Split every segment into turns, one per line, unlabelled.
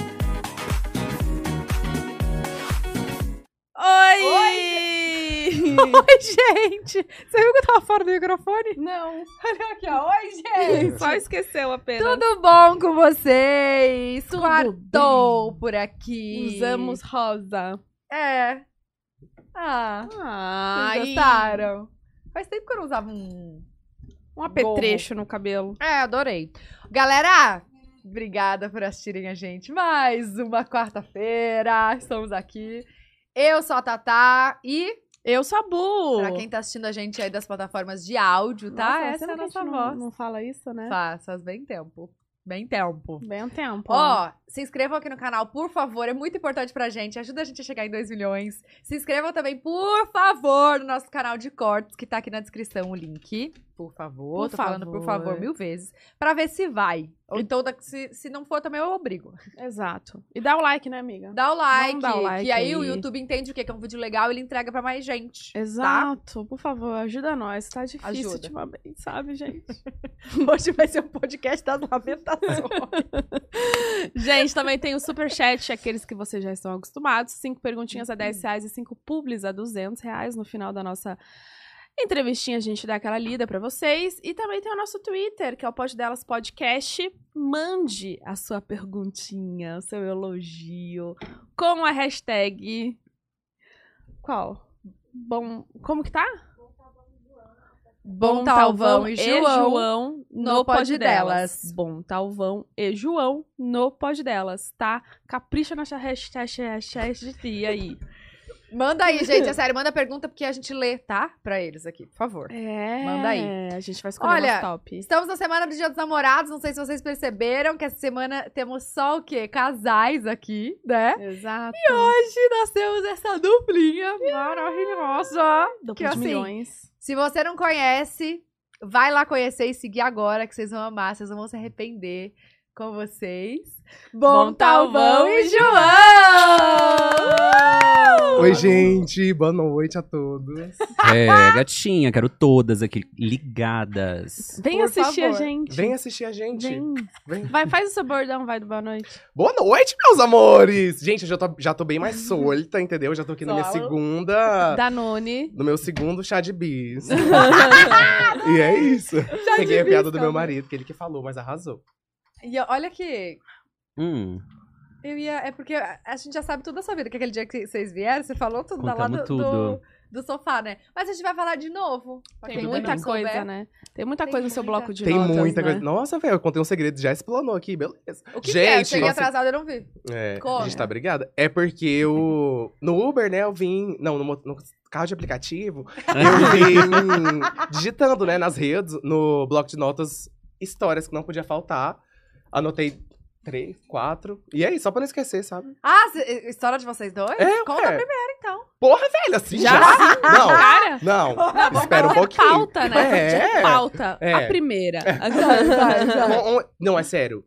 Oi, gente! Você viu que eu tava fora do microfone?
Não. Olha aqui, ó. Oi, gente!
Só esqueceu apenas.
Tudo bom com vocês?
Tudo
Quartou por aqui.
Usamos rosa.
É. Ah,
Ah,
vocês gostaram? Faz tempo que eu não usava um...
Um apetrecho no cabelo.
É, adorei. Galera, obrigada por assistirem a gente mais uma quarta-feira. Estamos aqui. Eu sou a Tatá e...
Eu sou a Bu.
Pra quem tá assistindo a gente aí das plataformas de áudio, tá?
Nossa,
Essa é
será
a
que
nossa
gente
voz.
Não, não fala isso, né?
Faz, faz bem tempo. Bem tempo.
Bem um tempo.
Ó, se inscrevam aqui no canal, por favor. É muito importante pra gente. Ajuda a gente a chegar em 2 milhões. Se inscrevam também, por favor, no nosso canal de cortes, que tá aqui na descrição o link. Por favor.
Por
Tô falando por favor
favor.
mil vezes. Pra ver se vai. Ou então, da- se, se não for, também eu obrigo.
né? Exato. E dá o like, né, amiga?
Dá o like.
dar o like
que aí, o
aí.
YouTube entende o que que é um vídeo legal e ele entrega pra mais gente.
Exato. Por favor, ajuda nós. Tá difícil
Ajuda.
ultimamente, sabe, gente?
Hoje vai ser um podcast das lamentações.
Gente, também tem o Superchat, aqueles que vocês já estão acostumados. Cinco perguntinhas a 10 reais e cinco publis a 200 reais. No final da nossa entrevistinha, a gente dá aquela lida pra vocês. E também tem o nosso Twitter, que é o Pod Delas Podcast. Mande a sua perguntinha, o seu elogio, com a hashtag... Qual? Bom... Como que tá?
Bom Talvão e João.
no, pod, delas. Bom Talvão e João no pod delas, tá? Capricha nessa hashtag, hashtag de aí.
Manda aí, gente. É sério, manda pergunta porque a gente lê, tá? Pra eles aqui, por favor.
É.
Manda aí.
A gente vai escolher
Olha,
o nosso top.
Estamos na semana do Dia dos Namorados. Não sei se vocês perceberam que essa semana temos só o quê? Casais aqui, né?
Exato.
Hoje nós temos essa duplinha.
Maravilhosa. Duplo
Que
de
assim,
milhões.
Se você não conhece, vai lá conhecer e seguir agora, que vocês vão amar, vocês não vão se arrepender. Com vocês, Bom,
Bom
Talvão
Talvão
e
e
João!
Oi, gente, boa noite a todos.
É, gatinha, quero todas aqui ligadas.
Vem
por
assistir
favor.
a gente.
Vem assistir a gente.
Vem.
Vem.
Vai, faz o seu bordão, vai do boa noite.
Boa noite, meus amores! Gente, eu já tô, já tô bem mais solta, entendeu? Já tô aqui na minha
Solo.
segunda.
Danone.
No meu segundo chá de bis. e é isso. Peguei a
bis,
piada do meu
calma.
marido, que ele que falou, mas arrasou.
E olha que
Hum,
Eu ia. É porque a a gente já sabe toda a sua vida, que aquele dia que vocês vieram, você falou tudo tá lá
Contamos
do,
tudo.
do, do sofá, né? Mas a gente vai falar de novo. pra
Tem
quem
muita
não
coisa,
souber.
né? Tem muita
Tem
coisa no seu
muita.
bloco de
Tem
notas,
muita
né?
coisa. Nossa, velho, eu contei um segredo, já explanou aqui, beleza.
O que, que é? Eu
gente,
cheguei
nossa,
atrasada, eu não vi.
É,
Como?
a gente tá brigada. É porque eu. No Uber, né, eu vim. Não, no, mo- no carro de aplicativo, eu vim digitando, né, nas redes, no bloco de notas, histórias que não podia faltar. Anotei três, quatro. E aí, só pra não esquecer, sabe?
Ah, cê- história de vocês dois?
É,
Conta
ué.
primeiro, então.
Porra, velho, assim já?
Já?
Não,
Cara,
não.
Tá bom,
Espera um
vamos fazer
pouquinho.
Pauta, né?
É.
Tipo, Pauta.
É.
A primeira.
então.
Um- um- Não, é sério.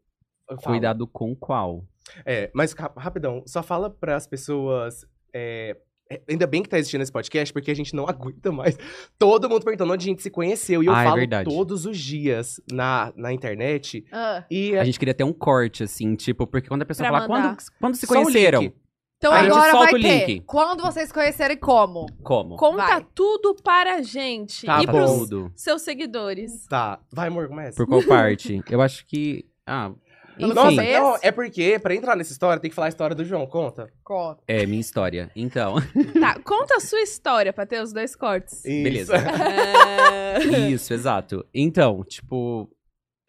Eu falo.
cuidado com qual?
É, mas ra- rapidão, só fala pras pessoas. é, é, ainda bem que tá existindo esse podcast, porque a gente não aguenta mais. Todo mundo perguntando onde a gente se conheceu. E eu
Ah, é
falo
verdade.
todos os dias na, na internet.
Ah,
E
A gente queria ter um corte, assim, tipo, porque quando a pessoa
Pra
fala,
mandar.
quando, quando se
Só o link.
conheceram?
Então
A gente
agora
solta
vai
o
ter.
link.
Quando vocês conhecerem como?
Como?
Conta
Vai.
tudo para a gente.
Tá
e
bom.
pros
Tudo.
seus seguidores.
Tá. Vai, amor, começa.
Por qual parte? Eu acho que. Ah, enfim.
Nossa,
Sim.
não, é porque, pra entrar nessa história, tem que falar a história do João. Conta.
Conta.
É, minha história. Então,
Tá, conta a sua história pra ter os dois cortes.
beleza. Isso, exato. Então, tipo,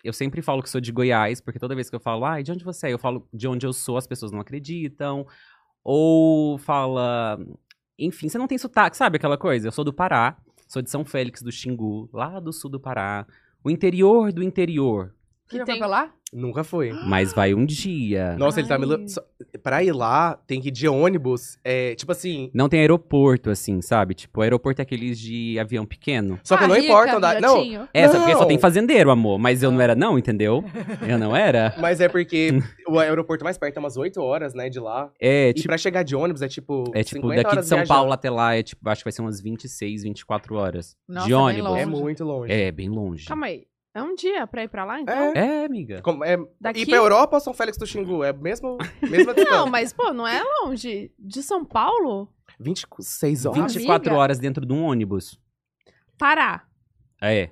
eu sempre falo que sou de Goiás, porque toda vez que eu falo, ai, de onde você é? Eu falo de onde eu sou, as pessoas não acreditam. Ou fala. Enfim, você não tem sotaque, sabe aquela coisa? Eu sou do Pará, sou de São Félix do Xingu, lá do sul do Pará. O interior do interior.
Que
Que
já
tem-
foi pra lá?
Nunca foi.
Mas vai um dia.
Nossa, ele tá me.
Ai.
ilu- só- Pra ir lá, tem que ir de ônibus. É, tipo assim.
Não tem aeroporto, assim, sabe? Tipo, aeroporto é aqueles de avião pequeno.
Só que
Ah,
não
rica,
importa andar. Não,
gatinho.
Essa, porque só
Não.
tem fazendeiro, amor. Mas eu não era, não, entendeu? Eu não era.
mas é porque o aeroporto mais perto é umas 8 horas, né, de lá.
É,
E
tipo.
pra chegar de ônibus é tipo.
É tipo,
50
daqui de
horas
São
viajando.
Paulo até lá, é tipo, acho que vai ser umas 26, 24 horas.
Nossa,
de
bem
ônibus.
longe.
É muito longe.
É, bem longe.
Calma aí. É um dia pra ir pra lá, então?
É.
É, amiga.
Como- é-
Daqui?
E pra Europa, São Félix do Xingu? É mesmo, mesma distância.
Não, mas, pô, não é longe. De São Paulo?
26 horas.
24
Amiga.
horas dentro de um ônibus.
Parar.
É.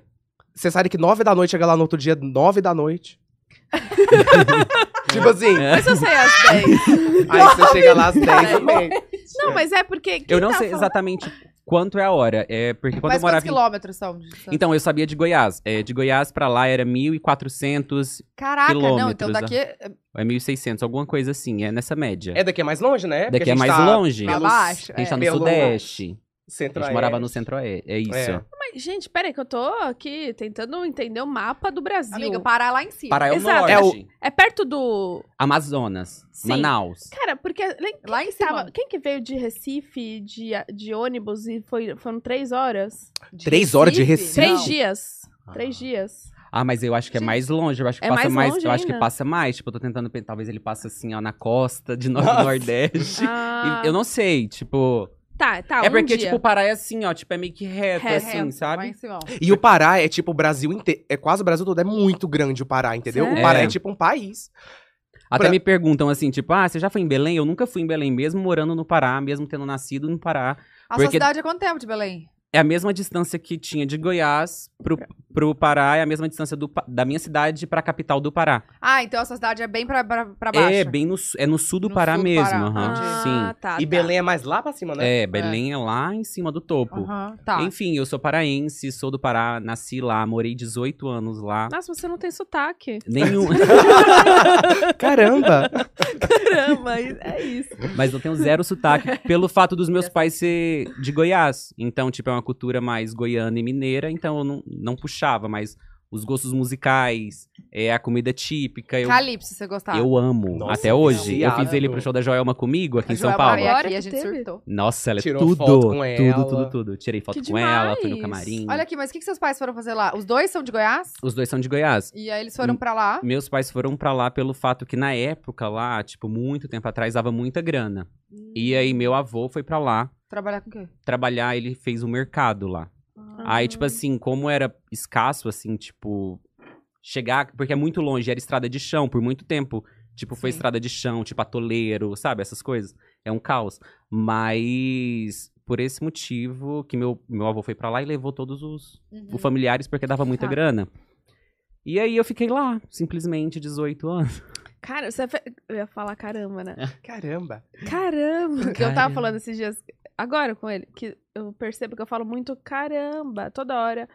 Você sabe que 9 da noite chega lá no outro dia, 9 da noite. tipo assim,
É.
Mas eu sei às 10.
aí você chega lá às 10
da
e meia.
Não, mas é porque. quem
Eu não
tá
sei
falando-
exatamente quanto é a hora. É porque quando
Mas
eu morava.
quantos
em-
quilômetros são de distância?
Então, eu sabia de Goiás. É, de Goiás pra lá era 1.400,
Caraca, não, então
quilômetros,
daqui...
é 1.600, alguma coisa assim. É nessa média.
É daqui é mais longe, né? Porque
Daqui
a
é
gente
mais
tá
longe.
Pra
pelos
baixo.
A gente tá no
Pelo-
Sudeste. A
centro
gente morava no Centro-Oeste. É isso.
É.
Mas, gente, peraí, que eu tô aqui tentando entender o mapa do Brasil.
Amiga, parar lá em cima.
Pará é o
Exato.
norte.
É perto do.
Amazonas.
Sim.
Manaus.
Cara, porque. lem-
Lá em
quem que
cima.
tava- Quem que veio de Recife de, de ônibus e foi, foram três horas?
De
Três horas de Recife?
Três
Não.
dias. Três dias.
Ah, mas eu acho que é
Gente,
mais longe. Eu acho que
é
passa
mais
mais.
longe
eu acho que
ainda.
passa mais. Tipo, eu tô tentando. pe- Talvez ele passe assim, ó, na costa, de norte
Nossa.
ao nordeste.
Ah,
E Eu não sei, tipo.
Tá, tá.
é
um
porque,
dia.
tipo, o Pará é assim, ó. Tipo, é meio que reto,
Reto,
assim,
Lá em
sabe?
cima, ó.
E o Pará é tipo o Brasil inteiro. É quase o Brasil todo. É muito grande o Pará, entendeu?
Sério?
O Pará
É.
é tipo um país.
Até
Pra-
me perguntam assim, tipo, ah, você já foi em Belém? Eu nunca fui em Belém, mesmo morando no Pará, mesmo tendo nascido no Pará.
A sua
Porque-
cidade é quanto tempo de Belém?
É a mesma distância que tinha de Goiás pro, pro Pará, é a mesma distância do Pa- da minha cidade pra capital do Pará.
Ah, então a sua cidade é bem pra, pra, pra baixo.
É, bem no, su- é no sul do
No
Pará
sul do
mesmo.
Pará,
aham,
entendi.
ah,
Sim.
tá,
e
tá.
Belém é mais lá pra cima, né?
É, Belém é. lá em cima do topo.
Aham, tá.
Enfim, eu sou paraense, sou do Pará, nasci lá, morei 18 anos lá.
Nossa, você não tem sotaque.
Nenhum.
Caramba!
Caramba, é isso.
Mas eu tenho zero sotaque pelo fato dos meus pais ser de Goiás. Então, tipo, é uma cultura mais goiana e mineira, então eu não, não puxava, mas os gostos musicais, é a comida típica, eu,
Calypso, você gostava.
eu amo
Nossa,
até hoje. Eu
viciado.
fiz ele pro show da Joelma comigo
A
aqui em São
Joelma
Paulo.
veio
Agora
aqui,
que
a gente
teve.
surtou.
Nossa, ela é
Tirou
tudo,
foto com
tudo,
ela.
tudo, tudo. Tirei foto
Que
com ela, fui no
demais.
camarim.
Olha aqui, mas o que, que seus pais foram fazer lá? Os dois são de Goiás?
Os dois são de Goiás.
E aí eles foram pra lá?
Meus pais foram pra lá pelo fato que na época lá, tipo, muito tempo atrás, dava muita grana. E aí meu avô foi pra lá
Trabalhar com o quê?
trabalhar, ele fez o mercado lá. Aí, tipo assim, como era escasso, assim, tipo, chegar, porque é muito longe, era estrada de chão por muito tempo. Tipo, foi
Sim.
estrada de chão, tipo, atoleiro, sabe? Essas coisas. É um caos. Mas por esse motivo que meu, meu avô foi pra lá e levou todos os,
Né?
os
Uhum.
familiares porque dava muita
Tá.
grana. E aí eu fiquei lá, simplesmente 18 anos.
Cara, você é fe- eu ia falar caramba, né?
Caramba!
Caramba! Que eu tava
Caramba.
falando esses dias agora com ele, que eu percebo que eu falo muito caramba toda hora.
É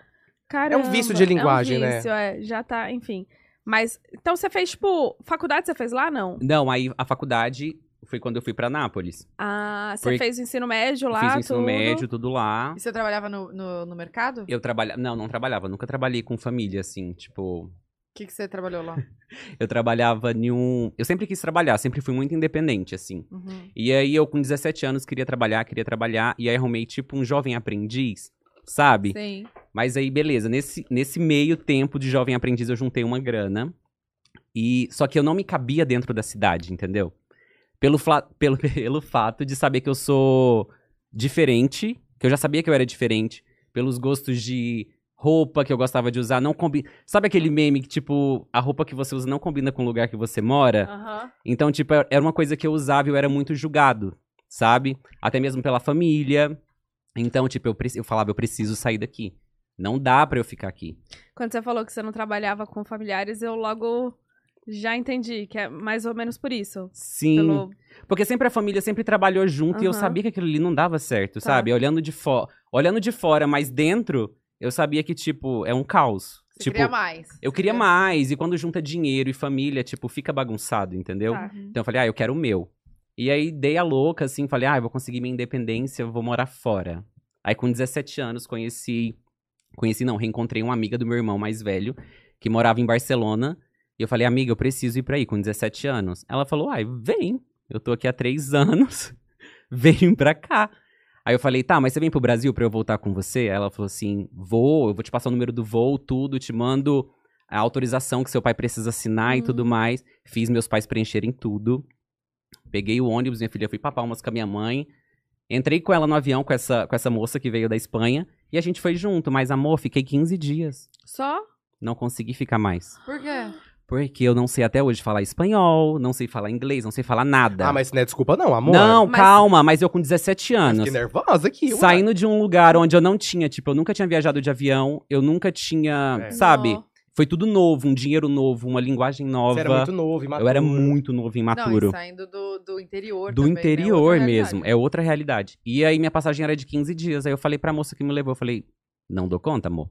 Caramba.
vício de linguagem,
é um
né?
vício, É, já tá, enfim. Mas então você fez tipo, faculdade você fez lá não?
Não, aí a faculdade foi quando eu fui pra Nápoles.
Ah, você
Porque-
fez o ensino médio
Eu
lá,
Fiz o ensino
tudo.
médio, tudo lá.
E você trabalhava no, no, no mercado? O
Eu trabalhava. Não, não trabalhava. Nunca trabalhei com família, assim. Tipo,
que, que você trabalhou lá?
eu trabalhava em um. Eu sempre quis trabalhar, sempre fui muito independente, assim.
Uhum.
E aí eu, com 17 anos, queria trabalhar, queria trabalhar. E aí arrumei, tipo, um jovem aprendiz, sabe?
Sim.
Mas aí, beleza, nesse, nesse meio tempo de jovem aprendiz eu juntei uma grana. E só que eu não me cabia dentro da cidade, entendeu? Pelo, fla- pelo, pelo fato de saber que eu sou diferente, que eu já sabia que eu era diferente, pelos gostos de roupa que eu gostava de usar, não combina. Sabe aquele meme que tipo, a roupa que você usa não combina com o lugar que você mora?
Aham.
Então, tipo, era era uma coisa que eu usava e eu era muito julgado, sabe? Até mesmo pela família. Então, tipo, eu, preci- eu falava, eu preciso sair daqui. Não dá pra eu ficar aqui.
Quando você falou que você não trabalhava com familiares, eu logo já entendi que é mais ou menos por isso.
Sim.
Pelo
Porque sempre a família sempre trabalhou junto e eu
Aham.
sabia que aquilo ali não dava certo,
Tá.
sabe? Olhando de fora, olhando de fora, mas dentro, eu sabia que tipo, é um caos.
Você
tipo,
queria mais?
eu queria mais e quando junta dinheiro e família, tipo, fica bagunçado, entendeu?
Tá.
Então eu falei, ah, eu quero o meu. E aí dei a louca, assim, falei, ah, eu vou conseguir minha independência, eu vou morar fora. Aí com 17 anos conheci. Conheci, não, reencontrei uma amiga do meu irmão mais velho, que morava em Barcelona. E eu falei, amiga, eu preciso ir pra aí, com 17 anos. Ela falou, ai, vem. Eu tô aqui há três anos. vem pra cá. Aí eu falei, tá, mas você vem pro Brasil pra eu voltar com você? Ela falou assim, vou, eu vou te passar o número do voo, tudo, te mando a autorização que seu pai precisa assinar e
Hum.
tudo mais. Fiz meus pais preencherem tudo. Peguei o ônibus, minha filha, fui pra Palmas com a minha mãe. Entrei com ela no avião, com essa, com essa moça que veio da Espanha. E a gente foi junto, mas amor, fiquei 15 dias.
Só?
Não consegui ficar mais.
Por quê?
Porque eu não sei até hoje falar espanhol, não sei falar inglês, não sei falar nada.
Ah, mas isso não é desculpa não, amor.
Não,
Mas-
calma, mas eu com 17 anos.
Fiquei nervosa aqui. ué.
Saindo de um lugar onde eu não tinha, tipo, eu nunca tinha viajado de avião, eu nunca tinha,
É.
sabe?
Nó.
Foi tudo novo, um dinheiro novo, uma linguagem nova.
Você era muito novo, imaturo.
Eu era muito novo e imaturo.
Não, e saindo do, do interior
Ah, do
também, né?
interior
Outra
mesmo,
realidade.
é outra realidade. E aí minha passagem era de 15 dias, aí eu falei pra moça que me levou, eu falei, não dou conta, amor.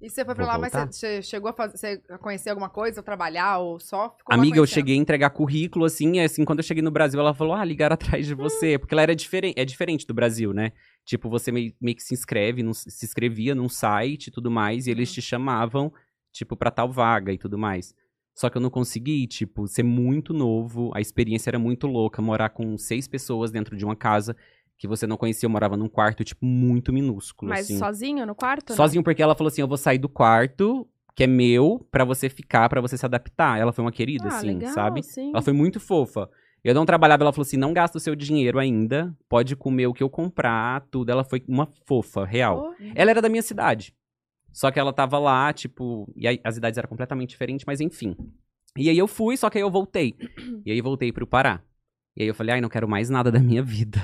E você foi pra
Vou
lá, mas
voltar?
você, você chegou a, fazer, você a conhecer alguma coisa, ou trabalhar, ou só ficou lá
Amiga, eu
conhecendo?
cheguei a entregar currículo, assim, e assim, quando eu cheguei no Brasil, ela falou, ah, ligaram atrás de você. Porque ela era diferente, é diferente do Brasil, né? Tipo, você meio, meio que se inscreve, num- se inscrevia num site e tudo mais, e eles te chamavam, tipo, pra tal vaga e tudo mais. Só que eu não consegui, tipo, ser muito novo, a experiência era muito louca, morar com seis pessoas dentro de uma casa que você não conhecia, eu morava num quarto, tipo, muito minúsculo,
Mas
assim.
sozinho no quarto?
Sozinho, porque ela falou assim: eu vou sair do quarto, que é meu, pra você ficar, pra você se adaptar. Ela foi uma querida,
não? ah,
assim,
legal,
sabe?
Sim.
Ela foi muito fofa. Eu não trabalhava, ela falou assim: não gasta o seu dinheiro ainda, pode comer o que eu comprar, tudo. Ela foi uma fofa, real.
Pô,
Ela era da minha cidade. Só que ela tava lá, tipo, e aí as idades eram completamente diferentes, mas enfim. E aí eu fui, só que aí eu voltei. E aí voltei pro Pará. E aí eu falei, ai, não quero mais nada da minha vida.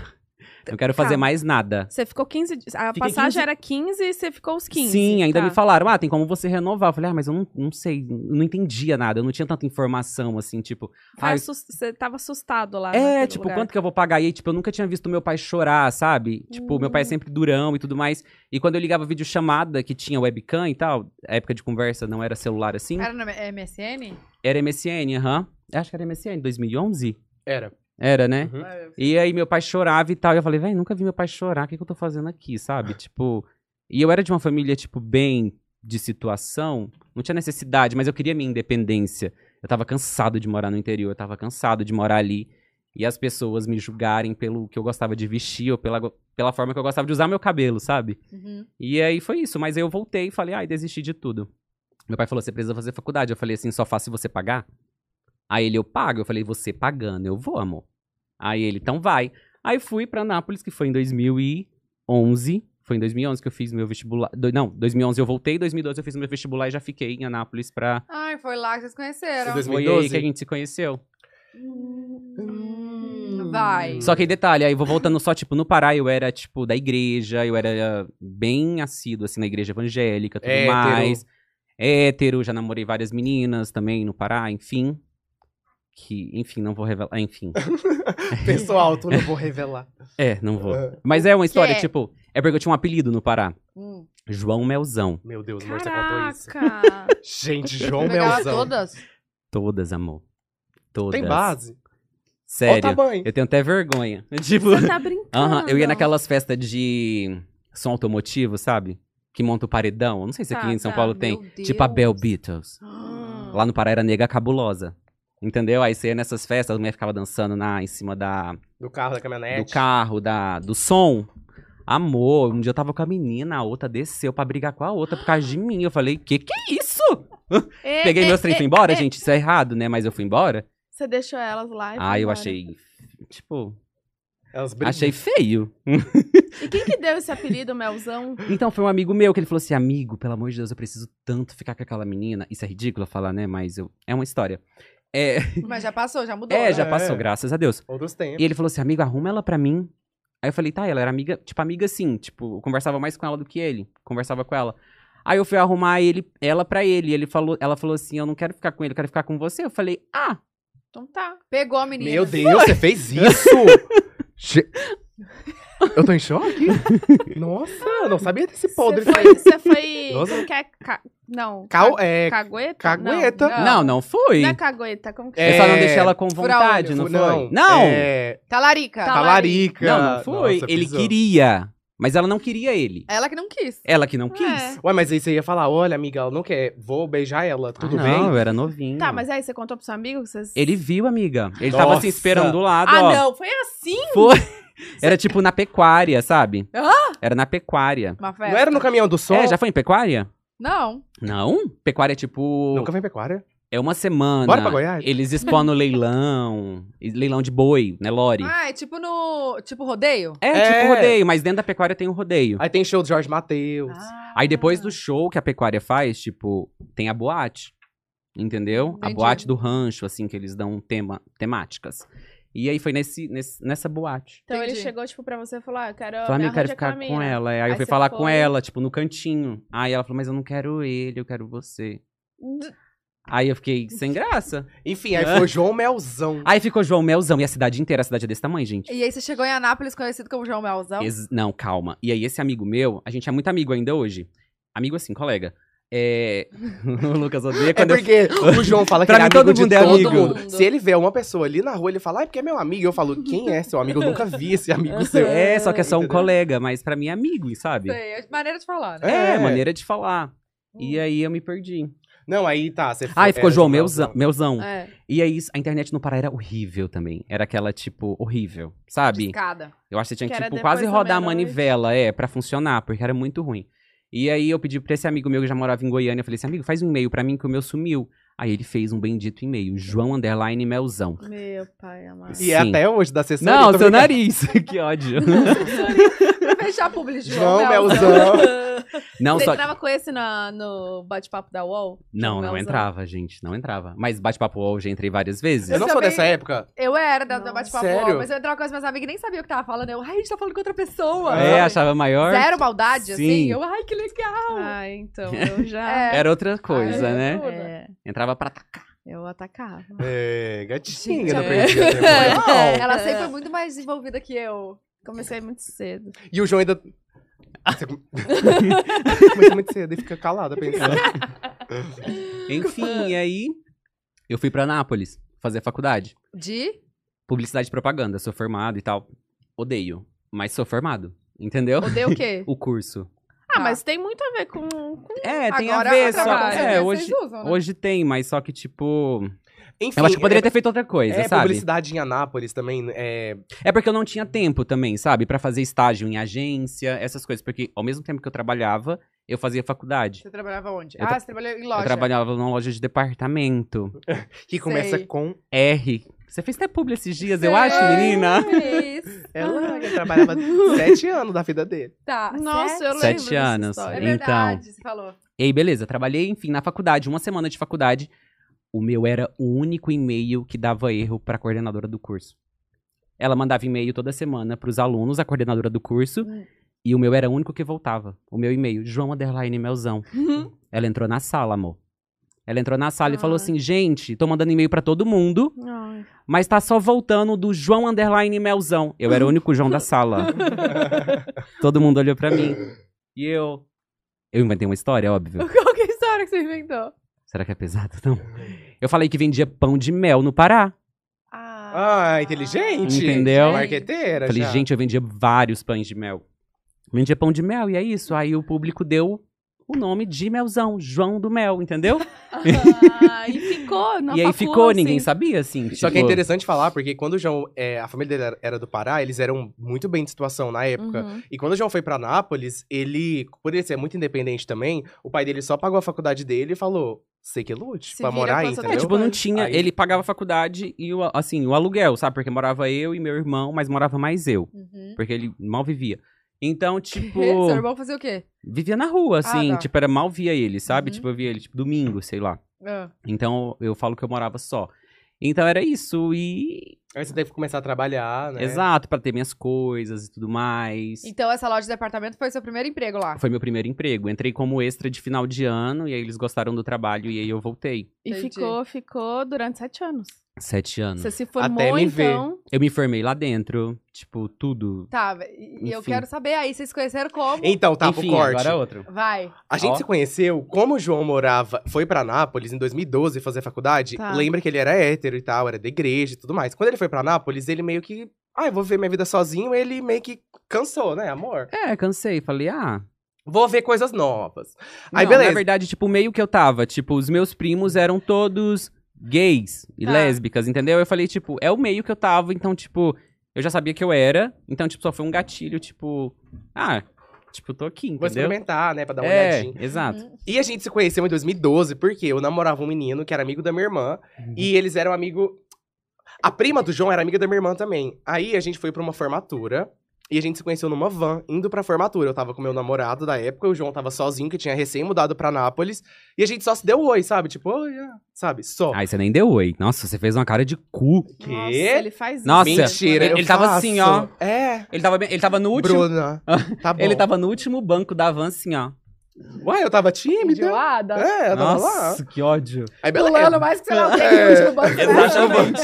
Não quero fazer
Calma.
mais nada.
Você ficou 15 dias. A
Fiquei
passagem
15
era 15 e você ficou os 15.
Sim, ainda
tá.
me falaram, ah, tem como você renovar. Eu falei, ah, mas eu não, não sei, eu não entendia nada, eu não tinha tanta informação, assim, tipo...
Foi
ah,
Tá assus- Você tava assustado lá.
é,
naquele
tipo,
Ah, lugar.
quanto que eu vou pagar? E aí, tipo, eu nunca tinha visto meu pai chorar, sabe? Tipo, meu pai é
Hum.
sempre durão e tudo mais. E quando eu ligava videochamada, que tinha webcam e tal, época de conversa não era celular assim,
Era na MSN?
era MSN, aham. Acho que era MSN, 2011?
Era.
Era, né?
Uhum.
E aí meu pai chorava e tal. E eu falei, velho, nunca vi meu pai chorar, o que, que eu tô fazendo aqui, sabe? Tipo. E eu era de uma família, tipo, bem de situação. Não tinha necessidade, mas eu queria minha independência. Eu tava cansado de morar no interior, eu tava cansado de morar ali. E as pessoas me julgarem pelo que eu gostava de vestir ou pela, go- pela forma que eu gostava de usar meu cabelo, sabe?
Uhum.
E aí foi isso, mas aí eu voltei e falei, ai, desisti de tudo. Meu pai falou, você precisa fazer faculdade. Eu falei assim, só faço se você pagar? Aí ele, eu pago. Eu falei, você pagando, eu vou, amor. Aí ele, então vai. Aí fui pra Anápolis, que foi em 2011. Foi em 2011 que eu fiz meu vestibular. do- Não, 2011 eu voltei, 2012 eu fiz meu vestibular e já fiquei em Anápolis pra.
Ai, foi lá que vocês conheceram.
Vocês dois-
Foi
2012?
aí que a gente se conheceu.
Hum, Vai.
Só que aí,
Uhum.
detalhe, aí vou voltando só, tipo, no Pará eu era, tipo, da igreja, eu era bem assíduo, assim, na igreja evangélica, tudo
Hétero.
mais. Hétero, já namorei várias meninas também no Pará, enfim. Que, enfim, não vou revelar. ah, Enfim.
Pessoal, tu não vou revelar.
É, não vou. Mas é uma história,
é?
tipo, é porque eu tinha um apelido no Pará.
Hum.
João Melzão.
Meu Deus, amor, você contou isso.
Caraca!
Gente, João
Você pegava
Melzão.
todas?
Todas, amor. Todas.
Tem base? tá Olha o
Sério.
tamanho.
Eu tenho até vergonha. Tipo.
Você tá brincando.
Aham, eu ia naquelas festas de som automotivo, sabe? Que monta o paredão. Eu Não sei se aqui
Tá,
em São
tá,
Paulo
meu
tem.
Deus.
Tipo a Bell Beatles. Lá no Pará era nega cabulosa. Entendeu? Aí você ia nessas festas, a mulher ficava dançando na, em cima da,
Do carro, da
do
caminhonete.
carro, da, do som. Amor, um dia eu tava com a menina, a outra desceu pra brigar com a outra por causa de mim. Eu falei, que que é isso?
É,
Peguei
é,
meus trem
é,
e fui embora,
é.
gente. Isso é errado, né? Mas eu fui embora.
Você deixou elas lá e foi
Ah, eu
embora.
achei. Tipo,
Elas brigam.
achei feio.
E quem que deu esse apelido, Melzão?
Então, foi um amigo meu que ele falou assim: amigo, pelo amor de Deus, eu preciso tanto ficar com aquela menina. Isso é ridículo falar, né? Mas eu... é uma história. É,
Mas já passou, já mudou. né?
é, já
É.
passou, graças a Deus.
Outros
E
tempos.
ele falou assim: amigo, arruma ela pra mim. Aí eu falei: tá, ela era amiga, tipo, amiga sim. Tipo, eu conversava mais com ela do que ele. Conversava com ela. Aí eu fui arrumar ele, ela pra ele. E ele falou, ela falou assim: eu não quero ficar com ele, eu quero ficar com você. Eu falei: ah,
Então tá.
Pegou a menina.
Meu Deus, você fez isso? Ge- Eu tô em choque? Nossa, eu não sabia desse podre.
Você foi. Você foi
Nossa.
como que é? Ca- Não.
Cal... É...
Cagueta?
Cagueta.
Não, não.
não, não fui.
Ah. Não é cagueta, como que
É,
Eu só não deixei ela com vontade, não
Fu-
foi?
Não,
Não!
É...
Talarica.
Tá.
Talarica.
Não, não foi.
Nossa,
ele
pisou.
queria. Mas ela não queria ele.
Ela que não quis.
Ela que não
É.
quis.
Ué, mas aí você ia falar, olha, amiga, ela não quer, vou beijar ela, tudo
Ah,
bem?
Não, eu era novinho.
Tá, mas aí você contou pro seu amigo que vocês...
Ele viu, amiga. Ele tava
Nossa.
assim, esperando do lado,
Ah,
ó.
não, foi assim?
Foi. Era tipo na pecuária, sabe?
Hã?
Era na pecuária.
Uma festa.
Não era no caminhão do som?
É, já foi em pecuária?
Não.
Não. Pecuária é tipo.
Nunca vem pecuária?
É uma semana.
Bora pra Goiás?
Eles expõem leilão. e Leilão de boi, né, Lore?
Ah, é tipo no. Tipo rodeio?
É,
É.
tipo rodeio, mas dentro da pecuária tem um rodeio.
Aí tem show do
Ah.
Jorge Matheus.
Aí depois do show que a pecuária faz, tipo, tem a boate. entendeu? A
Entendi.
boate do rancho, assim, que eles dão tema, temáticas. E aí foi nesse, nesse- nessa boate.
Então ele
Entendi.
chegou, tipo, pra você e falou, ah, eu quero,
Falei,
me
amigo, eu quero
arranja
ficar
com a
com
minha.
ela. Aí eu
Aí
fui
você
falar com
foi.
ela, tipo, no cantinho. Aí ela falou, mas eu não quero ele, eu quero você. Aí eu fiquei sem graça.
Enfim, aí foi João Melzão.
Aí ficou João Melzão e a cidade inteira, a cidade é desse tamanho, gente.
E então? aí você chegou em Anápolis conhecido como João Melzão.
Ex- não, calma. E aí, esse amigo meu, a gente é muito amigo ainda hoje. Amigo assim, colega. É. o Lucas odeia
É
quando eu.
porque o João fala que
Pra
ele é
mim,
amigo
todo
de
mundo é
todo
amigo.
mundo. Se ele vê uma pessoa ali na rua, ele fala, ai, porque é meu amigo. Eu falo, quem é seu amigo? Eu nunca vi esse amigo seu.
É, só que é só um
Entendeu?
colega, mas pra mim é amigo, sabe?
Sei, é maneira de falar, né?
É,
É.
maneira de falar. E aí eu me perdi.
Não, aí tá, você
Aí ficou
é,
João Melzão. Melzão.
É.
E aí a internet no Pará era horrível também. Era aquela, tipo, horrível, sabe?
Escada.
Eu acho que você tinha
Que
que,
era
tipo,
depois
quase
da
rodar a
meia-noite.
manivela, é, pra funcionar, porque era muito ruim. E aí eu pedi pra esse amigo meu que já morava em Goiânia, eu falei assim, amigo, faz um e-mail pra mim que o meu sumiu. Aí ele fez um bendito e-mail, João Underline Melzão.
Meu pai amado.
E é
Sim.
até hoje da sessão.
Não, seu nariz, que ódio.
Pra fechar a publi, João,
João
Melzão.
Melzão.
Não,
Você
só...
entrava com esse na- no bate-papo da UOL?
Não, não
Melzão?
entrava, gente, não entrava. Mas bate-papo hoje, entrei várias
Eu
vezes.
não
Eu
sou
também-
dessa época.
Eu era da, da
Nossa.
bate-papo,
Sério?
mas eu entrava com as minhas amigas e nem sabia o que tava falando. Eu, ai, a gente tá falando com outra pessoa.
É,
sabe?
achava maior.
Zero maldade, assim.
Sim.
Eu, ai, que legal.
Ah, então, eu já...
É.
Era outra coisa,
Ah,
né?
tudo.
Entrava pra atacar.
Eu atacava.
É, gatinha
Gente,
do
é.
Perdido. tempo
É,
Real.
Ela sempre foi muito mais desenvolvida que eu.
Comecei muito cedo.
E o João ainda... Você come- Começa muito cedo e fica calada pensando.
Enfim, e aí eu fui pra Nápoles fazer faculdade.
De?
publicidade e propaganda, sou formado e tal. Odeio, mas sou formado, entendeu?
Odeio o quê?
O curso.
Ah,
Tá.
mas tem muito a ver com... com-
É, tem
Agora,
a ver,
outra
só
trabalho,
propaganda
é,
vocês
hoje
usam, né?
hoje tem, mas só que tipo,
Enfim,
eu acho que eu poderia
é-
ter feito outra coisa,
É,
sabe?
publicidade em Anápolis também. É,
É porque eu não tinha tempo também, sabe, Pra fazer estágio em agência, essas coisas, porque ao mesmo tempo que eu trabalhava, eu fazia faculdade.
Você trabalhava onde?
Eu
ah,
tra-
você trabalhou em loja.
Eu trabalhava numa loja de departamento.
que começa
Sei.
com
R. Você fez até publi esses dias, eu
Sei.
acho, menina. É
Isso. Ah.
ela, que trabalhava sete anos da vida dele.
Tá.
Nossa, eu lembro
Sete
dessa
anos. então.
É
história.
verdade, você falou.
E aí, beleza, trabalhei, enfim, na faculdade, uma semana de faculdade. O meu era o único e-mail que dava erro pra coordenadora do curso. Ela mandava e-mail toda semana pros alunos, a coordenadora do curso,
Hum.
e o meu era o único que voltava. O meu e-mail, João Underline Melzão. Ela entrou na sala, amor. Ela entrou na sala e falou
Ah.
assim: gente, tô mandando e-mail pra todo mundo,
Ai.
mas tá só voltando do João Underline Melzão. Eu era o único João da sala. todo mundo olhou pra mim. E eu. Eu inventei uma história, óbvio.
Qual que é a história que você inventou?
Será que é pesado?
Uhum.
Não. Eu falei que vendia pão de mel no Pará.
Ah,
é
Ah, inteligente.
Entendeu?
Marqueteira.
falei,
já.
gente, eu vendia vários pães de mel. Vendia pão de mel, e é isso. Aí o público deu o nome de Melzão, João do Mel, entendeu?
Ah, e ficou na
e aí
facul,
ficou,
assim.
ninguém sabia, assim.
Só que é
tipo,
interessante falar, porque quando o João. é, a família dele era- era do Pará, eles eram muito bem de situação na época.
Uhum.
E quando o João foi pra Nápoles, ele, por ele ser muito independente também, o pai dele só pagou a faculdade dele e falou: sei que lute
Se
pra
vira
morar aí,
com essa
entendeu?
É, tipo, não
Aí-
tinha. Ele pagava a faculdade e o, assim, o aluguel, sabe? Porque morava eu e meu irmão, mas morava mais eu.
Uhum.
Porque ele mal vivia. Então, tipo.
Seu irmão fazia o quê?
vivia na rua, assim.
tá.
Tipo, era mal via ele, sabe?
Uhum.
Tipo, eu via ele, tipo, domingo, sei lá.
Ah.
Então eu falo que eu morava só. Então era isso e
Aí você teve que começar a trabalhar, né?
exato pra ter minhas coisas e tudo mais.
Então essa loja de departamento foi seu primeiro emprego lá.
Foi meu primeiro emprego. Entrei como extra de final de ano e aí eles gostaram do trabalho e aí eu voltei.
E
Entendi.
ficou, ficou durante sete anos.
Sete anos.
Você se formou,
Até me ver.
então...
Eu me formei lá dentro, tipo tudo.
Tá, e e eu
Enfim.
quero saber aí, vocês conheceram como?
Então, tá, pro
Enfim,
corte.
agora é outro.
Vai.
A gente
Ó.
se conheceu, como o João morava, foi pra Nápoles em 2012 fazer faculdade.
Tá.
Lembra que ele era hétero e tal, era da igreja e tudo mais. Quando ele foi pra Nápoles, ele meio que. Ah, eu vou viver minha vida sozinho. Ele meio que cansou, né, amor?
É, cansei. Falei, ah.
Vou ver coisas novas. Aí,
não,
beleza.
Na verdade, tipo, meio que eu tava. Tipo, os meus primos eram todos gays e
Tá.
lésbicas, entendeu? Eu falei, tipo, é o meio que eu tava, então, tipo, eu já sabia que eu era. Então, tipo, só foi um gatilho, tipo, ah, tipo, tô aqui,
Vou
entendeu?
experimentar, né, pra dar uma
é,
olhadinha.
exato.
E a gente se conheceu em 2012 porque eu namorava um menino que era amigo da minha irmã. E eles eram amigo. A prima do João era amiga da minha irmã também. Aí a gente foi pra uma formatura. E a gente se conheceu numa van, indo pra formatura. Eu tava com meu namorado da época, o João tava sozinho, que tinha recém-mudado pra Nápoles. E a gente só se deu oi, sabe? Tipo, oi, ah", sabe? Só.
Aí você nem deu oi. Nossa, você fez uma cara de cu.
Que?
Nossa, ele faz isso. né?
Nossa,
Mentira,
ele-
eu
Ele...
ele tava
faço.
assim, ó.
É,
Ele tava, bem- ele tava no último.
Bruna. Tá bom.
Ele tava no último banco da van, assim, ó.
Ué, eu tava tímida.
Enjoada.
É, eu tava lá.
Nossa, que ódio.
Aí, beleza.
Pulando mais que sei lá o que
É.
no último banco. né?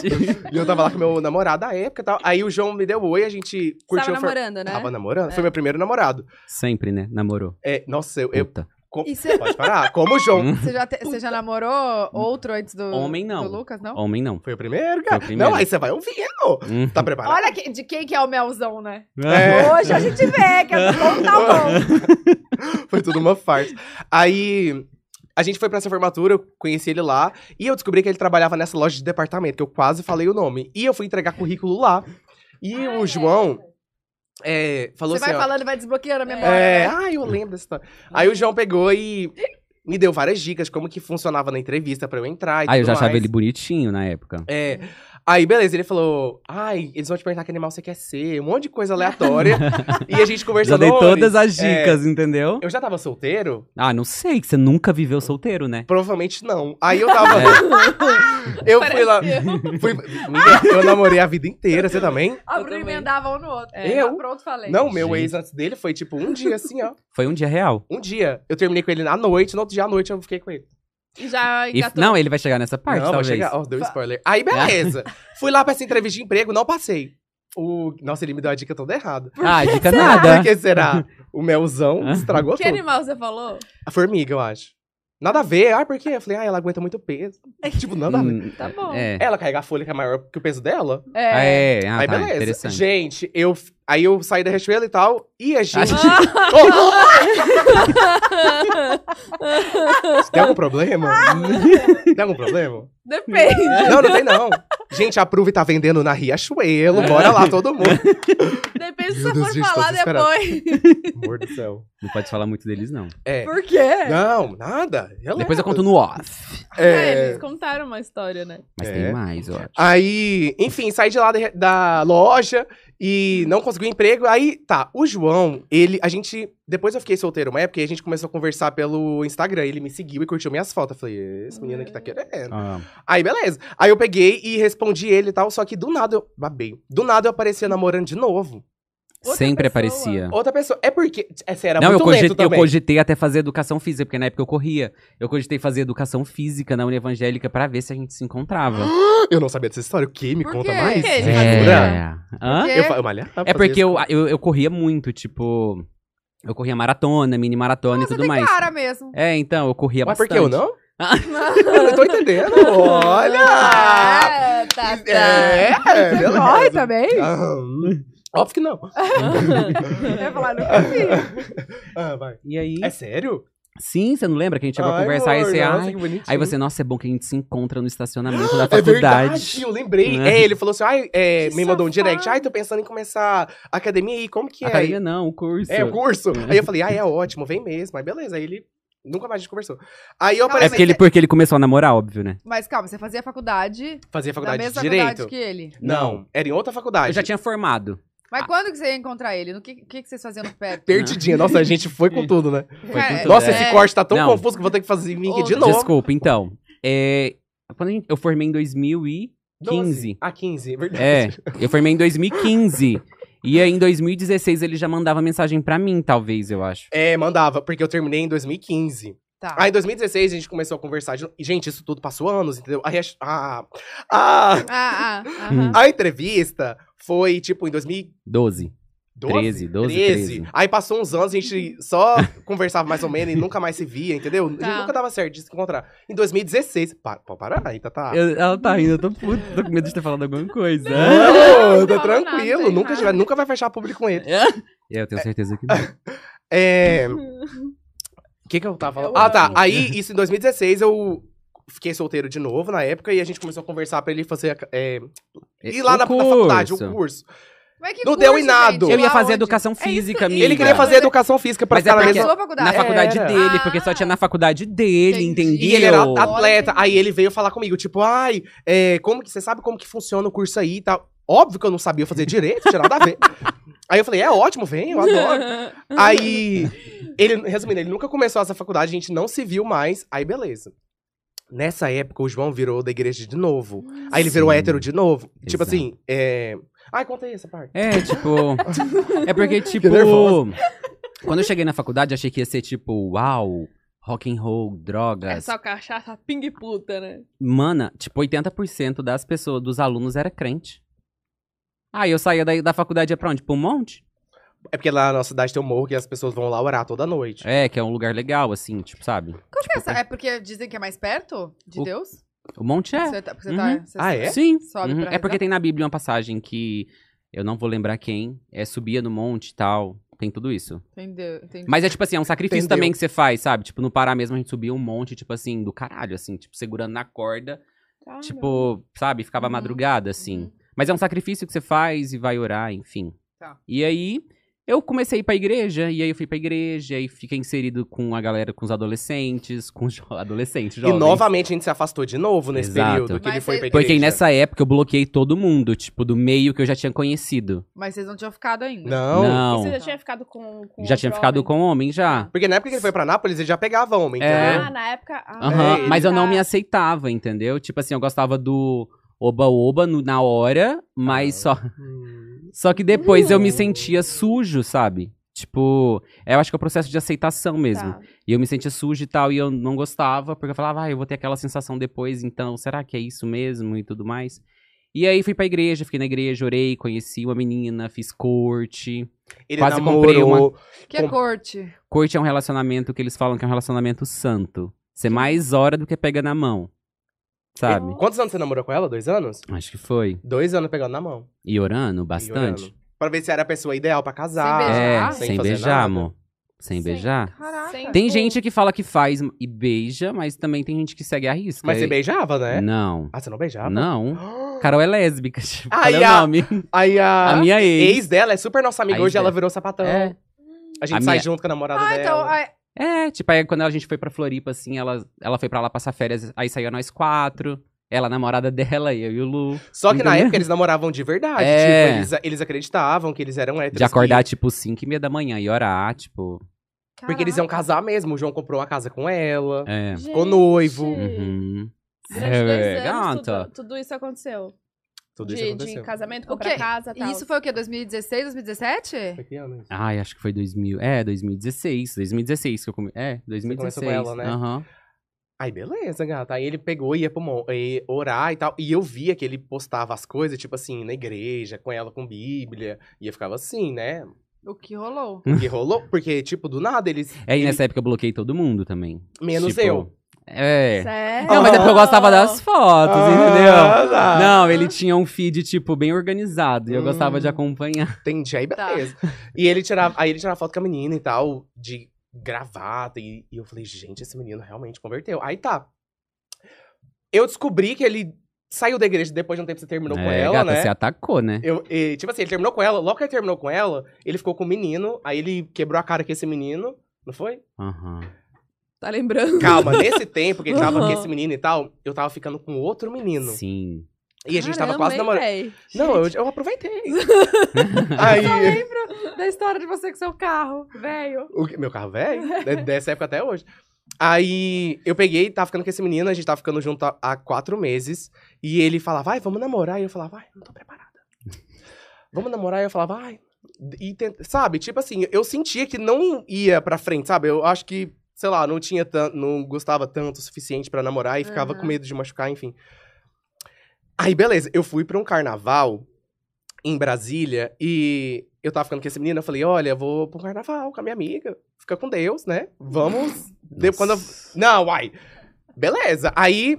Exatamente.
E eu tava lá com meu namorado da época e tal. Aí o João me deu oi, a gente
Tava
curtiu. a for-
namorando, né?
Tava namorando? Foi meu primeiro namorado.
Sempre, né? Namorou.
É, nossa, eu. eu
Puta.
co-
E cê-
Pode parar. Como o João.
Hum.
Você já, te- você já namorou outro antes do,
Homem, não.
do Lucas, não?
Homem não.
Foi o primeiro,
Foi o
cara.
primeiro.
Não, aí você vai ouvindo.
Hum.
Tá preparado?
Olha que- de quem que é o melzão, né?
É.
Hoje a gente vê que é do bom tá bom.
Foi tudo uma farsa. Aí. A gente foi pra essa formatura, eu conheci ele lá. E eu descobri que ele trabalhava nessa loja de departamento, que eu quase falei o nome. E eu fui entregar currículo lá. E o João é, falou
Você
assim.
vai
ó,
falando, vai desbloqueando a memória.
É,
né?
ah, eu lembro dessa história. Aí o João pegou e me deu várias dicas, como que funcionava na entrevista pra eu entrar e
Ah, eu
tudo
já achava
mais.
ele bonitinho na época.
É. Aí, beleza, ele falou: Ai, eles vão te perguntar que animal você quer ser, um monte de coisa aleatória. e a gente
Já
conversando.
dei
"Olha,
todas as
É.
dicas, entendeu?
Eu já tava solteiro?
Ah, não sei, que você nunca viveu solteiro, né?
Provavelmente não. Aí eu tava.
É.
eu fui lá. Fui, Miga, eu namorei a vida inteira, você também?
A
Eu
Bruna
também.
emendava um no outro.
É. Eu?
Tá pronto, falei.
Não, meu
Gente.
ex antes dele foi tipo um dia assim, ó.
Foi um dia real.
Um dia. Eu terminei com ele na noite, no outro dia à noite eu fiquei com ele.
E já
E-
engatou.
não, ele vai chegar nessa parte,
não, vai
talvez.
chegar. Ó, deu spoiler. Aí, beleza. Fui lá pra essa entrevista de emprego, não passei. O... Nossa, ele me deu a dica toda errada.
Ah, dica
Por
nada.
que será? O melzão estragou
Que
tudo.
animal você falou?
A formiga, eu acho. Nada a ver. Ah, por quê? Eu falei, ah, ela aguenta muito peso. tipo, nada a ver.
Hum,
Tá bom.
É.
Ela carrega a folha que é maior que o peso dela.
Ah,
É.
É, ah,
aí,
tá,
beleza.
interessante. Ah,
Gente, eu... Aí eu saí da Riachuelo e tal, e a gente...
gente-
Oh! Tem algum problema? Tem algum problema?
Depende.
Não, não tem não. Gente, a Pruve tá vendendo na Riachuelo. Bora lá, todo mundo.
Depende se você
Meu Deus,
for
gente, tô
falar
desesperado.
depois.
Amor do céu.
Não pode falar muito deles, não.
É.
Por quê?
Não, nada. Releva.
Depois eu conto no off.
É,
É.
eles contaram uma história, né?
Mas
É.
tem mais, eu acho.
Aí, enfim, saí de lá da, da loja e não consegui um emprego. Aí, tá, o João, ele. A gente. Depois eu fiquei solteiro uma época e a gente começou a conversar pelo Instagram. Ele me seguiu e curtiu minhas fotos. Eu falei, esse menino aqui tá querendo.
Ah,
Aí, beleza. Aí eu peguei e respondi ele e tal, só que do nada eu. Babei. Do nada eu aparecia namorando de novo.
Outra pessoa.
sempre aparecia.
Outra pessoa. É porque. é, Você era
não, eu
muito
cogitei,
lento também.
eu cogitei até fazer educação física, porque na época eu corria. Eu cogitei fazer educação física na União Evangélica pra ver se a gente se encontrava.
Eu não sabia dessa história. O que? Me
Por
conta
quê?
mais.
Por quê? Ah, Ele
Jura?
É. Hã?
Porque
Eu, fa- eu malhava,
É
fazia
porque eu, eu, eu corria muito, tipo. Eu corria maratona, mini maratona
Ah,
Nossa,
e tudo
tem
mais.
cara mesmo.
É, então, eu corria
Mas por
bastante.
que eu não? eu não tô entendendo. Olha!
É, tá, tá.
Ah! É, é,
Você
beleza.
corre também?
Aham. Óbvio que não.
Eu ia falar, nunca vi.
Ah, vai.
E aí?
É sério?
Sim, você não lembra que a gente chegou a
Ai,
conversar e
amor,
você.
nossa,
ai,
que bonitinho.
Aí você, nossa, é bom que a gente se encontra no estacionamento da
É
faculdade.
verdade, eu lembrei.
Né?
É, ele falou assim, ai, é,
Que
me mandou um
safado.
direct. Ai, tô pensando em começar academia aí, como que é?
Academia não, o curso.
É, o curso. Aí eu falei, ai, é ótimo, vem mesmo. Aí beleza, aí ele... Nunca mais a gente conversou. Aí
É
eu
É
apareci,
porque ele, porque ele começou a namorar, óbvio, né?
Mas calma, você fazia é faculdade
fazia
na
faculdade de
mesma
Direito.
faculdade que ele.
Não, era em outra faculdade.
Eu já tinha formado.
Mas
Ah.
quando que você ia encontrar ele? O que, que, que vocês faziam no pé?
Perdidinha. Nossa, a gente foi com tudo, né?
com tudo,
Nossa,
é.
esse corte tá tão
Não.
confuso que eu vou ter que fazer link de
Outro.
novo.
Desculpa, então. É, quando a gente- eu formei em 2000 e... 15.
Ah, 15, verdade.
É, eu formei em 2015. E aí, em 2016, ele já mandava mensagem pra mim, talvez, eu acho.
É, mandava, porque eu terminei em 2015.
Tá.
Aí Ah, em 2016 a gente começou a conversar. De... e, Gente, isso tudo passou anos, entendeu? Aí a- a, a,
Ah, ah,
Hum.
aham.
a entrevista foi, tipo, em 2012.
12. 13, 12, 13.
Aí passou uns anos, a gente só conversava mais ou menos e nunca mais se via, entendeu? A
Tá.
gente nunca dava certo de se encontrar. Em 2016. Para, pode parar, aí tá. tá.
Eu- ela tá rindo, eu tô puto, tô com medo de ter falado alguma coisa.
Não,
Não,
tá
não,
tranquilo.
não tem
nunca,
nada.
tiver- nunca vai fechar público com
É.
ele.
eu tenho certeza que não.
É. O que que eu tava falando? Ah, tá. Aí, isso em 2016, eu fiquei solteiro de novo na época e a gente começou a conversar pra ele fazer. É, ir lá na,
O
na
curso.
faculdade, o curso.
Mas que
Não deu em
curso,
nada.
gente?
Eu ia
Lá
fazer
onde?
educação
É isso
física,
que-
amiga.
Ele queria fazer educação física pra
tá. Mas
ficar na
é porque-
mesma.
Sua faculdade.
Na faculdade
Era.
dele, porque só tinha na faculdade dele,
Entendi.
entendeu?
E ele era
Olha,
atleta.
entendi.
Aí ele veio falar comigo, tipo, ai, é, como que você sabe como que funciona o curso aí e tal. Óbvio que eu não sabia fazer direito, tinha nada a ver. Aí eu falei, é ótimo, vem, eu adoro. Aí, ele, resumindo, ele nunca começou essa faculdade, a gente não se viu mais. Aí, beleza. Nessa época, o João virou da igreja de novo. Aí ele virou
Sim.
hétero de novo. Tipo
Exato.
assim, é. Ai, conta aí essa parte.
É, tipo. é porque, tipo.
nervoso.
Quando eu cheguei na faculdade, eu achei que ia ser tipo, uau, rock and roll,
É
drogas.
só cachaça ping puta, né?
Mana, tipo, 80% das pessoas, dos alunos era crente. Aí eu saía daí da faculdade ia pra onde? Pra um monte?
É porque lá na nossa cidade tem um morro que as pessoas vão lá orar toda noite.
É, que é um lugar legal, assim, tipo, sabe?
Qual que é essa? É porque dizem que é mais perto de
O-
Deus?
O monte é.
Você tá, porque você
Uhum.
tá, você-
Ah, é?
Sim.
Sobe
Uhum.
pra
É porque
rezar?
tem na Bíblia uma passagem que eu não vou lembrar quem, é subia no monte e tal. Tem tudo isso.
Entendeu? Entendi.
Mas é tipo assim, é um sacrifício
Entendeu.
também que você faz, sabe? Tipo, no Pará mesmo a gente subia um monte, tipo assim, do caralho, assim, tipo, segurando na corda. Tipo, sabe? Ficava
Uhum,
madrugada, assim.
uhum.
Mas é um sacrifício que você faz e vai orar, enfim.
Tá.
E aí, eu comecei a ir pra igreja, e aí eu fui pra igreja, e fiquei inserido com a galera, com os adolescentes, com os jo adolescentes,
E
jovens.
novamente a gente se afastou de novo nesse
Exato.
período que ele
Mas
foi
cê-
pra
Porque
igreja.
nessa época eu bloqueei todo mundo, tipo, do meio que eu já tinha conhecido.
Mas vocês não tinham ficado ainda.
Não.
E
Não.
Você já tinha ficado com. com um
já tinha
outro
ficado
homem?
com homem já.
Porque na época que ele foi pra Nápoles, ele já pegava homem,
É.
entendeu?
Ah, na época. Ah,
Aham,
É,
mas eu não me
tá.
aceitava, entendeu? Tipo assim, eu gostava do oba-oba no- na hora, mas só
Hum.
Só que depois eu me
Uhum.
sentia sujo, sabe? Tipo, eu acho que é o processo de aceitação mesmo.
Tá.
E eu me sentia sujo e tal, e eu não gostava, porque eu falava, ah, eu vou ter aquela sensação depois, então, será que é isso mesmo e tudo mais? E aí fui pra igreja, fiquei na igreja, orei, conheci uma menina, fiz corte.
Ele
Quase
namorou.
comprei uma-
Que é
Com-
corte.
Corte é um relacionamento que eles falam que é um relacionamento santo. Você mais ora do que pega na mão. Sabe?
Quantos anos você namorou com ela? Dois anos?
Acho que foi.
Dois anos pegando na mão.
E
e
orando
orando.
bastante.
Pra ver se era a pessoa ideal pra casar.
Sem beijar?
É,
sem
sem,
fazer
beijar,
nada.
amor. Sem
Sem-
beijar.
Caraca.
Sem-
Tem
Tipo-
gente que fala que faz e beija, mas também tem gente que segue a risca.
Mas você
E-
beijava, né?
Não.
Ah, você não beijava?
Não. Carol é lésbica, tipo,
Ai,
olha
a-
o nome.
Aí a,
A minha ex.
ex dela é super nossa amiga.
A
Hoje
ex
ela
dela.
virou sapatão.
É.
A gente
A
sai
minha-
junto com a namorada
Ah, então.
dela.
ah,
É, tipo, aí quando a gente foi pra Floripa, assim, ela, ela foi pra lá passar férias, aí saiu nós quatro. Ela, a namorada dela, eu e o Lu.
Só que na
Entendeu?
época eles namoravam de verdade.
É.
Tipo, eles, eles acreditavam que eles eram héteros.
De acordar,
que-
tipo, 5 e meia da manhã e orar, tipo.
Porque eles iam casar mesmo. O João comprou uma casa com ela.
É.
Ficou noivo.
Uhum.
É Durante dois
É,
anos, tudo-
gata.
tudo, isso aconteceu.
Tudo
de,
isso aconteceu.
de casamento,
O
comprar
quê?
casa
Tá,
E
tal.
isso foi o quê? 2016, 2017?
Foi que ano isso?
Ai, acho que foi 2000. É, 2016. 2016 que eu comi. É, 2016.
começou com ela, né?
Aham.
Aí beleza, gata. Aí ele pegou e ia pro mon- e orar e tal. E eu via que ele postava as coisas, tipo assim, na igreja, com ela, com Bíblia. E eu ficava assim, né?
O que rolou?
E rolou. Porque, tipo, do nada eles.
É, e nessa época eu bloqueei todo mundo também.
Menos
Tipo,
eu.
É.
Sério?
Não, mas é porque eu gostava das fotos,
Ah,
entendeu?
tá.
Não, ele tinha um feed, tipo, bem organizado. E eu
Hum.
gostava de acompanhar.
Entendi, aí
Tá.
beleza. E ele tirava, aí ele tirava foto com a menina e tal, de gravata. E, e eu falei, gente, esse menino realmente converteu. Aí tá. Eu descobri que ele saiu da igreja depois de um tempo você terminou com
é,
ela,
gata,
né?
você atacou, né?
Eu, e, tipo assim, ele terminou com ela, logo que ele terminou com ela, ele ficou com o menino, aí ele quebrou a cara com esse menino, não foi?
Aham.
Tá lembrando?
Calma, nesse tempo que ele tava com
Aham.
esse menino e tal, eu tava ficando com outro menino.
Sim.
E a gente
Caramba,
tava quase
hein,
namorando.
véi?
Não, eu, eu aproveitei.
Tá
aí,
Da história de você com seu carro, velho.
o que- meu carro velho, de- dessa época até hoje. Aí eu peguei, tava ficando com esse menino, a gente tava ficando junto há- há quatro meses, e ele falava, vai, vamos namorar, e eu falava, ai, não tô preparada. Vamos namorar, e eu falava, ai. E tent- Sabe, tipo assim, eu sentia que não ia pra frente, sabe? Eu acho que, sei lá, não tinha tanto, não gostava tanto o suficiente pra namorar e ficava
Aham.
com medo de machucar, enfim. Aí, beleza, eu fui pra um carnaval em Brasília e eu tava ficando com esse menino, eu falei, olha, eu vou pro carnaval com a minha amiga, fica com Deus, né? Vamos. De-
Nossa.
quando eu- Não, uai. Beleza. Aí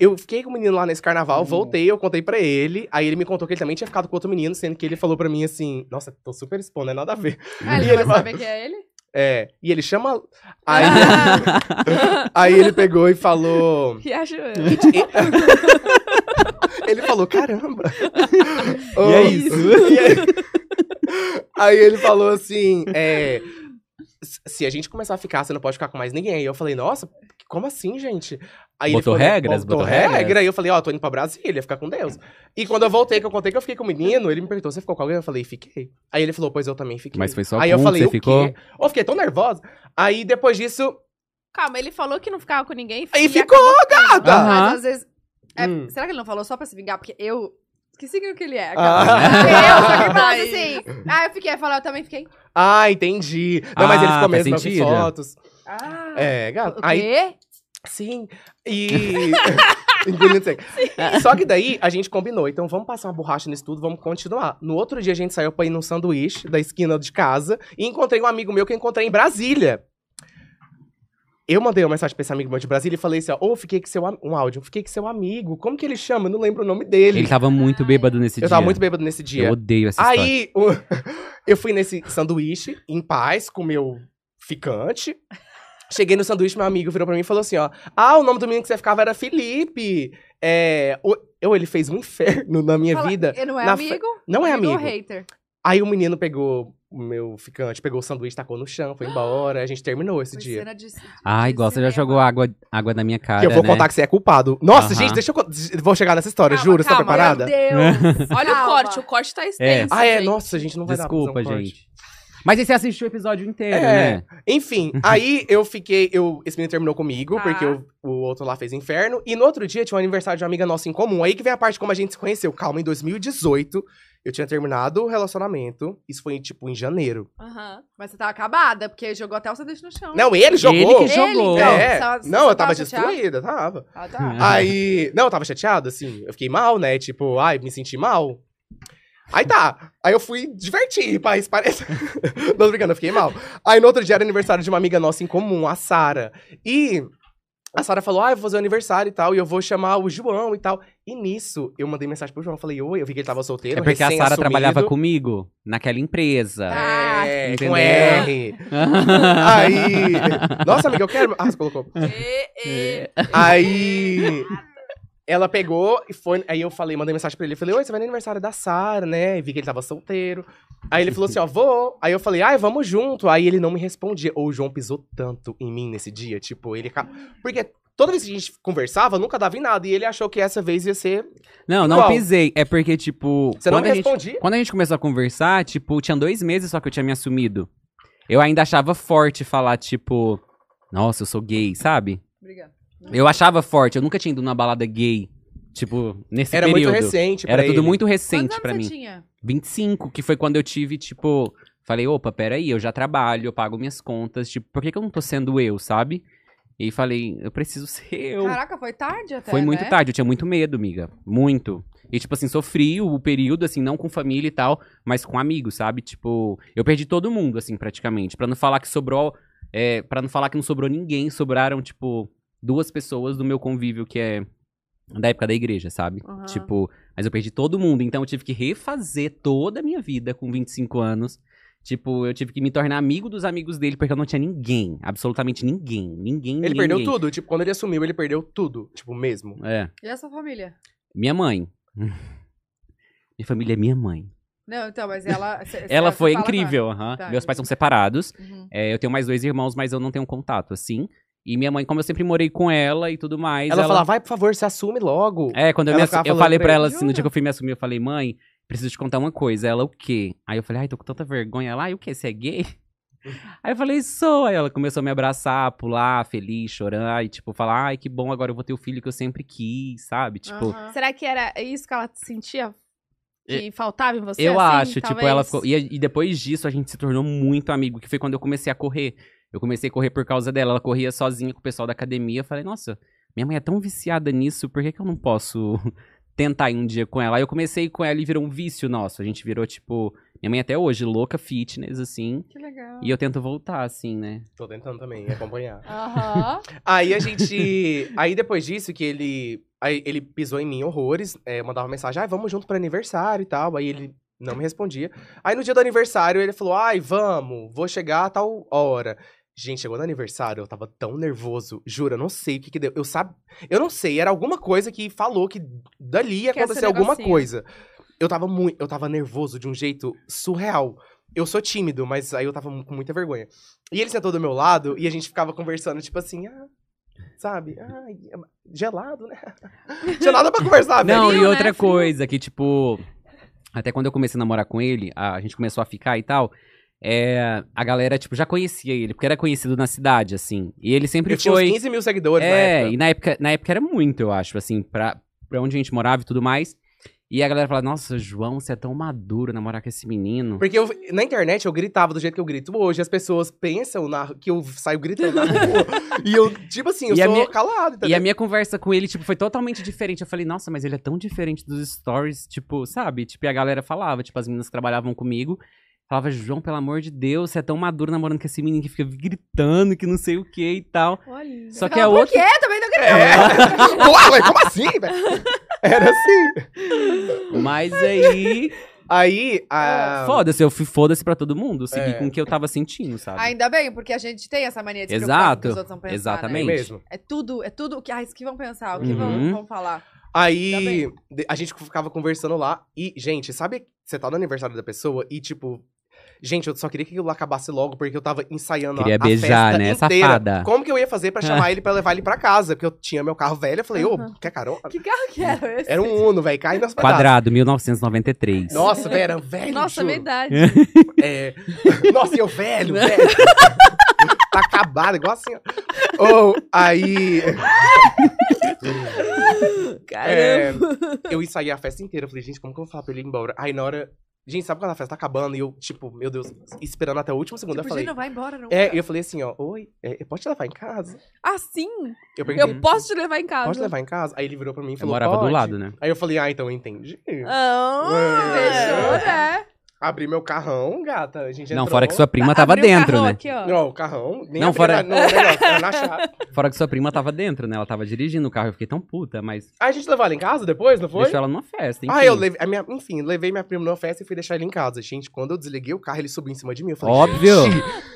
eu fiquei com o menino lá nesse carnaval, voltei, eu contei pra ele. Aí ele me contou que ele também tinha ficado com outro menino, sendo que ele falou pra mim assim: Nossa, tô super expondo, é nada a ver.
Ah, ele
E
não
ele
vai
vai-
saber que é ele?
É. E ele chama. Aí,
Ah,
aí ele pegou e falou.
Que acho eu.
É. Ele falou, caramba. Oh.
E é isso.
E aí- aí ele falou assim: é, se- se a gente começar a ficar, você não pode ficar com mais ninguém. Aí eu falei, nossa, como assim, gente?
Botou
falou,
regras?
Botou,
Botou
regra.
regras?
E eu falei, ó, tô indo pra Brasília, ficar com Deus. E quando eu voltei, que eu contei que eu fiquei com o menino, ele me perguntou, você ficou com alguém? Eu falei, fiquei. Aí ele falou, pois eu também fiquei.
Mas foi só
Aí
com
eu
um que
falei,
você
o quê?
ficou?
Eu fiquei tão nervosa. Aí depois disso,
Calma, ele falou que não ficava com ninguém.
aí
e
ficou, gata!
Aham.
Mas às vezes. é,
Hum.
Será que ele não falou só pra se vingar? Porque eu. Que signo que ele é?
Ah.
Eu, só que ele falasse assim. Ah, eu fiquei. Eu falei, eu também fiquei.
Ah, entendi. Não, mas
Ah,
ele ficou
faz
mesmo, eu vi
sentido.
fotos.
Ah.
É, gato.
O
Aí
quê?
Sim. E. Engolindo seco. Só que daí a gente combinou. Então vamos passar uma borracha nisso tudo, vamos continuar. No outro dia a gente saiu pra ir num sanduíche da esquina de casa e encontrei um amigo meu que eu encontrei em Brasília. Eu mandei uma mensagem pra esse amigo meu de Brasília e falei assim: ó, ô, fiquei com seu. am- Um áudio, fiquei com seu amigo. Como que ele chama? Eu não lembro o nome dele.
Ele tava muito bêbado nesse dia.
eu tava muito bêbado nesse dia.
Eu odeio essa história.
Aí, o- eu fui nesse sanduíche, em paz, com o meu ficante. Cheguei no sanduíche, meu amigo virou pra mim e falou assim, ó. Ah, o nome do menino que você ficava era Felipe. É... o- Eu, ele fez um inferno na minha
Fala,
vida.
Ele não é
na fe-
amigo?
Não é
Virou
amigo.
hater.
Aí o menino pegou o meu ficante, pegou o sanduíche, tacou no chão, foi igual. A gente terminou esse
Foi
dia.
cena de- de-
Ai,
de
Ah, igual, você já
cinema.
jogou água, água na minha cara,
Que eu vou
né?
contar que você é culpado. Nossa,
Aham.
gente, deixa eu... con- Vou chegar nessa história,
Calma,
juro. Você tá
calma,
preparada?
Meu Deus.
Olha
Calma.
o corte, o corte tá extenso.
Ah, é?
gente.
Nossa, gente, não vai dar
Desculpa,
pra fazer um corte.
gente. Mas aí você assistiu o episódio inteiro,
É.
né?
Enfim, aí eu fiquei. Eu, esse menino terminou comigo,
Tá.
porque o, o outro lá fez inferno. E no outro dia tinha um aniversário de uma amiga nossa em comum. Aí que vem a parte de como a gente se conheceu. Calma, em 2018, eu tinha terminado o relacionamento. Isso foi, tipo, em janeiro.
Aham.
Mas você tava acabada, porque jogou até o sanduíche no chão.
Não, ele jogou.
que
Ele,
jogou.
então,
É.
só- só
não, eu tava
tava chateado?
destruída, tava.
Ah, tá.
Aí. Não, eu tava chateado, assim. Eu fiquei mal, né? Tipo, ai, me senti mal. Aí tá. Aí eu fui divertir, paz, parece. não tô brincando, eu fiquei mal. Aí no outro dia era aniversário de uma amiga nossa em comum, a Sara. E a Sara falou: ah, eu vou fazer o aniversário e tal, e eu vou chamar o João e tal. E nisso, eu mandei mensagem pro João, falei: oi, eu vi que ele tava solteiro.
É porque a Sara
recém-assumido.
trabalhava comigo, naquela empresa.
Ah,
É,
entendeu?
com R. Ah. Aí. Nossa, amiga, eu quero. Ah, você colocou.
E, e...
Aí. Ela pegou e foi. Aí eu falei, mandei mensagem pra ele. Eu falei, oi, você vai no aniversário da Sara, né? E vi que ele tava solteiro. Aí ele falou assim, ó, vou. Aí eu falei, ai, vamos junto. Aí ele não me respondia. Ou o João pisou tanto em mim nesse dia. Tipo, ele. ca-
Hum.
Porque toda vez que a gente conversava, nunca dava em nada. E ele achou que essa vez ia ser.
Não, não
Qual?
pisei. É porque, tipo.
Você não
quando
me
a gente-
respondia.
Quando a gente começou a conversar, tipo, tinha dois meses só que eu tinha me assumido. Eu ainda achava forte falar, tipo, nossa, eu sou gay, sabe?
Obrigada.
Eu achava forte, eu nunca tinha ido numa balada gay, tipo, nesse
Era
período.
muito recente. pra
Era tudo
ele.
muito
Quantos
recente
anos
pra
você
mim.
tinha?
25, que foi quando eu tive, tipo, falei, opa, peraí, eu já trabalho, eu pago minhas contas, tipo, por que, que eu não tô sendo eu, sabe? E falei, eu preciso ser eu.
Caraca, foi tarde até,
Foi muito
né?
tarde, eu tinha muito medo, amiga. Muito. E, tipo assim, sofri o período, assim, não com família e tal, mas com amigos, sabe? Tipo, eu perdi todo mundo, assim, praticamente. Pra não falar que sobrou. É, para não falar que não sobrou ninguém, sobraram, tipo, duas pessoas do meu convívio, que é da época da igreja, sabe?
Aham.
Tipo, mas eu perdi todo mundo, então eu tive que refazer toda a minha vida com 25 anos. Tipo, eu tive que me tornar amigo dos amigos dele, porque eu não tinha ninguém, absolutamente ninguém, ninguém,
Ele
ninguém,
perdeu
ninguém.
tudo. Tipo, quando ele assumiu, ele perdeu tudo. Tipo, mesmo.
É.
E a sua família?
Minha mãe. Minha família é minha mãe.
Não, então, mas ela... cê- cê-
Ela
você
foi
fala agora.
incrível, aham.
Tá,
Meus pais são
entendi.
separados.
Uhum.
É, eu tenho mais dois irmãos, mas eu não tenho contato, assim. E minha mãe, como eu sempre morei com ela e tudo mais.
Ela, falava, vai, por favor, se assume logo.
É, quando eu,
Ela
me assu-
ficava
eu
falando
falei
pra
pra
ele,
ela assim, no
"Jura?"
dia que eu fui me assumir, eu falei, mãe, preciso te contar uma coisa. Ela, o quê? Aí eu falei, ai, tô com tanta vergonha. Ela, ai, o quê? Você é gay? Aí eu falei, sou. Aí ela começou a me abraçar, pular, feliz, chorar. E tipo, falar, ai, que bom, agora eu vou ter o filho que eu sempre quis, sabe? Tipo,
É.
Aham.
Será que era isso que ela sentia? Que faltava em você?
Eu
assim,
acho, tipo,
talvez?
ela ficou. E, e depois disso a gente se tornou muito amigo, que foi quando eu comecei a correr. Eu comecei a correr por causa dela. Ela corria sozinha com o pessoal da academia. Eu falei, nossa, minha mãe é tão viciada nisso, por que, que eu não posso tentar ir um dia com ela? Aí eu comecei com ela e virou um vício nosso. A gente virou, tipo, minha mãe até hoje, louca fitness, assim.
Que legal.
E eu tento voltar, assim, né?
Tô tentando também acompanhar.
Aham.
Aí a gente. aí depois disso, que ele. Aí ele pisou em mim horrores, é, eu mandava mensagem, ai, vamos junto pro aniversário e tal. Aí ele não me respondia. Aí no dia do aniversário ele falou, ai, vamos, vou chegar a tal hora. Gente, chegou no aniversário, eu tava tão nervoso. Juro, eu não sei o que que deu. Eu sabe, eu não sei, era alguma coisa que falou que dali ia
Que ia ser
acontecer alguma
negocinho.
coisa. Eu tava muito, eu tava nervoso de um jeito surreal. Eu sou tímido, mas aí eu tava mu- com muita vergonha. E ele sentou do meu lado e a gente ficava conversando, tipo assim, ah, sabe? Ai, gelado, né? Tinha nada pra conversar, Ah, velho.
Não,
frio,
e
né?
outra
Frio.
coisa que, tipo, até quando eu comecei a namorar com ele, a, a gente começou a ficar e tal. É, a galera, tipo, já conhecia ele, porque era conhecido na cidade, assim. E ele sempre
Eu tinha uns
foi.
15 mil seguidores na
é,
época.
e na época, na época era muito, eu acho, assim, pra, pra onde a gente morava e tudo mais. E a galera falava, nossa, João, você é tão maduro namorar com esse menino.
Porque eu- na internet eu gritava do jeito que eu grito hoje, as pessoas pensam na, que eu saio gritando na rua. e eu, tipo assim, eu
E a
sou
minha-
calado, entendeu?
E a minha conversa com ele, tipo, foi totalmente diferente. Eu falei, nossa, mas ele é tão diferente dos stories, tipo, sabe? Tipo, e a galera falava, tipo, as meninas que trabalhavam comigo. Falava, João, pelo amor de Deus, você é tão maduro namorando com esse menino que fica gritando, que não sei o que e tal.
Olha.
Só que é
Fala,
a
Por
outra.
quê? Também não acredito.
É. Uau, como assim, velho? Era assim.
Mas aí.
Aí, ah, a...
Foda-se, eu fui foda-se pra todo mundo. Segui
É.
com o que eu tava sentindo, sabe?
Ah, Ainda bem, porque a gente tem essa mania de se preocupar com o
Exato,
que os outros vão pensar,
exatamente.
é
né?
mesmo.
É tudo, é tudo o que, ah, isso que vão pensar, o que
Uhum.
vão, vão falar. Ainda
Aí,
bem.
de- a gente ficava conversando lá e, gente, sabe, você tá no aniversário da pessoa e, tipo... Gente, eu só queria que aquilo lá acabasse logo, porque eu tava ensaiando a-
Queria
a
beijar,
festa
né?
inteira.
Safada.
Como que eu ia fazer pra chamar ele pra levar ele pra casa? Porque eu tinha meu carro velho, eu falei, ô,
Aham.
quer carona?
Que carro que
Uhum.
era esse?
Era um Uno, velho, cai nas pedaços.
Quadrado, 1993.
Nossa, velho, era velho,
Nossa,
juro.
verdade.
É. Nossa, e eu velho, velho. tá acabado, igual assim, ó. Ou, aí... É.
Caramba.
eu ensaiei a festa inteira. Eu falei, gente, como que eu vou falar pra ele ir embora? Aí na hora. Gente, sabe quando a festa tá acabando? E eu, tipo, meu Deus, esperando até o último segundo.
Tipo,
eu falei.
Gina, vai embora, não.
É, e eu falei assim, ó, oi, é, pode te levar em casa?
Assim?
Eu perguntei,
Eu posso te levar em casa?
pode te levar em casa? Aí ele virou pra mim e
Eu
falou,
morava do
"Pode".
lado, né?
Aí eu falei, ah, então eu entendi.
Ah,
É.
fechou, né?
Abri meu carrão, gata. A gente
Não,
entrou.
fora que sua prima
Abriu
tava
o
dentro,
carrão
né?
Aqui, ó.
Não, o carrão. Nem
Não,
abri
fora-
na- no negócio, era na chave.
Fora que sua prima tava dentro, né? Ela tava dirigindo o carro, eu fiquei tão puta, mas
Aí a gente levou ela em casa depois, não foi?
deixou ela numa festa, enfim.
Ah, eu levei. a minha- enfim, levei minha prima numa festa e fui deixar ele em casa. Gente, quando eu desliguei o carro, ele subiu em cima de mim. Eu falei,
Óbvio.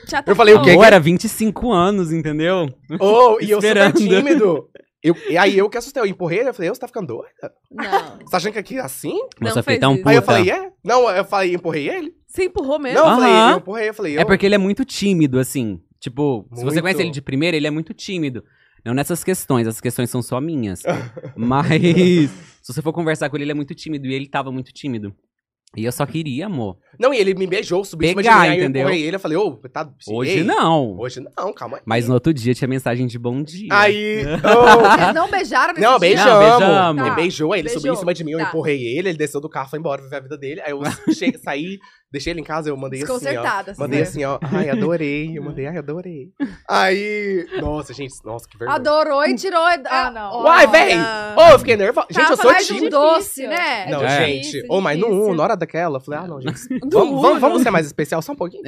Já tá
Eu falei, o quê?
Amor, era 25 anos, entendeu?
Oh, e eu super
Esperando.
tímido. Eu, e aí eu que assustei, eu empurrei ele, eu falei, "Ô, você tá ficando doida?
Não.
Você tá achando que aqui é assim?
Não
Nossa, eu fiquei
fez
tão
isso.
puta.
Aí eu falei, é? Não, eu falei, empurrei ele?
Você empurrou mesmo?
Não, eu falei,
Aham.
eu empurrei, eu falei, eu...
É porque ele é muito tímido, assim. Tipo, se você
Muito.
conhece ele de primeira, ele é muito tímido. Não nessas questões, as questões são só minhas. Mas se você for conversar com ele, ele é muito tímido. E ele tava muito tímido. E eu só queria, amor.
Não, e ele me beijou, subiu em cima de
Pegar,
mim, aí eu
entendeu?
empurrei ele, eu falei, ô, tá...
Hoje
ei,
não.
Hoje não, calma aí.
Mas no outro dia tinha mensagem de bom dia.
Aí... ô,
Vocês não beijaram nesse
Não,
dia?
beijamos.
Não, beijamos.
Ele
Tá.
beijou, aí ele
Beijou.
subiu em cima de mim, eu
Tá.
empurrei ele, ele desceu do carro, foi embora, viveu a vida dele. Aí eu che- saí, deixei ele em casa, eu mandei assim, ó.
Desconcertada. assim,
Mandei
né?
assim, ó. Ai, adorei. Eu mandei, ai, adorei. Aí. Nossa, gente, nossa, que vergonha.
Adorou e tirou. Ah, não.
Uai, véi! Ô, eu fiquei nervosa. Gente, eu
Tava
sou
mais
tímida.
um doce, né?
Não,
É.
gente.
Difícil,
Ô, mas no
difícil.
1, na hora daquela, eu falei,
É.
ah, não, gente.
Do
Vamos, vamos,
Uno.
vamos ser mais especial só um pouquinho.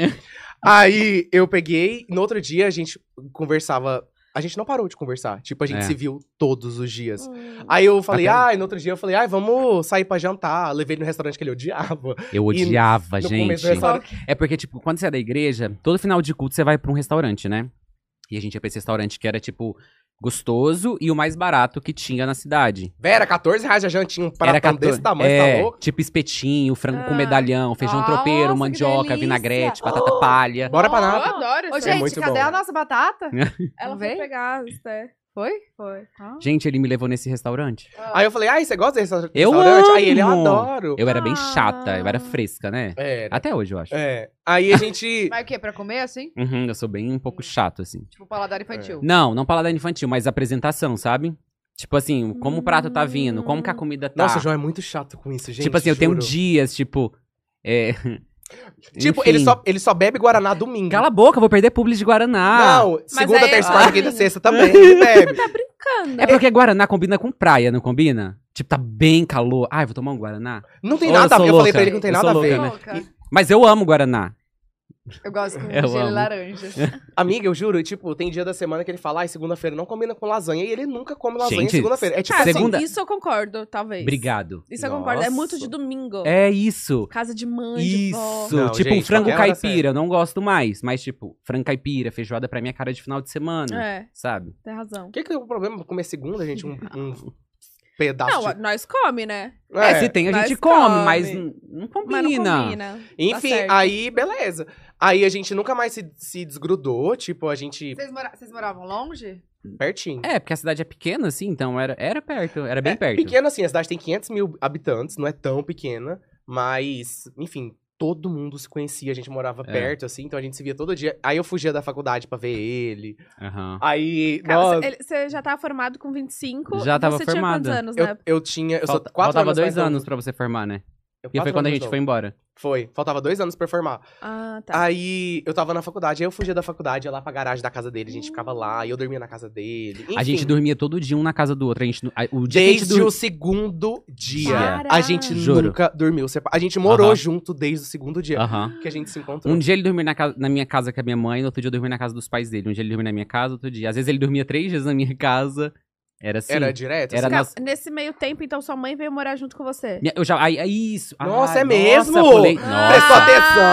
Aí eu peguei, no outro dia a gente conversava. A gente não parou de conversar. Tipo, a gente
É.
se viu todos os dias.
Hum.
Aí eu falei,
Até-
ai, no outro dia eu falei, ai, vamos sair pra jantar. Levei ele no restaurante que ele odiava.
Eu odiava,
no
gente.
começo do restaurante-
É porque, tipo, quando você é da igreja, todo final de culto você vai pra um restaurante, né? E a gente ia pra esse restaurante que era, tipo, gostoso e o mais barato que tinha na cidade.
Vera, 14 reais a jantinha, um
era
pratão
14
desse tamanho,
é,
tá louco?
Tipo espetinho, frango com
Ah.
medalhão, feijão
Nossa,
tropeiro,
que
mandioca,
delícia.
vinagrete, batata palha.
Bora pra nada.
Eu adoro
Ô,
isso.
É
gente,
muito
cadê
bom.
a nossa batata?
Ela foi
veio?
pegar, Esté.
Foi?
Foi.
Gente, ele me levou nesse restaurante.
Aí eu falei, ai, você gosta desse restaurante?
Eu
Aí ele, eu
amo.
adoro.
Eu era bem
Ah.
chata, eu era fresca, né?
É,
Até hoje, eu acho.
é. Aí a gente...
Mas o quê? Pra comer, assim?
Uhum, eu sou bem um pouco chato, assim.
Tipo, paladar infantil.
Não, não paladar infantil, mas apresentação, sabe? Tipo assim, como o prato tá vindo, como que a
Hum.
comida tá.
Nossa, o João é muito chato com isso, gente.
tipo assim, eu tenho
juro.
dias, tipo. É...
Tipo,
Enfim.
ele só, ele só bebe Guaraná domingo.
Cala a boca, eu vou perder publi de Guaraná.
Não, segunda,
aí-
terça,
Ah.
quarta, quinta, sexta também ele bebe.
Canda.
É porque Guaraná combina com praia, não combina? Tipo, tá bem calor. Ai, vou tomar um Guaraná.
Não tem
Ô,
nada
eu
a ver. Eu
sou
falei
louca,
pra ele que não tem
eu
nada
sou
a ver.
louca, né?
é Louca.
Mas eu amo Guaraná.
Eu gosto com
É, Eu
gelo e
amo.
laranja.
Amiga, eu juro, tipo, tem dia da semana que ele fala, ai, segunda-feira não combina com lasanha. E ele nunca come lasanha
Gente,
segunda-feira. É tipo
Ah,
assim,
segunda-
sim, Isso eu concordo, talvez.
Obrigado.
Isso eu concordo. É muito de
Nossa.
domingo.
É isso.
Casa de mãe, de vó.
Isso.
Não,
tipo, um
gente,
frango
qualquer hora
caipira. Eu não gosto mais. Mas, tipo, frango caipira, feijoada pra minha cara de final de semana.
É,
Sabe?
tem razão.
o que que é o problema com comer segunda, gente? Um, um pedaço
Não,
de...
nós come, né?
É,
É.
se tem, a
Mas
gente come,
come.
mas n- não combina.
Mas não combina.
Enfim,
certo.
aí beleza. Aí a gente nunca mais se, se desgrudou, tipo, a gente
Vocês, mora- vocês moravam longe?
pertinho.
É, porque a cidade é pequena, assim, então era, era perto, era bem
É,
perto.
Pequena assim, a cidade tem 500 mil habitantes, não é tão pequena, mas, enfim, todo mundo se conhecia, a gente morava
É.
perto, assim, então a gente se via todo dia. Aí eu fugia da faculdade pra ver ele.
Aham.
Aí,
Cara,
nossa,
você-
é
ele- você já tava formado com 25.
Já tava
você
formado.
Tinha quantos anos,
eu,
né?
eu tinha. Eu sou
Falta-
quatro
faltava
anos mais
dois
novo.
anos pra você formar, né?
Eu
E foi
quatro
quando a
anos
gente
mais
foi
novo.
embora.
Foi, faltava dois anos pra eu formar.
Ah, tá.
Aí eu tava na faculdade, aí eu fugia da faculdade, ia lá pra garagem da casa dele, a gente ficava lá, e eu dormia na casa dele.
A gente
enfim.
dormia todo dia um na casa do outro. A gente, nu- a- o dia que a gente
Desde
dormia- Ah,
o segundo dia.
Para.
A gente
Juro.
nunca dormiu. separado. A gente morou
Aham.
junto desde o segundo dia
Aham.
que a gente se encontrou.
Um dia ele dormia na, ca- na minha casa com a minha mãe, no outro dia eu dormia na casa dos pais dele. Um dia ele dormia na minha casa, outro dia. Às vezes ele dormia três dias na minha casa. Era assim.
Era direto?
Era
assim?
Calma,
nós-
Nesse meio tempo, então, sua mãe veio morar junto com você.
Minha- Eu já. Ai, ai, isso.
Nossa,
Ai,
é mesmo?
pulei-
Ah!
Nossa.
Prestou atenção!
Boa,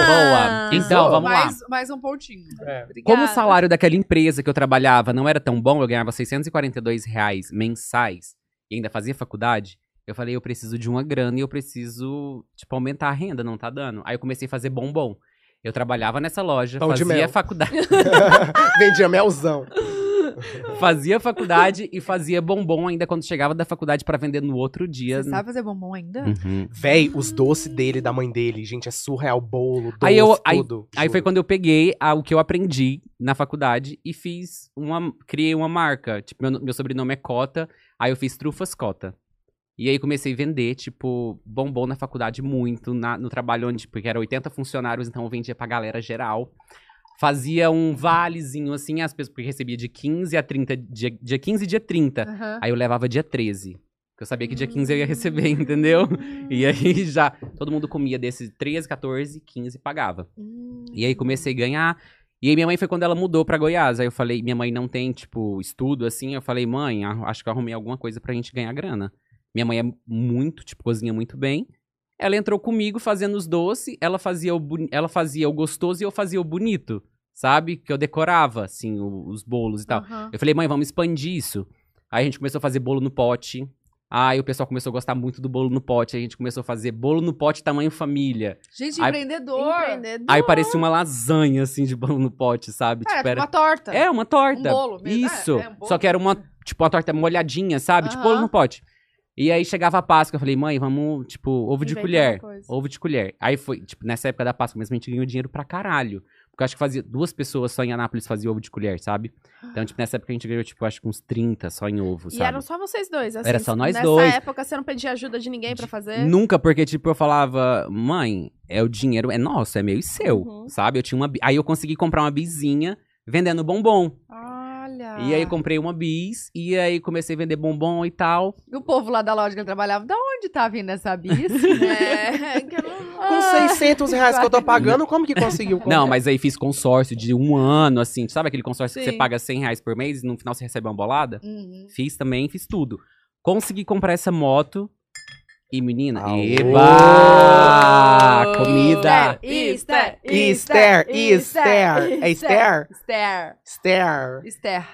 boa. Então, vamos lá.
mais, mais um pontinho.
É.
Como o
Obrigada.
salário daquela empresa que eu trabalhava não era tão bom, eu ganhava 642 reais mensais e ainda fazia faculdade, eu falei, eu preciso de uma grana e eu preciso, tipo, aumentar a renda, não tá dando. Aí eu comecei a fazer bombom. Eu trabalhava nessa loja,
Pão de
fazia
mel.
faculdade,
Vendia melzão.
fazia faculdade e fazia bombom ainda quando chegava da faculdade pra vender no outro dia.
Você sabe fazer bombom ainda?
Uhum.
Véi, os doces dele, da mãe dele, gente, é surreal, bolo, doce,
Aí eu- aí-
tudo.
Aí foi
juro.
quando eu peguei a- o que eu aprendi na faculdade e fiz uma. Criei uma marca. Tipo, meu, no- meu sobrenome é Cota. Aí eu fiz Trufas Cota. E aí comecei a vender, tipo, bombom na faculdade muito, na- no trabalho onde, porque era 80 funcionários, então eu vendia pra galera geral. Fazia um valezinho assim, as pessoas, porque recebia de 15 a 30, dia, dia 15 e dia 30.
Aham.
Aí eu levava dia 13. Porque eu sabia que dia 15 eu ia receber, entendeu? E aí já, todo mundo comia desse 13, 14, 15 e pagava. E aí comecei a ganhar. E aí minha mãe foi quando ela mudou pra Goiás. Aí eu falei, minha mãe não tem, tipo, estudo assim. Eu falei, mãe, a- acho que eu arrumei alguma coisa pra gente ganhar grana. Minha mãe é muito, tipo, cozinha muito bem. Ela entrou comigo fazendo os doces, ela fazia o, boni- ela fazia o gostoso e eu fazia o bonito, sabe? Que eu decorava, assim, o- os bolos e tal.
Aham.
Eu falei, mãe, vamos expandir isso. Aí a gente começou a fazer bolo no pote. Aí o pessoal começou a gostar muito do bolo no pote. Aí a gente começou a fazer bolo no pote tamanho família.
Gente,
Aí-
empreendedor.
Empreendedor.
Aí parecia uma lasanha, assim, de bolo no pote, sabe?
É,
tipo, era...
uma torta.
É, uma torta.
Um bolo mesmo, é,
Isso.
é um bolo.
Só que era uma, tipo, uma torta molhadinha, sabe? Tipo, bolo
Aham.
no pote. E aí chegava a Páscoa, eu falei, mãe, vamos, tipo, ovo de
Inventa uma
colher.
coisa.
Ovo de colher. Aí foi, tipo, nessa época da Páscoa mesmo, a gente ganhou dinheiro pra caralho. Porque eu acho que fazia duas pessoas só em Anápolis faziam ovo de colher, sabe? Então, tipo, nessa época a gente ganhou, tipo, acho que uns 30 só em
um
ovo,
E
sabe?
eram só vocês dois, assim.
Era só nós
nessa
dois.
Nessa época, você não pedia ajuda de ninguém pra fazer?
Nunca, porque, tipo, eu falava, mãe, é o dinheiro é nosso, é meu e seu,
Uhum.
sabe? Eu tinha uma. bi- Aí eu consegui comprar uma bizinha vendendo bombom.
Olha.
E aí
Ah.
comprei uma bis, e aí comecei a vender bombom e tal.
E o povo lá da loja que ele trabalhava, da onde tá vindo essa bis? né?
É, que eu não...
Com 600 reais que
Ah.
eu tô pagando, como que conseguiu? comprar?
é?
Não, mas aí fiz consórcio de um ano, assim. Sabe aquele consórcio que você
Sim.
paga 100 reais por mês e no final você recebe uma bolada?
Uhum.
Fiz também, fiz tudo. Consegui comprar essa moto. E menina,
Alô!
eba!
É.
Comida!
Esther,
Esther, Esther, é Esther?
Esther.
Esther.
Esther.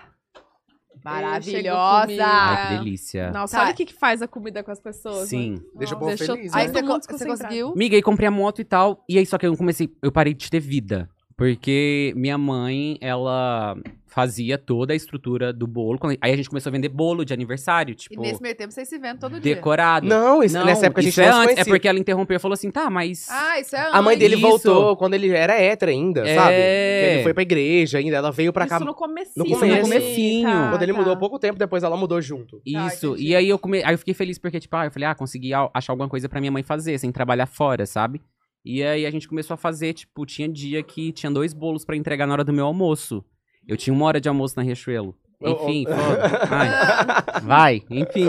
Chegou
Maravilhosa.
comigo.
Ai, que delícia.
Nossa,
Tá.
olha o que, que faz a comida com as pessoas. né?
Sim.
Deixa
Nossa,
o povo
deixou-
feliz,
Aí
né?
Todo
você,
mundo
co- você
desconcentrado.
conseguiu?
Miga, aí comprei a moto e tal. E aí, só que eu comecei. Eu parei de ter vida. Porque minha mãe, ela fazia toda a estrutura do bolo. Quando- Aí a gente começou a vender bolo de aniversário,
E
tipo,
nesse meio tempo vocês se vendo todo dia.
decorado.
Não, isso,
Não,
nessa época a gente
isso
não
é
se
antes. É
conhecia.
porque ela interrompeu e falou assim: tá, mas.
Ah, isso é antes.
A mãe dele
Isso.
voltou quando ele era hétero ainda,
É.
sabe? Que ele foi pra igreja ainda, ela veio pra cá.
Isso no comecinho.
No
Isso,
começo.
né?
comecinho.
Tá,
Quando ele
tá.
mudou pouco tempo, depois ela mudou junto.
Ah,
Isso.
entendi.
e aí eu come... aí eu fiquei feliz porque, tipo, ah, eu falei, ah, consegui al- achar alguma coisa pra minha mãe fazer, sem trabalhar fora, sabe? E aí a gente começou a fazer, tipo, tinha dia que tinha dois bolos pra entregar na hora do meu almoço. Eu tinha uma hora de almoço na Riachuelo. Enfim,
Oh, oh.
foda. Ai, vai, enfim.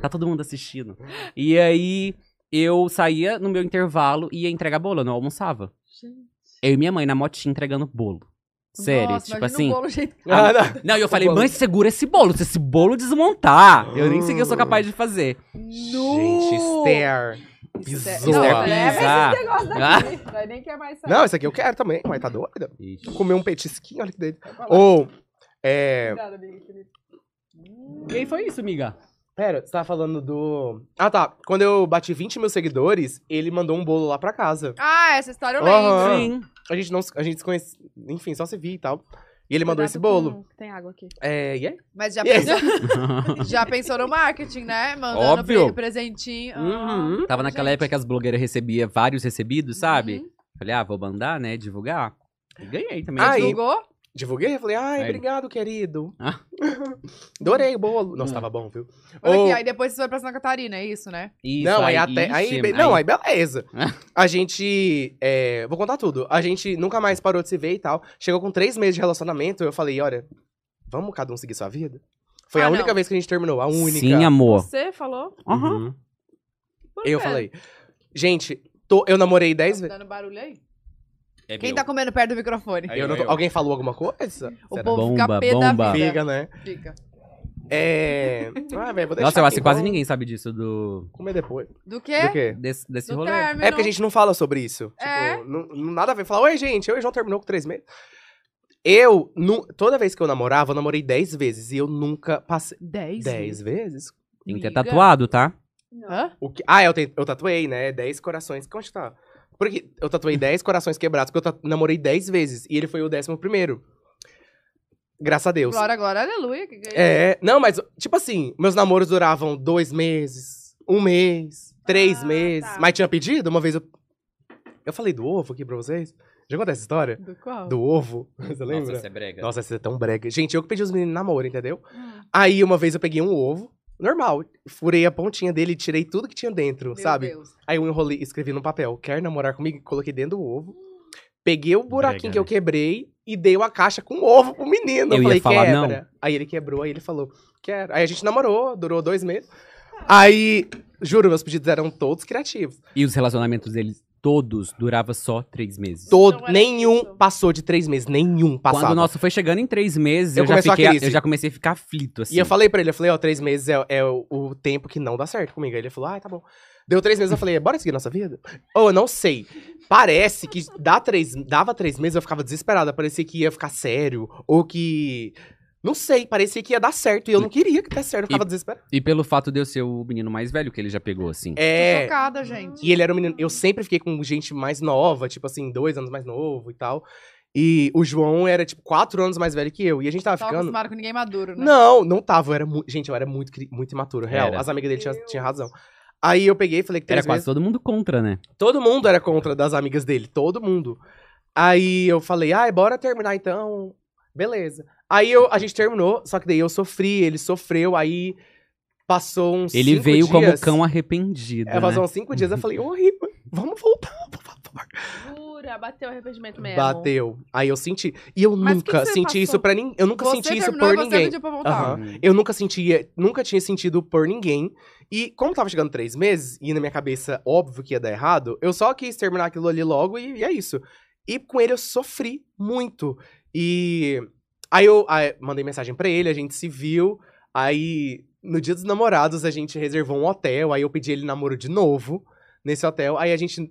Tá todo mundo assistindo. E aí eu saía no meu intervalo e ia entregar bolo, eu não almoçava. Eu e minha mãe na motinha entregando bolo. Sério,
Nossa,
tipo
imagina
assim.
O bolo, gente...
Ah, não.
Não, e eu falei,
bolo.
mãe, segura esse bolo. Se esse bolo desmontar, eu nem sei o que eu sou
Ah.
capaz de fazer.
Gente, Esther. Pisou.
Não,
Esther
leva
Pisa.
É, esse negócio daqui. Nós nem quer mais saber.
Não, isso aqui eu quero também, mas tá
Ah.
doida? Comer um petisquinho, olha que doido. Ou, é...
Cuidado, amiga querida.
E aí foi isso, miga.
Pera, você tava falando do. Ah, tá. Quando eu bati 20 mil seguidores, ele mandou um bolo lá pra casa.
Ah, essa história eu
Aham.
lembro.
Ah.
Sim.
A gente não. se- A gente se conhece. Enfim, só se via e tal. E ele mandou
Cuidado
esse bolo.
com- Tem água aqui.
É, e é.
Mas já,
E é.
pensou, já pensou no marketing, né? Mandando
Óbvio.
pra ele presentinho. Ah,
Uhum. Tava naquela
gente.
época que as blogueiras recebiam vários recebidos, sabe?
Uhum.
Falei, ah, vou mandar, né? Divulgar. E ganhei também.
Ai.
divulguei.
Divulgou?
Divulguei, eu falei, ai,
Aí.
obrigado, querido.
Ah.
Adorei o bolo. Nossa,
Hum.
tava bom, viu?
Olha
Ou-
aqui, aí depois você foi pra Santa Catarina, é isso, né?
Isso,
não, aí, até.
ixi,
Aí, be- não,
aí- Ah.
aí beleza. a gente. é, vou contar tudo. A gente nunca mais parou de se ver e tal. Chegou com três meses de relacionamento, eu falei, olha, vamos cada um seguir sua vida? Foi
Ah,
a única
não.
vez que a gente terminou, a única.
Sim, amor.
Você falou?
Aham.
Uhum.
Por
Eu
É.
quê?
falei, gente, tô- eu namorei dez
Tá
vezes.
dando barulho aí?
É
Quem
meu.
tá comendo perto do microfone?
Aí,
Eu não tô-
aí, eu.
Alguém falou alguma coisa?
O
Será?
povo fica
Bomba,
pé da
bomba.
vida.
Fica, né?
Fica.
É. Ah, velho, vou deixar.
Nossa, eu acho que
aqui,
quase
vou
ninguém sabe disso do.
Comer depois.
Do quê?
Do quê?
Desse, desse
Do
rolê.
término.
É porque a gente não fala sobre isso. Tipo,
É.
não- não- nada a ver. Falar, oi, gente, eu e o João terminou com três meses. Eu, nu- toda vez que eu namorava, eu namorei dez vezes. E eu nunca passei.
Dez.
Dez vezes?
Tem que ter
Amiga.
tatuado, tá?
Hã?
O que... Ah, eu, te- eu tatuei, né? Dez corações. Onde que tá? Porque eu tatuei dez corações quebrados, porque eu ta- namorei dez vezes. E ele foi o décimo primeiro. Graças a Deus.
Glória, glória, aleluia. Que ganhei.
É, não, mas, tipo assim, meus namoros duravam dois meses, um mês, três
Ah,
meses.
tá.
Mas tinha pedido? Uma vez eu. Eu falei do ovo aqui pra vocês. Já contei essa história?
Do qual?
Do ovo? Você lembra?
é brega.
Nossa, essa é tão brega. Gente, eu que pedi os meninos em namoro, entendeu?
Hum.
Aí uma vez eu peguei um ovo, normal, furei a pontinha dele e tirei tudo que tinha dentro,
Meu
sabe?
Deus.
Aí eu enrolei, escrevi num papel, quer namorar comigo? E Coloquei dentro do ovo. Peguei o buraquinho
Brega,
que eu
né?
quebrei e dei uma caixa com ovo pro menino.
Eu
falei,
ia falar,
quebra. Aí ele quebrou, aí ele falou, quero. Aí a gente namorou, durou dois meses. Aí, juro, meus pedidos eram todos criativos.
E os relacionamentos deles, todos, durava só três meses.
Todo,
Não era
nenhum
isso.
passou de três meses, nenhum passava.
Quando o nosso foi chegando em três meses,
Eu
eu, já,
começou a
fiquei,
crise.
eu já comecei a ficar aflito, assim.
E eu falei pra ele, eu falei, ó, três meses é, é o, o tempo que não dá certo comigo. Aí ele falou, ah, tá bom. Deu três meses, eu falei, bora seguir nossa vida? Ou eu não sei. Parece que dá três, dava três meses, eu ficava desesperada. Parecia que ia ficar sério, ou que... Não sei, parecia que ia dar certo. E eu não queria que desse certo, eu ficava desesperada.
E pelo fato de eu ser o menino mais velho que ele já pegou, assim.
Tô
É...
chocada, gente.
E ele era um menino... Eu sempre fiquei com gente mais nova, tipo assim, dois anos mais novo e tal. E o João era, tipo, quatro anos mais velho que eu. E a gente tava
Tava
tá ficando...
Tá acostumado com ninguém maduro, né?
Não, não tava. Eu era mu- Gente, eu era muito, cri- muito imaturo, real.
Era.
As amigas dele tinham tinha razão. Aí eu peguei e falei que
Era
três
quase
meses...
todo mundo contra, né?
Todo mundo era contra das amigas dele, todo mundo. Aí eu falei, ai, bora terminar então. Beleza. Aí eu, a gente terminou, só que daí eu sofri, ele sofreu, aí passou uns
Ele
cinco
veio como
dias.
cão arrependido.
É, passou
né?
uns cinco dias, eu falei, oi, vamos voltar, por favor.
Jura, bateu arrependimento mesmo.
Bateu. Aí eu senti, e eu
Mas o que
nunca
que você
senti
passou?
isso pra ninguém, eu nunca
Você
senti isso
terminou
por
e você
ninguém.
pediu pra voltar.
Aham.
Uhum.
Eu nunca sentia, nunca tinha sentido por ninguém. E como tava chegando três meses, e na minha cabeça, óbvio que ia dar errado, eu só quis terminar aquilo ali logo e, e é isso. E com ele eu sofri muito. E aí eu aí mandei mensagem pra ele, a gente se viu. Aí no dia dos namorados a gente reservou um hotel, aí eu pedi ele namoro de novo nesse hotel. Aí a gente,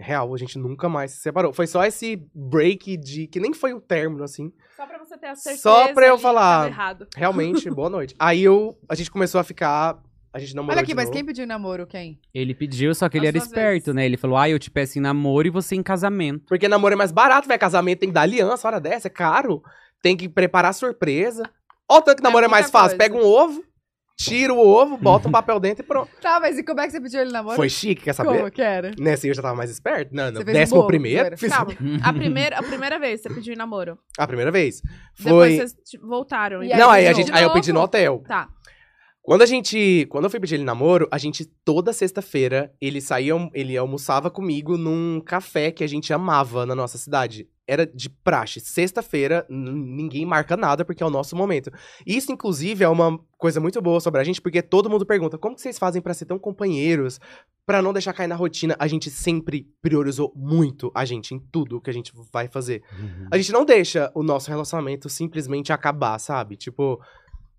real, a gente nunca mais se separou. Foi só esse break de, que nem foi o término, assim.
Só pra você ter a certeza.
Só pra eu
de que
falar.
tava errado.
Realmente, boa noite. Aí eu, a gente começou a ficar, a gente namorou
Olha aqui,
de
mas
novo.
quem pediu namoro? Quem?
Ele pediu, só que ele
As
era
duas
esperto,
vezes.
né? Ele falou, ah, eu te peço em namoro e você em casamento.
Porque namoro é mais barato, vai casamento, tem que dar aliança, hora dessa, é caro. Tem que preparar surpresa. Olha o tanto que
É
namoro é, mais
muita
fácil.
coisa.
Pega um ovo, tira o ovo, bota um papel dentro e pronto.
Tá, mas e como é que você pediu ele namoro?
Foi chique, quer saber?
Como que era?
Nessa aí eu já tava mais esperto. Não, não.
Você fez um
Décimo
bolo,
primeiro.
zoeira.
Fiz
Calma. A primeira, a primeira vez que você pediu em namoro.
a primeira vez.
Depois
Foi.
vocês t- voltaram.
E
Não, aí, a
pediu
gente,
de
aí eu
novo?
pedi no hotel.
Tá.
Quando a gente. Quando eu fui pedir ele namoro, a gente toda sexta-feira ele saía, ele almoçava comigo num café que a gente amava na nossa cidade. Era de praxe. Sexta-feira, n- ninguém marca nada, porque é o nosso momento. Isso, inclusive, é uma coisa muito boa sobre a gente, porque todo mundo pergunta: como que vocês fazem pra ser tão companheiros? Pra não deixar cair na rotina, a gente sempre priorizou muito a gente em tudo que a gente vai fazer. A gente não deixa o nosso relacionamento simplesmente acabar, sabe? Tipo.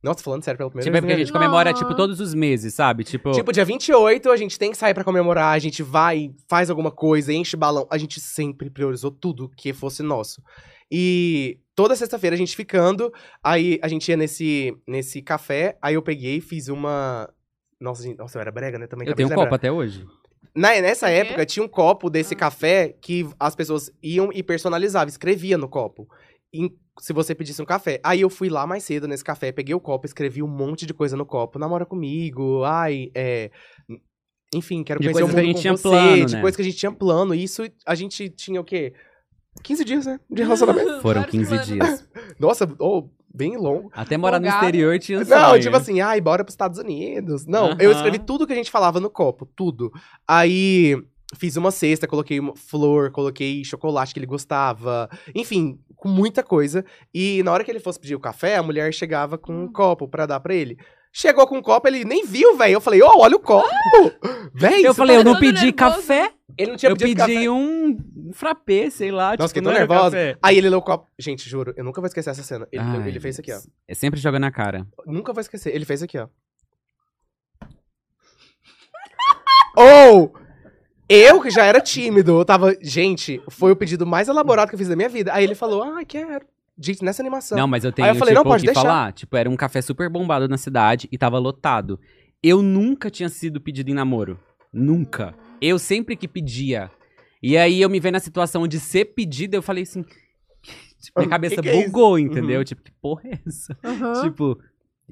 Nossa, falando sério pela primeira
Tipo, é porque a
vez. né,
gente comemora,
Não.
tipo, todos os meses, sabe? Tipo,
gente? Tipo, dia 28, a gente tem que sair pra comemorar, a gente vai, faz alguma coisa, enche balão. A gente sempre priorizou tudo que fosse nosso. E toda sexta-feira a gente ficando, aí a gente ia nesse, nesse café, aí eu peguei e fiz uma. Nossa, gente, nossa, eu era brega, né? Também
Eu
acabei
tenho
de
um
lembrar.
copo até hoje.
Na, nessa
Quê?
época, tinha um copo desse
Ah.
café que as pessoas iam e personalizavam, escrevia no copo. Em- se você pedisse um café. Aí eu fui lá mais cedo nesse café, peguei o copo, escrevi um monte de coisa no copo. Namora comigo, ai, é. Enfim, quero
De
conhecer o
coisas
mundo
que a gente
com
tinha
você,
plano,
de
né?
coisa que a gente tinha plano. E isso a gente tinha o quê? 15 dias, né? De relacionamento.
Foram
Vários
15
planos.
dias.
Nossa, oh, bem longo.
Até morar no
Folgado.
exterior tinha sonho.
Não, tipo assim, ai, bora pros Estados Unidos. Não, eu
Aham.
escrevi tudo que a gente falava no copo, tudo. Aí fiz uma cesta, coloquei uma flor, coloquei chocolate que ele gostava. Enfim, com muita coisa. E na hora que ele fosse pedir o café, a mulher chegava com um copo pra dar pra ele. Chegou com um copo, ele nem viu, velho. Eu falei, ô, olha o copo! Véi,
Eu
isso-
falei, eu não
Todo
pedi
nervoso.
café,
ele não tinha
eu
pedido
pedi
café.
um frappé, sei lá.
Nossa,
tipo,
fiquei tão
não era
nervosa.
café.
Aí ele leu o copo. Gente, juro, eu nunca vou esquecer essa cena. Ele,
Ai,
ele fez isso aqui, ó.
É sempre joga na cara.
Nunca vou esquecer. Ele fez aqui, ó. Ou eu que já era tímido, eu tava, gente, foi o pedido mais elaborado que eu fiz da minha vida. Aí ele falou: "Ah, quero". Gente, nessa animação.
Não, mas eu tenho,
Então, eu falei,
tipo,
não, pode
o que
deixar.
falar. Tipo, era um café super bombado na cidade e tava lotado. Eu nunca tinha sido pedido em namoro. Nunca. Eu sempre que pedia. E aí eu me vejo na situação de ser pedido, eu falei assim... Tipo, minha
Que
cabeça
que é isso?
bugou, entendeu? Tipo, que porra é essa? Tipo...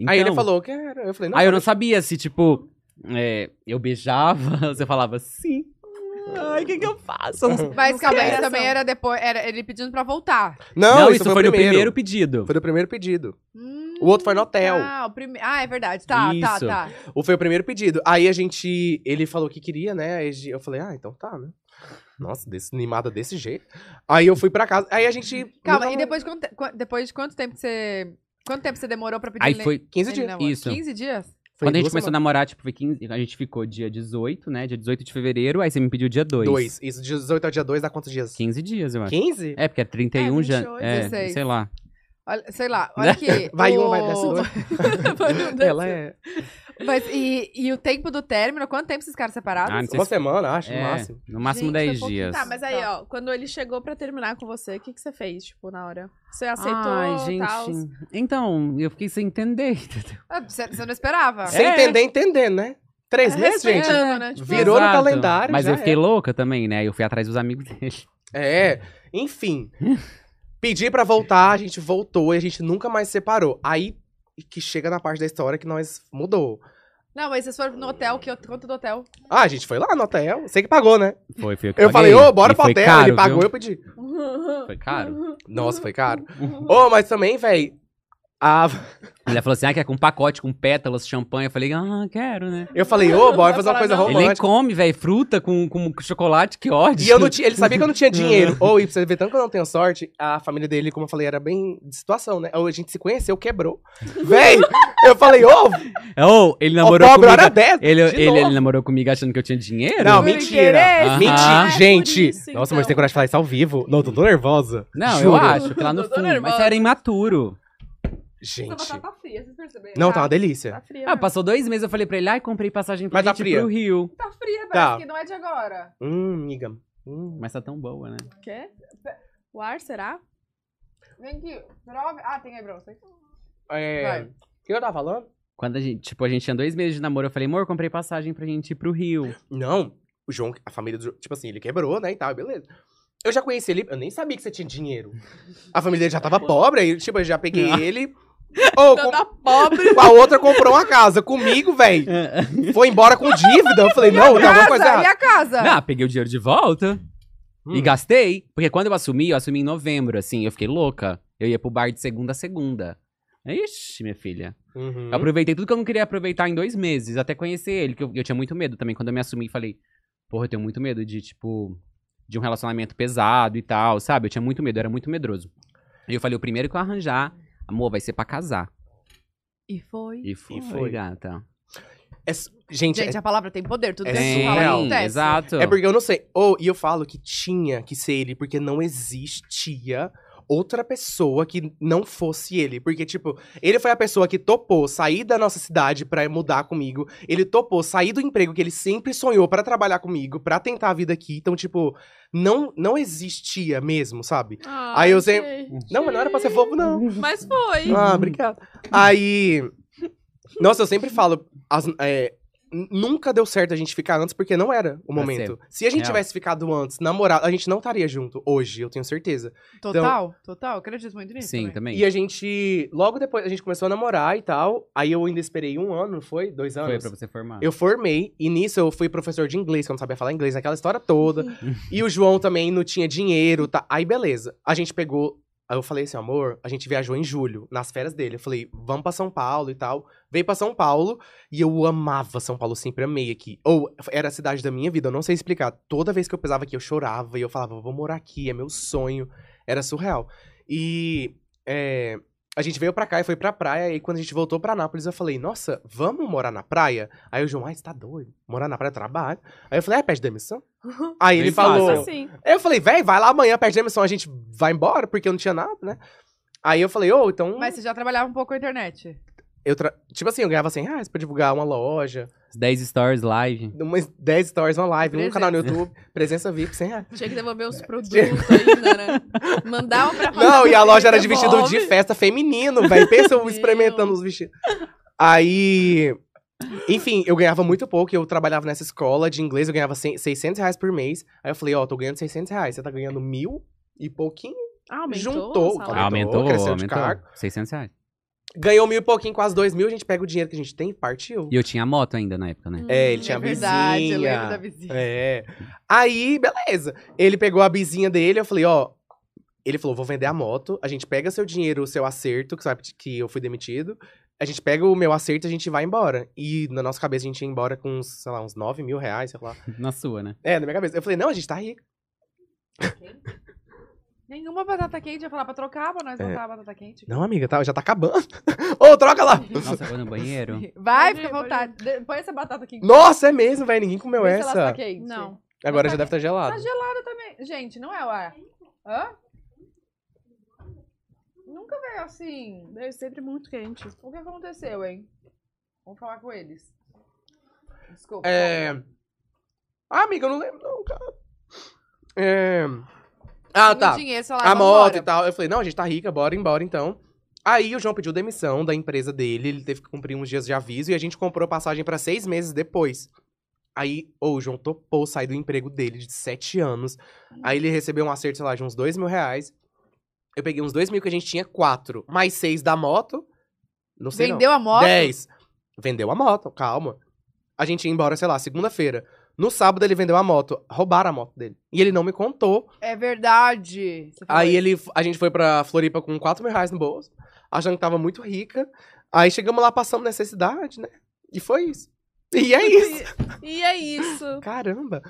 Aí ele
então-
falou: "Quero". Eu falei: "Não".
Aí eu não
pode
sabia se, tipo, é, eu beijava, você falava sim. Ai, o que, que eu faço? Eu não sei.
Mas calma, isso
Coração.
também era depois. Era ele pedindo pra voltar.
deixar". Não,
isso foi, no primeiro pedido.
Foi no primeiro pedido.
Hum,
O outro foi no hotel.
Ah, o prime... ah, é verdade. Tá, tá,
Isso.
tá.
Ou foi o primeiro pedido. Aí a gente. Ele falou que queria, né? Aí eu falei, ah, então tá, né? Nossa, desanimada desse jeito. Aí eu fui pra casa. Aí a gente.
Calma,
nunca-
e depois de, quanto te- qua- depois de quanto tempo você. Quanto tempo você demorou pra pedir
Aí
ele-
foi.
15
ele
dias.
namoro?
Isso.
15 dias?
Foi
quando a gente
duas
começou a namorar, tipo, foi 15, a gente ficou dia 18, né? Dia 18 de fevereiro, aí você me pediu dia 2.
Dois. Isso, de 18 ao dia 2 dá quantos dias?
15 dias, eu acho.
15?
É, porque é 31
É,
já.
28,
É,
16.
sei lá.
Olha, sei lá, olha aqui.
Né? Vai
o...
uma, vai desce dois.
Vai um, desce
Ela é.
Mas e, e o tempo do término? Quanto tempo vocês ficaram separados?
Ah, não sei
Uma
se-
semana, acho,
É,
no máximo.
no máximo
Gente,
10
foi
dias.
Tá, mas aí,
Tá.
ó, quando ele chegou pra terminar com você, o que, que você fez, tipo, na hora? Você aceitou
Ai, gente.
tal?
Então, eu fiquei sem entender.
Ah, Você você não esperava?
Sem
É.
entender, entendendo, né? Três meses, gente.
respeitando, né? Tipo,
Virou no calendário,
Mas
já
eu fiquei
é.
louca também, né? Eu fui atrás dos amigos dele.
É. Enfim. Pedi pra voltar, a gente voltou e a gente nunca mais separou. Aí que chega na parte da história que nós mudou.
Não, mas vocês foram no hotel, que eu... quanto do hotel?
Ah, a gente foi lá no hotel. Você que pagou, né?
Foi, foi que
Eu falei,
paguei.
ô, bora
E
pro
foi
hotel.
caro,
Ele pagou,
viu?
eu pedi.
Foi caro.
Nossa, foi caro. Ô, mas também, velho. Ah,
Ele falou assim: ah, quer com um pacote com pétalas, champanhe. Eu falei, ah, quero, né?
eu falei, ô, bora
Vai
fazer uma
falar
coisa
não?
Ele nem
romântica.
come, velho, fruta com, com chocolate, que ódio.
E eu não tinha, ele sabia que eu não
Uhum.
tinha dinheiro. Ou, e pra você ver, tanto que eu não tenho sorte, a família dele, como eu falei, era bem de situação, né? Ou a gente se conheceu, quebrou. Véi, eu falei, ô, ô
Ou É, ele namorou
pobre,
comigo.
hora dessa.
Ele,
de
ele,
novo.
ele namorou comigo achando que eu tinha dinheiro?
Não,
Por
mentira.
interesse.
Aham.
Mentira,
Ah, é por
gente.
isso,
Nossa, mas
então. Uhum.
tem coragem de falar isso ao vivo. Não, tô tão nervosa.
Não, eu
Juro.
acho que lá no
Eu tô
fundo. Mas
nervosa.
era imaturo.
Gente.
tá fria, vocês perceberam?
Não, tá uma delícia.
Tá fria.
Ah, passou dois meses, eu falei pra ele, ai, comprei passagem pra
Mas tá
gente
fria.
pro Rio.
Tá fria,
parece Tá.
que não é de agora.
Hum, amiga. Hum.
Mas tá tão boa, né?
O quê? O ar, será?
Vem aqui, prova. Ah, tem aí pra você.
É.
Vai.
O que eu tava falando?
Quando a gente, tipo, a gente tinha dois meses de namoro, eu falei, amor, comprei passagem pra gente ir pro Rio.
Não, o João, a família do João, tipo assim, ele quebrou, né, e tal, beleza. Eu já conheci ele, eu nem sabia que você tinha dinheiro. A família dele já tava pobre, aí, tipo, eu já peguei ele. Ou
Tá
com-
Toda pobre.
a outra comprou uma casa comigo, velho. Foi embora com dívida. Eu falei, não, tá alguma coisa
Casa, e
errada.
a casa?
Ah, peguei o dinheiro de volta e
Hum.
gastei. Porque quando eu assumi, eu assumi em novembro, assim, eu fiquei louca. Eu ia pro bar de segunda a segunda. Ixi, minha filha.
Uhum.
Eu aproveitei tudo que eu não queria aproveitar em dois meses, até conhecer ele, que eu, eu tinha muito medo também. Quando eu me assumi, falei, porra, eu tenho muito medo de, tipo, de um relacionamento pesado e tal, sabe? Eu tinha muito medo, eu era muito medroso. E eu falei, o primeiro que eu arranjar, amor, vai ser pra casar.
E foi.
E foi,
foi.
gata.
É s- gente,
Gente, a palavra tem poder, tudo
É
que a gente
Tem,
fala
surreal.
acontece.
exato.
é, é porque eu não sei. Ou, e eu falo que tinha que ser ele, porque não existia outra pessoa que não fosse ele. Porque, tipo, ele foi a pessoa que topou sair da nossa cidade pra mudar comigo. Ele topou sair do emprego que ele sempre sonhou pra trabalhar comigo, pra tentar a vida aqui. Então, tipo, não, não existia mesmo, sabe? Aí eu sei- Não, mas não era pra ser fofo, não.
Mas foi.
Ah, obrigado. Aí. Nossa, eu sempre falo. as- é, n- nunca deu certo a gente ficar antes, porque não era o momento. Se a gente
Real.
tivesse ficado antes, na moral, a gente não estaria junto hoje, eu tenho certeza.
Total, total. Acredito muito nisso.
Sim, também.
E a gente, logo depois, a gente começou a namorar e tal. Aí eu ainda esperei um ano, não foi? Dois anos?
Foi pra você formar.
Eu formei, e nisso eu fui professor de inglês, que eu não sabia falar inglês, aquela história toda. e o João também não tinha dinheiro, tá? Aí beleza. A gente pegou. Aí eu falei assim, amor, a gente viajou em julho, nas férias dele. Eu falei, vamos pra São Paulo e tal. Veio pra São Paulo e eu amava São Paulo, sempre amei aqui. Ou era a cidade da minha vida, eu não sei explicar. Toda vez que eu pesava aqui, eu chorava e eu falava, vou morar aqui, é meu sonho. Era surreal. E é, a gente veio pra cá e foi pra praia. E quando a gente voltou pra Nápoles, eu falei, nossa, vamos morar na praia? Aí o João, ai, você tá doido? Morar na praia é trabalho. Aí eu falei, é, pede demissão. Aí ele
Bem
falou.
fácil.
Assim.
Eu falei, véi, vai lá amanhã, pede demissão, a gente vai embora, porque eu não tinha nada, né? Aí eu falei, ô, então.
Mas você já trabalhava um pouco com a internet.
Eu tra- Tipo assim, eu ganhava 100 reais pra divulgar uma loja,
10 stories live.
umas 10 stories, uma live, um
Presença.
canal no YouTube, presença VIP, 100 reais.
Tinha que devolver os produtos ainda, né? Mandar um pra
Não, e a loja era de
Devolve.
vestido de festa feminino, velho. Pensa eu
Meu.
experimentando os vestidos. Aí. Enfim, eu ganhava muito pouco, eu trabalhava nessa escola de inglês, eu ganhava 100 600 reais por mês. Aí eu falei, ó, tô ganhando 600 reais, você tá ganhando mil e pouquinho.
Ah, Aumentou.
Juntou,
o salário.
Aumentou,
Aumentou,
cresceu
aumentou.
de cargo.
600 reais.
Ganhou mil e pouquinho, quase dois mil, a gente pega o dinheiro que a gente tem e partiu.
E eu tinha moto ainda na época, né?
É, ele
Hum,
tinha
é
a vizinha.
verdade, eu lembro da vizinha.
É. Aí, beleza. Ele pegou a bizinha dele, eu falei, ó. Ele falou, vou vender a moto, a gente pega seu dinheiro, o seu acerto, que sabe que eu fui demitido. A gente pega o meu acerto e a gente vai embora. E na nossa cabeça a gente ia embora com, uns, sei lá, uns 9 mil reais, sei lá.
Na sua, né?
É, na minha cabeça. Eu falei, não, a gente tá rico.
Nenhuma batata quente ia falar pra trocar, mas nós não
É.
tava batata quente.
Não, amiga, tá, já tá acabando. Ô, troca lá!
Nossa, eu vou no banheiro.
Vai,
Pode ir,
fica à
pode
vontade. De- Põe essa batata aqui.
Nossa, é mesmo, velho. Ninguém comeu
Vê se ela
essa.
tá quente.
Não.
Agora
Tá
já deve estar gelado.
Tá gelada também. Gente, não é o ar. Hã? Nunca veio assim.
Deve sempre muito quente.
O que aconteceu, hein? Vamos falar com eles. Desculpa.
É. Ah, amiga, eu não lembro, não, cara. É. Ah,
No
tá.
Dinheiro, sei lá,
a
vambora.
moto e tal. Eu falei, não, a gente tá rica, bora embora então. Aí o João pediu demissão da empresa dele, ele teve que cumprir uns dias de aviso e a gente comprou passagem pra seis meses depois. Aí, ô, o João topou sair do emprego dele de sete anos. Aí ele recebeu um acerto, sei lá, de uns dois mil reais. Eu peguei uns dois mil que a gente tinha quatro, mais seis da moto. Não sei não.
Vendeu a moto?
10. Vendeu a moto, calma. A gente ia embora, sei lá, segunda-feira. No sábado ele vendeu a moto, roubaram a moto dele. E ele não me contou.
É verdade. Você falou
Aí
isso.
ele, a gente foi pra Floripa com 4 mil reais no bolso, achando que tava muito rica. Aí chegamos lá, passamos necessidade, né? E foi isso. E é isso.
E é isso.
Caramba.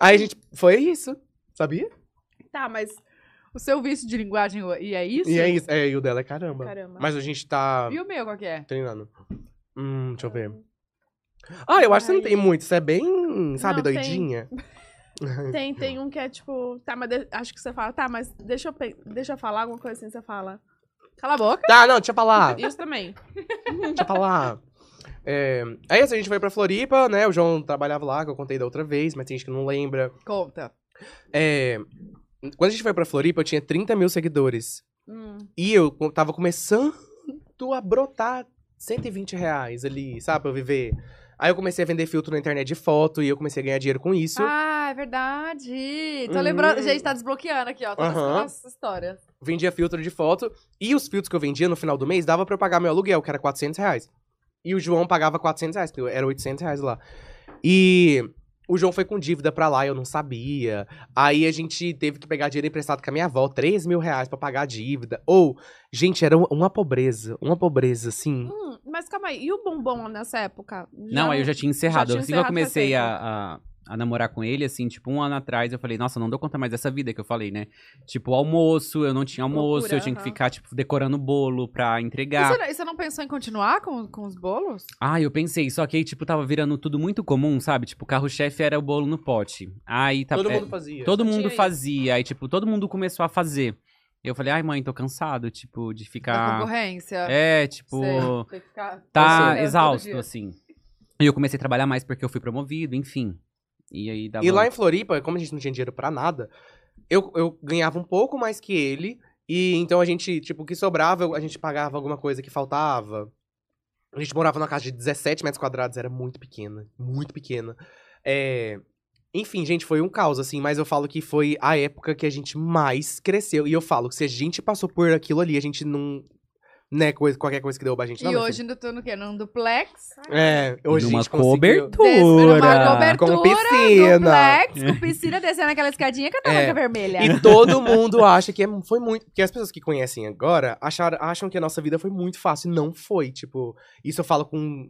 Aí a gente. Foi isso. Sabia?
Tá, mas
O seu vício de linguagem e é isso?
E é isso. É, e o dela é caramba.
caramba.
Mas a gente tá
E o meu, qual que é?
treinando. Hum, deixa eu ver. Ah, eu acho que você não tem muito. Você é bem, sabe,
Não, tem.
doidinha.
Tem, tem um que é tipo, tá, mas de- acho que você fala, tá, mas deixa eu, pe- deixa eu falar alguma coisa assim, você fala.
Cala a boca.
Tá, não, deixa eu falar.
Isso também.
Deixa eu falar. É, é isso, a gente foi pra Floripa, né? O João trabalhava lá, que eu contei da outra vez, mas tem gente que não lembra.
Conta.
É, quando a gente foi pra Floripa, eu tinha 30 mil seguidores.
Hum.
E eu co- tava começando a brotar 120 reais ali, sabe? Pra eu viver. Aí eu comecei a vender filtro na internet de foto e eu comecei a ganhar dinheiro com isso.
Ah, é verdade. Tô
Hum.
lembrando. Gente, tá desbloqueando aqui, ó. Todas
Aham.
as nossas histórias.
Vendia filtro de foto e os filtros que eu vendia no final do mês dava pra eu pagar meu aluguel, que era 400 reais. E o João pagava 400 reais, que era 800 reais lá. E o João foi com dívida pra lá, eu não sabia. Aí a gente teve que pegar dinheiro emprestado com a minha avó, 3 mil reais pra pagar a dívida. Ou, gente, era um- uma pobreza, uma pobreza, assim.
Hum, mas calma aí, e o bombom nessa época?
Não, aí eu já tinha encerrado.
já tinha
assim
encerrado
que eu comecei
essa
a, a, a namorar com ele, assim, tipo, um ano atrás, eu falei, nossa, não dou conta mais dessa vida que eu falei, né? Tipo, almoço, eu não tinha almoço,
Loucura,
eu tinha que
aham. é
ficar, tipo, decorando bolo pra
E
entregar.
você, não- e você não pensou em continuar com, com os bolos?
Ah, eu pensei, só que aí, tipo, tava virando tudo muito comum, sabe? Tipo, o carro-chefe era o bolo no pote. Aí tá.
Todo
é,
mundo fazia.
todo
Só tinha
mundo
isso.
fazia, aí, tipo, todo mundo começou a fazer. Eu falei, ai, mãe, tô cansado, tipo,
Tá
de
Da
ficar.
Tá concorrência?
É, tipo.
Sei, tem que ficar
Tá
pensando todo
exausto,
dia.
assim. E eu comecei a trabalhar mais porque eu fui promovido, enfim. E aí dava.
E lá em Floripa, como a gente não tinha dinheiro pra nada, eu, eu ganhava um pouco mais que ele. E então a gente, tipo, o que sobrava, eu- a gente pagava alguma coisa que faltava. A gente morava numa casa de 17 metros quadrados, era muito pequena, muito pequena. É, Enfim, gente, foi um caos, assim, mas eu falo que foi a época que a gente mais cresceu. E eu falo que se a gente passou por aquilo ali, a gente não. Né, coisa, qualquer coisa que derruba
tá
a gente. não,
E
meu
assim.
hoje ainda tô no quê? Num duplex?
filho. É, hoje a
Numa
gente conseguiu.
Uma
cobertura.
cobertura,
Com piscina.
duplex, com piscina, descendo aquela escadinha que a
É.
é. vermelha.
E todo mundo acha que é- foi muito. Porque as pessoas que conhecem agora acharam, acham que a nossa vida foi muito fácil. E não foi. Tipo, isso eu falo com.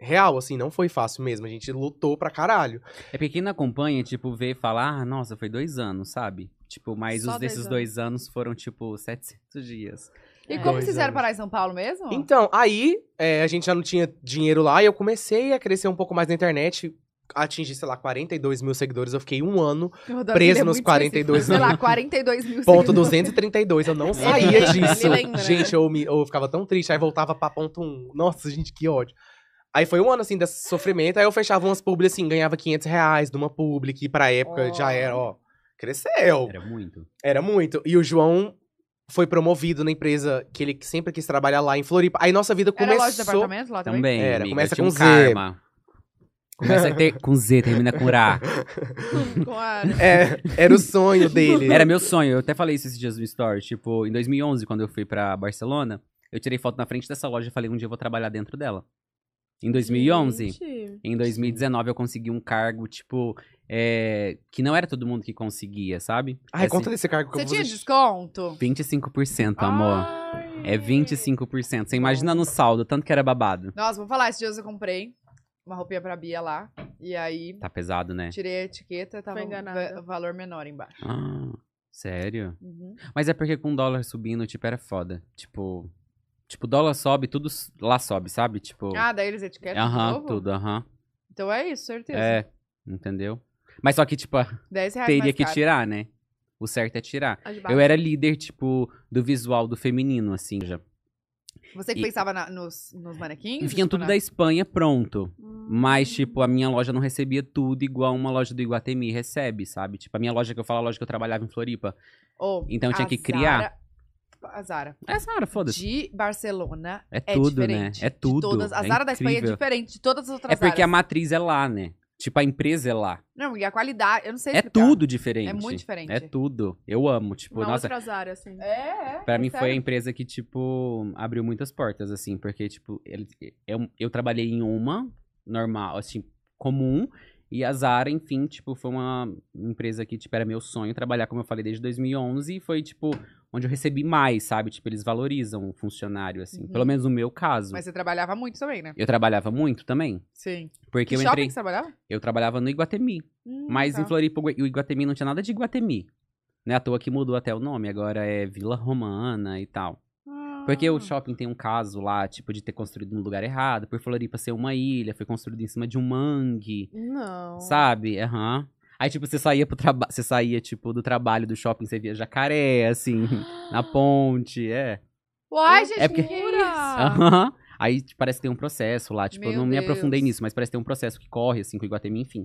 Real, assim, não foi fácil mesmo. A gente lutou pra caralho.
É porque quem não acompanha, tipo, vê e fala, ah, nossa, foi dois anos, sabe? Tipo, mas
Só
os
dois
desses
anos.
dois anos foram, tipo, 700 dias.
E,
É.
como
Dois
vocês vieram
anos.
parar em São Paulo mesmo?
Então, aí é, a gente já não tinha dinheiro lá e eu comecei a crescer um pouco mais na internet. Atingi, sei lá, 42 mil seguidores. Eu fiquei um ano,
Eu adoro
preso
que ele é
nos
muito
42
específico. Sei lá, 42 mil
ponto
seguidores.
232. Eu
É.
não saía disso.
Ele lembra, né?
gente, eu, me- eu ficava tão triste. Aí voltava pra ponto 1. Nossa, gente, que ódio. Aí foi um ano, assim, desse sofrimento. Aí eu fechava umas publi, assim, ganhava 500 reais de uma publi, que pra época
Ó.
já era, ó... Cresceu.
Era muito.
Era muito. E o João foi promovido na empresa que ele sempre quis trabalhar lá em Floripa. Aí nossa vida
Era
começou...
loja de apartamento lá também?
Também,
Era,
amiga,
começa
tinha
com
um
Z.
karma. Começa ter- com Z, termina com Ra.
Claro.
É, era o sonho dele.
Era meu sonho, eu até falei isso esses dias no Story. Tipo, em 2011, quando eu fui pra Barcelona, eu tirei foto na frente dessa loja e falei, um dia eu vou trabalhar dentro dela. Em 2011,
Gente.
Em 2019 eu consegui um cargo, tipo, é, que não era todo mundo que conseguia, sabe?
Ai,
É
conta desse cargo que
Você
eu vou
tinha
fazer-
desconto?
25%,
Ah!
amor.
Ai.
É 25%. Você imagina no saldo, tanto que era babado.
Nossa, vou falar, esses dias eu comprei uma roupinha pra Bia lá. E aí,
Tá pesado, né?
tirei a etiqueta, tava
Foi
um
enganada.
va- valor menor embaixo.
Ah, sério?
Uhum.
Mas é porque com o dólar subindo, tipo, era foda. Tipo, tipo, dólar sobe, tudo s- lá sobe, sabe? Tipo,
Ah, daí eles etiquetam de
aham,
novo?
tudo, aham.
Então é isso, certeza.
É, entendeu? Mas só que, tipo,
10 reais
teria
mais
que
caro.
tirar, né? O certo é tirar.
A Tá de baixo.
Eu era líder, tipo, do visual do feminino, assim, já.
Você que
E-
pensava na- nos, nos manequins?
Vinha
tipo,
tudo
na-
da Espanha pronto.
Hum.
Mas, tipo, a minha loja não recebia tudo igual uma loja do Iguatemi recebe, sabe? Tipo, a minha loja que eu falo, a loja que eu trabalhava em Floripa.
Ô,
Então eu tinha
a
que criar.
Zara- A Zara.
É, Sara, foda-se.
De Barcelona
É
é
tudo, né?
diferente.
É
de
tudo.
todas- a
é
Zara da Espanha é
incrível.
diferente de todas as outras
É porque a
Zaras.
matriz é lá, né? Tipo, a empresa é lá.
Não, e a qualidade, eu não sei
É
explicar.
tudo diferente.
É muito diferente.
É tudo. Eu amo. Tipo,
Uma
nossa,
outra Zara, assim.
É, é.
Pra
é
mim foi a
sério.
empresa que, tipo, abriu muitas portas, assim, porque, tipo, ele- eu, eu trabalhei em uma normal, assim, comum, e a Zara, enfim, tipo, foi uma empresa que, tipo, era meu sonho trabalhar, como eu falei, desde 2011, e foi, tipo, onde eu recebi mais, sabe? Tipo, eles valorizam o funcionário, assim,
Uhum.
pelo menos no meu caso.
Mas você trabalhava muito também, né?
Eu trabalhava muito também,
Sim.
porque
Que
eu
shopping
entrei,
que você trabalhava?
eu trabalhava no Iguatemi,
Hum,
mas
tá.
em Floripa, o Iguatemi não tinha nada de Iguatemi, né? À toa que mudou até o nome, agora é Vila Romana e tal. Porque o
Ah.
shopping tem um caso lá, tipo, de ter construído no lugar errado, por Floripa ser uma ilha, foi construído em cima de um mangue,
Não.
sabe? Aham. Aí, tipo, você saía pro trabalho. Você saía, tipo, do trabalho do shopping, você via jacaré, assim, na ponte, é.
Uai, gente,
É porque-
que isso?
Aham. Aí tipo, parece que tem um processo lá, tipo, eu
Meu
não me
Deus.
aprofundei nisso, mas parece que tem um processo que corre, assim, com o Iguatemi, enfim.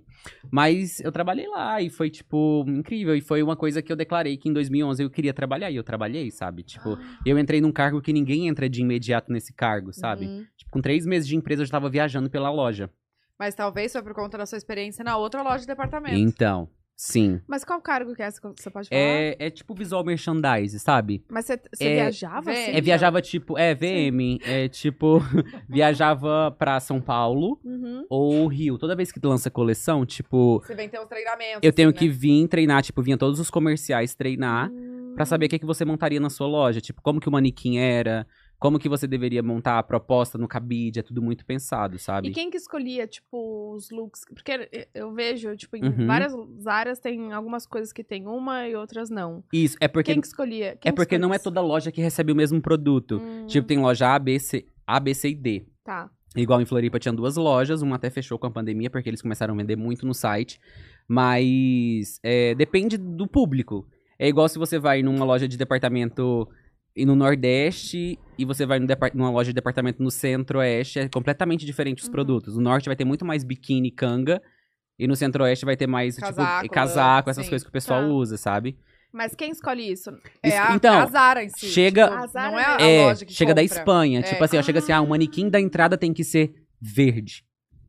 Mas eu trabalhei lá e foi, tipo, incrível. E foi uma coisa que eu declarei que em 2011 eu queria trabalhar e eu trabalhei, sabe? Tipo,
Ah.
eu entrei num cargo que ninguém entra de imediato nesse cargo, sabe?
Uhum.
Tipo, com três meses de empresa, eu já tava viajando pela loja.
Mas talvez foi por conta da sua experiência na outra loja de departamento.
Então, sim.
Mas qual cargo que é essa? Você pode falar?
É, é tipo visual merchandise, sabe?
Mas você você
é-
viajava
Vem.
assim?
É, viajava tipo... É, VM. É tipo... viajava pra São Paulo
Uhum.
ou Rio. Toda vez que lança coleção, tipo...
Você vem ter os treinamentos.
Eu tenho
assim,
que
né?
vir treinar, tipo, vinha todos os comerciais treinar
Hum.
pra saber o que, que você montaria na sua loja. Tipo, como que o manequim era, como que você deveria montar a proposta no cabide. É tudo muito pensado, sabe?
E quem que escolhia, tipo, os looks? Porque eu vejo, tipo, em
Uhum.
várias áreas tem algumas coisas que tem uma e outras não.
Isso, é porque...
Quem que escolhia? Quem Hum,
É porque não é toda loja que recebe o mesmo produto. Tipo, tem loja A, B, C, A, B, C e D.
Tá.
Igual em Floripa tinha duas lojas, uma até fechou com a pandemia, porque eles começaram a vender muito no site. Mas é, depende do público. É igual se você vai numa loja de departamento e no Nordeste e você vai num depar- numa loja de departamento no Centro-Oeste, é completamente diferente os
Uhum.
produtos. No Norte vai ter muito mais biquíni e canga, e no Centro-Oeste vai ter mais,
Casaco,
tipo, casaco, essas
sim.
coisas que o pessoal
Tá.
usa, sabe?
Mas quem escolhe isso?
É
Isso-
a,
então,
a Zara em si.
chega-
tipo,
A Zara
não é a,
é,
loja que
chega da
compra.
Espanha.
É.
Tipo assim, ó, chega assim, ah, o manequim da entrada tem que ser verde.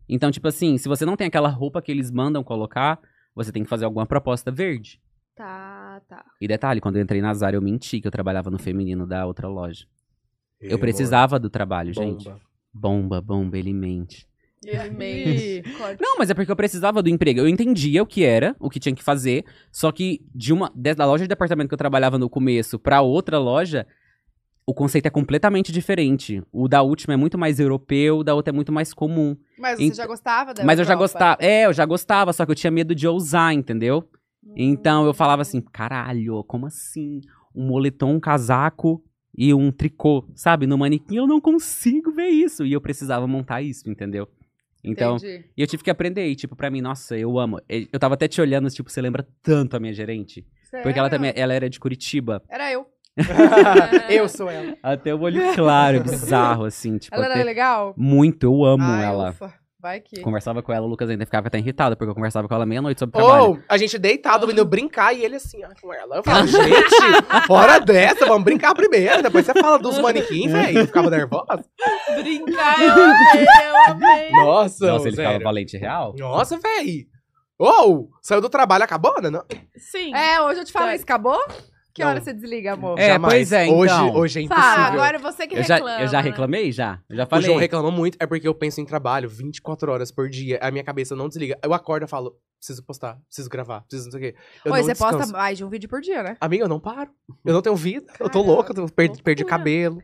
Então, tipo assim, se você não tem aquela roupa que eles mandam colocar, você tem que fazer alguma proposta verde.
Tá, tá.
E detalhe, quando eu entrei na Zara, eu menti que eu trabalhava no feminino da outra loja.
Ei,
eu precisava do trabalho,
amor,
gente.
bomba.
Bomba, bomba, ele mente.
Ele
Ih, corta.
Não, mas é porque eu precisava do emprego. Eu entendia o que era, o que tinha que fazer. Só que de uma de- da loja de departamento que eu trabalhava no começo pra outra loja, o conceito é completamente diferente. O da última é muito mais europeu, o da outra é muito mais comum.
Mas você
Ent-
já gostava da
mas eu já
Europa?
gostava. É, eu já gostava, só que eu tinha medo de ousar, entendeu? Então eu falava assim, caralho, como assim? Um moletom, um casaco e um tricô, sabe? No manequim eu não consigo ver isso. E eu precisava montar isso, entendeu? Então,
Entendi.
e eu tive que aprender, e, tipo, pra mim, nossa, eu amo. E Eu tava até te olhando, tipo, você lembra tanto a minha gerente? Porque ela
Sério?
também, é- Tipo, ela era de Curitiba.
Era eu.
eu sou ela.
Até o olho claro, bizarro, assim, tipo,
Ela
até-
era legal?
muito, eu amo
Ai,
ela.
ufa. Vai que.
Conversava com ela, o Lucas ainda ficava até irritado, porque eu conversava com ela meia-noite sobre trabalho.
Ou a gente deitado, vindo brincar, e ele assim, ó, com ela. Eu falo, gente, fora dessa, vamos brincar primeiro. Depois você fala dos manequins,
É.
velho. Eu ficava nervosa.
Brincar, eu amei, eu amei.
Nossa,
Nossa, ele ficava
sério.
valente real.
Nossa, véi. Ou, saiu do trabalho, acabou, né? Não?
Sim.
É, hoje eu te falo
Sério.
isso. Acabou? Que
Não.
hora você desliga, amor?
É, pois é, então.
Hoje, hoje é
Fala,
impossível.
agora você que
Eu já,
reclama.
eu já
né?
reclamei, já. Eu já
O João
falei.
reclama muito, é porque eu penso em trabalho 24 horas por dia. A minha cabeça não desliga. Eu acordo e falo, preciso postar, preciso gravar, preciso não sei o quê. Eu
Pois
não
você
descanso.
posta mais de um vídeo por dia, né?
Amiga, eu não paro. Eu
Uhum.
não tenho vida. eu tô
Caramba,
louca, eu per- perdi,
loucura.
cabelo.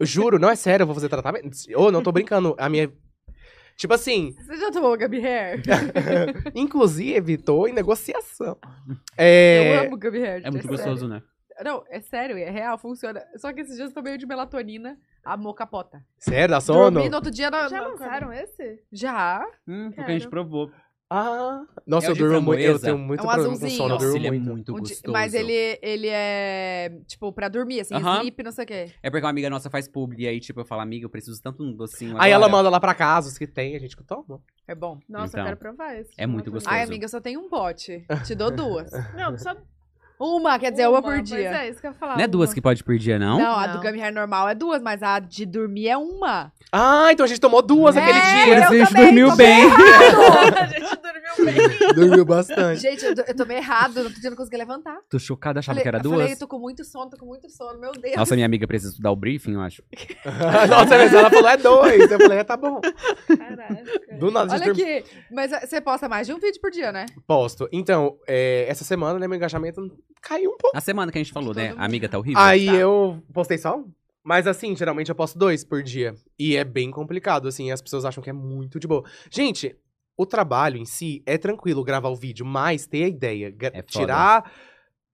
Eu juro, não é sério, eu vou fazer tratamento. Eu não tô brincando. A minha. Tipo assim,
Você já tomou Gabi Hair?
inclusive, tô em negociação. É.
Eu amo Gabi Hair.
É muito
sério.
gostoso, né?
Não, é sério, é real, funciona. Só que esses dias eu tô meio de melatonina, amor capota.
Sério, dá sono?
Dormi no outro dia... Tá Na,
Já
na-
lançaram esse?
Já.
Hum, porque a
Quero.
gente provou.
Ah. Nossa,
É o
eu
de
durmo muito. Eu
framboesa?
tenho muito
É um
problema com
azulzinho.
sono. Eu
Nossa,
durmo
ele é
muito.
muito
Um di-
gostoso.
Mas ele, ele é, tipo, pra dormir, assim,
Aham.
sleep, não sei o quê.
É porque uma amiga nossa faz publi, e aí, tipo, eu falo, amiga, eu preciso tanto de um docinho
Aí
agora."
ela manda lá pra casa os que tem, a gente que toma.
É bom.
Nossa, eu
Então,
quero provar esse.
é muito gostoso.
Ai, amiga, eu só tenho um pote. Te dou duas.
Não, só
Uma, quer dizer, uma, por dia.
Pois é, isso que eu ia falar.
Não é duas que pode por dia, não?
Não, a do
Não.
Gummy Hair normal é duas, mas a de dormir é uma.
Ah, então a gente tomou duas
É,
aquele
eu
dia.
Mas a gente
também,
dormiu
tô
bem.
A gente dormiu bem.
Dormiu bastante.
Gente, eu, tô- eu tomei errado, no outro dia eu não consegui levantar.
Tô chocada, achava
Falei-
que era
eu
duas.
Falei, eu tô com muito sono, tô com muito sono, meu Deus.
Nossa, minha amiga precisa estudar o briefing, eu acho.
Nossa, mas ela falou, é dois. Eu falei, é, tá bom.
Caraca.
Do nada, a gente
Olha
dormiu.
aqui, mas ah, você posta mais de um vídeo por dia, né?
Posto. Então, é, essa semana, né, meu engajamento caiu um pouco.
A semana que a gente falou,
Todo
né?
mundo.
A amiga tá horrível.
Aí
tá.
eu postei só um. Mas assim, geralmente eu posto dois por dia. E é bem complicado, assim, as pessoas acham que é muito de boa. Gente, o trabalho em si é tranquilo gravar o vídeo, mas ter a ideia, gra-
É foda.
tirar.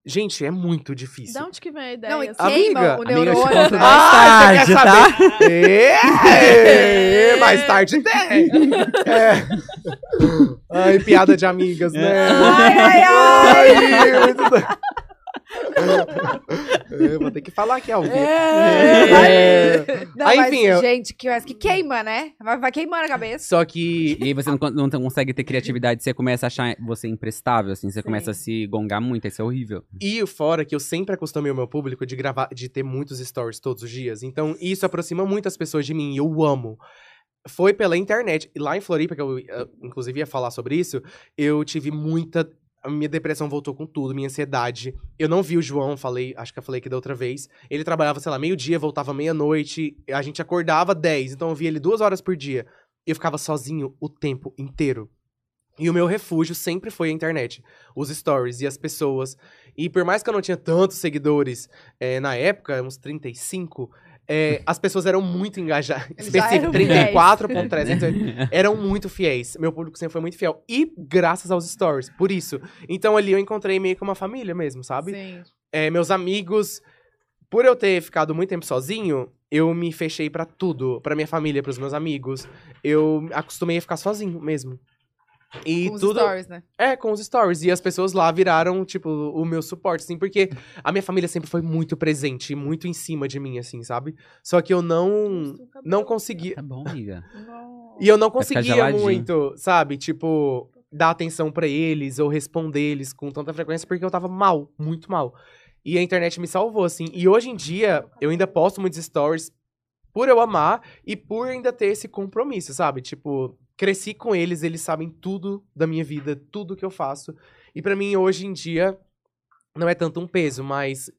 Gente, é muito difícil.
Da onde que vem a ideia?
Não, e
assim?
Amiga,
queima o
amiga, eu te
neurônio,
conto
né?
mais
Ah, você quer
tarde, tá?
saber? É, mais tarde tem. É. Ai, piada de amigas, né?
Ai, ai, ai.
Ai, muito doido. Eu vou ter que falar aqui ao vivo.
É.
É.
Não,
Aí,
mas,
enfim, eu-
gente, que, mas que queima, né? Vai, vai queimando a cabeça.
Só que.
E aí você não, con- não consegue ter criatividade, você começa a achar você imprestável, assim, você começa a se gongar muito, isso é horrível.
E fora que eu sempre acostumei o meu público de gravar, de ter muitos stories todos os dias. Então, isso aproxima muito as pessoas de mim. e Eu amo. Foi pela internet. E lá em Floripa, que eu, eh, inclusive, ia falar sobre isso, eu tive muita. A minha depressão voltou com tudo, minha ansiedade. Eu não vi o João, falei, acho que eu falei aqui da outra vez. Ele trabalhava, sei lá, meio-dia, voltava meia-noite. A gente acordava 10, então eu via ele duas horas por dia. Eu ficava sozinho o tempo inteiro. E o meu refúgio sempre foi a internet. Os stories e as pessoas. E por mais que eu não tinha tantos seguidores eh, na época, uns 35, eh, as pessoas eram muito engajadas.
Já eram
Específico, 34.300
Né?
eram muito fiéis. Meu público sempre foi muito fiel. E graças aos stories, por isso. Então ali eu encontrei meio que uma família mesmo, sabe?
Sim.
É, meus amigos, por eu ter ficado muito tempo sozinho, eu me fechei pra tudo, Pra minha família, pros meus amigos. Eu acostumei a ficar sozinho mesmo. E
com os
tudo
stories, né?
é com os stories e as pessoas lá viraram tipo o meu suporte assim, porque a minha família sempre foi muito presente, muito em cima de mim assim, sabe? Só que eu
um
não não consegui
Tá bom, amiga.
e eu não
Vai ficar
conseguia
geladinho.
muito, sabe? Tipo, dar atenção pra eles ou responder eles com tanta frequência, porque eu tava mal, muito mal. E a internet me salvou, assim. E hoje em dia, eu ainda posto muitos stories por eu amar e por ainda ter esse compromisso, sabe? Tipo, cresci com eles, eles sabem tudo da minha vida, tudo que eu faço. E pra mim, hoje em dia, não é tanto um peso, mas,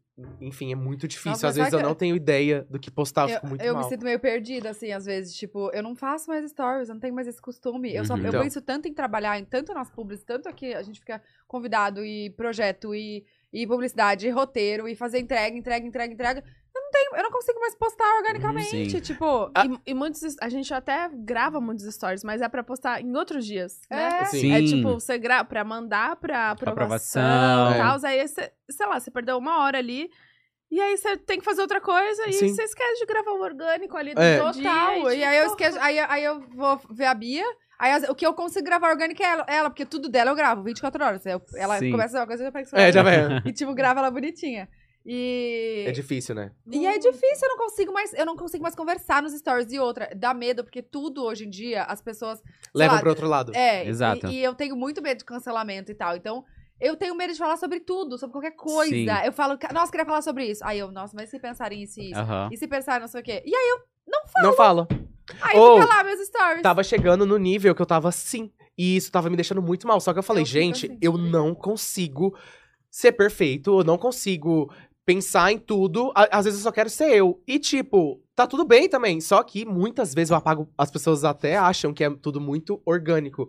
enfim, é muito difícil.
Nossa, mas
Às vezes
sabe
eu
que-
não tenho ideia do que postar, eu fico muito
eu
mal.
me sinto meio perdida, assim, às vezes. Tipo, eu não faço mais stories, eu não tenho mais esse costume. Eu, só,
Uhum.
eu
Então.
penso tanto em trabalhar, em tanto nas públicas, tanto aqui a gente fica convidado e projeto e, e publicidade e roteiro e fazer entrega, entrega, entrega, entrega. Eu não tenho, eu não consigo mais
Uhum,
postar organicamente.
sim.
tipo,
E, e muitos. A gente até grava muitos stories, mas é pra postar em outros dias. Né?
é.
Sim.
É tipo, você gra pra mandar pra aprovação
Aprovação.
e tal. Aí, você, sei lá, você perdeu uma hora ali. E aí você tem que fazer outra coisa e
Sim.
você esquece de gravar o orgânico ali do
É.
seu
Total.
dia.
E aí eu esqueço. Aí, aí eu vou ver a Bia. Aí as- o que eu consigo gravar orgânico é ela, ela, porque tudo dela eu gravo 24 horas. Eu- ela
Sim.
começa uma coisa e eu pego o celular
É, já vai.
e tipo, grava ela bonitinha. E.
É difícil, né?
E é difícil, eu não consigo mais, eu não consigo mais conversar nos stories e outra, dá medo porque tudo hoje em dia as pessoas
Levam
lá,
pro outro lado.
é,
Exato.
E, e eu tenho muito medo de cancelamento e tal. Então, eu tenho medo de falar sobre tudo, sobre qualquer coisa.
Sim.
Eu falo, "Ca- nossa, queria falar sobre isso. Aí eu, nossa, mas se pensarem isso e isso.
Aham.
E se pensarem não sei o quê. E aí eu,
Não fala.
aí
Ou-
fica lá meus stories.
Tava chegando no nível que eu tava assim. E isso tava me deixando muito mal. Só que eu falei,
Eu fico
gente,
assim,
eu
também.
não consigo ser perfeito. Eu não consigo pensar em tudo. A- Às vezes eu só quero ser eu. E, tipo, tá tudo bem também. Só que muitas vezes eu apago. As pessoas até acham que é tudo muito orgânico.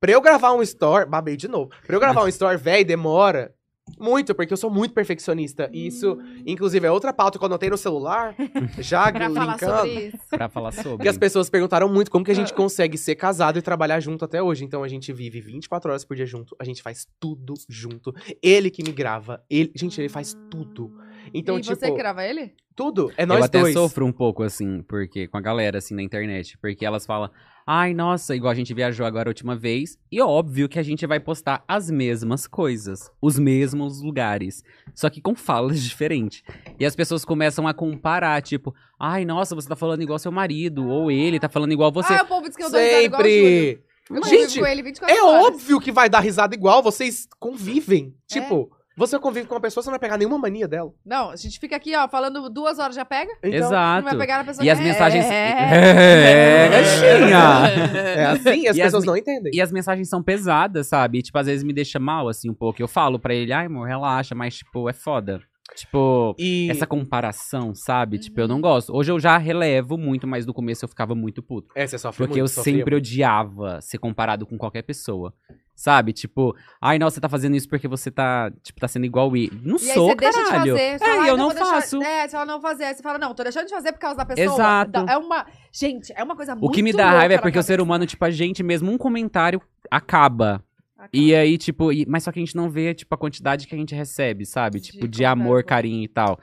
Pra eu gravar um story. Babei de novo. Pra eu gravar um story, véi, demora. Muito, porque eu sou muito perfeccionista. E isso,
Hum.
inclusive, é outra pauta que eu anotei no celular. Já
Pra falar
linkando.
sobre isso.
Pra falar sobre.
Porque as pessoas perguntaram muito como que a gente
É.
consegue ser casado e trabalhar junto até hoje. Então a gente vive 24 horas por dia junto, a gente faz tudo junto. Ele que me grava, ele, gente, ele faz tudo. Então,
e
tipo,
você que grava ele?
tudo é
eu
nós
até
dois.
sofro um pouco, assim, porque com a galera, assim, na internet. Porque elas falam, ai, nossa, igual a gente viajou agora a última vez. E óbvio que a gente vai postar as mesmas coisas, os mesmos lugares. Só que com falas diferentes. E as pessoas começam a comparar, tipo, ai, nossa, você tá falando igual seu marido, ou ele tá falando igual você.
Ah, o povo diz que eu dou risada igual o Júlio.
Sempre.
Eu convivo
Gente,
com ele 24
é
horas.
óbvio que vai dar risada igual, vocês convivem.
É.
Tipo, você convive com uma pessoa, você não vai pegar nenhuma mania dela.
Não, a gente fica aqui, ó, falando duas horas já pega,
Então,
não
Exato.
vai pegar a pessoa
E
que-
as mensagens.
É.
É, gatinha!
É assim, as
E as
pessoas
mi-
não entendem.
E as mensagens são pesadas, sabe? E, tipo, às vezes me deixa mal, assim, um pouco. Eu falo pra ele, ai, amor, relaxa, mas, tipo, é foda. Tipo,
E Uhum.
essa comparação, sabe? Tipo, eu não gosto. Hoje eu já relevo muito, mas no começo eu ficava muito puto.
é, você sofre
Porque eu
muito, sofria
sempre odiava ser comparado com qualquer pessoa. Sabe? Tipo, ai, nossa, você tá fazendo isso porque você tá, tipo, tá sendo igual ele. Não
E aí
sou,
você deixa de
caralho.
fazer. você
É,
fala,
e
"Ah,
eu
então
não
vou deixar-"
faço.
É, se ela não fazer. Aí você fala, não, tô deixando de fazer por causa da pessoa.
Exato.
Dá- É uma. Gente, é uma coisa muito.
O que me dá
louca
raiva é
na
porque o ser
cabeça.
humano, tipo, a gente mesmo, um comentário acaba. E aí, tipo, e- mas só que a gente não vê, tipo, a quantidade que a gente recebe, sabe?
De
tipo, de amor,
comentário.
carinho e tal.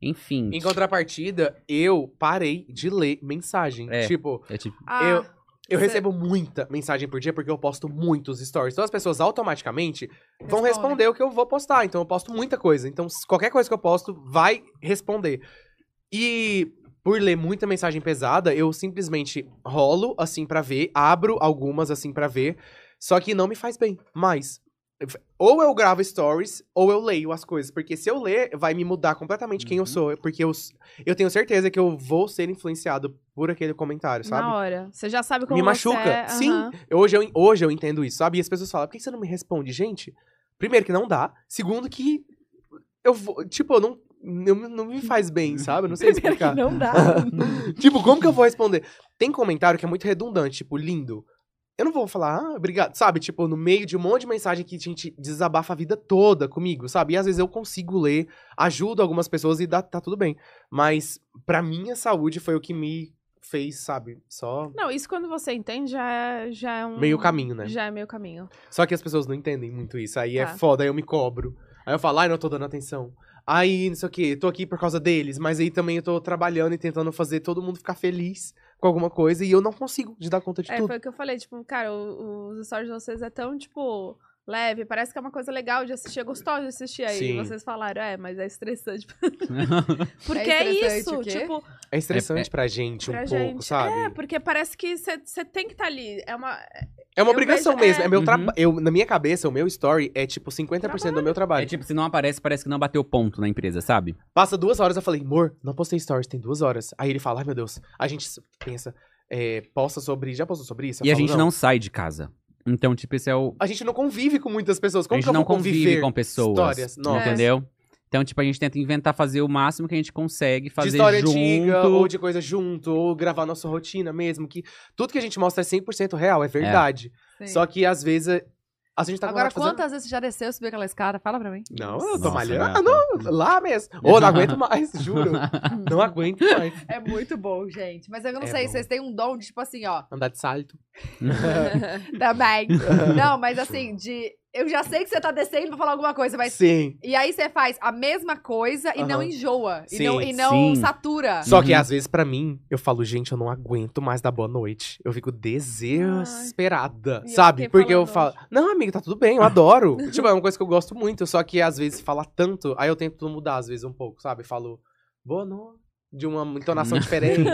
Enfim.
Em contrapartida, eu parei de ler mensagem.
É.
Tipo,
É tipo,
Ah,
Eu- Eu
Cê-
recebo muita mensagem por dia porque eu posto muitos stories. Então as pessoas automaticamente vão
Responde.
responder o que eu vou postar. Então eu posto muita coisa. Então s- qualquer coisa que eu posto vai responder. E por ler muita mensagem pesada, eu simplesmente rolo assim pra ver, abro algumas assim pra ver, só que não me faz bem. Mas ou eu gravo stories ou eu leio as coisas, porque se eu ler vai me mudar completamente quem eu
Uhum.
sou, porque eu, s- eu tenho certeza que eu vou ser influenciado por aquele comentário, sabe?
Na hora. Você já sabe como
Me
você
machuca.
é,
Sim.
aham.
Hoje eu, hoje eu entendo isso, sabe? E as pessoas falam, por que você não me responde? Gente, primeiro que não dá. Segundo que eu vou. Tipo, eu não. Não, me- não me faz bem, sabe? Eu não sei explicar.
Não dá.
tipo, como que eu vou responder? Tem comentário que é muito redundante, tipo, lindo. Eu não vou falar, ah, obrigado, sabe? Tipo, no meio de um monte de mensagem que a gente desabafa a vida toda comigo, sabe? E às vezes eu consigo ler, ajudo algumas pessoas e dá, tá tudo bem. Mas, pra minha saúde, foi o que me fez, sabe? Só
Não, isso quando você entende já é, já é um.
meio caminho, né?
Já é meio caminho.
Só que as pessoas não entendem muito isso. Aí é
Tá.
foda, aí eu me cobro. Aí eu falo, ai, não tô dando atenção. Aí, não sei o quê, tô aqui por causa deles, mas aí também eu tô trabalhando e tentando fazer todo mundo ficar feliz com alguma coisa e eu não consigo de dar conta de
É,
tudo.
foi o que eu falei, tipo, cara, o- os stories de vocês é tão, tipo, leve, parece que é uma coisa legal de assistir, é gostoso de assistir aí.
Sim.
Vocês falaram, é, mas é estressante. Porque é,
É estressante
isso,
o quê?
tipo,
É estressante pra gente um
pra
pouco,
gente.
sabe?
é, porque parece que você tem que estar tá ali. É uma,
É uma
Eu
obrigação
vejo-
mesmo.
é.
É meu
Uhum.
traba- eu Na minha cabeça, o meu story é tipo 50% do meu
É
trabalho.
tipo, se não aparece, parece que não bateu ponto na empresa, sabe?
Passa duas horas, eu falei, amor, não postei stories, tem duas horas. Aí ele fala, ai meu Deus. A gente s- pensa, é, posta sobre. Já postou sobre isso? Eu
e a
falo,
gente não. sai de casa. Então, tipo, esse é o.
A gente não convive com muitas pessoas. Como
a
que
gente
eu
não
vou
convive
conviver?
com pessoas.
histórias
É.
novas.
Entendeu? Então, tipo, a gente tenta inventar fazer o máximo que a gente consegue fazer
de história
junto.
antiga, ou de coisa junto, ou gravar nossa rotina mesmo. Que tudo que a gente mostra é 100% real, é verdade. Só que às vezes. é, A gente tá com
Agora,
vontade de fazer-
quantas vezes você já desceu, subiu aquela escada? Fala pra mim.
Não, eu tô
Nossa, né?
malhando. Ah,
gata.
Não, lá mesmo. Ô, não aguento mais, juro. Não aguento mais.
É muito bom, gente. Mas eu não
É
sei,
bom.
vocês têm um dom de, tipo assim, ó.
Andar de salto.
Também. não, mas assim, de. Eu já sei que você tá descendo pra falar alguma coisa, mas.
Sim.
E aí você faz a mesma coisa e não
Aham.
enjoa. E
Sim,
não, e não
sim.
satura.
Só que
Uhum.
às vezes, pra mim, eu falo, gente, eu não aguento mais dar boa noite. Eu fico desesperada,
E eu
sabe?
fiquei
Porque eu
falando
falo, não, amiga, tá tudo bem, eu adoro. tipo, é uma coisa que eu gosto muito, só que às vezes fala tanto, aí eu tento mudar às vezes um pouco, sabe? Falo, boa noite, de uma entonação diferente,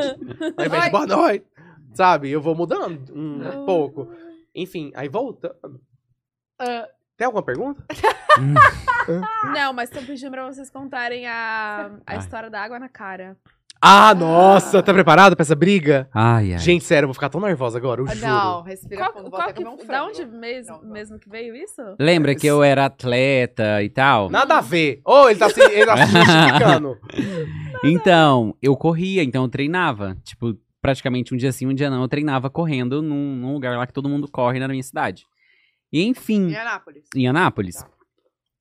ao invés de boa noite, sabe? Eu vou mudando um pouco. Enfim, aí voltando.
Ah.
Tem alguma pergunta?
Hum.
Não, mas tô pedindo pra vocês contarem a, a
Ai.
história da água na cara.
Ah, nossa! Tá preparado pra essa briga?
Ai, ai.
Gente, sério, eu vou ficar tão nervosa agora, eu
Ah,
juro.
Não, respira
Qual,
fundo,
qual
volta a
que,
comer um
da
frango.
onde mes-
Não, não.
mesmo que veio isso?
Lembra que eu era atleta e tal?
Nada a ver. Ô, ele tá se, ele tá se justificando.
Então, eu corria, então eu treinava. Tipo, praticamente um dia sim, um dia não. Eu treinava correndo num, num lugar lá que todo mundo corre na minha cidade. E enfim,
É.
Em Anápolis.
em
Tá.
Anápolis.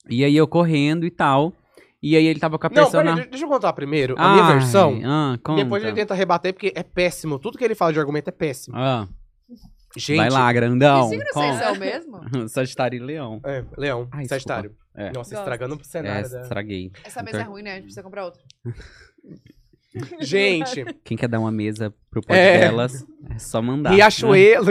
E aí eu correndo e tal. E aí ele tava com a
Não,
persona.
peraí, de- deixa eu contar primeiro a minha
Ai,
versão.
Ah, conta.
Depois ele tenta rebater, porque é péssimo. Tudo que ele fala de argumento é péssimo.
Ah,
Gente.
vai lá, grandão.
que signo vocês
conta.
são mesmo?
Sagitário e Leão.
É, Leão,
Ai,
Sagitário.
É.
Nossa,
Gosto.
estragando o
É,
cenário. da...
estraguei.
Essa mesa é
Então-
ruim, né? A gente precisa comprar outra.
Gente,
Quem quer dar uma mesa pro pote
É.
delas, é só mandar.
Riachuelo.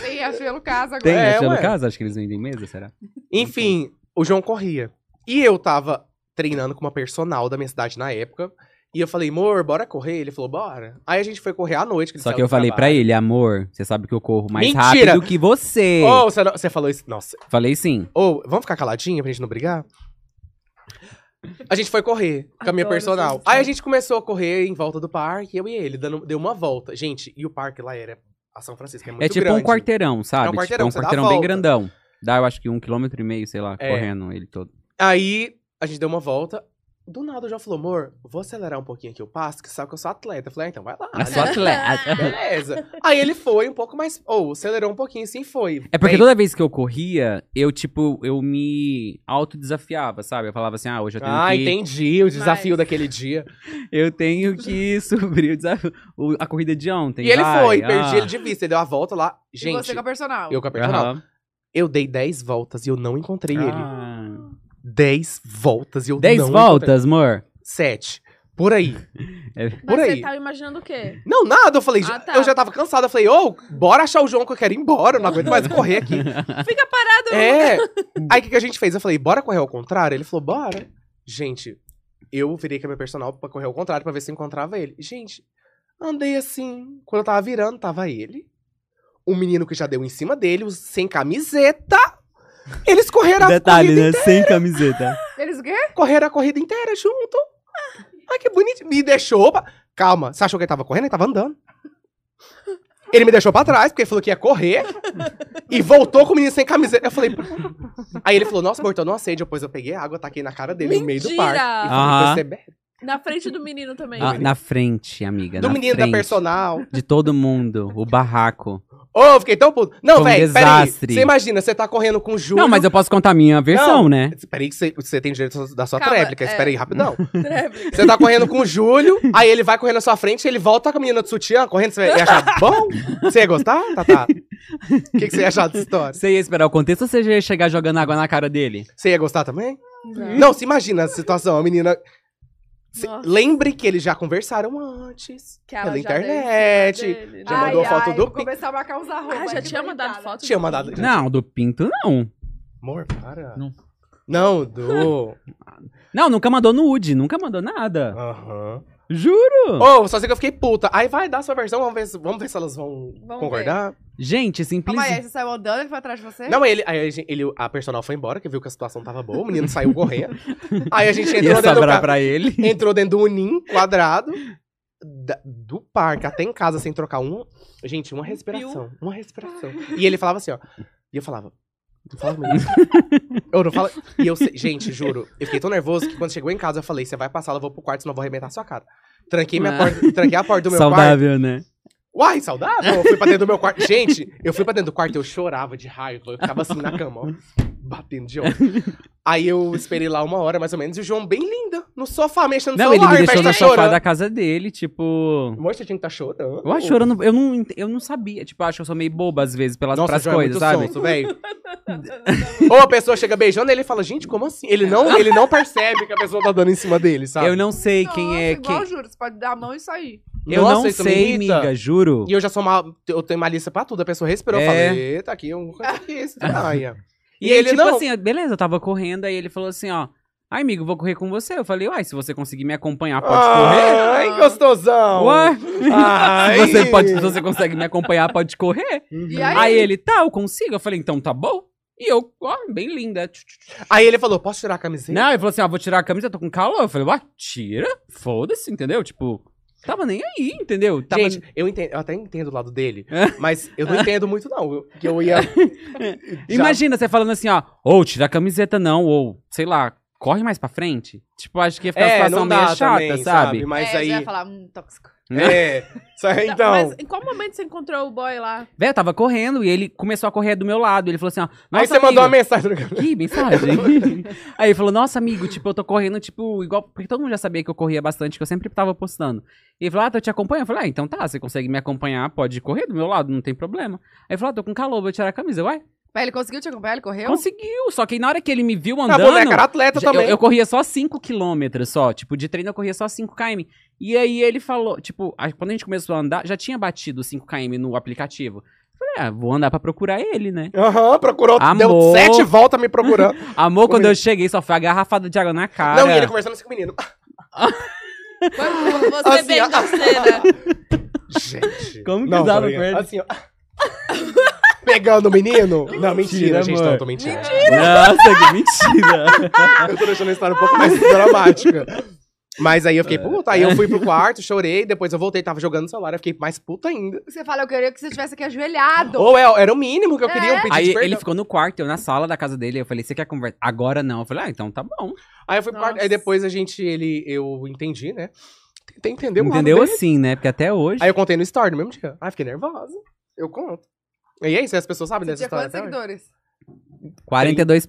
Tem a Fielo Casa agora.
Tem,
É,
é, no
ué.
caso? Acho que eles vendem mesa, será?
Enfim, o João corria. E eu tava treinando com uma personal da minha cidade na época. E eu falei, amor, bora correr? Ele falou, bora. Aí a gente foi correr à noite. ele
Só
saiu
que eu
do
falei pra
trabalho.
ele, amor, você sabe que eu corro mais
Mentira!
rápido que você.
Ô, você, não- você falou isso. Nossa,
Falei sim.
Ou, vamos ficar caladinha pra gente não brigar? A gente foi correr com a minha
Adoro
personal.
essas
Aí a gente começou a correr em volta do parque, eu e ele, dando, deu uma volta. Gente, e o parque lá era a São Francisco, é muito
é tipo
grande.
um quarteirão, sabe?
É um
Tipo,
quarteirão,
um
você dá a
quarteirão bem
volta.
grandão. Dá, eu acho que um quilômetro e meio, sei lá,
É.
correndo ele todo.
Aí a gente deu uma volta. Do nada o João falou, amor, vou acelerar um pouquinho aqui o passo, que sabe que eu sou atleta. Eu falei, ah, então vai lá.
É só atleta.
Beleza. Aí ele foi um pouco mais. Ou acelerou um pouquinho, sim, foi.
É porque
Bem-
toda vez que eu corria, eu, tipo, eu me autodesafiava, sabe? Eu falava assim, ah, hoje eu tenho
Ah,
que...
entendi o desafio
Mas-
daquele dia.
Eu tenho que subir o desafio. o- a corrida de ontem.
e ele
vai,
foi,
ah.
perdi ele de vista. Ele deu a volta lá.
E você
Gente,
com a personal.
eu com a personal.
Aham.
Eu dei 10 voltas e eu não encontrei ele.
Ah.
10 voltas e eu
Dez
não
voltas, amor.
7. Por aí.
Mas
Por
você
aí.
tava imaginando o quê?
Não, nada. Eu falei,
Ah, tá.
eu já tava cansada. Eu falei, ô, bora achar o João que eu quero ir embora. Eu não aguento mais correr aqui.
Fica parado!
é. Aí o que, que a gente fez? Eu falei, bora correr ao contrário? Ele falou, bora. Gente, eu virei com a minha personal pra correr ao contrário pra ver se eu encontrava ele. Gente, andei assim. Quando eu tava virando, tava ele. O menino que já deu em cima dele, os sem camiseta. Eles correram a
Detalhe,
corrida
né? Sem camiseta.
Eles o quê?
correram a corrida inteira junto. Ai, que bonito. Me deixou. Pra... Calma, você achou que ele tava correndo? Ele tava andando. Ele me deixou pra trás, porque ele falou que ia correr. e voltou com o menino sem camiseta. Eu falei. "Pô". Aí ele falou, nossa, morto, eu não aceito. Depois eu peguei água, taquei na cara dele no meio do
Mentira!
parque. E falei,
Aham.
"Você é bebe?"
Na frente do menino também.
Ah, na frente, amiga.
Do
na
menino
frente,
da personal.
De todo mundo. O barraco.
Ô, eu fiquei tão puto. Não,
Foi um
velho, peraí.
desastre.
Você imagina, você tá correndo com o Júlio.
Não, mas eu posso contar a minha versão, né?
Peraí, que você, você tem direito da sua
Calma,
tréplica.
é.
Espera aí, rapidão.
Treble.
Você tá correndo com o Júlio, aí ele vai correndo na sua frente, ele volta com a menina do sutiã, correndo, você ia achar bom? Você ia gostar, Tatá? O que, que você ia achar dessa história?
Você ia esperar o contexto ou você já ia chegar jogando água na cara dele?
Você ia gostar também?
Não.
Não, se imagina a situação, a menina... se-
Nossa.
Lembre que eles já conversaram antes,
Que ela
pela
já deu em cima
internet,
dele,
já
né?
mandou foto do
vou
pic.
começar a marcar uns arroba.
Ah, já
Ai, que
tinha mandado
brincada.
foto?
Tinha mandado-
Não, do pinto não.
Amor, para.
Não.
Não, do...
Não, nunca mandou nude, nunca mandou nada.
Aham.
Juro!
Ou, só sei que eu fiquei puta. Aí vai dar sua versão, vamos ver se, vamos ver se elas vão
Vamos
concordar.
Gente, simples.
Calma aí, aí você saiu andando, ele foi atrás de você?
Não, ele, aí a, gente- ele, a personal foi embora, que viu que a situação tava boa, o menino saiu correndo. Aí a gente
Ia
entrou dentro do
sobrar
carro.
pra ele.
entrou dentro do Unim quadrado da- do parque até em casa sem trocar um. Gente, uma respiração. Uma respiração. E ele falava assim, ó. E eu falava. Não fala comigo. eu não fala. E eu, sei- gente, juro, eu fiquei tão nervoso que quando chegou em casa eu falei: você vai passar, eu vou pro quarto, senão eu vou arrebentar a sua cara. Tranquei, minha
Ah.
porta, tranquei a porta do meu quarto.
Saudável, né?
Uai, saudável! Eu fui pra dentro do meu quarto. Gente, eu fui pra dentro do quarto e eu chorava de raiva. Eu ficava assim na cama, ó, batendo de ódio. Aí eu esperei lá uma hora, mais ou menos, e o João bem linda, no sofá, mexendo no
Não, ele
celular,
me
ao invés
deixou
de
no
tá
sofá
chorando.
da casa dele, tipo.
Moça, tinha que tá chorando.
Eu acho chorando. Eu não, ent- eu não sabia. Tipo, eu acho que eu sou meio boba às vezes pelas
Nossa,
pras
João é
coisas,
muito
sabe?
sonso, velho. Ou a pessoa chega beijando e ele fala, gente, como assim? Ele não, ele não percebe que a pessoa tá dando em cima dele, sabe?
Eu não sei quem é.
Nossa, igual
Quem...
juro, você pode dar a mão e sair.
Eu
Nossa,
não
isso me
sei,
irrita.
amiga, juro.
E eu já sou mal, eu tenho malícia pra tudo. A pessoa respirou, eu
É.
falei, eita, aqui, um isso, estranha.
E,
E
ele,
ele,
tipo
não.
assim, beleza, eu tava correndo, aí ele falou assim, ó. Ai, amigo, vou correr com você. Eu falei, uai, se você conseguir me acompanhar, pode
Ah, Ai, gostosão.
correr. Uai,
Ai.
se você, pode, se você consegue me acompanhar, pode correr.
Hum.
E
Aí,
aí?
Ah,
ele, tá, eu consigo. Eu falei, então tá bom. E eu, ó, bem linda. Tch, tch, tch.
Aí ele falou, posso tirar a camiseta?
Não, ele falou assim, ó, vou tirar a camisa, tô com calor. Eu falei, uai, tira, foda-se, entendeu? Tipo, tava nem aí, entendeu? Tava...
Gente, Tá, eu, entendo, eu até entendo o lado dele,
É.
mas eu não entendo muito, não. eu- Porque eu ia.
Imagina você falando assim, ó, ou tira a camiseta não, ou, sei lá, corre mais pra frente. Tipo, acho que ia ficar uma
É,
situação
não
meio
dá
chata,
também,
sabe? Né?
Mas
é,
aí.
Você vai falar, hum, tóxico.
É. Só então.
Mas em qual momento você encontrou o boy lá?
Velho, eu tava correndo e ele começou a correr do meu lado. Ele falou assim, ó.
Aí
"Nossa,
você mandou uma
amigo."
mensagem no
Que mensagem? Aí ele falou, nossa, amigo, tipo, eu tô correndo, tipo, igual. Porque todo mundo já sabia que eu corria bastante, que eu sempre tava postando. E ele falou, ah, eu te acompanho. Eu falei, ah, então tá, você consegue me acompanhar, pode correr do meu lado, não tem problema. Aí ele falou, ah, tô com calor, vou tirar a camisa. Ué,
Mas ele conseguiu te acompanhar? Ele correu?
conseguiu. Só que aí na hora que ele me viu
A
andando.
boneca era né, atleta
Já- Eu,
também.
eu corria só 5 km só. Tipo, de treino eu corria só 5 km. E aí ele falou, tipo, aí quando a gente começou a andar, já tinha batido 5 km no aplicativo. Eu Falei, ah, vou andar pra procurar ele, né?
Aham, procurou. Deu
Amor.
sete voltas me procurando.
Amor, quando
Como
eu cheguei, só foi a garrafada de água na cara.
Não, e ele conversando assim com o menino.
Quando você
Assim,
vem
ó.
da cena.
Gente.
Como que
não,
dava
tô brincando.
com ele?
Assim, ó. Pegando o menino? Não, mentira,
Mentira,
gente.
amor.
Não, eu tô mentindo.
Nossa, que mentira.
Eu tô deixando a história um pouco mais dramática. Mas aí eu
É.
fiquei puta. Aí eu fui pro quarto, chorei. Depois eu voltei, tava jogando no celular. Eu fiquei mais puta ainda.
Você fala, eu queria que você estivesse aqui ajoelhado.
Ou é, era o mínimo que eu queria, um pedido
Aí
de perdão.
ele ficou no quarto, eu na sala da casa dele. Eu falei, você quer conversar? Agora não. Eu falei, ah, então tá bom.
Aí eu fui pro quarto. Aí
Nossa.
depois a gente, ele, eu entendi, né? Tentei entender o lado
Entendeu
dele.
assim, né? Porque até hoje.
um Aí eu contei no story no mesmo dia. Ai, fiquei nervosa. Eu conto. E é isso, as pessoas sabem
Você
dessa
tinha
história.
quantos
até
seguidores?
hoje.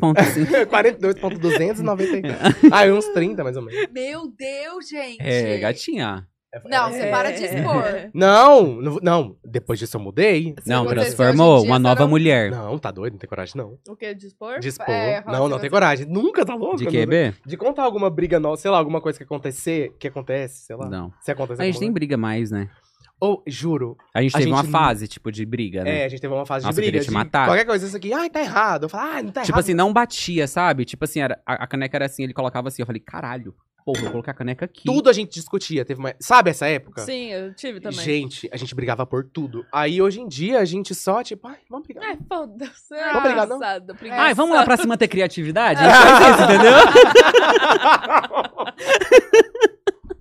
42,5.
42.290. Ah, uns 30, mais ou menos. é
Meu Deus, gente.
É, gatinha.
Não, você para de
É.
expor.
assim. Não, não, não. Depois disso eu mudei.
Se
Não,
aconteceu
transformou.
hoje em dia,
Uma nova
será-
mulher.
Não, tá doido, não tem coragem, não.
O que? Dispor?
De expor.
É, fala
não,
assim,
não tem
você-
coragem. Nunca tá louco.
De
não, né?
QB?
De contar alguma briga nossa, sei lá, alguma coisa que acontecer, que acontece, sei lá.
Não.
Se acontecer
A gente nem
alguma
briga mais, né?
coisa. Ou, juro,
A gente
A
teve uma
gente-
fase, tipo, de briga, né?
é, a gente teve uma fase
Nossa,
de
eu
briga.
queria te
de
matar.
Qualquer coisa, isso aqui, ai, tá errado. Eu falo, ah, não tá
tipo
errado.
assim, não batia, sabe? Tipo assim, era, a, a caneca era assim, ele colocava assim. Eu falei, caralho, porra, vou colocar a caneca aqui.
Tudo a gente discutia. Teve uma... Sabe essa época?
Sim, eu tive também.
Gente, a gente brigava por tudo. Aí hoje em dia a gente só, tipo, ai, vamos brigar.
Ai, foda-se.
Vamos
brigar, não?
é Engraçado, preguiça.
Ai, vamos lá pra cima ter criatividade?
É.
A gente faz isso, entendeu?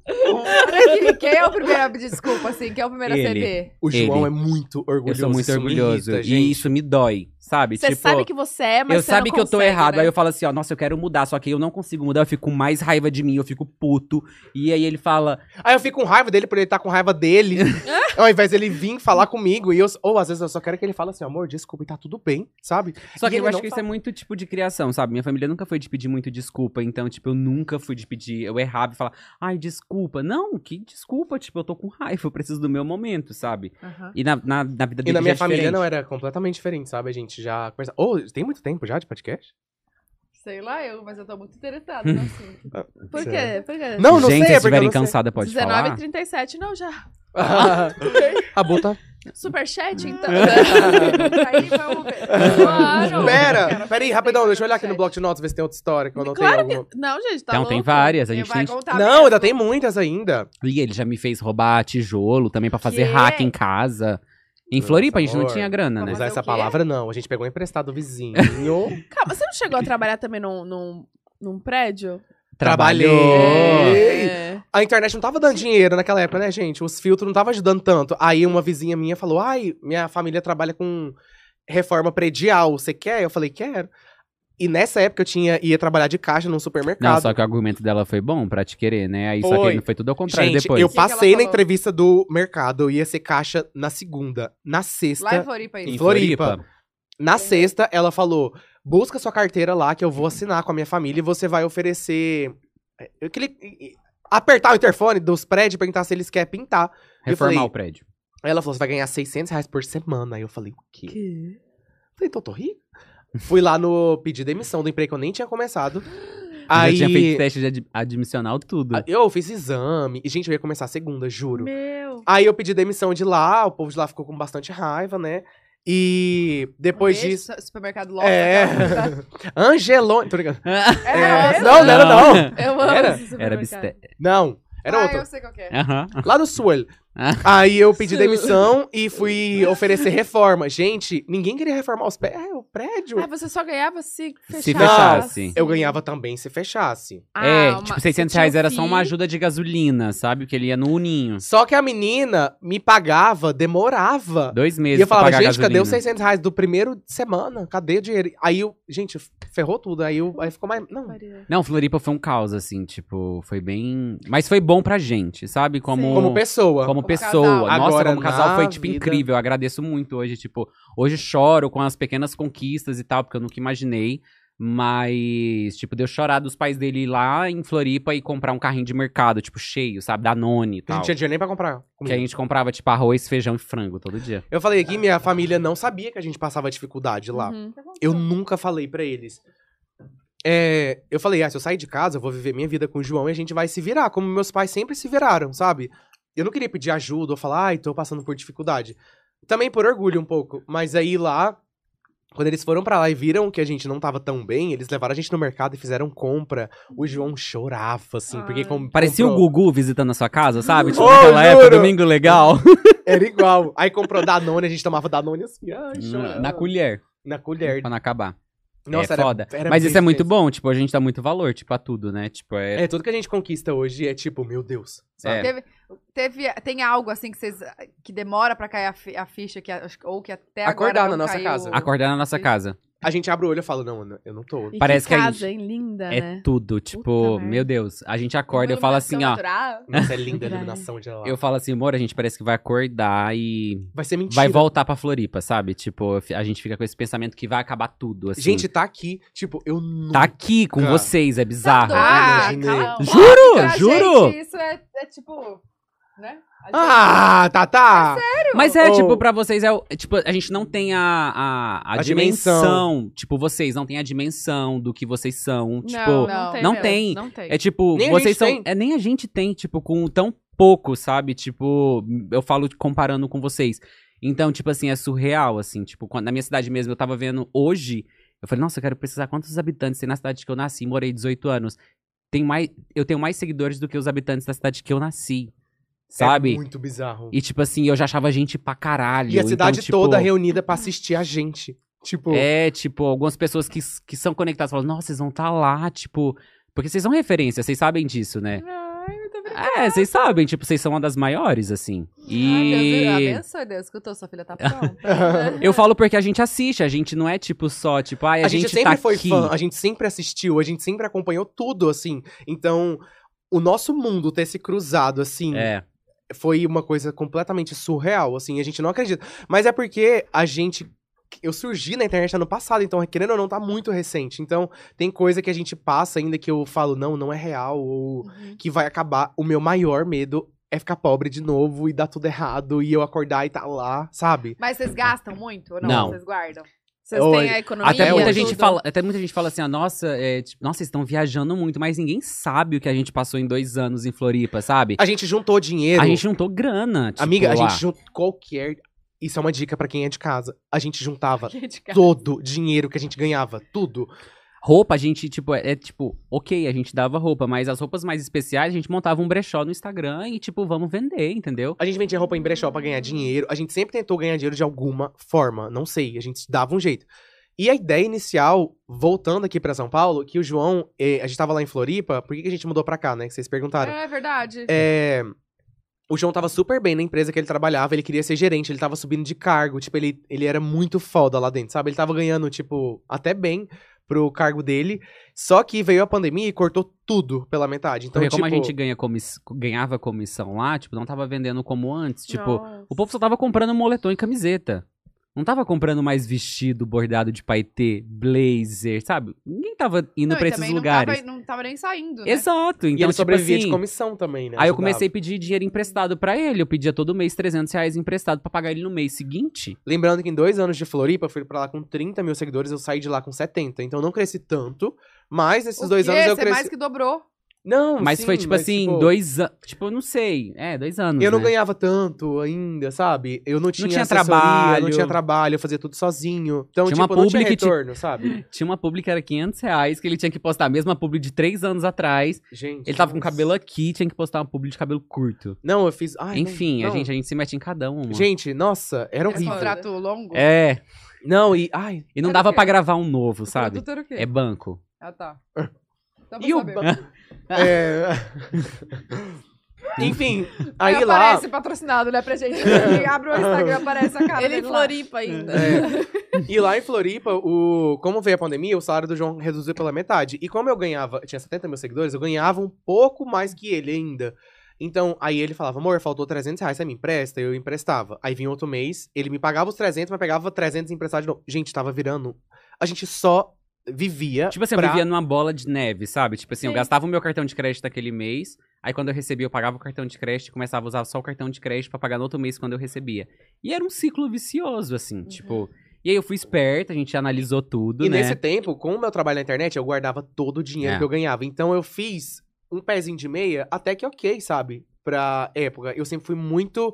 E Quem é o primeiro a pedir desculpa, assim? Quem é o primeiro a
Ele.
ceder?
O João
Ele.
é muito
Eu
orgulhoso.
sou muito
isso me
orgulhoso.
irrita,
e
gente.
isso me dói, sabe?
Você
tipo,
sabe que você é, mas
eu
você não
sabe que eu tô
consegue,
errado.
né?
Aí eu falo assim, ó, nossa, eu quero mudar, só que eu não consigo mudar, eu fico com mais raiva de mim, eu fico puto. E aí ele fala,
Aí eu fico com raiva dele por ele estar com raiva dele. ao invés dele vir falar comigo. E eu, ou às vezes eu só quero que ele fale assim, amor, desculpa, e tá tudo bem, sabe?
Só
E
que
ele
eu acho
não
que isso é
fala.
muito tipo de criação, sabe? Minha família nunca foi de pedir muito desculpa, então, tipo, eu nunca fui de pedir, eu errava e falar, ai, desculpa. Não, que desculpa, tipo, eu tô com raiva, eu preciso do meu momento, sabe?
Aham.
E na, na, na vida
E
dele
na
já
minha
é
família
diferente.
não era completamente diferente, sabe? A gente já conversa. Ô, tem muito tempo já de podcast?
Sei lá eu, mas eu tô muito interessada
Hum.
no assunto.
assim. Por quê? Por quê?
Ah, Não, não
Gente,
sei, é porque
se
eu
estiverem
não sei.
cansada, pode
19
falar.
e 37, não, já.
tá-
a Buta Hum.
Superchat, então.
Aí vamos ver.
Claro.
Pera, pera aí, rapidão, deixa eu olhar aqui no bloco de notas ver se tem outra história que eu anotei
Claro tá,
alguma.
Não, gente, tá
então
louco.
tem várias. A gente
Vai
tem...
contar
Não,
mesmo.
ainda tem muitas ainda.
E ele já me fez roubar tijolo também pra fazer
Quê?
hack em casa. Em
Nossa,
Floripa, a gente não
amor.
tinha grana, né?
Fazer
Usar essa
o quê?
palavra não, a gente pegou emprestado do vizinho.
Calma, você não chegou a trabalhar também num, num, num prédio?
Trabalhou.
Trabalhei.
É.
A internet não tava dando dinheiro naquela época, né, gente? Os filtros não tava ajudando tanto. Aí uma vizinha minha falou: Ai, minha família trabalha com reforma predial. Você quer? Eu falei, quero. E nessa época eu tinha, ia trabalhar de caixa num supermercado.
Não, só que o argumento dela foi bom pra te querer, né? Aí só que
Foi.
ele foi tudo ao contrário
Gente,
depois.
eu
O que que ela
passei na
falou?
entrevista do mercado, eu ia ser caixa na segunda. Na sexta.
Lá em Floripa, isso.
Em Floripa. Na sexta, ela falou: busca sua carteira lá, que eu vou assinar com a minha família e você vai oferecer. É, Eu queria apertar o interfone dos prédios e perguntar se eles querem pintar.
reformar
falei-
o prédio.
Aí ela falou: você vai ganhar 600 reais por semana. Aí eu falei: o quê?
Que...
Falei, então eu tô rico. Fui lá no pedir demissão do emprego que eu nem tinha começado. Aí.
Já tinha feito teste de ad- admissional, tudo.
Eu fiz exame. E, gente, eu ia começar a segunda, juro.
Meu.
Aí eu pedi demissão de lá, o povo de lá ficou com bastante raiva, né? E depois
Um beijo,
disso.
su- Supermercado Lost.
É.
aquela-
Angelone. Tô brincando.
É,
É,
essa?
Não, não era não.
Eu amo
Era?
esse
Era
supermercado.
biste...
Não, era
ah,
outro.
eu sei qual que é.
Aham.
Lá no Sul.
Ah.
Aí eu pedi
Sul.
demissão e fui oferecer reforma. Gente, ninguém queria reformar os pé, o prédio.
Ah, você só ganhava se fechasse.
Se fechasse.
Eu ganhava também se fechasse.
Ah,
é,
uma-
tipo,
você
600
tinha um
reais era só uma
fim.
ajuda de gasolina, sabe? Porque ele ia no Uninho.
Só que a menina me pagava, demorava.
Dois meses
E eu
pra
falava,
pagar
gente,
gasolina.
cadê os 600 reais do primeiro semana? Cadê o dinheiro? Aí, eu, gente, ferrou tudo. Aí, eu, aí ficou mais... Não,
Pariu.
Não, Floripa foi um caos, assim, tipo, foi bem... Mas foi bom pra gente, sabe? Como...
como pessoa.
Como
Como pessoa.
casal.
Nossa,
Agora,
como casal foi,
na
tipo,
vida-
incrível. Eu agradeço muito hoje, tipo... Hoje choro com as pequenas conquistas e tal, porque eu nunca imaginei. Mas, tipo, deu chorar dos pais dele ir lá em Floripa e comprar um carrinho de mercado, tipo, cheio, sabe? Da None e
A gente
tal.
não tinha dinheiro nem pra comprar
Que a
comida.
gente comprava, tipo, arroz, feijão e frango todo dia.
Eu falei aqui, minha família não sabia que a gente passava dificuldade lá.
Uhum.
Eu nunca falei pra eles. É, eu falei, ah, se eu sair de casa, eu vou viver minha vida com o João e a gente vai se virar, como meus pais sempre se viraram, sabe? Eu não queria pedir ajuda ou falar, ai, tô passando por dificuldade. Também por orgulho um pouco, mas aí lá, quando eles foram pra lá e viram que a gente não tava tão bem, eles levaram a gente no mercado e fizeram compra. O João chorava, assim, porque
Uhum. Ai.
com,
Parecia
comprou-
o Gugu visitando a sua casa, sabe? Tipo,
Ô,
naquela época,
juro!
domingo legal.
Era igual. Aí comprou Danone, a gente tomava Danone assim, ai,
Na,
chorava.
na colher,
Na colher.
pra não acabar.
Nossa,
é
era-
foda.
era
Mas isso é muito
difícil.
bom, tipo, a gente dá muito valor, tipo, a tudo, né? Tipo, é...
É, tudo que a gente conquista hoje é tipo, meu Deus.
é.
Teve, teve, tem algo assim que vocês que demora pra cair a, fi- a ficha que a- ou que até
Acordar
agora não
na nossa
caiu.
casa.
Acordar na
É.
nossa
Isso.
casa.
A gente abre o olho e fala, não, Ana, eu não tô.
E
Parece
que
que a
casa,
gente-
hein? Linda,
É
né?
tudo, tipo,
merda.
meu Deus. A gente acorda, eu falo assim, ó.
Natural.
Nossa, é linda a
Verdade.
iluminação de lá.
Eu falo assim, amor, a gente parece que vai acordar e
Vai ser mentira.
vai voltar pra Floripa, sabe? Tipo, a gente fica com esse pensamento que vai acabar tudo, assim.
Gente, tá aqui. Tipo, eu não.
tá aqui com
Cara.
vocês, é bizarro.
doido.
Ah,
imaginei.
cala a boca,
Juro,
gente,
juro.
isso é, é tipo, né? A gente-
Ah, tá, tá.
Mas é,
Ou-
tipo, pra vocês é. o- é, Tipo, a gente não tem a, a, a
A
dimensão.
dimensão.
Tipo, vocês não têm a dimensão do que vocês são. Tipo,
não
não
mesmo,
tem.
Não tem.
é tipo,
Nem a
vocês
gente
são.
tem.
É, nem a gente tem, tipo, com tão pouco, sabe? Tipo, eu falo comparando com vocês. Então, tipo assim, é surreal, assim. Tipo, quando- na minha cidade mesmo, eu tava vendo hoje. Eu falei, nossa, eu quero precisar quantos habitantes tem na cidade que eu nasci, morei 18 anos. Tem mais, eu tenho mais seguidores do que os habitantes da cidade que eu nasci. Sabe?
É muito bizarro. E,
E, tipo assim, eu já achava gente pra caralho.
a
Então,
cidade
tipo,
toda reunida pra assistir a gente. Tipo,
É, tipo, algumas pessoas que, s- que são conectadas falam, nossa, vocês vão estar lá, tipo. Porque vocês são referência, vocês sabem disso, né?
Ai, muito obrigada.
É, vocês sabem, tipo, vocês são uma das maiores, assim. E.
Ai, ah, Deus, abençoe, Deus, escutou, sua filha tá pronta.
eu falo porque a gente assiste, a gente não é tipo só, tipo, ai, a,
a gente,
tá
sempre foi
aqui.
fã, a gente sempre assistiu, a gente sempre acompanhou tudo, assim. Então, o nosso mundo ter se cruzado, assim,
É,
foi uma coisa completamente surreal, assim, a gente não acredita. Mas é porque a gente. Eu surgi na internet ano passado, então, querendo ou não, tá muito recente. Então, tem coisa que a gente passa ainda que eu falo, não, não é real, ou
Uhum.
que vai acabar. O meu maior medo é ficar pobre de novo e dar tudo errado e eu acordar e tá lá, sabe?
Mas vocês gastam muito ou não?
Não.
Vocês guardam?
Vocês
Oi.
têm a economia.
até muita,
hoje.
gente
tudo.
fala, até muita gente fala assim, ah, nossa, é, tipo, nossa, vocês estão viajando muito, mas ninguém sabe o que a gente passou em dois anos em Floripa, sabe?
A gente juntou dinheiro.
A gente juntou grana, tipo,
Amiga, a
lá.
gente juntou qualquer Isso é uma dica pra quem é de casa. A gente juntava
Gente, cara.
todo o dinheiro que a gente ganhava, tudo.
Roupa, a gente, tipo, é, é, tipo, ok, a gente dava roupa, mas as roupas mais especiais, a gente montava um brechó no Instagram e, tipo, vamos vender, entendeu?
A gente vendia roupa em brechó pra ganhar dinheiro. A gente sempre tentou ganhar dinheiro de alguma forma, não sei, a gente dava um jeito. E a ideia inicial, voltando aqui pra São Paulo, que o João, eh, a gente tava lá em Floripa, por que que a gente mudou pra cá, né? Que vocês perguntaram.
É verdade.
É, O João tava super bem na empresa que ele trabalhava, ele queria ser gerente, ele tava subindo de cargo, tipo, ele, ele era muito foda lá dentro, sabe? Ele tava ganhando, tipo, até bem pro cargo dele. Só que veio a pandemia e cortou tudo pela metade. Então,
Porque
tipo,
como a gente ganha comis- ganhava comissão lá, tipo, não tava vendendo como antes. Tipo,
Nossa.
o povo só tava comprando moletom e camiseta. Não tava comprando mais vestido bordado de paetê, blazer, sabe? Ninguém tava indo
Não,
pra
e
esses
também
lugares.
Não tava, não tava nem saindo, né?
Exato.
e
Então,
ele
tipo
sobrevivia
assim,
de comissão também, né?
Aí eu
Ajudava.
comecei a pedir dinheiro emprestado pra ele. Eu pedia todo mês 300 reais emprestado pra pagar ele no mês seguinte.
Lembrando que em dois anos de Floripa, eu fui pra lá com 30 mil seguidores, eu saí de lá com 70. Então eu não cresci tanto, mas nesses
O
dois
quê?
anos eu
Você é
cresci.
mais que dobrou.
Não,
Mas
sim,
foi tipo
mas,
assim,
tipo,
dois anos. Tipo, eu não sei. É, dois anos.
Eu não
né?
ganhava tanto ainda, sabe? Eu não tinha,
tinha
assessoria,
trabalho.
não tinha trabalho, eu fazia tudo sozinho. Então,
Tinha
tipo,
uma
eu não tinha
publi que te-
retorno, sabe?
Tinha uma publi que era 500 reais, que ele tinha que postar a mesma publi de três anos atrás.
Gente.
Ele tava com
nossa.
cabelo aqui, tinha que postar uma publi de cabelo curto.
Não, eu fiz. Ai, não-
Enfim,
não.
A, gente, a gente se mete em cada uma.
Gente, nossa, era
Esse
horrível.
contrato longo.
É,
Não, e. Ai.
e não
Era o
dava
quê?
pra gravar um novo,
O
sabe?
produto era o quê?
É banco.
Ah, tá. Só pra
E o
saber.
ba- é. Enfim, aí
É,
lá.
Aparece patrocinado, né, pra gente. Ele Abre o Instagram, aparece a cara
Ele em
dele lá.
Floripa ainda.
É. E lá em Floripa, o... como veio a pandemia, o salário do João reduziu pela metade. E como eu ganhava, eu tinha 70 mil seguidores, eu ganhava um pouco mais que ele ainda. Então, aí ele falava, amor, faltou 300 reais, você me empresta? Eu emprestava. Aí vinha outro mês, ele me pagava os 300, mas pegava 300 emprestado de novo. Gente, tava virando... A gente só vivia
Tipo assim,
pra...
eu vivia numa bola de neve, sabe? Tipo assim, eu
Sim.
gastava o meu cartão de crédito naquele mês, aí quando eu recebia, eu pagava o cartão de crédito e começava a usar só o cartão de crédito pra pagar no outro mês quando eu recebia. E era um ciclo vicioso, assim, tipo. E aí eu fui esperta, a gente analisou tudo,
Uhum. E
né?
nesse tempo, com o meu trabalho na internet, eu guardava todo o dinheiro
É.
que eu ganhava. Então eu fiz um pezinho de meia até que ok, sabe? Pra época. Eu sempre fui muito.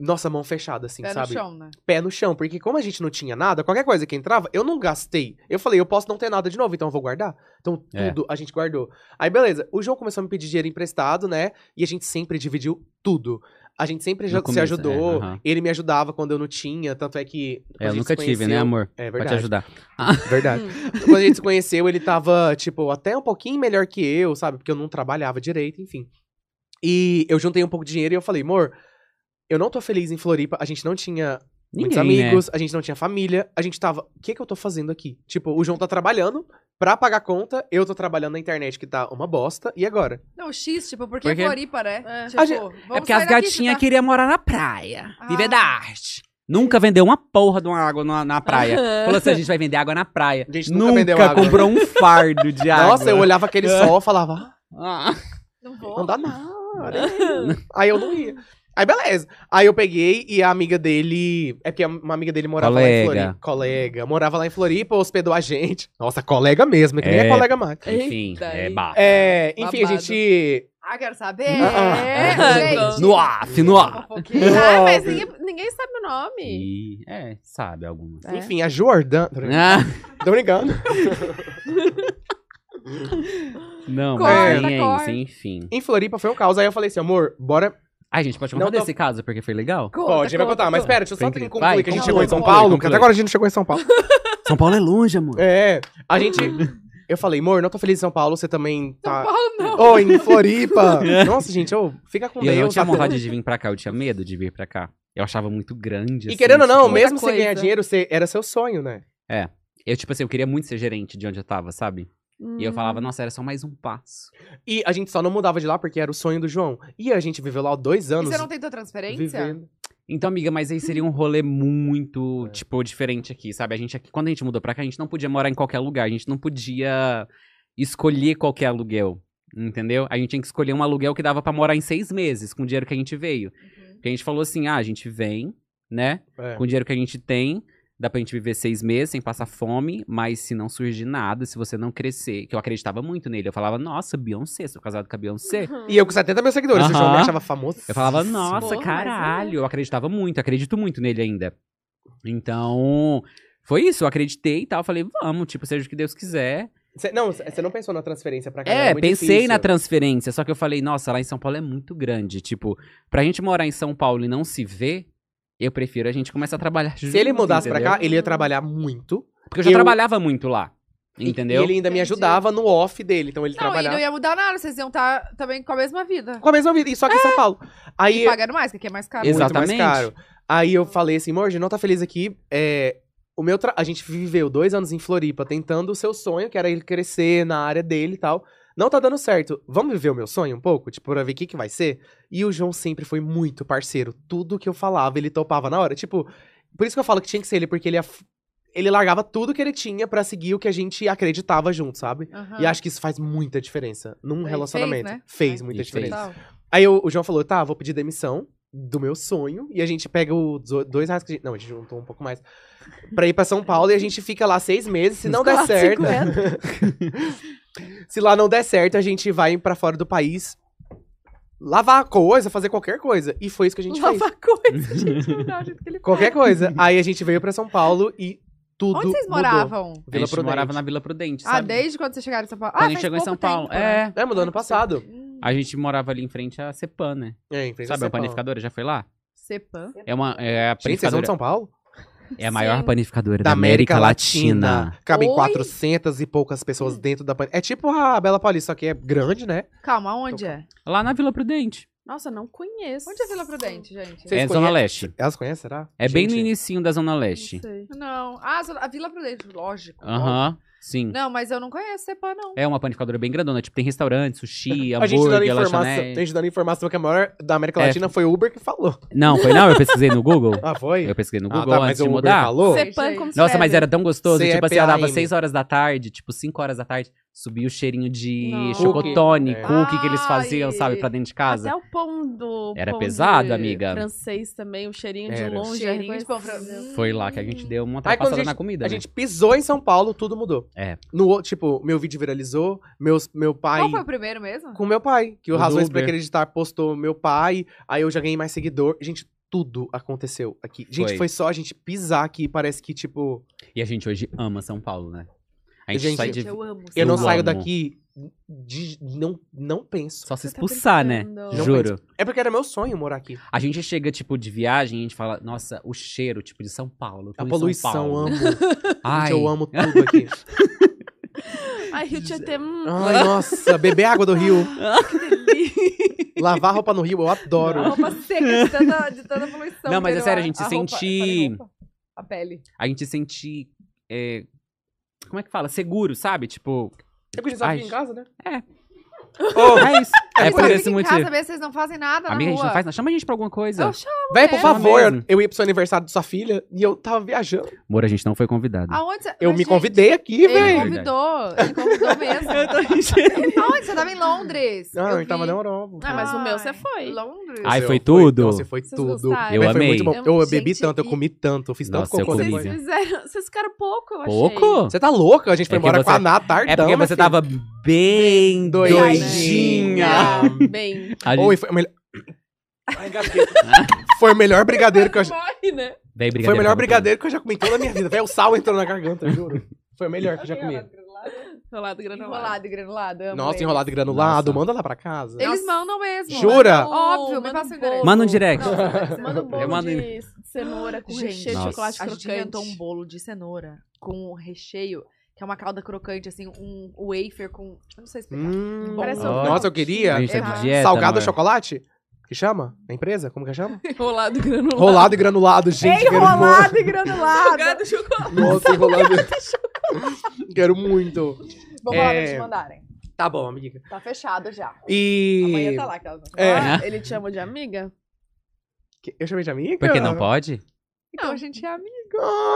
Nossa, mão fechada, assim,
Pé no
sabe?
chão, né?
Pé no chão. Porque como a gente não tinha nada, qualquer coisa que entrava, eu não gastei. Eu falei, eu posso não ter nada de novo, então eu vou guardar. Então
É.
tudo a gente guardou. Aí beleza, o João começou a me pedir dinheiro emprestado, né? E a gente sempre dividiu tudo. A gente sempre
No
já- se
começo, é,
ajudou.
aham.
Ele me ajudava quando eu não tinha, tanto é que. quando
É,
a
eu
gente
nunca
se
tive, né,
conheceu-
amor?
É
Pra
verdade.
te ajudar.
Verdade.
Hum.
Quando a gente se conheceu, ele tava, tipo, até um pouquinho melhor que eu, sabe? Porque eu não trabalhava direito, enfim. E eu juntei um pouco de dinheiro e eu falei, amor, eu não tô feliz em Floripa. A gente não tinha muitos
Ninguém, né?
amigos, a gente não tinha família. A gente tava, o que que eu tô fazendo aqui? Tipo, o João tá trabalhando pra pagar conta, eu tô trabalhando na internet que tá uma bosta, e agora?
Não, X, tipo, porque
Por quê?
Floripa, né?
É.
Tipo,
A gente-
vamos
Né? É porque as
sair daqui,
gatinhas
tá-
queriam morar na praia.
Ah.
Viver da arte. Nunca vendeu uma porra de uma água na, na praia. Falou assim, a gente vai vender água na praia.
A gente nunca vendeu água.
comprou um fardo de água.
Nossa, eu olhava aquele
É.
sol e falava, "Ah,
Ah.
Não vou.
Não dá nada. Aí eu não ia. Aí beleza. Aí eu peguei e a amiga dele. É porque uma amiga dele morava
Colega.
lá em Floripa. Colega. Morava lá em Floripa, hospedou a gente. Nossa, colega mesmo, é que nem é
É.
colega mais.
Enfim,
Eita,
é
eita.
barra.
É, enfim, a
Babado.
gente.
Ah, quero saber. É,
Ah,
Gente,
É No off, no off.
fofoqueira.
Ah, mas ninguém, ninguém sabe o nome.
E, é, sabe algumas.
É.
Enfim, a Jordan.
Ah,
Tô brincando.
não,
Corta,
mas nem é
corta.
isso, enfim.
em Floripa foi um caos. Aí eu falei assim, amor, bora.
Ai, gente, pode
Não,
contar
não.
desse caso, porque foi legal?
Conta,
tá
Pode, vai
conta,
contar. Mas
conta.
pera, deixa eu só
Tem que-
concluir
vai,
que a gente
conclui,
chegou em São
conclui,
Paulo.
conclui.
Que até agora a gente não chegou em São Paulo.
São Paulo é longe, amor.
É. A gente. Eu falei, amor, não tô feliz em São Paulo, você também tá.
Paulo, não.
Ô, em Floripa! Nossa, gente, ô, fica com
E eu não
Deus.
tinha
tá
vontade de vir pra cá, eu tinha medo de vir pra cá. Eu achava muito grande.
E
assim,
querendo ou não,
tipo,
mesmo sem
coisa.
ganhar dinheiro, você, era seu sonho, né?
Eu, tipo assim, eu queria muito ser gerente de onde eu tava, sabe? E eu falava, nossa, era só mais um passo.
E a gente só não mudava de lá porque era o sonho do João. E a gente viveu lá dois
E
anos.
você não tentou transferência?
vivendo.
Então, amiga, mas aí seria um rolê muito, tipo, diferente aqui, sabe? A gente aqui, quando a gente mudou pra cá, a gente não podia morar em qualquer lugar, a gente não podia escolher qualquer aluguel, entendeu? A gente tinha que escolher um aluguel que dava pra morar em seis meses, com o dinheiro que a gente veio. Porque a gente falou assim, ah, a gente vem, né?
É.
Com o dinheiro que a gente tem, Dá pra gente viver seis meses sem passar fome, mas se não surgir nada, se você não crescer, que eu acreditava muito nele, eu falava, nossa, Beyoncé, sou casado com a Beyoncé.
Ah.
E eu com 70 mil seguidores, esse
Aham.
jogo me achava famoso.
Eu falava, nossa,
Porra, mas é.
caralho, eu acreditava muito, acredito muito nele ainda. Então, foi isso, eu acreditei e tal, falei, vamos, tipo, seja o que Deus quiser.
Cê- não, você não pensou na transferência pra cá?
É,
era muito
pensei
difícil.
na transferência, só que eu falei, nossa, lá em São Paulo é muito grande, tipo, pra gente morar em São Paulo e não se ver, eu prefiro a gente começar a trabalhar junto.
Se ele mudasse
entendeu?
pra cá, ele ia trabalhar muito.
Porque eu já
eu-
trabalhava muito lá,
E-
entendeu?
E ele ainda me
Entendi.
ajudava no off dele, então ele
Não, e não
trabalhava
ia mudar nada, vocês iam estar também com a mesma vida.
com a mesma vida, e só que em
É.
São Paulo. Aí
E pagando mais, que aqui é mais caro.
Exato.
Muito
Exatamente.
mais caro. Aí eu falei assim, Morgan, não tá feliz aqui. É, o meu tra- A gente viveu dois anos em Floripa tentando o seu sonho, que era ele crescer na área dele e tal. Não tá dando certo. Vamos viver o meu sonho um pouco? Tipo, pra ver o que, que vai ser? E o João sempre foi muito parceiro. Tudo que eu falava, ele topava na hora. Tipo, por isso que eu falo que tinha que ser ele, porque ele, af- ele largava tudo que ele tinha pra seguir o que a gente acreditava junto, sabe?
Aham.
E acho que isso faz muita diferença num
Ah. Fez,
relacionamento.
né?
Fez
É.
muita
E fez.
diferença.
Total.
Aí o, o João falou, tá, vou pedir demissão do meu sonho. E a gente pega os o- dois reais que a gente... Não, a gente juntou um pouco mais. Pra ir pra São Paulo e a gente fica lá seis meses.
Hum,
Se não der certo...
né?
se lá não der certo, a gente vai pra fora do país lavar a coisa, fazer qualquer coisa. E foi isso que a gente fez.
Lava coisa, gente. Não dá o jeito que ele
Qualquer coisa. Aí a gente veio pra São Paulo e tudo
Onde vocês
mudou.
moravam?
A
Vila
gente
Prudente.
morava na Vila Prudente,
Ah,
sabe?
desde quando vocês chegaram em São Paulo?
Quando
ah,
a gente
faz
chegou em São
pouco
Paulo.
tempo, né?
é,
É, mudou ano passado.
a gente morava ali em frente à Cepan, né?
É, em frente a
Sabe a
São Paulo.
panificadora? Já foi lá?
Cepan.
É uma é a
Gente, vocês são
panificadora,
de São Paulo?
é a maior
Sim.
panificadora da América, Latina.
Cabem
Oi?
400 e poucas pessoas dentro da pan... É tipo a Bela Paulista, só que é grande, né?
Calma, onde é?
Lá na Vila Prudente.
Nossa, não conheço.
Onde é Vila Prudente, gente?
Vocês
é Zona
conhecem?
Leste.
Elas conhecem, será?
É bem no
Gente,
inicinho da Zona Leste.
Não sei.
Não. Ah, Zona- a Vila Prudente, lógico. lógico.
Aham, sim.
Não, mas eu não conheço Cepan, não.
É uma panificadora bem grandona. Tipo, tem restaurante, sushi,
A gente, tá dando
hambúrguer,
informação, a
lanchonete.
gente tá dando informação que a maior da América
É.
Latina foi o Uber que falou.
Não, foi não? Eu pesquisei no Google.
Ah, foi?
Eu pesquisei no
ah,
Google
tá,
antes
mas o
de
Uber
mudar.
falou?
Cê-
Cepan como se
Nossa,
escreve.
mas era tão gostoso.
C-E-P-A-M.
Tipo assim, eu dava 6 horas da tarde, tipo 5 horas da tarde, subia o cheirinho de
Nossa.
chocotone,
Cookie.
cookie que eles faziam,
Ai.
sabe, pra dentro de casa.
Até o pão do.
Era
pão
pesado,
de
amiga.
francês também, o cheirinho de
Era.
longe.
Cheirinho
é
de pão
reconhecível.
francês.
Foi lá que a gente deu uma
Aí quando
ultrapassada
a gente-
na comida.
A
né?
gente pisou em São Paulo, tudo mudou.
É.
No, outro, tipo, meu vídeo viralizou, meus, meu pai...
Qual foi o primeiro mesmo?
Com meu pai, que o
O do
Razões pra
Uber.
Acreditar postou meu pai, aí eu já ganhei mais seguidor. Gente, tudo aconteceu aqui. Gente, foi,
Foi.
só a gente pisar aqui, parece que, tipo...
E a gente hoje ama São Paulo, né? A gente,
Gente,
sai de.
Gente, eu amo.
Eu não
Eu
saio
amo.
daqui... de- não, não penso.
Só se
Você tá
expulsar, né?
brincando.
Não
Juro.
É porque era meu sonho morar aqui.
A gente chega, tipo, de viagem e a gente fala, nossa, o cheiro, tipo, de São Paulo. eu tô
A
em
poluição,
São
amo.
Paulo.
Gente,
Ai,
eu amo tudo aqui.
Ai, Rio Tietê. hum,
Ai, nossa, beber água do rio,
que delícia.
lavar roupa no rio, eu
A
adoro.
roupa seca de tanta, de tanta poluição.
Não, mas é
entendeu?
sério, a gente se
roupa-
sente-
falei roupa? A pele.
A gente sentir. é, Como é que fala? Seguro, sabe? Tipo.
É porque a gente só
Ai, É.
fica em casa, né?
Oh, é isso. É
Vocês
por
ficam
esse
em
motivo.
casa mesmo, vocês não fazem nada
Amiga, a
na
gente
rua.
não faz nada. Chama a gente pra alguma coisa.
Eu chamo.
Véi, por
É.
favor,
Mesmo.
eu ia pro seu aniversário da sua filha e eu tava viajando.
Amor, a gente não foi convidado.
Ah,
Aonde você... Mas,
Eu me
gente,
convidei aqui,
Ele
véi.
convidou. Ele convidou mesmo.
Eu tô enchendo.
Aonde? Você tava em Londres.
Não,
eu
eu tava
vi.
na Europa.
Ah, mas o meu você
Ai,
foi.
Londres?
Ai,
Nossa,
foi
eu fui-
tudo?
Nossa, foi
Vocês
tudo.
gostaram?
Eu
Véi, foi
amei.
muito bom.
Eu-
Eu, bebi
gente,
tanto, eu
e-
comi tanto, eu fiz tanto
Nossa,
cocô
eu comi.
depois.
Vocês fizeram. Vocês ficaram pouco, eu achei.
Pouco?
Você tá louco? A gente foi
É que
embora com a
você-
Ná tardão.
É porque você tava
assim.
bem
Doidinha.
doidinha.
Bem.
A gente-
Oi, foi o melhor... Ai, engasguei. Foi o melhor brigadeiro que eu já...
Morre, né?
Véi, brigadeiro
Foi o melhor
tava
brigadeiro que eu já comi em toda a minha vida. Véi, o sal entrou na garganta, juro. Foi o melhor que eu já comi.
Enrolado
Rolado granulado.
e granulado. amo
Nossa,
eles.
enrolado e granulado,
Nossa.
manda lá pra casa.
Eles
Nossa.
mandam mesmo.
Jura?
Mandam- Óbvio, me
Manda
passa o
um
endereço.
tudo. Manda um direct.
Nossa, manda um
Eu
bolo
mando-
de cenoura É com
Gente,
recheio de
Nossa.
chocolate
A gente
crocante.
inventou um bolo de cenoura com recheio, que é uma calda crocante, assim, um wafer com... Eu não sei explicar.
Hum,
Parece um
nossa, eu
doidinha.
queria.
A gente tá
Errado.
de dieta,
Salgado
amor.
chocolate? Que chama? A empresa? Como que chama?
Rolado granulado.
Rolado e granulado, gente. quero
Enrolado e granulado.
Salgado chocolate.
muito. Nossa, enrolado. quero muito.
Vou falar pra
É.
eles mandarem.
Tá bom, amiga.
Tá fechado já. Amanhã
E.
tá lá, aquelas.
É.
Ah, ele te chama de amiga?
Que- Eu chamei de amiga?
Porque não pode?
Então a gente é amigo.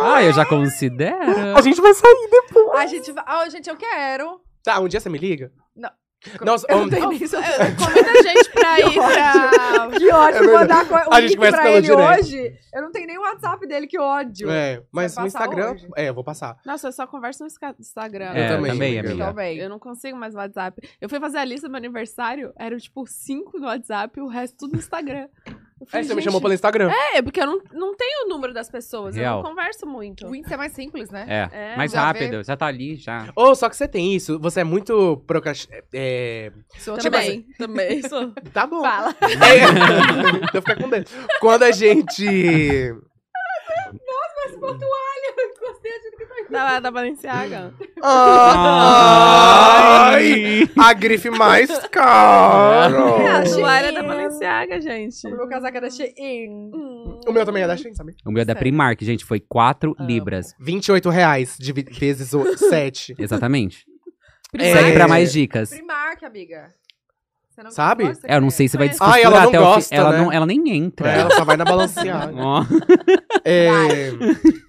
Ah, eu já considero.
A gente vai sair.
Então, A gente vai... Ah, gente, eu quero.
Tá, um dia você me liga?
Não.
Nossa,
Eu
hum,
não é, tenho nem
Convida a gente pra ir pra.
é. Que ódio
É
mandar co- o
A gente
link
conhece
pra
pelo
ele
direct.
hoje. Eu não tenho nem o WhatsApp dele, que ódio.
é, mas
vai
no
passar
Instagram.
hoje?
É, eu vou passar.
Nossa, eu só converso no Insta- Instagram.
É,
eu também,
também,
amiga.
amiga.
Também.
Eu não consigo mais WhatsApp. Eu fui fazer a lista do meu aniversário, eram tipo cinco no WhatsApp e o resto tudo no Instagram. Eu
É,
falei,
você me
"Gente,
chamou pelo Instagram.
É, porque eu não, não tenho o número das pessoas, eu
Real.
não converso muito.
O Insta é mais simples, né?
É,
É,
mais
já
rápido, já tá ali, já.
Ou só que você tem isso, você é muito procrast... é,
Sou
Tipo
também.
assim,
Também, também. Sou...
Tá bom.
Fala.
É, então fica com Deus. Quando a gente.
assim. Gostei, achando que foi-
Da, da Balenciaga.
Ai, a grife mais cara.
Ah,
a Juara é da
Shein.
Balenciaga, gente.
O meu casaco era Shein.
O meu também é da Shein, sabe?
O meu é da
Sério.
Primark, gente, foi 4
Amo.
libras.
28 reais de vi- vezes 7.
Exatamente.
É.
Segue pra mais dicas.
Primark, amiga. Você não
Sabe?
gosta,
É, eu não
cara?
sei se vai
Mas-
descosturar
Ah, ela não
até o
gosta,
fim. Ela,
né?
não, ela nem entra.
Ela só vai na balanceada.
Ó.
É,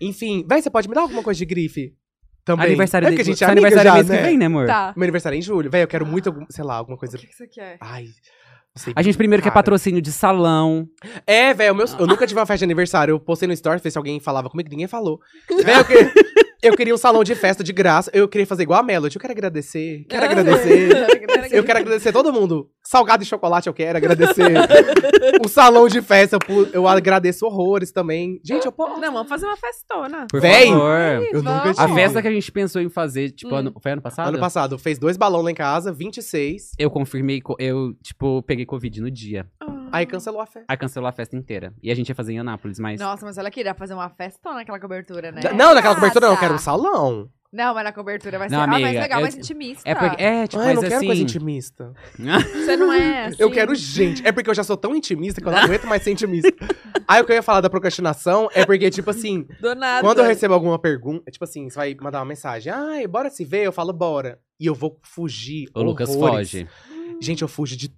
enfim, vai, você pode me dar alguma coisa de grife? Também.
Aniversário,
é
de,
porque a gente é
seu
amiga
aniversário
já,
mês
né?
que vem, né, amor?
Tá.
Meu aniversário é em julho. Véi, eu quero muito, algum- sei lá, alguma
O
coisa.
que, que você quer?
Ai, não sei.
A gente primeiro é quer
Cara.
patrocínio de salão.
É, velho, meu... eu nunca tive uma festa de aniversário. Eu postei no story, ver se alguém falava comigo, ninguém falou. Velho, eu, que- eu queria um salão de festa de graça. Eu queria fazer igual a Melody. Eu quero agradecer,
Ah,
quero agradecer. Eu quero agradecer todo mundo. Salgado e chocolate eu quero agradecer. o salão de festa, eu pu- eu agradeço horrores também. Gente, eu posso.
Não, vamos fazer uma festona.
Por
Véi,
favor.
Eu nunca
Vamos.
tive.
A festa que a gente pensou em fazer, tipo,
Hum.
ano, foi ano passado?
Ano passado, fez dois balão lá em casa, 26.
Eu confirmei, co- eu, tipo, peguei Covid no dia.
Aí cancelou a festa.
Aí cancelou a festa inteira. E a gente ia fazer em Anápolis, mas.
Nossa, mas ela queria fazer uma festona naquela cobertura, né?
Da- Não, naquela
Ah,
cobertura não, eu
tá.
quero um salão.
Não, mas na cobertura vai ser
Não,
ah, mais
amiga,
legal,
eu-
mais intimista.
É, porque, é tipo,
Ai, eu não
mas
quero
assim.
coisa intimista.
Você não é assim.
Eu quero gente. É porque eu já sou tão intimista que eu não aguento mais ser intimista. Aí o que eu ia falar da procrastinação é porque, tipo assim,
Do nada.
quando eu recebo alguma pergunta, tipo assim, você vai mandar uma mensagem, ai, bora se ver, eu falo, bora. E eu vou fugir.
o Lucas
horrores.
foge.
Gente, eu fujo de.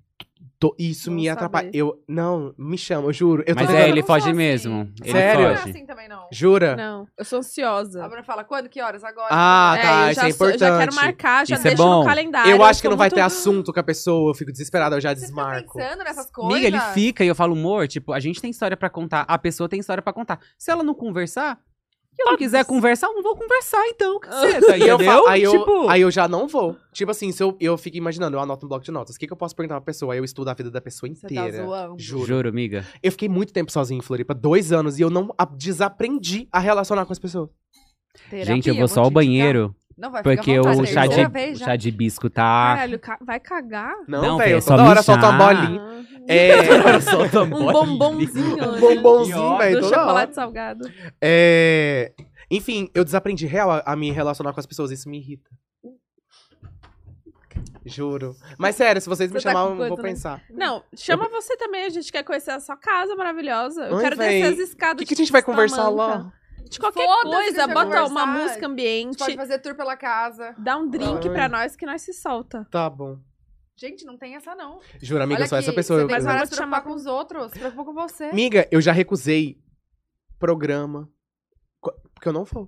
to- Isso
Bom
me atrapalha.
saber.
Eu. Não, me chama, eu juro. Eu tô
Mas
Não,
é,
eu
tentando-
ele
não sou
foge
assim.
mesmo. Ele
Sério?
Não é
foge.
assim também, não.
Jura?
Não, eu sou ansiosa.
A Bruna fala, quando? Que horas? Agora?
Ah,
É,
tá,
eu
isso
já
é
sou- eu já quero
importante.
marcar, já
Isso é
deixo no
bom.
calendário.
Eu acho que
sou
não vai ter
muito-
assunto com a pessoa, eu fico desesperada, eu já
Vocês ficam
desmarco.
pensando nessas coisas?
Amiga, ele fica e eu falo, amor, tipo, a gente tem história pra contar, a pessoa tem história pra contar. Se ela não conversar, e eu não quiser conversar, eu não vou conversar, então. Caceta,
E eu
entendeu?
falo- aí, eu,
tipo,
aí eu já não vou. Tipo assim, se eu, eu fico imaginando, eu anoto um bloco de notas. O que, que eu posso perguntar pra uma pessoa? Aí eu estudo a vida da pessoa
Você tá
inteira.
zoando.
Juro.
juro. amiga.
Eu fiquei muito tempo sozinho em Floripa, dois anos, e eu não a- desaprendi a relacionar com as pessoas.
gente,
Terapia, é
eu vou só
te
ao
indicar.
banheiro,
Não vai ficar
porque
à vontade,
o é chá, de,
terceira vez
o
já.
chá de hibisco
Ah.
tá...
Caralho, ca- vai cagar?
Não,
véi,
véi,
eu
é só
toda hora
mijar.
solto uma bolinha.
Ah,
É,
um bombonzinho.
um
né?
bombonzinho, velho,
Do
toda hora.
chocolate salgado.
É, enfim, eu desaprendi real a, a me relacionar com as pessoas, isso me irrita. Juro. Mas sério, se vocês me
Você tá
chamarem,
com
eu vou
coisa, né?
pensar.
Não, chama você também, a gente quer conhecer a sua casa maravilhosa. Eu
Ai,
quero
véi,
descer as
O
escadas.
que,
de
que a gente vai
Salamanca.
conversar lá?
De qualquer
Foda-se que a
coisa,
gente vai
bota uma
conversar.
música
Você pode
ambiente,
fazer tour pela casa.
dá um drink
Ai.
pra nós que nós se solta.
Tá bom.
Gente, não tem essa não.
Juro, amiga,
Olha
eu sou
aqui,
essa pessoa.
Você
Eu,
tem que
Mas
eu-
parar
vou
de
te
se
chamar
preocupar com os outros. Se preocupa com você.
Amiga, eu já recusei programa. co- Porque eu não vou.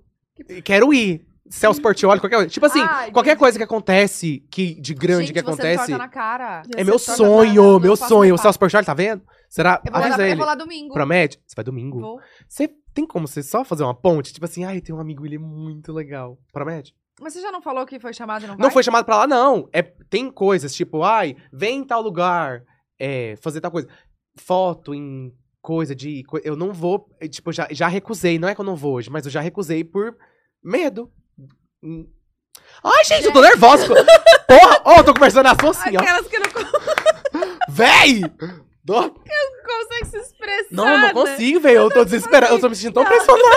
Quero ir. Celso Portioli, qualquer coisa. Tipo assim,
Ah,
qualquer
entendi.
coisa que acontece, que, de grande
Gente,
que
Você
acontece,
torta na cara.
Você
é meu
torta-
sonho,
não, não
meu
faço
sonho. O
mais
Celso Portioli, tá vendo? Será?
Eu vou, lá,
Avisa
eu
ele.
vou lá domingo.
Promete? Você vai domingo?
Vou.
Você tem como você só fazer uma ponte? Tipo assim, ai, tem um amigo, ele é muito legal. Promete?
Mas você já não falou que foi chamado e não vai?
Não foi chamado pra lá, não. É, tem coisas, tipo, ai, vem em tal lugar, é, fazer tal coisa. Foto em coisa de. co- Eu não vou. é, Tipo, já, já recusei. Não é que eu não vou hoje, mas eu já recusei por medo. Hum. Ai, gente, eu tô nervosa. co- Porra! Ó, eu tô conversando assim, assim, ó.
Aquelas que não con-
Véi! Dó-
conseguem se expressar.
Não, eu não
né?
consigo, velho. Eu tô desesperada. Eu tô me sentindo tão pressionada.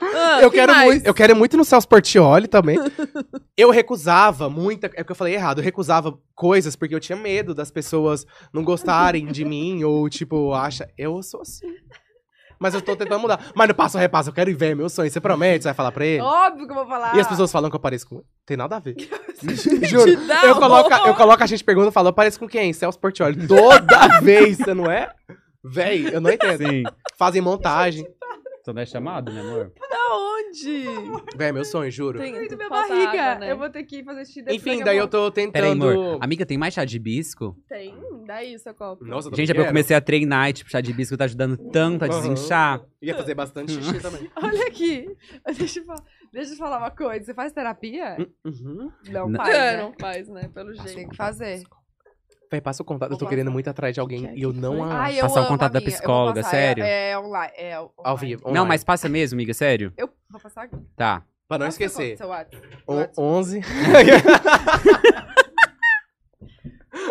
Ah,
Eu
que
quero,
mais?
muito, eu quero ir muito no Celso Portioli também. eu recusava muita. É o que eu falei errado. Eu recusava coisas porque eu tinha medo das pessoas não gostarem de mim ou, tipo, acha. Eu sou assim. Mas eu tô tentando mudar. Mas não passo a repasso, eu quero ir ver é meu sonho. Você promete, você vai falar pra ele?
Óbvio que eu vou falar.
E as pessoas falam que eu pareço com. Tem nada a ver. Juro.
Te dá
Eu
um-
coloco, eu coloco a gente pergunta e falo, parece com quem? Celso Portioli. Toda vez, você não é? Véi, eu não entendo.
Sim.
Fazem montagem.
Você não é chamado, meu amor?
Da onde?
Véi, meu sonho, juro.
Tem,
Muito minha
falta
barriga.
água, né?
Eu vou ter que fazer xixi dentro
Enfim,
da
daí
minha
eu tô tentando.
Peraí, amor. Amiga, tem mais chá de
Hum,
hibisco?
Tem, dá isso, copo.
Nossa, eu também
Gente, é porque eu
quero.
comecei a treinar e, tipo, chá de hibisco tá ajudando tanto a
Aham.
desinchar.
Ia fazer bastante xixi também.
Olha aqui. Deixa eu, falar, deixa eu falar uma coisa. Você faz terapia?
Uhum.
Não
Não.
faz,
É,
né?
não faz, né? Pelo
Tem
jeito.
que fazer.
Véi, passa o contato.
Vou
Eu tô querendo muito atrás de alguém
Que que
e eu
foi?
não a...
Ai, Ah, eu
Passar o
amo,
contato da
amiga. Eu vou
psicóloga,
passar,
sério?
É, é online. É online.
Ao vivo.
Não,
online.
mas passa mesmo, amiga, sério?
Eu vou passar agora.
Tá.
Pra não
Qual que é o
esquecer.
seu WhatsApp?
O-
WhatsApp?
11.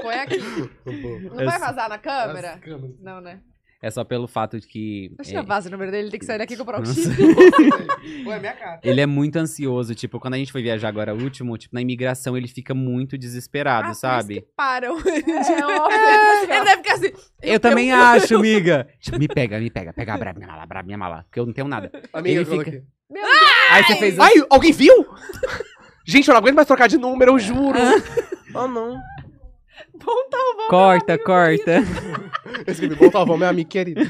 Põe aqui. Não vai vazar na câmera? Não, né?
É só pelo fato de que.
Acho
é,
que vaza o número dele, tem que sair daqui e comprar um
Nossa.
chip.
Ué, minha cara.
Ele é muito ansioso, tipo, quando a gente foi viajar agora o último, tipo, na imigração ele fica muito desesperado,
Ah,
sabe?
Param.
É né?
Ele deve ficar assim.
Eu, também acho, amiga. Tipo, me pega, me pega, pega, abre a minha mala, abre a minha mala, porque eu não tenho nada.
Amiga,
Ele
eu
fica-
coloquei.
Aí você fez um-
Ai, alguém viu? Gente, eu não aguento mais trocar de número, eu juro. Ah, não.
Ponta
corta, corta.
Eu escrevi, bom, tá bom, meu amigo querido.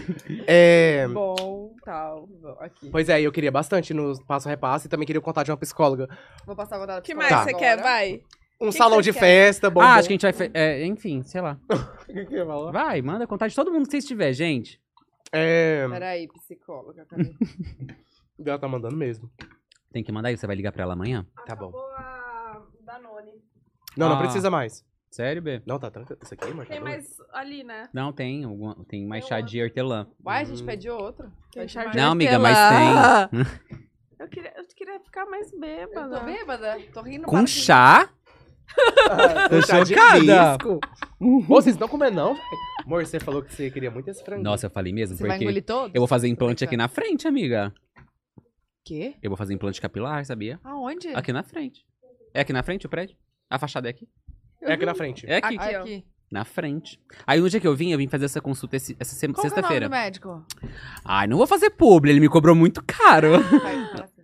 É...
bom, tal. bom, Aqui.
Pois é, eu queria bastante no passo a repasso e também queria o contato de uma psicóloga.
Vou passar a mandada
O que mais
Tá.
você quer? Vai.
Um
Que que
salão
você
de
quer?
festa, bom.
ah, acho que a gente vai. fe- é, enfim, sei lá.
gente... vai.
Vai, manda contar de todo mundo que vocês tiver, gente.
É...
Peraí, psicóloga. Cadê?
Ela tá mandando mesmo.
Tem que mandar isso, você vai ligar pra ela amanhã?
Tá bom.
Acabou a Danone.
Não, não
Ah.
precisa mais.
Sério, B?
Não, tá tranquilo. Isso aqui, marcador?
Tem mais ali, né?
Não, tem. alguma- Tem mais
Tem
chá
outro.
de hortelã.
Uai, a gente pediu outro.
Tem
Pede
chá de
mais.
Não, amiga,
hortelã.
mas tem.
Eu queria, eu queria ficar mais
Eu tô
bêbada.
bêbada. Tô rindo. para
Com
de-
chá?
Ah,
Tô
um chá de
chocada.
hibisco. Ô, vocês não comem não, velho? Amor, você falou que você queria muito esse frango.
Nossa, eu falei mesmo,
Você vai
porque
engolir todo?
eu vou fazer implante aqui na frente, amiga.
Quê?
Eu vou fazer implante capilar, sabia?
Aonde?
Aqui na frente. É aqui na frente o prédio? A fachada é aqui?
É aqui na frente.
É aqui.
Aqui, ó.
Aqui.
Na frente. Aí no dia que eu vim, eu vim fazer essa consulta esse- essa sema-
Qual que é o nome do
sexta-feira.
médico?
Ai, não vou fazer publi, ele me cobrou muito caro.
Vai, fala assim.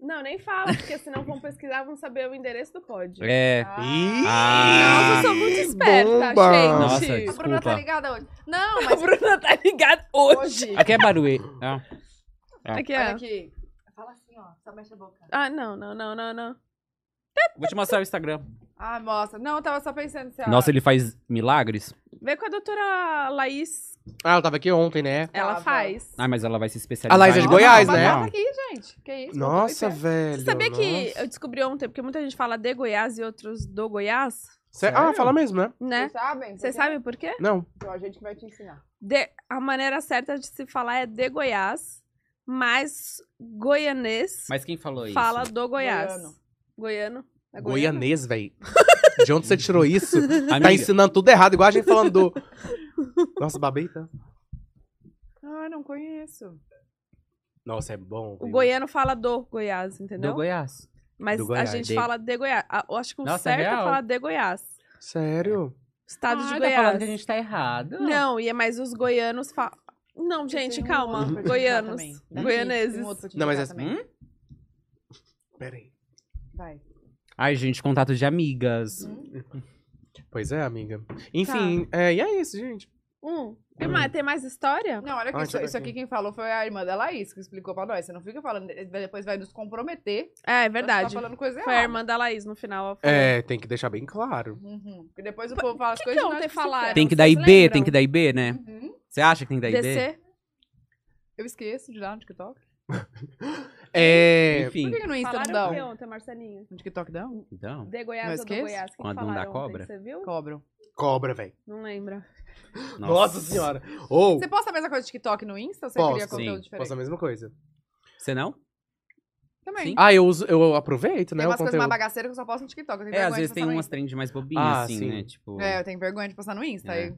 Não, nem fala, porque senão vão pesquisar, vão saber o endereço do pod.
É.
Ih!
Nossa, eu
Ah,
sou muito esperta,
Bomba!
gente.
Nossa,
A Bruna tá
Desculpa.
ligada hoje. Não,
A
mas
Bruna tá ligada hoje.
hoje.
aqui é Barueri. Ah,
Aqui
Olha
é.
aqui. Fala assim, ó. Só mexe a boca.
Ah, não, não, não, não, não.
vou te mostrar o Instagram.
Ah, mostra. Não, eu tava só pensando se ela...
Nossa, ele faz milagres?
Vê com a doutora Laís.
Ah, ela tava aqui ontem, né?
Ela
Tava.
faz.
Ah, mas ela vai se especializar.
A Laís é de
em-
Não,
Goiás,
não,
né?
Mas tá aqui, gente. Que isso?
Nossa,
velho.
velho.
Você sabia que
nossa.
eu descobri ontem, porque muita gente fala de Goiás e outros do Goiás,
Cê- Ah, fala mesmo, né?
né?
Vocês sabem?
Vocês sabem por quê?
Não.
Então a gente vai te ensinar.
De- a maneira certa de se falar é de Goiás, mas goianês
Mas quem falou isso?
fala do Goiás.
Goiano.
Goiano. É goiano?
Goianês, velho. De onde você tirou isso?
Amiga,
Tá ensinando tudo errado, igual a gente falando do. Nossa, babei, tá?
Ah, não conheço.
Nossa, é bom.
O
viu?
goiano fala do Goiás, entendeu?
do Goiás.
Mas
Do
a
Goiás,
gente
de-
fala de Goiás. Ah, Eu acho que o
Nossa, é
certo é,
real?
falar de Goiás.
Sério?
Estado
Ah,
de
tá
Goiás.
falando que a gente tá errado.
Não, e é mais os goianos falam. Não, gente,
Tem um
calma.
outro pra te indicar
Goianos.
também. Daqui, tem
Goianeses.
um outro pra te
Não, mas
indicar
é-
também.
Pera aí.
Vai.
Ai, gente, contato de amigas.
Pois é, amiga. Enfim,
Tá.
é, e é isso, gente.
Hum. Tem, mais, tem mais história? É,
Não, olha aqui,
Ah,
isso,
deixa eu ver
isso aqui
aqui.
quem falou foi a irmã da Laís, que explicou pra nós. Você não fica falando, depois vai nos comprometer.
É, é
Você
verdade.
tá falando coisa
Foi a
errada.
irmã da Laís no final. ela falou.
É, tem que deixar bem claro.
Uhum. Porque depois o povo fala as
que
coisas
que
nós
ontem
esquecemos.
falaram?
Tem que dar
Vocês
IB, tem
lembram?
que dar IB, né?
Uhum.
Você acha que tem que dar IB?
Descer?
Eu esqueço de dar no TikTok.
É.
Enfim.
Por que, que no Insta não
Falaram o que
dão?
ontem, Marcelinha?
No TikTok dão?
Então.
De
Não
Goiás ou do
esqueço.
Goiás? O que
Quando não
falaram
dá
ontem,
cobra?
Você viu?
Cobram.
Cobra, velho.
Não lembra.
Nossa. senhora. Ou,
Você posta a mesma coisa no TikTok no Insta ou você
Posto.
cria conteúdo
Sim,
diferente?
posso a mesma coisa.
Você não?
Também.
Sim.
Ah, eu uso, eu aproveito, né?
Tem
o
umas coisas mais
conteúdo.
bagaceiras que eu só posto no TikTok. Eu tenho
É,
vergonha
às vezes
de
tem
postar no
umas trends mais bobinhas,
Ah,
assim,
sim.
né? Tipo.
É, eu tenho vergonha de postar no Insta.
É.
aí-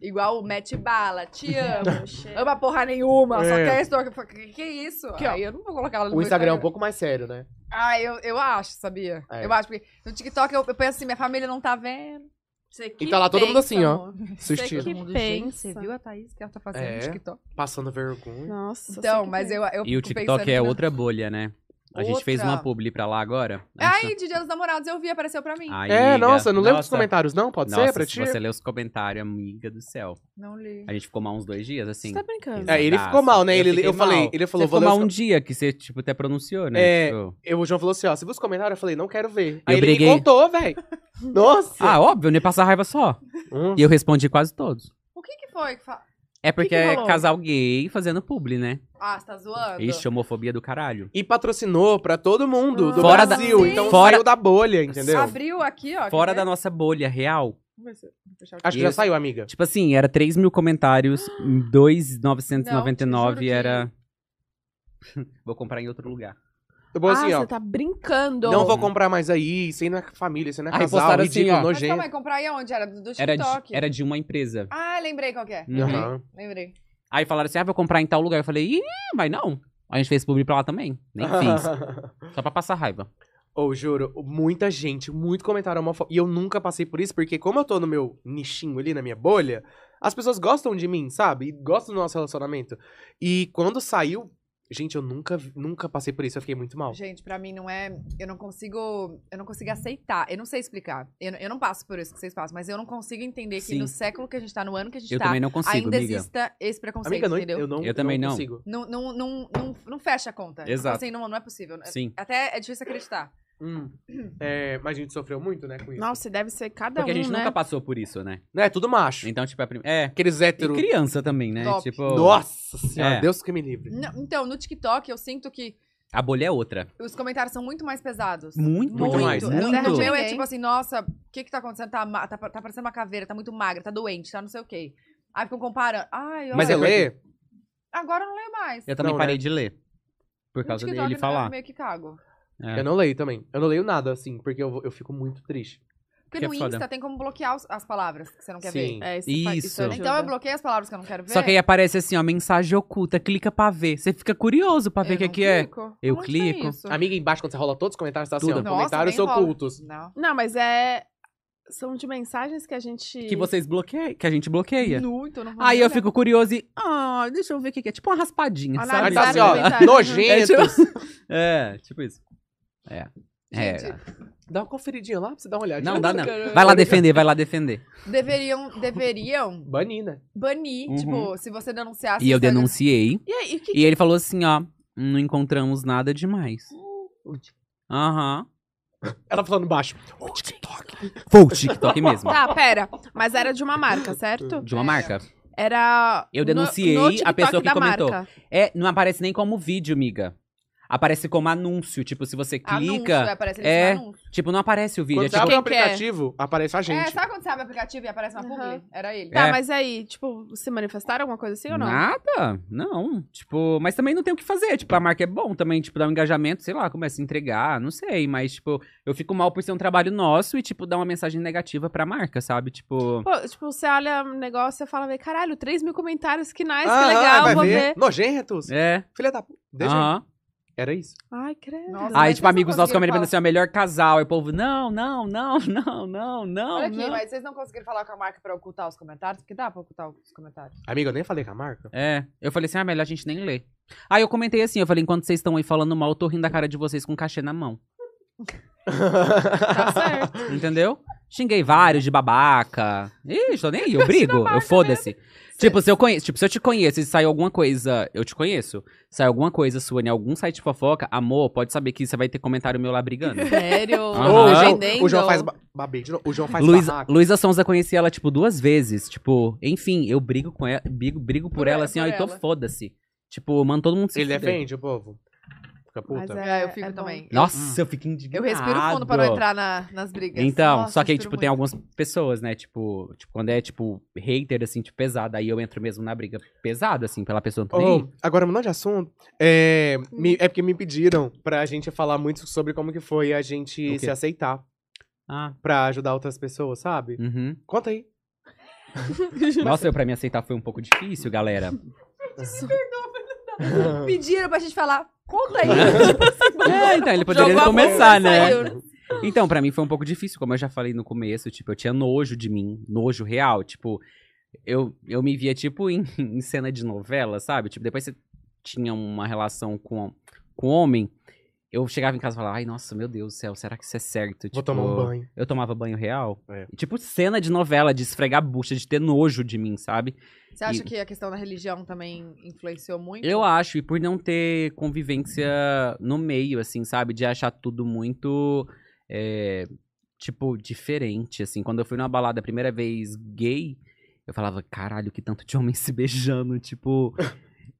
Igual o Mete Bala, te amo.
Chega.
Ama porra nenhuma, só
É.
quer estou. Que, que isso?
Aqui, ó.
aí eu não vou colocar ela no
O
meu
Instagram é um pouco mais sério, né?
Ah, eu, eu acho, sabia?
É.
Eu acho, porque no TikTok eu, eu penso assim, minha família não tá vendo.
Você
E
que
tá lá todo mundo
pensa,
assim, ó.
amor.
Sustindo.
Que
Todo mundo,
pensa.
gente, Você viu a Thaís que ela tá fazendo
É.
no TikTok?
Passando vergonha.
Nossa.
Então,
você que
mas
pensa.
eu, eu
E o
fico pensando
TikTok é
que não-
outra bolha, né? A gente fez
Outra. É,
uma publi pra lá agora.
Ai, de Dia dos Namorados eu vi, apareceu pra mim.
Ai,
É,
amiga,
nossa, não lembro dos
nossa.
comentários, não? Pode
Nossa,
ser pra
se
ti?
você lê os comentários, amiga do céu.
Não li.
A gente ficou mal uns dois dias, assim.
Você tá brincando.
É, ele
Nossa,
ficou mal, né?
eu
Ele,
fiquei
eu falei,
mal.
ele
Você
falou, vou
ficou
ler
mal
os...
um dia que você, tipo, até pronunciou, né?
É.
Tipo,
eu- O João falou assim, ó, se vê os comentários, eu falei, não quero ver. Aí
Eu
ele
briguei.
me contou, velho. Nossa!
Ah, óbvio, eu não ia passar raiva só.
Hum.
E eu respondi quase todos.
O que que foi? que fa-
É porque
que
é
rolou?
casal gay fazendo publi, né?
Ah, você tá zoando?
Ixi, homofobia do caralho.
E patrocinou pra todo mundo do
Fora da-
Brasil.
Sim.
Então
Fora-
saiu da bolha, entendeu?
Abriu aqui, ó.
Fora
quer
da
ver?
nossa bolha real.
Vamos ver se- vou fechar aqui.
Acho que já
Isso.
saiu, amiga.
Tipo assim, era 3 mil comentários, 2,999
Não, te juro que-
era. Vou comprar em outro lugar.
Eu vou assim,
ah,
ó.
você tá brincando.
Não vou comprar mais aí, sem na família, sem na
Aí
casal,
postaram assim,
ridículo,
Mas
ó.
calma
nojento.
aí, comprar aí onde? Era do do
Era de,
TikTok.
era de uma empresa.
Ah, lembrei qual que é.
Uhum.
Lembrei,
Aham.
Lembrei.
Aí falaram assim: ah, vou comprar em tal lugar. Eu falei: ih, mas não. A gente fez publi pra lá também. Nem fiz. só pra passar raiva.
Ou juro, muita gente, muito comentário homofóbico. E eu nunca passei por isso, porque como eu tô no meu nichinho ali, na minha bolha, as pessoas gostam de mim, sabe? E gostam do nosso relacionamento. E quando saiu, gente, eu nunca, vi- nunca passei por isso, eu fiquei muito mal.
Gente, pra mim não é. Eu não consigo. Eu não consigo aceitar. Eu não sei explicar. Eu, não- eu não passo por isso que vocês passam, mas eu não consigo entender que
Sim.
no século que a gente tá, no ano que a gente
Eu
tá,
também não consigo,
ainda
amiga.
exista esse preconceito,
Amiga, não,
entendeu?
eu não
Eu também não.
consigo.
Não, não, não, não, não fecha a conta.
Exato.
Assim, não, não é possível.
Sim.
Até é difícil acreditar.
Hum. É, mas a gente sofreu muito, né, com isso.
Nossa, deve ser cada
Porque a
um,
gente
né?
nunca passou por isso, né?
Né, tudo macho.
Então, tipo, a prim... É.
Aqueles
E
héteros.
criança também, né?
Top.
Tipo.
Nossa senhora,
É.
Deus que me livre.
Não, então, no TikTok, eu sinto que
A bolha é outra.
os comentários são muito mais pesados.
Muito,
Muito mais,
O
muito.
meu é
Ninguém.
tipo assim, nossa, o que que tá acontecendo? Tá, ma- tá, pa- tá parecendo uma caveira, tá muito magra, tá doente, tá não sei o quê. Aí ficam comparando. Ai,
Mas
é
eu
olha,
porque-
lê,
agora eu não leio mais.
Eu também
Não, né?
parei de ler. É Por
No
causa
TikTok,
dele
eu
falar.
meio que cago.
É.
eu não leio também. Eu não leio nada, assim, porque eu, vou- eu fico muito triste.
Porque
Que é
no
foda.
Insta tem como bloquear os- as palavras que você não quer
Sim.
É, isso. fa-
Isso.
ajuda.
ver. Então eu bloqueei as palavras que eu não
Tá
quero ver.
Só que aí aparece assim, ó, mensagem oculta, clica pra ver. Você fica curioso pra ver o que, que é. Eu clico.
Amiga, embaixo, quando você rola todos os comentários, tá assim,
Tudo.
ó,
Nossa,
comentários
É. nem rola.
ocultos.
Não.
Não, mas é. São de mensagens que a gente.
Que vocês bloqueiam, que a gente bloqueia.
Muito, não vou
Aí
nem
eu
olhar.
fico curioso e, ah, deixa eu ver o que, que é. Tipo uma raspadinha,
Olha
sabe?
Mas
tipo
tá assim,
Avisaram
ó,
comentários.
nojento.
É, tipo isso. É. É.
Gente,
Dá uma conferidinha lá pra você dar uma olhadinha.
Não dá não. Vai lá defender, vai lá defender.
Tá
Deveriam, deveriam
Bani, né?
banir,
Uhum.
tipo, se você denunciasse.
E
no
eu
Instagram-
denunciei.
E aí, o que
E ele falou assim, ó, não encontramos nada demais. Aham.
Ela falando baixo. O TikTok.
Foi o TikTok mesmo.
Tá, pera. Mas era de uma marca, certo?
De uma marca.
Era.
Eu
no-
denunciei
no
a
TikTok
pessoa que
da
comentou.
marca.
É, não aparece nem como vídeo, amiga. Aparece como anúncio. Tipo, se você
Anúncio,
clica.
é, aparece eles
é.
no anúncio.
Tipo, não aparece o vídeo. É
Quando você
tipo,
abre o
quem que é?
aplicativo, aparece a
É,
gente.
sabe quando você abre o aplicativo e aparece uma publi?
Aham.
Era ele.
Tá,
É.
mas aí, tipo, se manifestaram alguma coisa assim ou não?
Nada, não. Tipo, mas também não tem o que fazer. Tipo, a marca é bom também, tipo, dá um engajamento, sei lá, começa a entregar, não sei. Mas, tipo, eu fico mal por ser um trabalho nosso e, tipo, dar uma mensagem negativa pra marca, sabe? Tipo.
Pô, tipo, você olha o negócio e fala, "Vê, caralho, 3 mil comentários, que nice,
Aham,
que legal,
Ah, vai
vou ver.
Nojentos.
Ah, É.
Filha da... p- Deixa aí.
aham.
Era isso.
Ai, credo.
Nossa,
Aí,
mas vocês
tipo,
não
amigos nossos
conseguiram
comentando assim, ó, melhor casal. Aí o povo, não, não, não, não, não, não.
Olha aqui,
não.
mas vocês não conseguiram falar com a marca pra ocultar os comentários? Porque dá pra ocultar os comentários.
Amiga, eu nem falei com a marca.
É, eu falei assim, ah, melhor a gente nem ler. Aí eu comentei assim, eu falei, enquanto vocês estão aí falando mal, eu tô rindo da cara de vocês com cachê na mão.
Tá certo.
Entendeu? Xinguei vários de babaca. Ih, tô nem aí, eu brigo,
né?
eu foda-se. Tipo, se eu conheço, tipo, se eu te conheço e saiu alguma coisa, eu te conheço, saiu alguma coisa sua em algum site de fofoca, amor, pode saber que você vai ter comentário meu lá brigando.
Sério?
Aham.
Ô, o,
Legendando?
João, o João faz... ba- Babei de novo. O João faz
Luísa,
barraco.
Luísa Sonza conheci ela, tipo, duas vezes. Tipo, enfim, eu brigo com ela, brigo, brigo por,
Por
ela,
ela,
assim,
por
ó, e tô
ela.
foda-se. Tipo, mano, todo mundo se
Ele
fuder.
defende o povo. Fica puta.
Mas
É, eu fico
é bom.
também.
Nossa, eu fico indignado.
Eu respiro fundo pra não entrar na- nas brigas.
Então,
Nossa,
só que aí,
respiro
tipo, tem
muito.
algumas pessoas, né? Tipo, tipo, quando é, tipo, hater, assim, tipo, pesado, aí eu entro mesmo na briga pesado, assim, pela pessoa
Ô,
não nem. aí.
agora mudando de assunto, é,
Hum.
me- é porque me pediram pra gente falar muito sobre como que foi a gente
O quê?
se aceitar
Ah,
pra ajudar outras pessoas, sabe?
uhum.
Conta aí.
Nossa, eu, pra me aceitar foi um pouco difícil, galera.
Pediram pra gente falar. Conta aí.
é, então, ele poderia
Jogou a
começar,
bomba,
né?
saiu.
Então, pra mim foi um pouco difícil, como eu já falei no começo, tipo, eu tinha nojo de mim, nojo real, tipo, eu, eu me via, tipo, em, em cena de novela, sabe? Tipo, depois você tinha uma relação com, com homem, Eu chegava em casa e falava, ai, nossa, meu Deus do céu, será que isso é certo?
Vou tomar um banho.
Eu tomava banho real.
É.
E, Tipo, cena de novela, de esfregar a bucha, de ter nojo de mim, sabe?
Você acha
E-
que a questão da religião também influenciou muito?
Eu acho, e por não ter convivência no meio, assim, sabe? De achar tudo muito, é, tipo, diferente, assim. Quando eu fui numa balada a primeira vez gay, eu falava, caralho, que tanto de homem se beijando, tipo...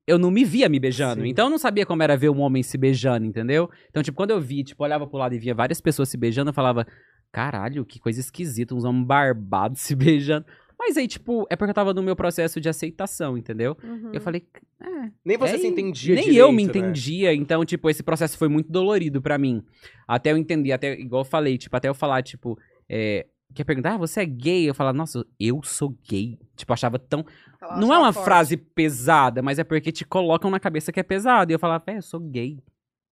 Eu não me via me beijando,
Sim.
então eu não sabia como era ver um homem se beijando, entendeu? Então, tipo, quando eu vi, tipo, olhava pro lado e via várias pessoas se beijando, eu falava, caralho, que coisa esquisita, uns homens barbados se beijando. Mas aí, tipo, é porque eu tava no meu processo de aceitação, entendeu?
Hum.
Eu falei, é,
Nem você
é,
se
e
entendia
Nem
direito,
eu me
né?
entendia, então, tipo, esse processo foi muito dolorido pra mim. Até eu entender, até, igual eu falei, tipo, até eu falar, tipo, é, quer perguntar, ah, você é gay? Eu falar, nossa, eu sou gay. Tipo, achava tão.
Ela
não é
achava
uma
forte.
frase pesada, mas é porque te colocam na cabeça que é pesado. E eu falava, é, eu sou gay.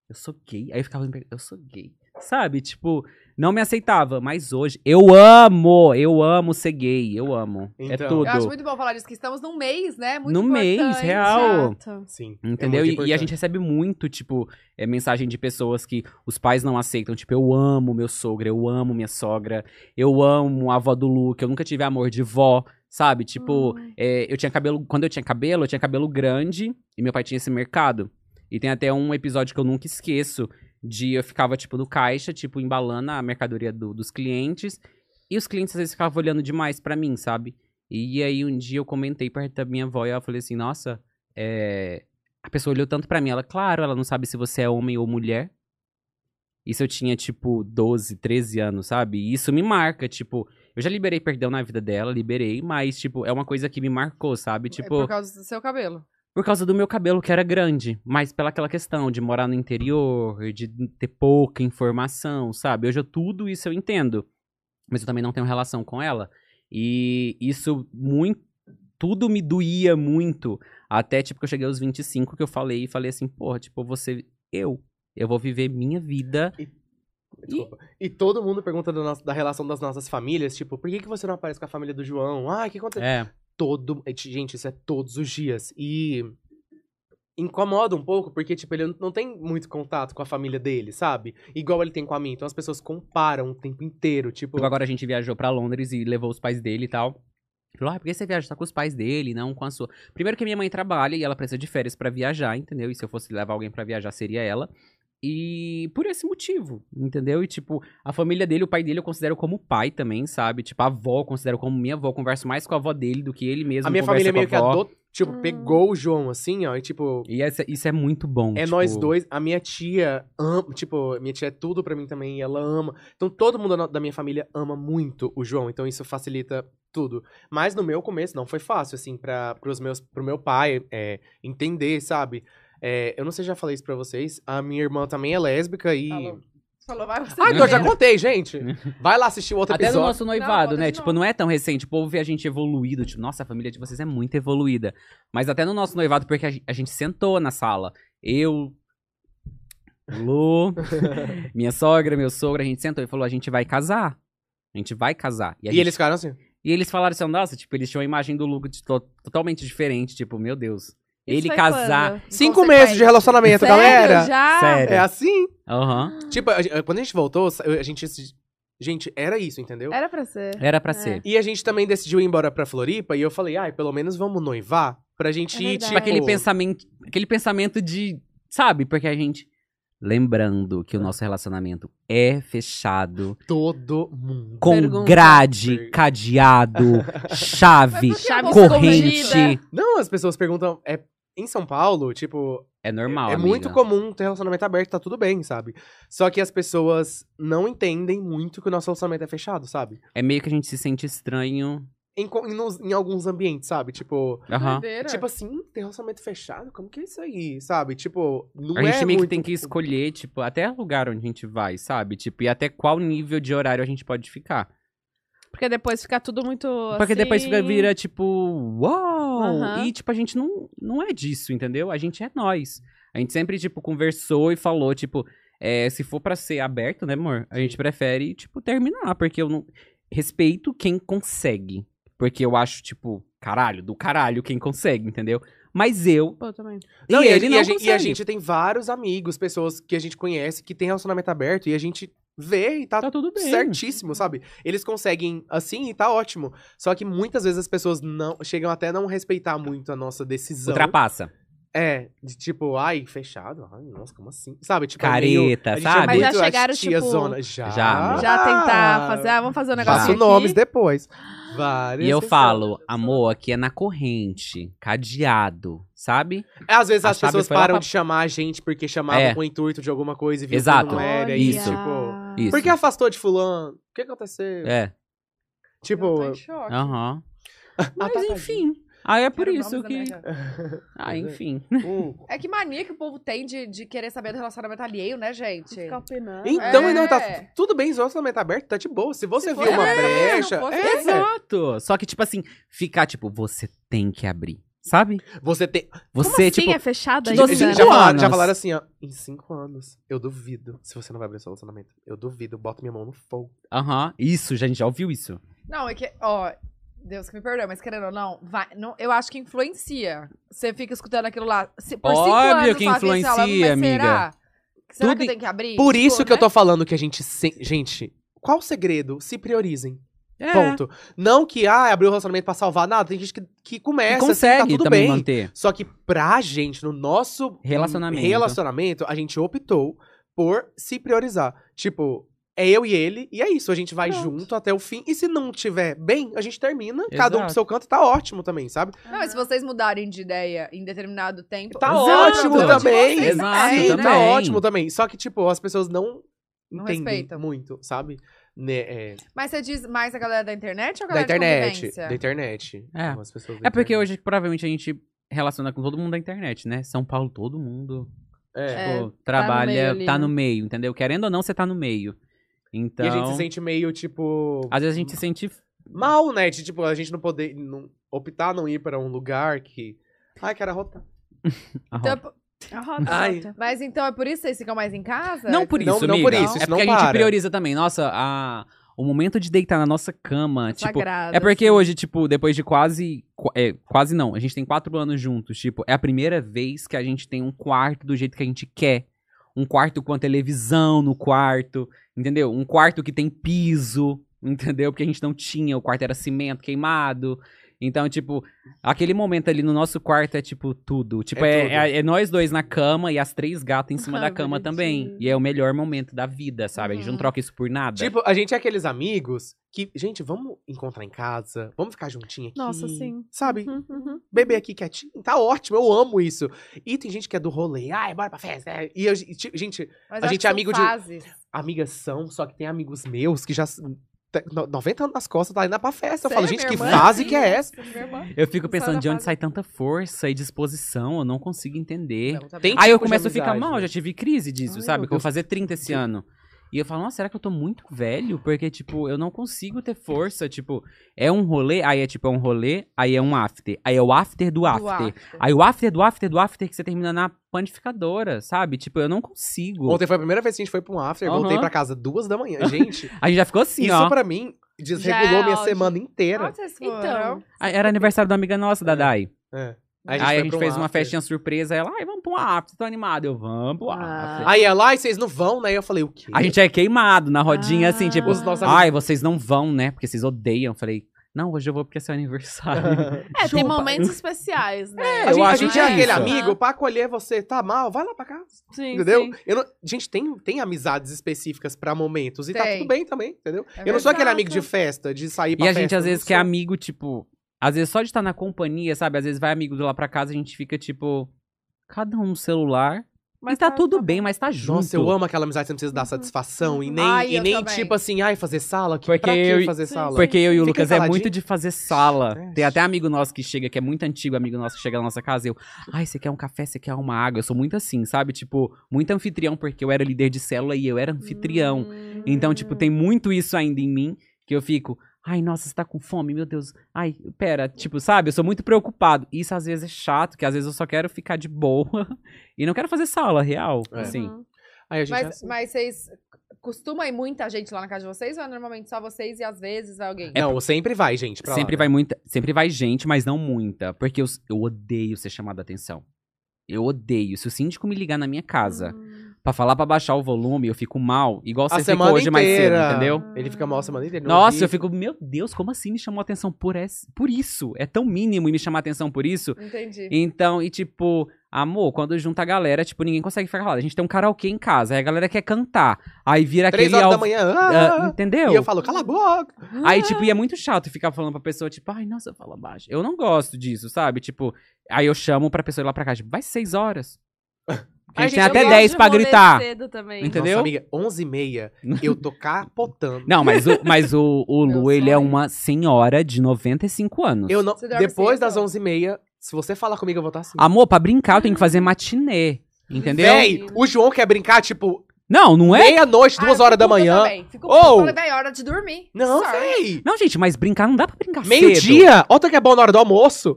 Eu sou gay. Aí eu ficava, me perguntando, eu sou gay. Sabe? Tipo, não me aceitava, mas hoje eu amo, eu amo ser gay, eu amo. é
Então. Eu
tudo.
Eu acho muito bom falar disso, que estamos num mês, né? Muito
No mês,
importante.
real.
Exato.
Sim. é
Entendeu?
muito
E- e, a
importante.
gente recebe muito, tipo, é, mensagem de pessoas que os pais não aceitam. Tipo, eu amo meu sogro, eu amo minha sogra, eu amo a avó do Luke, eu nunca tive amor de vó, sabe? Tipo,
Hum.
é, eu tinha cabelo. Quando eu tinha cabelo, eu tinha cabelo grande e meu pai tinha esse mercado. E tem até um episódio que eu nunca esqueço. De eu ficava, tipo, no caixa, tipo, embalando a mercadoria do- dos clientes. E os clientes às vezes ficavam olhando demais pra mim, sabe? E aí um dia eu comentei perto da minha avó e ela falei assim, nossa, é, a pessoa olhou tanto pra mim, ela, claro, ela não sabe se você é homem ou mulher. Isso eu tinha, tipo, 12, 13 anos, sabe? E isso me marca, tipo, eu já liberei perdão na vida dela, liberei, mas, tipo, é uma coisa que me marcou, sabe?
É
Tipo,
por causa do seu cabelo.
por causa do meu cabelo que era grande, mas pela aquela questão de morar no interior, de ter pouca informação, sabe? Hoje eu, tudo isso eu entendo, mas eu também não tenho relação com ela. E isso muito tudo me doía muito, até tipo que eu cheguei aos 25 que eu falei e falei assim, porra, tipo, você eu eu vou viver minha vida.
Desculpa. E todo mundo pergunta da, nossa- da relação das nossas famílias, tipo, por que, que você não aparece com a família do João? Ah, o que aconteceu?
É,
Todo. Gente, isso é todos os dias. E incomoda um pouco, porque, tipo, ele não tem muito contato com a família dele, sabe? Igual ele tem com a minha. Então as pessoas comparam o tempo inteiro, tipo.
Tipo, agora a gente viajou pra Londres e levou os pais dele e tal. Falou, ah, por que você viaja só com os pais dele, não com a sua? Primeiro que minha mãe trabalha e ela precisa de férias pra viajar, entendeu? E se eu fosse levar alguém pra viajar, seria ela. E por esse motivo, entendeu? E tipo, a família dele, o pai dele eu considero como pai também, sabe? Tipo, a avó eu considero como minha avó, eu converso mais com a avó dele do que ele mesmo
a minha
conversa
família
com a
meio que
avó.
adotou. Tipo,
Hum.
pegou o João assim, ó, e tipo.
E essa- isso é muito bom,
É
tipo,
nós dois. A minha tia ama. Tipo, minha tia é tudo pra mim também. E ela ama. Então todo mundo na- da minha família ama muito o João. Então isso facilita tudo. Mas no meu começo não foi fácil, assim, pra, pros meus, pro meu pai é, entender, sabe? É, eu não sei se já falei isso pra vocês. A minha irmã também é lésbica e.
Falou. Falou, vai você.
Ah, então eu já
primeiro.
contei, gente. Vai lá assistir o outro
Até no
episódio.
nosso noivado,
conta
né?
de
Tipo,
novo.
não é tão recente. O povo vê a gente evoluído. Tipo, nossa, a família de vocês é muito evoluída. Mas até no nosso noivado, porque a gen- a gente sentou na sala. Eu, Lu, minha sogra, meu sogro, a gente sentou e falou: a gente vai casar. A gente vai casar. a
E
gente-
eles ficaram assim.
e eles falaram assim: nossa, tipo, eles tinham a imagem do Lugo de to- totalmente diferente. Tipo, meu Deus. Ele
foi
casar.
quando?
Cinco meses de relacionamento,
Sério,
galera!
já?
Sério.
É assim.
Aham.
Tipo, a gen- quando a gente voltou, sa- a gente. Gente, era isso, entendeu?
Era pra ser.
Era pra
É.
ser.
E a gente também decidiu ir embora pra Floripa e eu falei, ai, pelo menos vamos noivar pra gente
É
ir,
verdade.
tipo...
Tipo, aquele pensamento, aquele pensamento de, sabe? Porque a gente lembrando que o nosso relacionamento é fechado
Todo mundo.
com
Pergunta.
grade, cadeado, chave,
Mas por que
Chave
corrente.
tá escondida.
Não, as pessoas perguntam, é em São Paulo, tipo,
É normal,
é
amiga.
muito comum ter relacionamento aberto, tá tudo bem, sabe? Só que as pessoas não entendem muito que o nosso relacionamento é fechado, sabe?
É meio que a gente se sente estranho.
Em, co- em nos- em alguns ambientes, sabe? Tipo,
Aham.
Doideira.
tipo assim, tem relacionamento fechado? Como que é isso aí, sabe? Tipo, não
A gente
é
meio que
muito-
tem que escolher, tipo, até o lugar onde a gente vai, sabe? Tipo, e até qual nível de horário a gente pode ficar.
Porque depois fica tudo muito
Porque
assim...
depois fica, vira tipo, uau!
Aham.
E tipo, a gente não, não é disso, entendeu? A gente é nós. A gente sempre, tipo, conversou e falou, tipo, é, se for pra ser aberto, né, amor? A gente prefere, tipo, terminar, porque eu não. Respeito quem consegue. Porque eu acho, tipo, caralho, do caralho quem consegue, entendeu? Mas eu.
Pô, também.
Não, e,
a-
ele
e
não
a gente, e a
consegue.
gente tem vários amigos, pessoas que a gente conhece, que tem relacionamento aberto, e a gente vê e tá,
Tá tudo bem.
certíssimo, sabe? Eles conseguem assim e tá ótimo. Só que muitas vezes as pessoas não chegam até a não respeitar muito a nossa decisão.
Ultrapassa.
É, de tipo, ai, fechado. Ai, nossa, como assim? Sabe, tipo,
Careta,
meio- a gente
Mas
sabe?
já
muito as
chegaram,
tia
tipo,
zona. Já.
Ah.
já,
Já tentar fazer, ah, vamos fazer um
Já.
negócio
Faço
aqui.
nomes depois. Várias
E eu
pessoas.
falo, amor, aqui é na corrente, cadeado, sabe?
É, Às vezes
A
as
chave
pessoas
foi lá
param
pra-
de chamar a gente porque chamavam
É.
com o intuito de alguma coisa e viu
Exato.
que não era.
Olha.
e,
isso,
tipo,
Ah.
Isso.
por que afastou de fulano? O que aconteceu?
É,
Tipo,
Eu tô em choque.
aham.
Ah,
Mas
tá, tadinho.
enfim. Ah, é por
Quero
isso
nomes da
que.
minha cara.
Ah, enfim.
Hum.
É que mania que o povo tem de, de querer saber do relacionamento alheio, né, gente?
Ficar penando.
Então,
É.
né?
não, tá tudo bem, o relacionamento aberto, tá de boa. Se você
Se
viu
for-
uma
É,
brecha,
se for-
é.
Exato. Só que, tipo assim, ficar, tipo, você tem que abrir. Sabe?
você tem.
Como
Você,
assim?
tipo.
é fechada
te dou
ainda?
já,
cinco
já falaram, já
anos.
falaram assim, ó. Em cinco anos, eu duvido se você não vai abrir seu relacionamento. Eu duvido, eu boto minha mão no fogo.
Aham. Isso, gente já ouviu isso.
Não, é que, ó, Deus que me perdoe, mas querendo ou não, vai, não eu acho que influencia. Você fica escutando aquilo lá. se- por cinco
Óbvio
anos,
que
sua vida,
influencia,
você fala, assim, mas Será,
amiga.
será
Tudo
que
em-
eu tenho que abrir?
Por
Tipo,
isso que eu
né?
tô falando que a gente. se- Gente, qual o segredo? Se priorizem.
É.
Ponto. Não que, ah, abriu o relacionamento pra salvar nada. Tem gente que, que começa,
E
assim,
consegue
tá tudo
também
bem.
manter.
Só que pra gente, no nosso
Relacionamento.
relacionamento, a gente optou por se priorizar. Tipo, é eu e ele, e é isso. A gente vai
Pronto.
junto até o fim. E se não tiver bem, a gente termina. Cada um pro
Exato.
seu canto, tá ótimo também, sabe?
né? Não, e se vocês mudarem de ideia em determinado tempo.
Tá
Exato.
ótimo
Exato.
também.
Exato,
Sim,
né?
também.
Tá ótimo também. Só que, tipo, as pessoas não,
Não
entendem
respeitam.
muito, sabe? Né, é,
Mas você diz mais a galera da internet ou a
da
galera de
internet.
convivência?
Da internet.
É.
Algumas pessoas da
É porque
internet.
hoje, provavelmente, a gente relaciona com todo mundo da internet, né? São Paulo, todo mundo.
É.
Tipo,
meio
trabalha, tá no,
ali, né?
meio, entendeu? Querendo ou não, você tá no meio. Então,
E a gente se sente meio, tipo.
às vezes a gente se sente...
mal, né? De, tipo, a gente não poder não, optar não ir pra um lugar que. Ai, cara, rota.
Né.
Então é
Aham.
po-
A roda,
Ai.
volta.
mas então é por isso que vocês ficam mais em casa?
Não por isso,
Não- não
amiga.
por isso,
É
isso não
porque a
para.
gente prioriza também. Nossa, a... o momento de deitar na nossa cama, tipo...
Sagrado,
É porque
assim.
hoje, tipo, depois de quase... qu- é, quase não, a gente tem quatro anos juntos. Tipo, é a primeira vez que a gente tem um quarto do jeito que a gente quer. Um quarto com a televisão no quarto, entendeu? Um quarto que tem piso, entendeu? Porque a gente não tinha, o quarto era cimento queimado. Então, tipo, aquele momento ali no nosso quarto é, tipo, tudo. Tipo,
É
é,
tudo.
é- é nós dois na cama e as três gatas em cima
Ah,
da cama também.
bonitinho.
E é o melhor momento da vida, sabe? A gente não
Uhum.
troca isso por nada.
Tipo, a gente é aqueles amigos que, gente, vamos encontrar em casa, vamos ficar juntinho aqui.
Nossa, sim.
Sabe?
Uhum, uhum.
Beber aqui quietinho, tá ótimo, eu amo isso. E tem gente que é do rolê, ai, bora pra festa. é. E, eu, e, tipo, gente,
Mas eu
a
acho
gente
que
é
são
amigo de-
fases.
amigas são, só que tem amigos meus que já. s- tá- no- 90 anos nas costas, tá indo pra festa. Eu
Sério,
falo, gente,
minha
que
irmã é
fase
assim.
que é essa?
Minha irmã.
Eu fico
Não sai
pensando
da
de onde
fase.
sai tanta força e disposição, eu não consigo entender.
Não, tá
Tem
bom.
Aí eu
tipo de
começo a ficar
amizade,
mal, eu
né?
já tive crise disso,
Ai,
sabe?
meu
Que eu vou
Deus.
fazer 30 esse ano. E eu falo, nossa, será que eu tô muito velho? Porque, tipo, eu não consigo ter força. Tipo, é um rolê, aí é tipo, é um rolê, aí é um after. Aí é o after do after.
Do after.
Aí o after do after do after é que você termina na panificadora, sabe? Tipo, eu não consigo.
Ontem foi a primeira vez que a gente foi pra um after,
Aham.
voltei pra casa duas da manhã. Gente,
A gente já ficou assim,
isso
ó.
pra mim
Já
desregulou
é
minha
ótimo.
semana inteira.
Onde vocês foram?
Então,
Ah, Era aniversário da amiga nossa, da Dai.
É.
Aí a gente, fez uma festinha surpresa, ela, ai, vamos pra um after, tô animado. Eu, vamos pro
Ah.
after.
Aí ela, lá e vocês não vão, né? Aí eu falei, o quê?
A gente é queimado na rodinha, assim, tipo,
Os nossos
ai, vocês não vão, né? Porque vocês odeiam. Eu Falei, não, hoje eu vou porque é seu aniversário.
É, tem
Chupa.
momentos especiais, né?
a gente,
eu
a
acho
gente
que
é
é
aquele
isso.
amigo pra acolher você, tá mal, vai lá pra casa.
Sim,
entendeu?
sim.
Eu não- Gente, tem, tem amizades específicas pra momentos. E tá
Tem.
tudo bem também, entendeu?
É
Ah, eu não sou aquele
verdade.
amigo de festa, de sair pra
e a
festa.
gente, às
eu não
vezes, que é
sou.
amigo, tipo, às vezes só de estar na companhia, sabe? Às vezes vai amigo de lá pra casa, a gente fica, tipo, cada um no celular. Mas tá, tudo bem, mas tá junto.
Nossa, eu amo aquela amizade, você não precisa dar satisfação. E nem,
Ai,
e
eu
nem
também.
tipo assim, ai, fazer sala? Que,
Porque
pra que
eu-
fazer
Sim,
sala?
Porque eu e o
Fica
Lucas é
encaixadinho.
muito de fazer sala.
É.
Tem até amigo nosso que chega, que é muito antigo, amigo nosso que chega na nossa casa. E eu, ai, você quer um café, você quer uma água? Eu sou muito assim, sabe? Tipo, muito anfitrião, porque eu era líder de célula e eu era anfitrião.
Hum.
Então, tipo, tem muito isso ainda em mim que eu fico. Ai, nossa, você tá com fome, meu Deus. Ai, pera, tipo, sabe? Eu sou muito preocupado. Isso às vezes é chato, que às vezes eu só quero ficar de boa e não quero fazer sala real,
É.
assim.
Uhum.
Aí a gente é
Mas,
assim.
mas vocês costuma ir muita gente lá na casa de vocês ou é normalmente só vocês e às vezes vai alguém?
Não, sempre vai, gente. pra lá,
Sempre
né?
vai muita, sempre vai gente, mas não muita, porque eu, eu odeio ser chamada a atenção. Eu odeio. Se o síndico me ligar na minha casa
Hum.
pra falar pra baixar o volume, eu fico mal, igual
A
você ficou
semana
hoje mais cedo,
inteira.
entendeu?
Ele fica mal a semana inteira. não
Nossa,
ouvi.
eu fico, meu Deus, como assim me chamou a atenção por, esse, por isso? É tão mínimo e me chamar a atenção por isso?
Entendi.
Então, e tipo, amor, quando junta a galera, tipo, ninguém consegue ficar calado. A gente tem um karaokê em casa, aí a galera quer cantar. Aí vira
Três
aquele.
horas da
ao-
manhã.
Ah,
ah,
entendeu?
E eu falo, "Ah." cala a boca.
Aí, tipo, e é muito chato ficar falando pra pessoa, tipo, ai, nossa, fala baixo. Eu não gosto disso, sabe? Tipo, aí eu chamo pra pessoa ir lá pra cá, tipo, vai seis horas. Porque a
Ai,
gente tem
eu
até
gosto
10
de
pra
rolê
gritar. Então,
Cedo também.
Entendeu?
Nossa, amiga, 11 e meia, eu tô capotando.
Não, mas o, mas o, o
Meu
Lu, ele é
sonho.
uma senhora de 95 anos.
Eu não,
Você dorme
depois
cedo?
das 11 e meia, se você falar comigo, eu vou estar assim.
Amor, pra brincar, eu
Hum.
tenho que fazer matinê. Entendeu?
Véi, o João quer brincar, tipo,
Não, não é?
meia-noite, duas horas da manhã.
Ah, Fico
Ou-
oh! é hora de dormir.
Não,
Sorry.
véi.
Não, gente, mas brincar não dá pra brincar cedo.
Meio-dia. Olha que é bom na hora do almoço.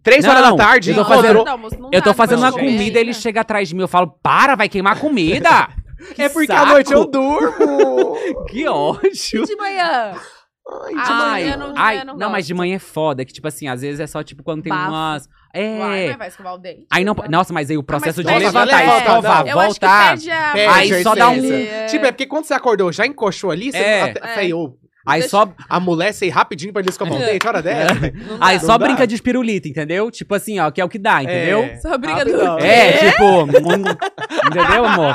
Três
Não,
horas da tarde.
eu tô
encontrou-
fazendo-
Não, moço, não
Eu tô
dá,
fazendo uma
depois de comer,
comida, ele
fica.
chega atrás de mim, eu falo, para, vai queimar a comida.
É porque
saco.
à noite eu durmo.
que ódio.
E de manhã.
Ai,
Ah,
de
Ai,
manhã.
eu não-
ai,
eu não
mas de
gosto.
manhã é foda, que tipo assim, às vezes é só tipo quando tem
Bafo.
umas.
Uai,
É.
mas vai escovar o dente.
Aí não. Nossa, mas aí o processo de
pede-
levantar,
levanta,
escovar,
não.
Eu acho que
voltar.
perde
é
a...
Perde
Aí a só dá um-
essência. Tipo, é porque quando você acordou, já encoxou ali, você
É.
até, véi, ô,
Aí
deixa-
só,
amolece aí rapidinho pra ele escovar o
É.
dente, hora dessa. véi.
aí
dá.
só
Não dá.
brinca de espirulita, entendeu? Tipo assim, ó, que é o que dá, entendeu?
É.
Só briga
Rapidão.
do...
É, tipo, hum, entendeu, amor?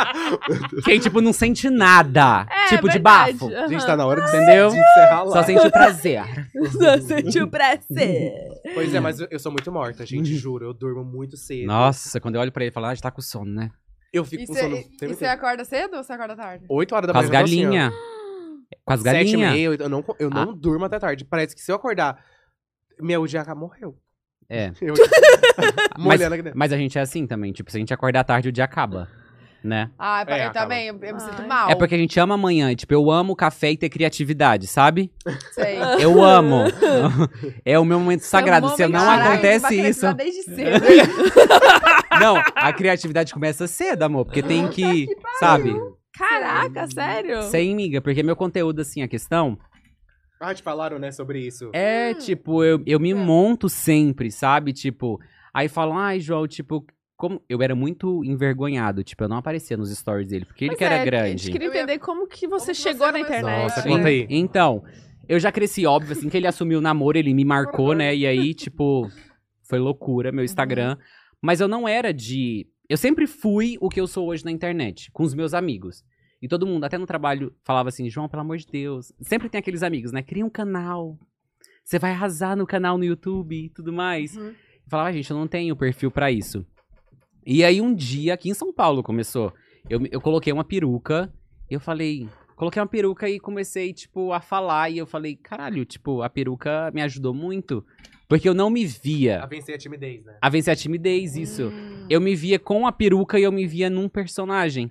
Quem, tipo, não sente nada.
É,
tipo,
verdade.
de bafo.
Aham.
Gente, tá na hora de,
Entendeu?
de encerrar lá.
Só sente o prazer.
Só sentiu pra ser.
Pois é, mas eu, eu sou muito morta,
Uhum.
gente, juro. Eu durmo muito cedo.
Nossa, quando eu olho pra ele e falo, ah, já tá com sono, né?
Eu fico
E
com
você-
sono.
e- e você acorda cedo ou você acorda tarde?
8 horas da
Com as
manhã. eu tô assim, ó.
galinhas. Com as Ah.
Sete e
galinhas.
meia, oito- eu não, eu não durmo até tarde. Parece que se eu acordar, meu GH morreu.
É.
Eu,
Mas,
molhando aqui dentro.
mas a gente é assim também, tipo, se a gente acordar tarde, o dia acaba. Né?
Ah, eu,
É,
eu
acaba.
também, eu, eu me sinto
Ai.
Ah,
mal.
É porque a gente ama amanhã. e, Tipo, eu amo café e ter criatividade, sabe?
Sei.
Eu amo. é o meu momento sagrado. Se
momento
não
sagrado.
acontece
Vai
isso.
acreditar Desde cedo.
Não, a criatividade começa cedo, amor. Porque tem que. Sabe?
Caraca, sério?
Sem miga. Porque meu conteúdo, assim, a questão.
Ah, te falaram, né, sobre isso.
É, tipo, eu, eu me
É.
monto sempre, sabe? Tipo, aí falam, ai, João, tipo. Como... Eu era muito envergonhado, tipo, eu não aparecia nos stories dele, porque ele
Mas
que era
é, A
grande.
gente queria
Eu ia-
entender como que você
Como que
chegou
você
na
começou?
internet.
Nossa,
né?
conta aí.
Então, eu já cresci, óbvio, assim, que ele assumiu o namoro, ele me marcou, né? E aí, tipo, foi loucura meu Instagram. Mas eu não era de. Eu sempre fui o que eu sou hoje na internet, com os meus amigos. E todo mundo, até no trabalho, falava assim: João, pelo amor de Deus. Sempre tem aqueles amigos, né? Cria um canal. Você vai arrasar no canal no YouTube e tudo mais.
Uhum.
Eu falava, gente, eu não tenho perfil pra isso. E aí um dia, aqui em São Paulo começou. Eu, eu coloquei uma peruca, eu falei. Coloquei uma peruca e comecei, tipo, a falar. E eu falei, caralho, tipo, a peruca me ajudou muito. Porque eu não me
A
via
vencer a timidez, né?
a vencer a timidez, isso.
Hum.
Eu me via com a peruca e eu me via num personagem.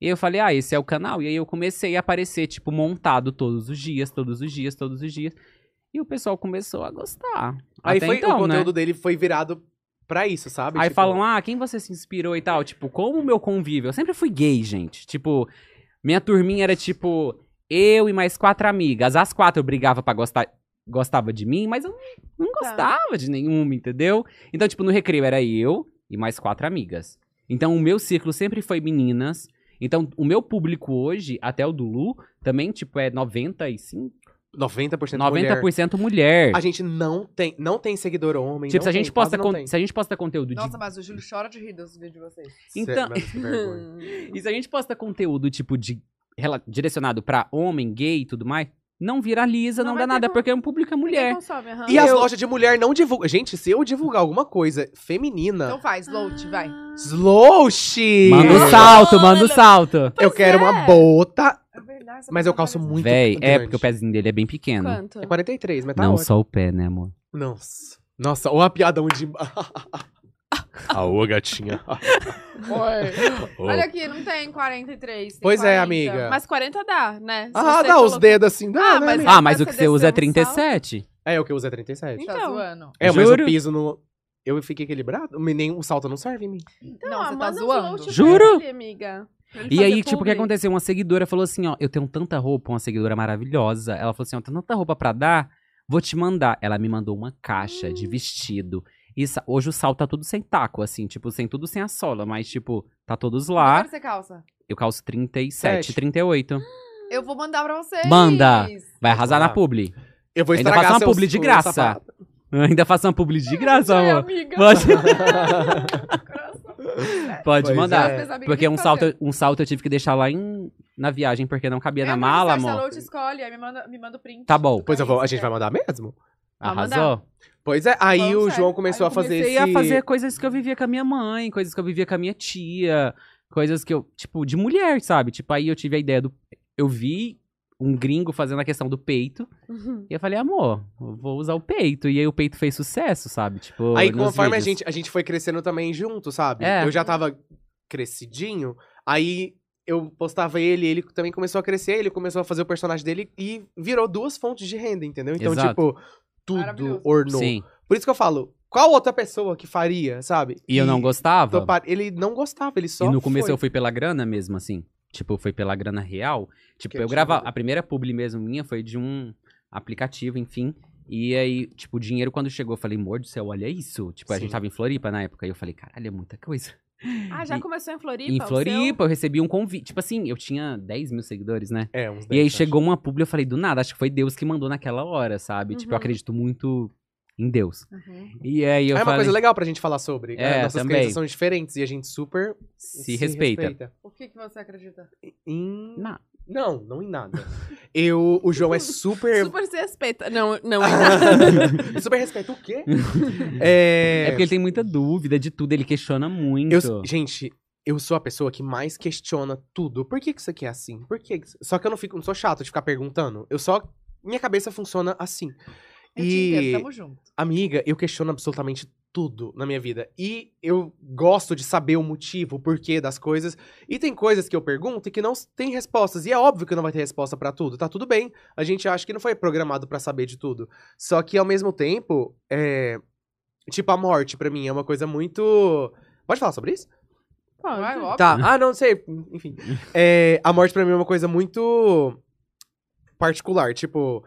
E eu falei, ah, esse é o canal. E aí eu comecei a aparecer, tipo, montado todos os dias, todos os dias, todos os dias. E o pessoal começou a gostar.
Aí
Até
foi,
então,
o
né?
conteúdo dele foi virado pra isso, sabe?
Aí
Tipo,
falam, ah, quem você se inspirou e tal. Tipo, como o meu convívio? Eu sempre fui gay, gente. Tipo, minha turminha era tipo, eu e mais quatro amigas. As quatro eu brigava pra gostar. Gostava de mim, mas eu não, não
Tá.
gostava de nenhuma, entendeu? Então, tipo, no recreio era eu e mais quatro amigas. Então, o meu círculo sempre foi meninas. Então, o meu público hoje, até o do Lu, também, tipo, é 95,
90% 90%. mulher.
90% mulher.
A gente não tem, não tem seguidor homem. não
Tipo, se a,
tem,
gente posta
quase
con-
não tem.
se a gente posta conteúdo de
Nossa, mas o Júlio chora de rir dos vídeos de vocês.
Então-
Sério, mas que vergonha.
Tá.
E se a gente posta conteúdo, tipo, de, rela- direcionado pra homem, gay e tudo mais, não viraliza, não,
Não
dá
vai ter
nada,
como-
porque é um público é mulher.
E as lojas de mulher não divulgam. Gente, se eu divulgar alguma coisa feminina.
Então faz, Lout, vai.
Slosh!
Manda o
Não.
salto,
Não,
manda o
olha-
salto.
Eu
Pois
quero
é.
uma bota,
É verdade, essa
mas eu
pessoa
calço
parece-
muito.
Véi, é
grande.
porque o pezinho dele é bem pequeno.
Quanto?
É 43, mas tá
não
ótimo.
só o pé, né, amor?
Nossa. Nossa, ou a piadão de. Aô, gatinha.
Olha aqui, não tem 43. tem
Pois é,
40.
amiga.
Mas 40 dá, né? Se
Ah,
você
dá os
colocar-
dedos assim, dá,
Ah,
né?
mas-
amiga?
Ah, mas
Você
o que você usa é
desceu um
37?
É, o que eu uso é 37.
Tá
Então.
zoando.
É, mas o
Juro.
piso não. Eu fiquei equilibrado, nem o salto não serve em mim.
Então,
não, você
manda
tá
um
zoando.
float pra
Juro?
ele, amiga.
Pra ele
E
fazer
aí, tipo, o que
publi.
aconteceu? Uma seguidora falou assim, ó, eu tenho tanta roupa, uma seguidora maravilhosa. Ela falou assim, ó, tenho tanta roupa pra dar, vou te mandar. Ela me mandou uma caixa de vestido. E sa- hoje o salto tá tudo sem taco, assim, tipo, sem tudo sem a sola, mas tipo, tá todos lá.
Quanto você calça?
Eu calço 37,
Sete.
38.
Eu vou mandar pra vocês.
Manda. Vai arrasar
Vai lá.
na publi.
Eu vou
Ainda
estragar
faço uma
seus-
publi de
o
graça.
sapato.
Eu ainda faço uma publi de graça,
Ai,
amor.
amiga.
Pode,
Pois
pode mandar.
é.
Porque um salto, um salto eu tive que deixar lá em, na viagem, porque não cabia é
É
na mala, amor.
Eu te escolhe, aí me manda, me manda o print.
Tá bom.
Pois eu vou, a gente vai mandar mesmo?
Vai
Arrasou.
Pois é, aí
Vamos,
o
é.
João começou
Aí
a
eu
fazer
Comecei
esse...
a fazer coisas que eu vivia com a minha mãe, coisas que eu vivia com a minha tia, coisas que eu, tipo, de mulher, sabe? Tipo, aí eu tive a ideia do. Eu vi um gringo fazendo a questão do peito, e eu falei, amor, eu vou usar o peito. E aí o peito fez sucesso, sabe? Tipo,
Aí
nos
conforme a
vídeos.
gente, a gente foi crescendo também junto, sabe?
É.
Eu já tava crescidinho, aí eu postava ele, ele também começou a crescer, ele começou a fazer o personagem dele e virou duas fontes de renda, entendeu? Então,
Exato.
tipo, tudo
Maravilhoso.
ornou.
Sim.
Por isso que eu falo, qual outra pessoa que faria, sabe?
E eu não gostava.
topar- Ele não gostava, ele só
e no começo
foi.
eu fui pela grana mesmo, assim. Tipo, foi pela grana real. Tipo,
Que
eu
absurdo.
gravava. A primeira publi mesmo minha foi de um aplicativo, enfim. E aí, tipo, o dinheiro quando chegou, eu falei, amor do céu, olha isso. Tipo, a
Sim.
gente tava em Floripa na época. E eu falei, caralho, é muita coisa.
Ah, já
E-
começou em Floripa?
em
o
Floripa, eu recebi um convite. Tipo assim, eu tinha 10 mil seguidores, né?
É, uns
E aí
10,
chegou uma publi, eu falei, do nada, acho que foi Deus que mandou naquela hora, sabe? Tipo, eu
Uhum.
acredito muito em Deus.
seu? Uhum.
E aí eu
É uma
falei,
coisa legal pra gente falar sobre. né?
É,
Nossas
também.
crenças são diferentes e a gente super
se, respeita.
O que, que você acredita?
Em-
Na-
Não, não em nada. Eu, o João é super.
Super se respeita. Não, não.
super respeita o quê? é.
É porque ele tem muita dúvida de tudo, ele questiona muito.
eu, gente, eu sou a pessoa que mais questiona tudo. Por que, que isso aqui é assim? Por que que isso- Só que eu não fico, não sou chato de ficar perguntando. Eu só. Minha cabeça funciona assim.
Eu te
e,
entendo, É tamo junto.
amiga, eu questiono absolutamente tudo na minha vida. E eu gosto de saber o motivo, o porquê das coisas. E tem coisas que eu pergunto e que não s- tem respostas. E é óbvio que não vai ter resposta pra tudo. Tá tudo bem. A gente acha que não foi programado pra saber de tudo. Só que ao mesmo tempo, é. Tipo, a morte, pra mim, é uma coisa muito. Pode falar sobre isso?
Pode.
Vai, óbvio.
Tá, ah, não sei, enfim. É, a morte pra mim é uma coisa muito particular, tipo,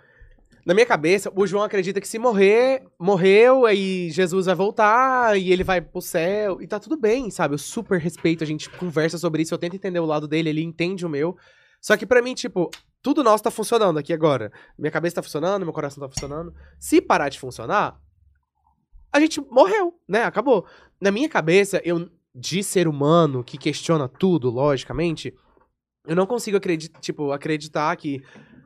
na minha cabeça, o João acredita que se morrer, morreu, aí Jesus vai voltar e ele vai pro céu e tá tudo bem, sabe? Eu super respeito, a gente conversa sobre isso, eu tento entender o lado dele, ele entende o meu. Só que pra mim, tipo, tudo nosso tá funcionando aqui agora. Minha cabeça tá funcionando, meu coração tá funcionando. Se parar de funcionar, a gente morreu, né? Acabou. Na minha cabeça, eu de ser humano que questiona tudo, logicamente, eu não consigo acreditar, tipo, acreditar que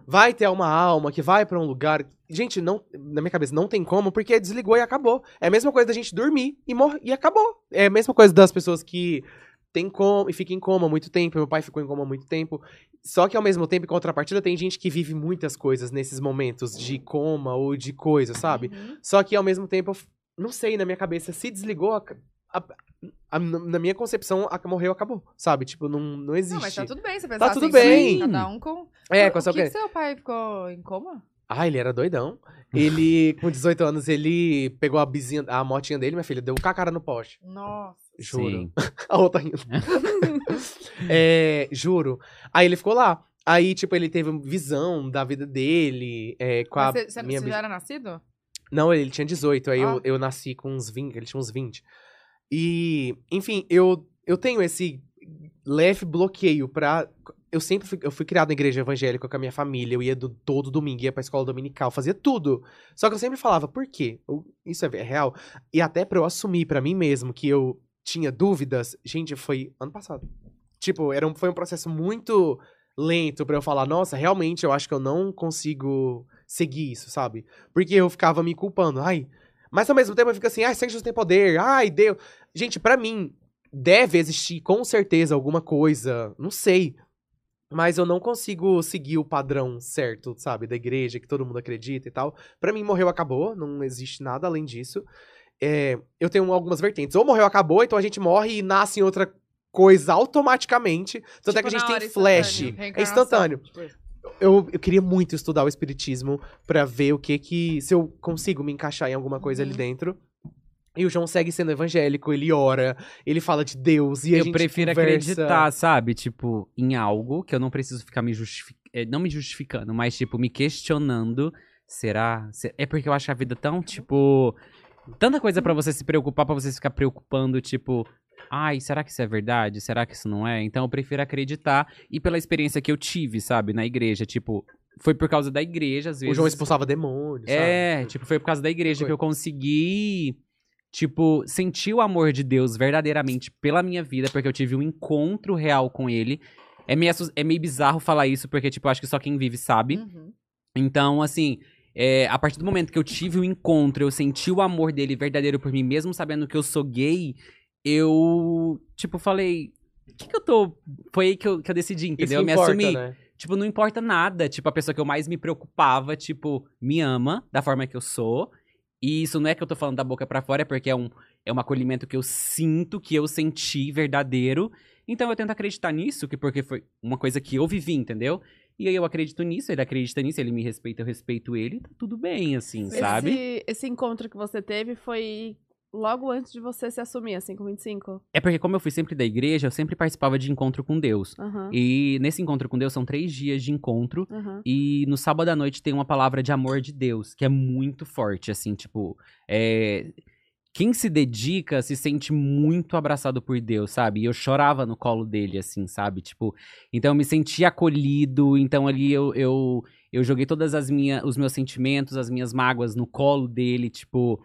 vai ter uma alma, que vai pra um lugar. Gente, não, na minha cabeça não tem como, porque desligou e acabou. É a mesma coisa da gente dormir e morrer e acabou. É a mesma coisa das pessoas que tem coma e fica em coma há muito tempo. Meu pai ficou em coma há muito tempo. Só que ao mesmo tempo, em contrapartida, tem gente que vive muitas coisas nesses momentos de coma ou de coisa, sabe?
Uhum.
Só que ao mesmo tempo, eu f- não sei, na minha cabeça, se desligou, a- a- a- na minha concepção, a- morreu, acabou. Sabe? Tipo, não, não existe.
Não, mas tá tudo bem você pensar
tudo
assim,
bem.
Cada um com...
É, com
o
essa
que, que seu pai ficou em coma?
Ah, ele era doidão. Ele, com 18 anos, ele pegou a bizinha, a motinha dele, minha filha, deu com a cara no poste.
Nossa.
Juro.
Sim.
A outra rindo. É, juro. Aí ele ficou lá. Aí, tipo, ele teve uma visão da vida dele. é, com a
Mas você, você-
minha
você
bis-
já era nascido?
Não, ele tinha 18, aí
Ah.
eu, eu nasci com uns 20, ele tinha uns 20. E, enfim, eu, eu tenho esse leve bloqueio pra. Eu sempre fui, eu fui criado na igreja evangélica com a minha família, eu ia do- todo domingo, ia pra escola dominical, fazia tudo. Só que eu sempre falava, por quê? Eu- isso é, é real. E até pra eu assumir pra mim mesmo que eu tinha dúvidas, gente, foi ano passado. Tipo, era um, foi um processo muito lento pra eu falar, nossa, realmente eu acho que eu não consigo seguir isso, sabe? Porque eu ficava me culpando. Ai. Mas ao mesmo tempo eu fico assim, ai, Sanches tem poder, ai, Deus. Gente, pra mim, deve existir com certeza alguma coisa, não sei. Mas eu não consigo seguir o padrão certo, sabe? Da igreja, que todo mundo acredita e tal. Pra mim, morreu, acabou, não existe nada além disso. É, eu tenho algumas vertentes. Ou morreu, acabou, então a gente morre e nasce em outra coisa automaticamente. Tanto é
Tipo,
que a gente
na
tem
hora,
flash.
instantâneo,
É
reencarnação.
instantâneo. Eu, eu queria muito estudar o espiritismo pra ver o que que. Se eu consigo me encaixar em alguma coisa ali
Uhum.
dentro. E o João segue sendo evangélico, ele ora, ele fala de Deus e a
eu
gente
prefiro
conversa.
acreditar, sabe? Tipo, em algo que eu não preciso ficar me justificando. Não me justificando, mas, tipo, me questionando. Será? Se- É porque eu acho a vida tão, tipo. Tanta coisa pra você se preocupar, pra você ficar preocupando, tipo. Ai, será que isso é verdade? Será que isso não é? Então eu prefiro acreditar. E pela experiência que eu tive, sabe, na igreja, tipo, foi por causa da igreja, às vezes.
O João expulsava demônios,
É, tipo, foi por causa da igreja que eu consegui, tipo, sentir o amor de Deus verdadeiramente pela minha vida, porque eu tive um encontro real com ele. É meio, assus- é meio bizarro falar isso, porque, tipo, eu acho que só quem vive sabe.
Uhum.
Então, assim, é, a partir do momento que eu tive o encontro, eu senti o amor dele verdadeiro por mim, mesmo sabendo que eu sou gay, eu, tipo, falei. O que, que eu tô. Foi aí que eu, que eu decidi,
Isso
entendeu? eu me
importa,
assumi.
né?
Tipo, não importa nada. Tipo, a pessoa que eu mais me preocupava, tipo, me ama da forma que eu sou. E isso não é que eu tô falando da boca pra fora, é porque é um, é um acolhimento que eu sinto, que eu senti verdadeiro. Então eu tento acreditar nisso, que porque foi uma coisa que eu vivi, entendeu? E aí eu acredito nisso, ele acredita nisso, ele me respeita, eu respeito ele, tá tudo bem, assim, sabe?
Esse, esse encontro que você teve foi logo antes de você se assumir, assim, com 25?
É porque como eu fui sempre da igreja, eu sempre participava de encontro com Deus.
Aham.
E nesse encontro com Deus são três dias de encontro.
Aham.
E no sábado à noite tem uma palavra de amor de Deus, que é muito forte, assim, tipo. é, Quem se dedica se sente muito abraçado por Deus, sabe? E eu chorava no colo dele, assim, sabe? Tipo, então eu me senti acolhido, então ali eu, eu, eu joguei todas as minhas, os meus sentimentos, as minhas mágoas no colo dele, tipo,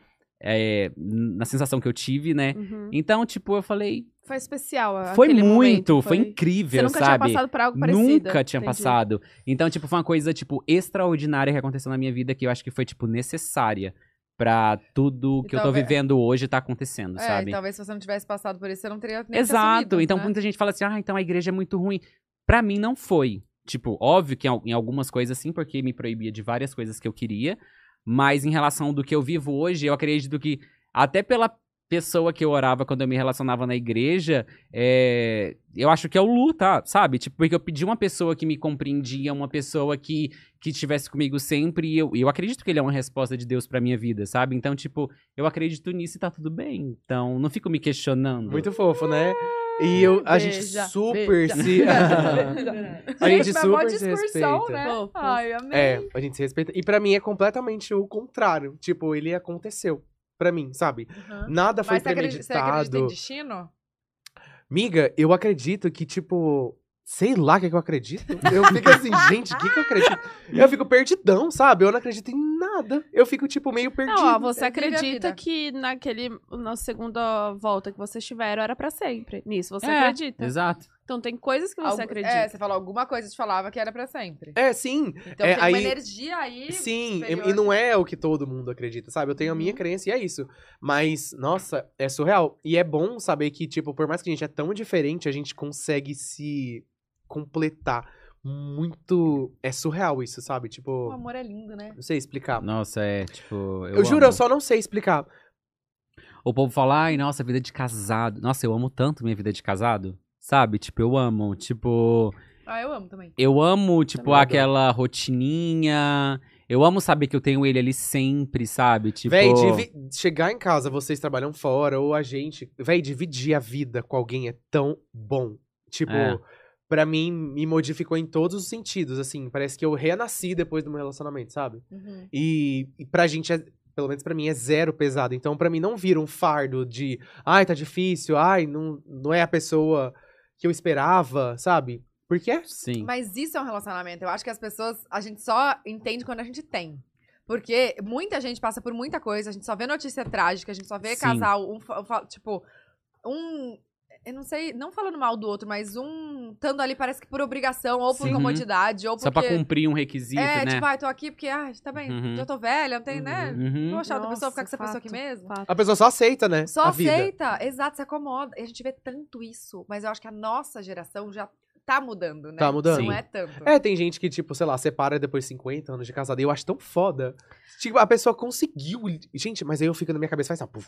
é, na sensação que eu tive, né?
Uhum.
Então, tipo, eu falei,
Foi especial.
É,
a-
foi
aquele
muito,
momento,
foi incrível,
Você nunca
sabe?
tinha passado por algo parecido.
Nunca tinha
entendi.
passado. Então, tipo, foi uma coisa, tipo, extraordinária que aconteceu na minha vida que eu acho que foi, tipo, necessária pra tudo
E
que eu tô
talvez-
vivendo hoje tá acontecendo,
É,
sabe?
e talvez se você não tivesse passado por isso, você não teria nem
Exato.
assumido,
então,
né?
muita gente fala assim, ah, então a igreja é muito ruim. Pra mim, não foi. Tipo, óbvio que em al- em algumas coisas, sim, porque me proibia de várias coisas que eu queria. Mas em relação do que eu vivo hoje, eu acredito que até pela pessoa que eu orava quando eu me relacionava na igreja, é, eu acho que é o Lu, tá? Sabe? Tipo, porque eu pedi uma pessoa que me compreendia, uma pessoa que que estivesse comigo sempre. E eu, e eu acredito que ele é uma resposta de Deus pra minha vida, sabe? Então, tipo, eu acredito nisso e tá tudo bem. Então, não fico me questionando.
Muito fofo, né? E eu, a gente
Beija,
super
beija.
se. a gente
mas
super
mó
se
discursão,
respeita.
né?
Fofo.
Ai, amei.
É, a gente se respeita. E pra mim é completamente o contrário. Tipo, ele aconteceu. Pra mim, sabe?
Uhum.
Nada foi
Mas você acredita, você acredita em
premeditado.
destino?
Miga, eu acredito que, tipo. Sei lá o que, é que eu acredito. Eu fico assim, gente, o que, que eu acredito? Eu fico perdidão, sabe? Eu não acredito em nada. Eu fico, tipo, meio perdido.
Não, ó, você
Você vive a
acredita
vida.
que naquele na segunda volta que vocês tiveram era pra sempre. Nisso você
É.
acredita.
Exato.
Então tem coisas que
Algu-
você acredita.
É, você falou alguma coisa, te falava que era pra sempre.
É, sim.
Então
É,
tem uma
aí-
energia aí.
Sim, e-
superior.
e
né?
não é o que todo mundo acredita, sabe? Eu tenho a minha
Uhum.
crença e é isso. Mas, nossa, é surreal. E é bom saber que, tipo, por mais que a gente é tão diferente, a gente consegue se completar. Muito. É surreal isso, sabe?
O
Tipo,
amor é lindo, né?
não sei explicar.
Nossa, é, tipo. Eu,
Eu, juro, eu
amo.
só não sei explicar.
O povo fala, ai, nossa, vida de casado. Nossa, eu amo tanto minha vida de casado. Sabe? Tipo, eu amo. Tipo,
Ah, eu amo também.
eu amo, tipo,
Também adoro.
aquela rotininha. Eu amo saber que eu tenho ele ali sempre, sabe? Tipo.
Véi, divi- chegar em casa, vocês trabalham fora, ou a gente. Véi, dividir a vida com alguém é tão bom. Tipo,
É.
pra mim, me modificou em todos os sentidos. Assim, parece que eu renasci depois do meu relacionamento, sabe?
Uhum.
E, e pra gente, é, pelo menos pra mim, é zero pesado. Então, pra mim, não vira um fardo de ai, tá difícil, ai, não, não é a pessoa que eu esperava, sabe? Porque é.
Sim.
Mas isso é um relacionamento. Eu acho que as pessoas, a gente só entende quando a gente tem. Porque muita gente passa por muita coisa, a gente só vê notícia trágica, a gente só vê
Sim.
casal, um fa- fa- tipo, um. Eu não sei, não falando mal do outro, mas um estando ali parece que por obrigação, ou por
Sim.
comodidade, ou porque.
Só pra cumprir um requisito,
é,
né?
tipo, ah, eu tô aqui porque, ah, tá bem,
Uhum.
já tô velha, não tem, né? Não
Uhum.
vou achar outra pessoa,
Nossa,
ficar com essa é pessoa aqui
fato.
mesmo.
Fato.
A pessoa só aceita,
É
né?
Só
a vida.
aceita, exato, se acomoda. E a gente vê tanto isso, mas eu acho que a nossa geração já tá mudando, né?
Tá mudando.
Não
Sim.
é tanto.
É, tem gente que, tipo, sei lá, separa depois de 50 anos de casada. E eu acho tão foda. Tipo, a pessoa conseguiu. Gente, mas aí eu fico na minha cabeça faz assim, ó, puf.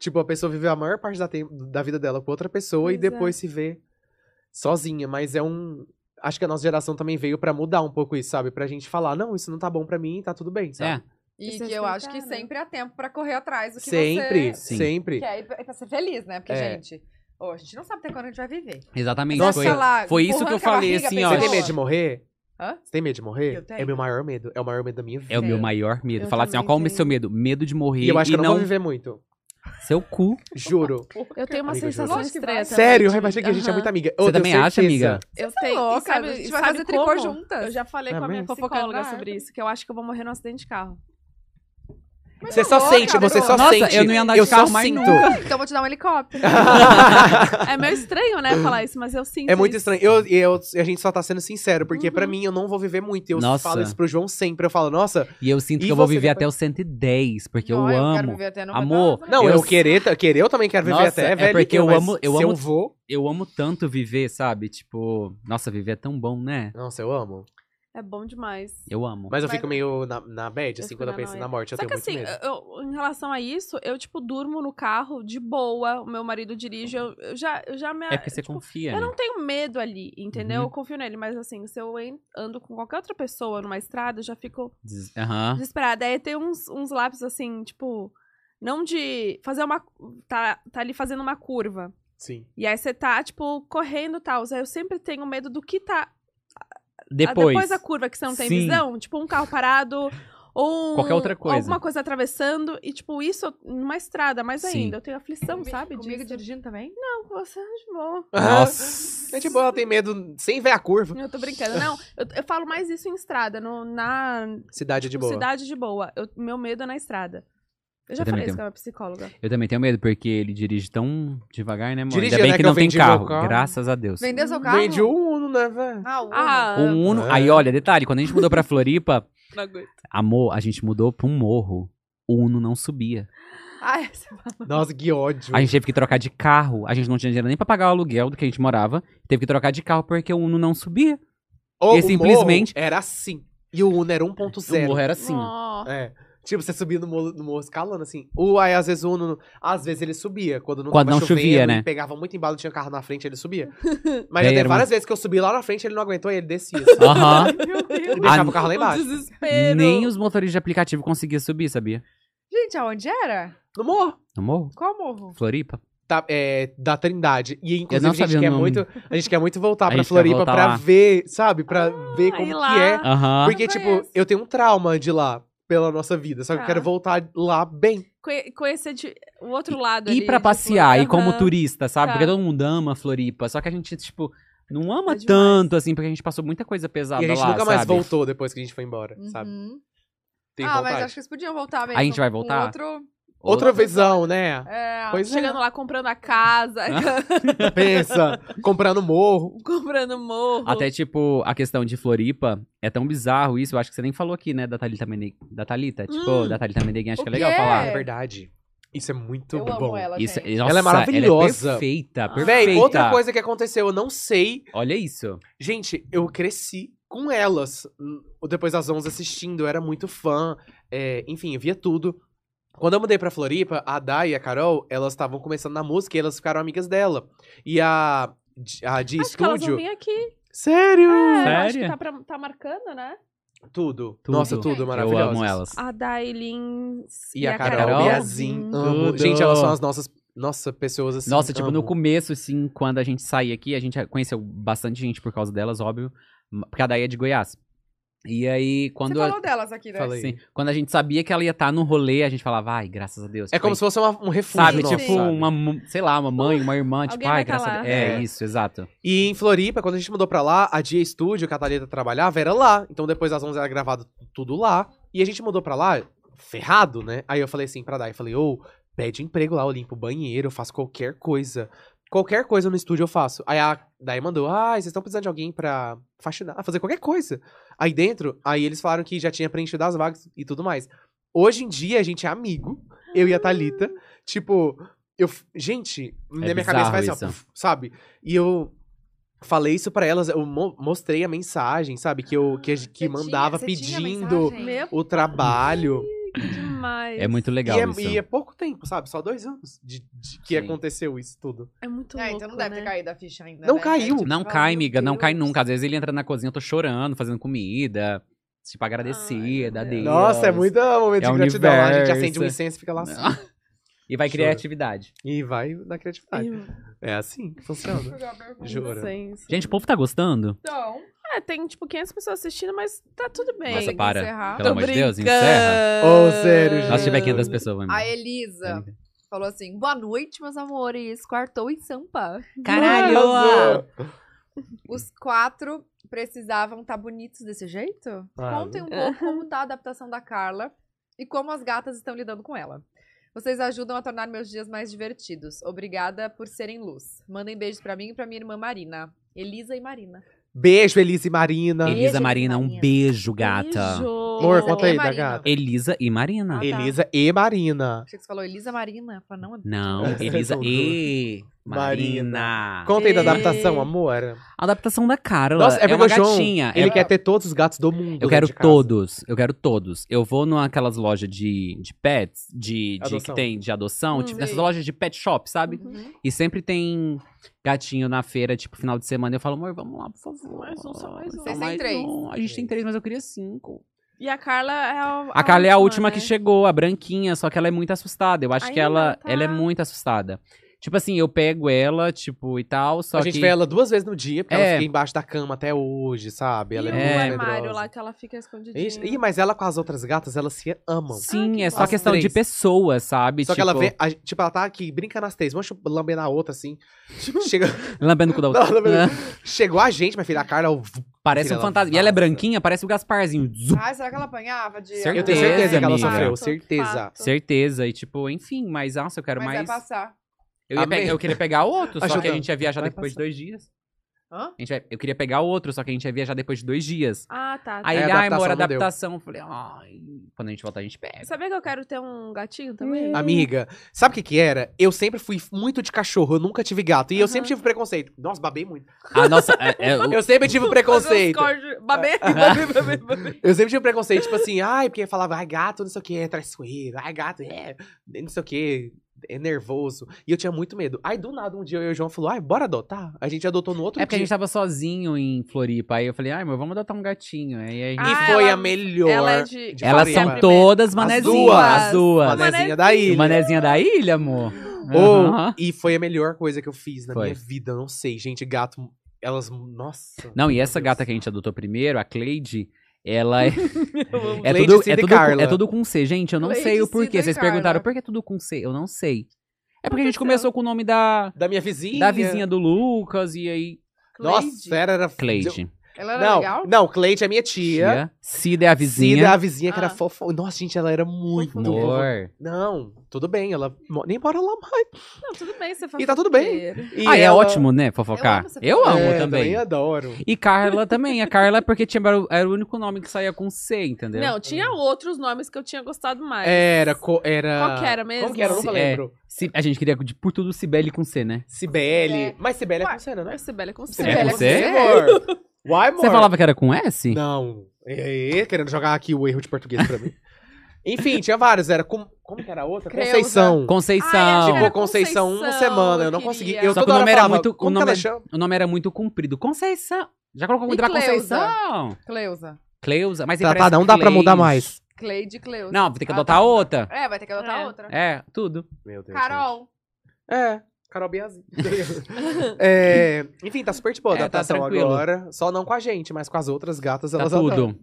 Tipo, a pessoa viveu a maior parte da, tem- da vida dela com outra pessoa
Pois
e
é.
depois se vê sozinha. Mas é um. Acho que a nossa geração também veio pra mudar um pouco isso, sabe? Pra gente falar, não, isso não tá bom pra mim, tá tudo bem, sabe?
É.
E
Isso
que
é
eu acho que
aceitável.
sempre há tempo pra correr atrás do que
Sempre,
Sim.
você
sempre.
quer. E pra- e pra ser feliz, né? Porque,
É.
gente, ô, a gente não sabe até quando a gente vai viver.
Exatamente.
Nossa,
foi,
Tá lá,
foi isso que eu
empurrando com a
falei,
barriga,
assim,
pensando,
ó.
Você tem medo de morrer?
Hã?
Você tem medo de morrer?
Eu tenho.
É meu maior medo. É o maior medo da minha vida.
É o meu
É.
maior medo.
Eu
Falar assim, ó,
também
qual o
tenho.
seu medo? Medo de morrer
E eu acho que
e
eu não
não
vou viver muito.
seu cu.
Juro.
Eu tenho uma
Amiga, eu juro.
sensação
Lógico que vai.
estranha. também
Sério,
de-
rebaixei que a gente é
Então, Aham.
muito amiga. Ô, tenho
Você também acha,
certeza.
amiga?
Eu
Tá
tenho. e
louca,
sabe-
a gente
e
vai
sabe
fazer tricô
como?
juntas.
Eu já falei
É
com a minha
mesmo?
psicóloga
Focando na
sobre
árvore.
isso, que eu acho que eu vou morrer num acidente de carro.
Você só
louca,
sente, você só
Nossa,
sente.
eu não ia andar de
Eu só
carro mais
sinto.
Então eu vou te dar um helicóptero.
É meio estranho, né, falar isso, mas eu sinto
É muito
isso.
estranho. Eu, eu, a gente só tá sendo sincero, porque
Uhum.
pra mim eu não vou viver muito. Eu
Nossa.
falo isso pro João sempre. Eu falo, nossa,
E eu sinto
E
que eu vou
você
viver
depois?
até os 110, porque eu
Ó, quero
amo.
viver até
Amor,
não, eu,
Eu-
querer, ta- querer eu também quero viver
Nossa,
até,
é
velho.
porque eu amo- eu
se
amo-
eu vou.
Eu amo tanto viver, sabe? Tipo, nossa, viver é tão bom, né?
Nossa, eu amo.
É bom demais.
Eu amo.
Mas eu
Mas-
fico meio na, na bad,
Eu
assim,
fico
quando eu
na
penso na
noia.
morte. Eu
Só
tenho
que
muito
assim,
medo.
eu- em relação a isso, eu, tipo, durmo no carro de boa, o meu marido dirige, eu, eu já, eu já me.
é porque você
tipo,
confia,
Eu
né?
não tenho medo ali, entendeu?
Uhum.
Eu confio nele, mas assim, se eu en- ando com qualquer outra pessoa numa estrada, eu já fico
Des- Aham.
desesperada. Aí tem uns, uns lápis assim, tipo, não de fazer uma. Tá, tá ali fazendo uma curva.
Sim.
E aí você tá, tipo, correndo e tal. Aí eu sempre tenho medo do que tá Ah,
Depois.
depois da curva que você não tem
Sim.
visão, tipo um carro parado ou um-
Qualquer outra coisa.
alguma coisa atravessando e tipo isso eu- numa estrada, mais
Sim.
ainda, eu tenho aflição, sabe?
Comigo
disso?
dirigindo também?
Não, você é de boa.
Nossa.
É de boa, ela tem medo sem ver a curva.
Eu tô brincando. Não, eu, eu falo mais isso em estrada, no, na
Cidade de boa.
Tipo, cidade de boa. Eu- meu medo é na estrada. Eu já
Eu também
falei isso
tenho.
com a minha psicóloga.
Eu também tenho medo, porque ele dirige tão devagar, né, amor?
Dirigia,
Ainda bem
né,
que
que eu
não tem
vendi meu
carro,
carro.
Graças a Deus.
Vendeu seu carro?
Vende um Uno, né, velho?
Ah, o
Ah,
Um Uno.
É.
Aí, olha, detalhe, quando a gente mudou pra Floripa,
não aguento.
amor, a gente mudou pra um morro. O Uno não subia.
Ai, essa-
Nossa, que ódio.
A gente teve que trocar de carro. A gente não tinha dinheiro nem pra pagar o aluguel do que a gente morava. Teve que trocar de carro porque o Uno não subia.
Ou
e
o
simplesmente-
morro era assim. E o Uno era
O
1.0.
morro era assim.
Nó.
É. Tipo, você subia no morro, no morro escalando, assim. Ou aí, às vezes, o Uno. Às vezes ele subia. Quando não,
Quando
tava
não chovia,
chovendo
né?
E pegava muito embalo, tinha carro na frente, ele subia. Mas
Daí
já teve
era uma-
várias vezes que eu subi lá na frente, ele não aguentou e ele descia. assim.
Aham.
Meu Deus.
Ele deixava
Ah,
o carro lá
o
embaixo.
desespero.
Nem os motoristas de aplicativo conseguiam subir, sabia?
Gente, aonde era?
No morro.
No morro.
Qual morro?
Floripa.
Tá, é, da Trindade. E
não
inclusive a gente,
sabia o
quer
nome.
muito, a gente quer muito voltar
A
pra
gente quer
Floripa
voltar
pra
lá.
ver, sabe? Pra
Ah,
ver como
ir
que
lá.
é.
Aham.
Porque,
Eu
tipo,
conheço.
eu tenho um trauma de lá pela nossa vida. Só que
Tá.
eu quero voltar lá bem.
Conhe- Conhecer de- o outro lado ali.
Ir pra
tipo,
passear, ir como
aham.
turista, sabe?
Tá.
Porque todo mundo ama Floripa. Só que a gente, tipo, não ama
É demais.
tanto, assim, porque a gente passou muita coisa pesada
E a gente
lá,
nunca mais
sabe?
voltou depois que a gente foi embora, sabe?
Uhum.
Tem
ah, mas
vontade.
acho que eles podiam voltar mesmo.
A gente vai
com
voltar?
Outro...
Outra visão, né?
É.
Pois
Chegando lá, comprando a casa,
é. Pensa, comprando morro.
comprando morro.
Até, tipo, a questão de Floripa é tão bizarro isso. Eu acho que você nem falou aqui, né, da Thalita Meneghin. Da Thalita, tipo,
Hum.
da Thalita Meneghin. Acho
O
que é legal
quê?
falar.
É verdade. Isso é muito
eu
bom.
amo ela,
Isso, é
gente.
nossa,
maravilhosa.
Ela é perfeita,
Véi,
perfeita.
Véi, outra coisa que aconteceu, eu não sei.
Olha isso.
Gente, eu cresci com elas. hum, Depois das 11 assistindo, eu era muito fã. é, enfim, eu via tudo. Quando eu mudei pra Floripa, a Dai e a Carol, elas estavam começando na música e elas ficaram amigas dela. E a, a de
Acho que elas vão
estúdio.
vir aqui.
Sério?
É, eu acho
Sério?
que tá, pra- tá marcando, né?
Tudo.
Tudo.
Nossa, tudo
Eu
maravilhoso.
amo elas.
A Dailin
E, a Carol,
Carol
Biazin.
Biazin.
Amo.
Tudo.
Gente, elas são as nossas. Nossa, pessoas assim.
Nossa, tipo, no
amo.
começo, assim, quando a gente saía aqui, a gente conheceu bastante gente por causa delas, óbvio. Porque a Daí é de Goiás. E aí, quando.
Você falou delas aqui, né?
Falei.
Sim. Quando a gente sabia que ela ia estar no rolê, a gente falava, ai, graças a Deus.
É
Tipo,
como
aí,
se fosse uma- um refúgio.
Sabe,
nosso,
tipo,
sabe?
uma, mu- sei lá, uma mãe, uma irmã, tipo,
alguém
ai,
vai
graças
tá
a
lá."
Deus. É,
É.
isso, exato.
E em Floripa, quando a gente mudou pra lá, a Dia Studio, que a Thalita trabalhava, era lá. Então depois das 11 era gravado tudo lá. E a gente mudou pra lá, ferrado, né? Aí eu falei assim pra Dai, eu falei, ô, pede emprego lá, eu limpo o banheiro, eu faço qualquer coisa. Qualquer coisa no estúdio eu faço. Aí a Dai mandou, ah, vocês estão precisando de alguém pra faxinar, fazer qualquer coisa. Aí dentro, aí eles falaram que já tinha preenchido as vagas e tudo mais. Hoje em dia a gente é amigo, eu e a Thalita. Tipo, eu. f- Gente, na minha cabeça
É bizarro
faz
isso.
assim, ó, puf, sabe? E eu falei isso pra elas, eu mo- mostrei a mensagem, sabe? Que eu que, a- que
Ah, Você
mandava
tinha- você tinha
pedindo
mensagem?
Meu,
o trabalho.
demais.
É muito
E
legal
é,
isso.
e é pouco tempo, sabe? Só dois anos de, de que
Sim.
aconteceu isso tudo.
É muito
É,
louco,
então não deve ter
né?
caído a ficha ainda.
Não
né?
caiu.
Tipo,
Não
fala,
cai,
meu
amiga, não cai
Deus.
nunca. Às vezes ele entra na cozinha, eu tô chorando, fazendo comida. tipo, agradecida
Ai,
a
meu
Deus.
Deus.
Nossa, é muito momento
É
de gratidão. lá. A gente
universo.
acende um incenso e fica lá assim.
E vai
Juro.
criatividade.
E vai na criatividade.
Ih,
É assim que funciona. Juro.
sim, sim.
Gente, o povo tá gostando?
Então,
É, tem tipo 500 pessoas assistindo, mas tá tudo bem.
Nossa, para.
encerrar.
Pelo
Tô
amor de Deus,
brincando.
encerra.
Ô, sério, gente.
Nossa, se tiver 500 pessoas, vai
A
embora.
Elisa falou assim: boa noite, meus amores. Quartou em Sampa.
Arrasou.
Os quatro precisavam estar bonitos desse jeito?
Ah,
Contem um pouco como tá a adaptação da Carla e como as gatas estão lidando com ela. Vocês ajudam a tornar meus dias mais divertidos. Obrigada por serem luz. Mandem beijos pra mim e pra minha irmã Marina. Elisa e Marina.
Beijo, Elise e Marina.
Ele-
Elisa
Beijo,
Marina, um
Marina.
beijo, gata.
Amor,
Elisa
conta
e
aí da
Marina.
gata.
Elisa e Marina.
Ah, tá.
Elisa e Marina.
Achei que você falou Elisa Marina. Eu falei, não, é
Não, Elisa e Marina.
Conta aí da
Ei.
adaptação, amor.
A adaptação da Carla.
Nossa, é
é, uma
porque o João,
gatinha.
Ele
é-
quer ter todos os gatos do mundo.
Eu quero
dentro de casa.
todos. Eu quero todos. Eu vou naquelas lojas de, de pets, de, de que
Adoção.
tem de adoção,
Hum,
tipo,
sei.
nessas lojas de pet shop, sabe?
Uhum.
E sempre tem gatinho na feira, tipo, final de semana. Eu falo, amor, vamos lá, por favor.
Mais um, só mais um.
Só
Vocês têm três.
um. A gente tem três, mas eu queria cinco.
E a Carla é a,
A Carla é a última
né?
que chegou, a branquinha, só que ela é muito assustada. Eu acho que
Ainda
ela,
tá.
ela é muito assustada. Tipo assim, eu pego ela, tipo, e tal, só
a
que...
gente vê ela duas vezes no dia, porque ela
É.
fica embaixo da cama até hoje, sabe? Ela
e
é,
o
muito
armário
medrosa.
lá que ela fica escondidinha.
Ixi, Ih, mas ela com as outras gatas, elas se amam.
Ah, que
Sim, é só
massa.
questão de
Três.
pessoas, sabe?
Só que ela
Tipo,
vê, a- tipo, ela tá aqui, brinca nas três, vamos chup- lamber na outra, assim. Chega,
Lambendo o cu da
Não, lambendo-
outra.
chegou a gente, minha filha, a Carla, eu,
Parece
Filha,
um
ela
fantasma. E ela é
vaza.
branquinha, parece o Gasparzinho. Zup.
Ai, Ah, será que ela apanhava de.
Certeza.
eu tenho certeza que ela
amiga.
sofreu,
Fato,
certeza.
fato.
Certeza. E tipo, enfim, mas nossa, eu quero
Mas é vai
mais.
passar.
Eu, ia
Amei.
pe- eu queria pegar outro, só que a
Ajudando.
gente ia viajar
Vai
depois de dois dias.
Hã?
A gente vai- Eu queria pegar outro, só que a gente ia viajar depois de dois dias.
Ah, tá. tá.
Aí,
Aí a
ele, ai, amor,
adaptação não deu.
adaptação. Eu Falei, ai, quando a gente voltar, a gente pega.
Sabia que eu quero ter um gatinho também?
Amiga, sabe o que que era? Eu sempre fui muito de cachorro, eu nunca tive gato. E eu
Aham.
sempre tive preconceito. Nossa, babei muito.
A nossa. é- é o-
Eu sempre tive preconceito.
Babê, babê, babê, babê.
Eu sempre tive preconceito, tipo assim, ai, porque falava, ai, gato, não sei o que, é traiçoeiro, ai, gato, é, não sei o que, é nervoso. E eu tinha muito medo. Aí, do nada, um dia eu e o João falou, ai, bora adotar? A gente adotou no outro
É porque a
dia.
gente tava sozinho em Floripa. Aí eu falei, ai, amor, vamos adotar um gatinho. Aí a gente-
Ah,
E foi
ela-
a melhor.
ela é de-
de
Elas
Floripa.
são todas manezinhas.
duas.
As duas.
Manezinha da ilha.
Manezinha da ilha, amor.
Ou-
Aham.
E foi a melhor coisa que eu fiz na
Foi.
minha vida, eu não sei. Gente, gato, elas, nossa.
Não, e
meu
essa
Deus.
gata que a gente adotou primeiro, a Cleide, ela é.
Cleide, Cida
é, tudo, é,
e
tudo, com-
Carla.
é tudo com C, gente. Eu não
Cleide,
sei o
Cida e
porquê. Vocês
Carla.
perguntaram por que é tudo com C? Eu não sei. É porque a gente
Aconteceu.
começou com o nome da,
Da minha vizinha.
da vizinha do Lucas e aí.
Nossa, era... era
Cleide.
Ela era
Não,
legal?
não, Cleide é minha tia.
Tia. Cida é a vizinha.
Cida é a vizinha que
Ah.
era fofa. Nossa, gente, ela era muito
Amor.
Não, tudo bem, ela mo- nem mora lá mais.
Não, tudo bem, você
E tá tudo bem.
fofoqueiro.
E
ah, é
ela-
ótimo, né? Fofocar.
amo essa
Eu amo,
fofoca.
É,
também.
adoro.
E Carla também. A Carla é porque tinha, era o- era o único nome que saía com C, entendeu?
Não, tinha
Hum.
outros nomes que eu tinha gostado mais.
Era, co- era...
Qual que era mesmo?
Como que era? Eu nunca
É.
lembro.
Ci- a gente queria de- por tudo Cibele com C, né?
Cibele.
É.
Mas Cibele é
Ué,
com cena, não é?
Cibele com C.
Cibele é com C?
amor. Why, amor?
Você falava que era com S?
Não. É, é, querendo jogar aqui o erro de português pra mim. Enfim, tinha vários. Era com... Como que era a outra?
Creuza.
Conceição.
Conceição.
Ai, a
Ficou
Era
Conceição uma
Conceição,
semana,
eu
eu não consegui.
queria.
Eu
Só
toda
que o
hora
nome era
falava,
muito- o
como que
nome
ela
é-
chama?
O nome era muito comprido. Conceição. Já colocou muito
E
pra
Cleusa?
Conceição.
Cleusa.
Cleusa. Mas aí
Tá, tá,
parece
não dá pra
Cleis.
mudar mais.
Cleide e Cleusa.
Não, vou ter que
Ah,
adotar
tá.
outra.
É, vai ter que adotar
É.
outra.
É, tudo.
Meu Deus.
Carol.
É, Carol Biazzi. É, enfim, tá super de boa a
É, tá
adaptação
tranquilo.
agora. Só não com a gente, mas com as outras gatas
Tá
elas
tudo.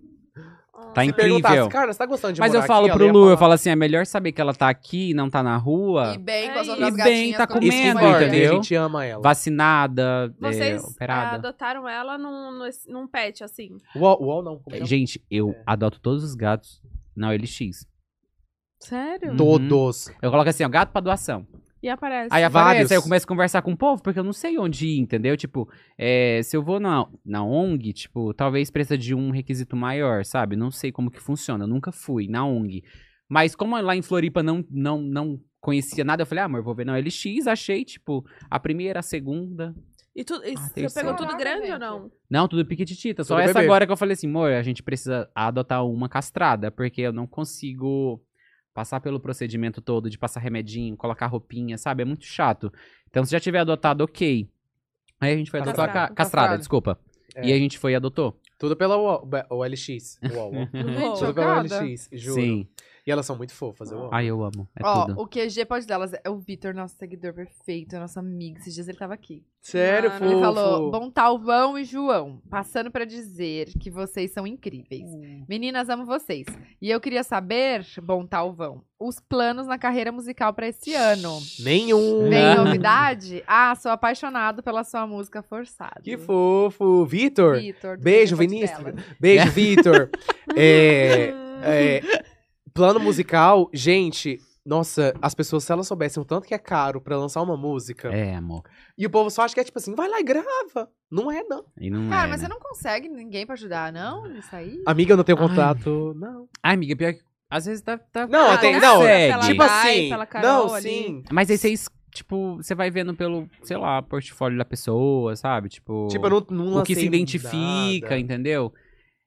Tá
Se perguntasse,
incrível.
cara, você tá gostando de
Mas eu
morar
falo
aqui?
pro
Ela ia
Lu, eu
falar,
falo assim, é melhor saber que ela tá aqui e não tá na
E
rua.
bem com as
É
outras
isso.
E bem,
gatinhas.
tá
quando
Isso que
você
comendo,
vai.
importa,
entendeu?
A gente ama ela.
Vacinada, é,
Vocês ah,
operada.
adotaram ela num, nesse- num pet, assim.
Uol, uol não. como
É,
chama?
Gente, eu
É.
adoto todos os gatos na OLX.
Sério?
Uhum.
Todos.
Eu coloco assim, ó, gato pra doação.
Hum. E aparece.
Aí
Vários.
aparece, aí eu começo a conversar com o povo, porque eu não sei onde ir, entendeu? Tipo, é, se eu vou na, na ONG, tipo, talvez precisa de um requisito maior, sabe? Não sei como que funciona, eu nunca fui na ONG. Mas como lá em Floripa não, não, não conhecia nada, eu falei, ah, amor, vou ver na LX, achei, tipo, a primeira, a segunda.
E, tu, e
Ah,
você
terceiro.
pegou tudo
Caraca,
grande ou
gente.
não?
Não, tudo piquititita. Só
Tudo
essa
bebê.
agora que eu falei assim, amor, a gente precisa adotar uma castrada, porque eu não consigo passar pelo procedimento todo de passar remedinho, colocar roupinha, sabe? É muito chato. Então, se já tiver adotado, ok. Aí a gente foi adotar a ca-
Castrado.
castrada,
Castrado.
desculpa.
É.
E a gente foi e adotou.
Tudo pela UOL, ba- OLX. UOL.
Gente,
Tudo pela
Uhum. chocada.
OLX, juro.
Sim.
E elas são muito fofas, eu amo.
Ai, eu amo. É
Ó,
tudo.
o QG pode delas é o Vitor, nosso seguidor perfeito, é nosso amigo. Esses dias ele tava aqui.
Sério,
Mano,
fofo.
Ele falou: Bom Talvão e João, passando pra dizer que vocês são incríveis. Meninas, amo vocês. E eu queria saber, Bom Talvão, os planos na carreira musical pra esse ano.
Nenhum.
Vem
Ah.
novidade? Ah, sou apaixonado pela sua música forçada.
Que fofo. Vitor,
Vitor. do
Beijo,
Quem Pode
Vinícius.
Delas.
Beijo, Vitor. É, é, plano musical, gente. Nossa, as pessoas, se elas soubessem o tanto que é caro pra lançar uma música,
É, amor.
e o povo só acha que é tipo assim, vai lá e grava. Não é, não.
E não
Cara,
é,
mas você
né? Ah,
não consegue ninguém pra ajudar, não? Isso aí?
Amiga, eu não tenho
Ai.
contato. Não.
Ai, amiga, pior que. Às vezes tá. tá-
Não,
Ah,
eu tenho.
né?
Não,
Pela
tipo
Dai,
assim.
pela Carol
Não,
ali.
sim.
Mas aí você, es- tipo, você vai vendo pelo, sei lá, portfólio da pessoa, sabe? Tipo,
Tipo, eu não, não
o que
lancei
se identifica,
nada.
entendeu?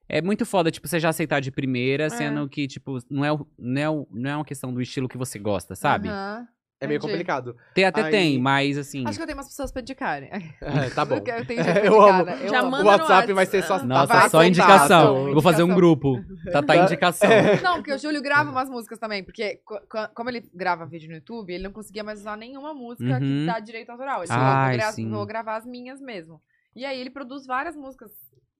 É muito foda, tipo, você já aceitar de primeira,
É.
sendo que, tipo, não é, o- não, é o- não é uma questão do estilo que você gosta, sabe?
Aham.
É meio
Entendi.
complicado.
Tem, até
Aí-
tem, mas assim.
Acho que eu tenho umas pessoas pra indicarem.
É, tá Hum. bom.
Eu tenho gente
É,
pra
eu
indicar,
amo.
né? Eu
Já
amo.
manda
O
no
WhatsApp
Whats-
vai ser só.
Nossa,
vai
só
contato.
indicação. Eu vou fazer um
Indicação.
grupo. Tá, tá
É.
indicação.
Não, porque o Júlio grava umas músicas também, porque co- co- como ele grava vídeo no YouTube, ele não conseguia mais usar nenhuma música
Uhum.
que dá direito autoral. Ele
Ai,
falou, vou, gra-
sim.
vou gravar as minhas mesmo. E aí ele produz várias músicas,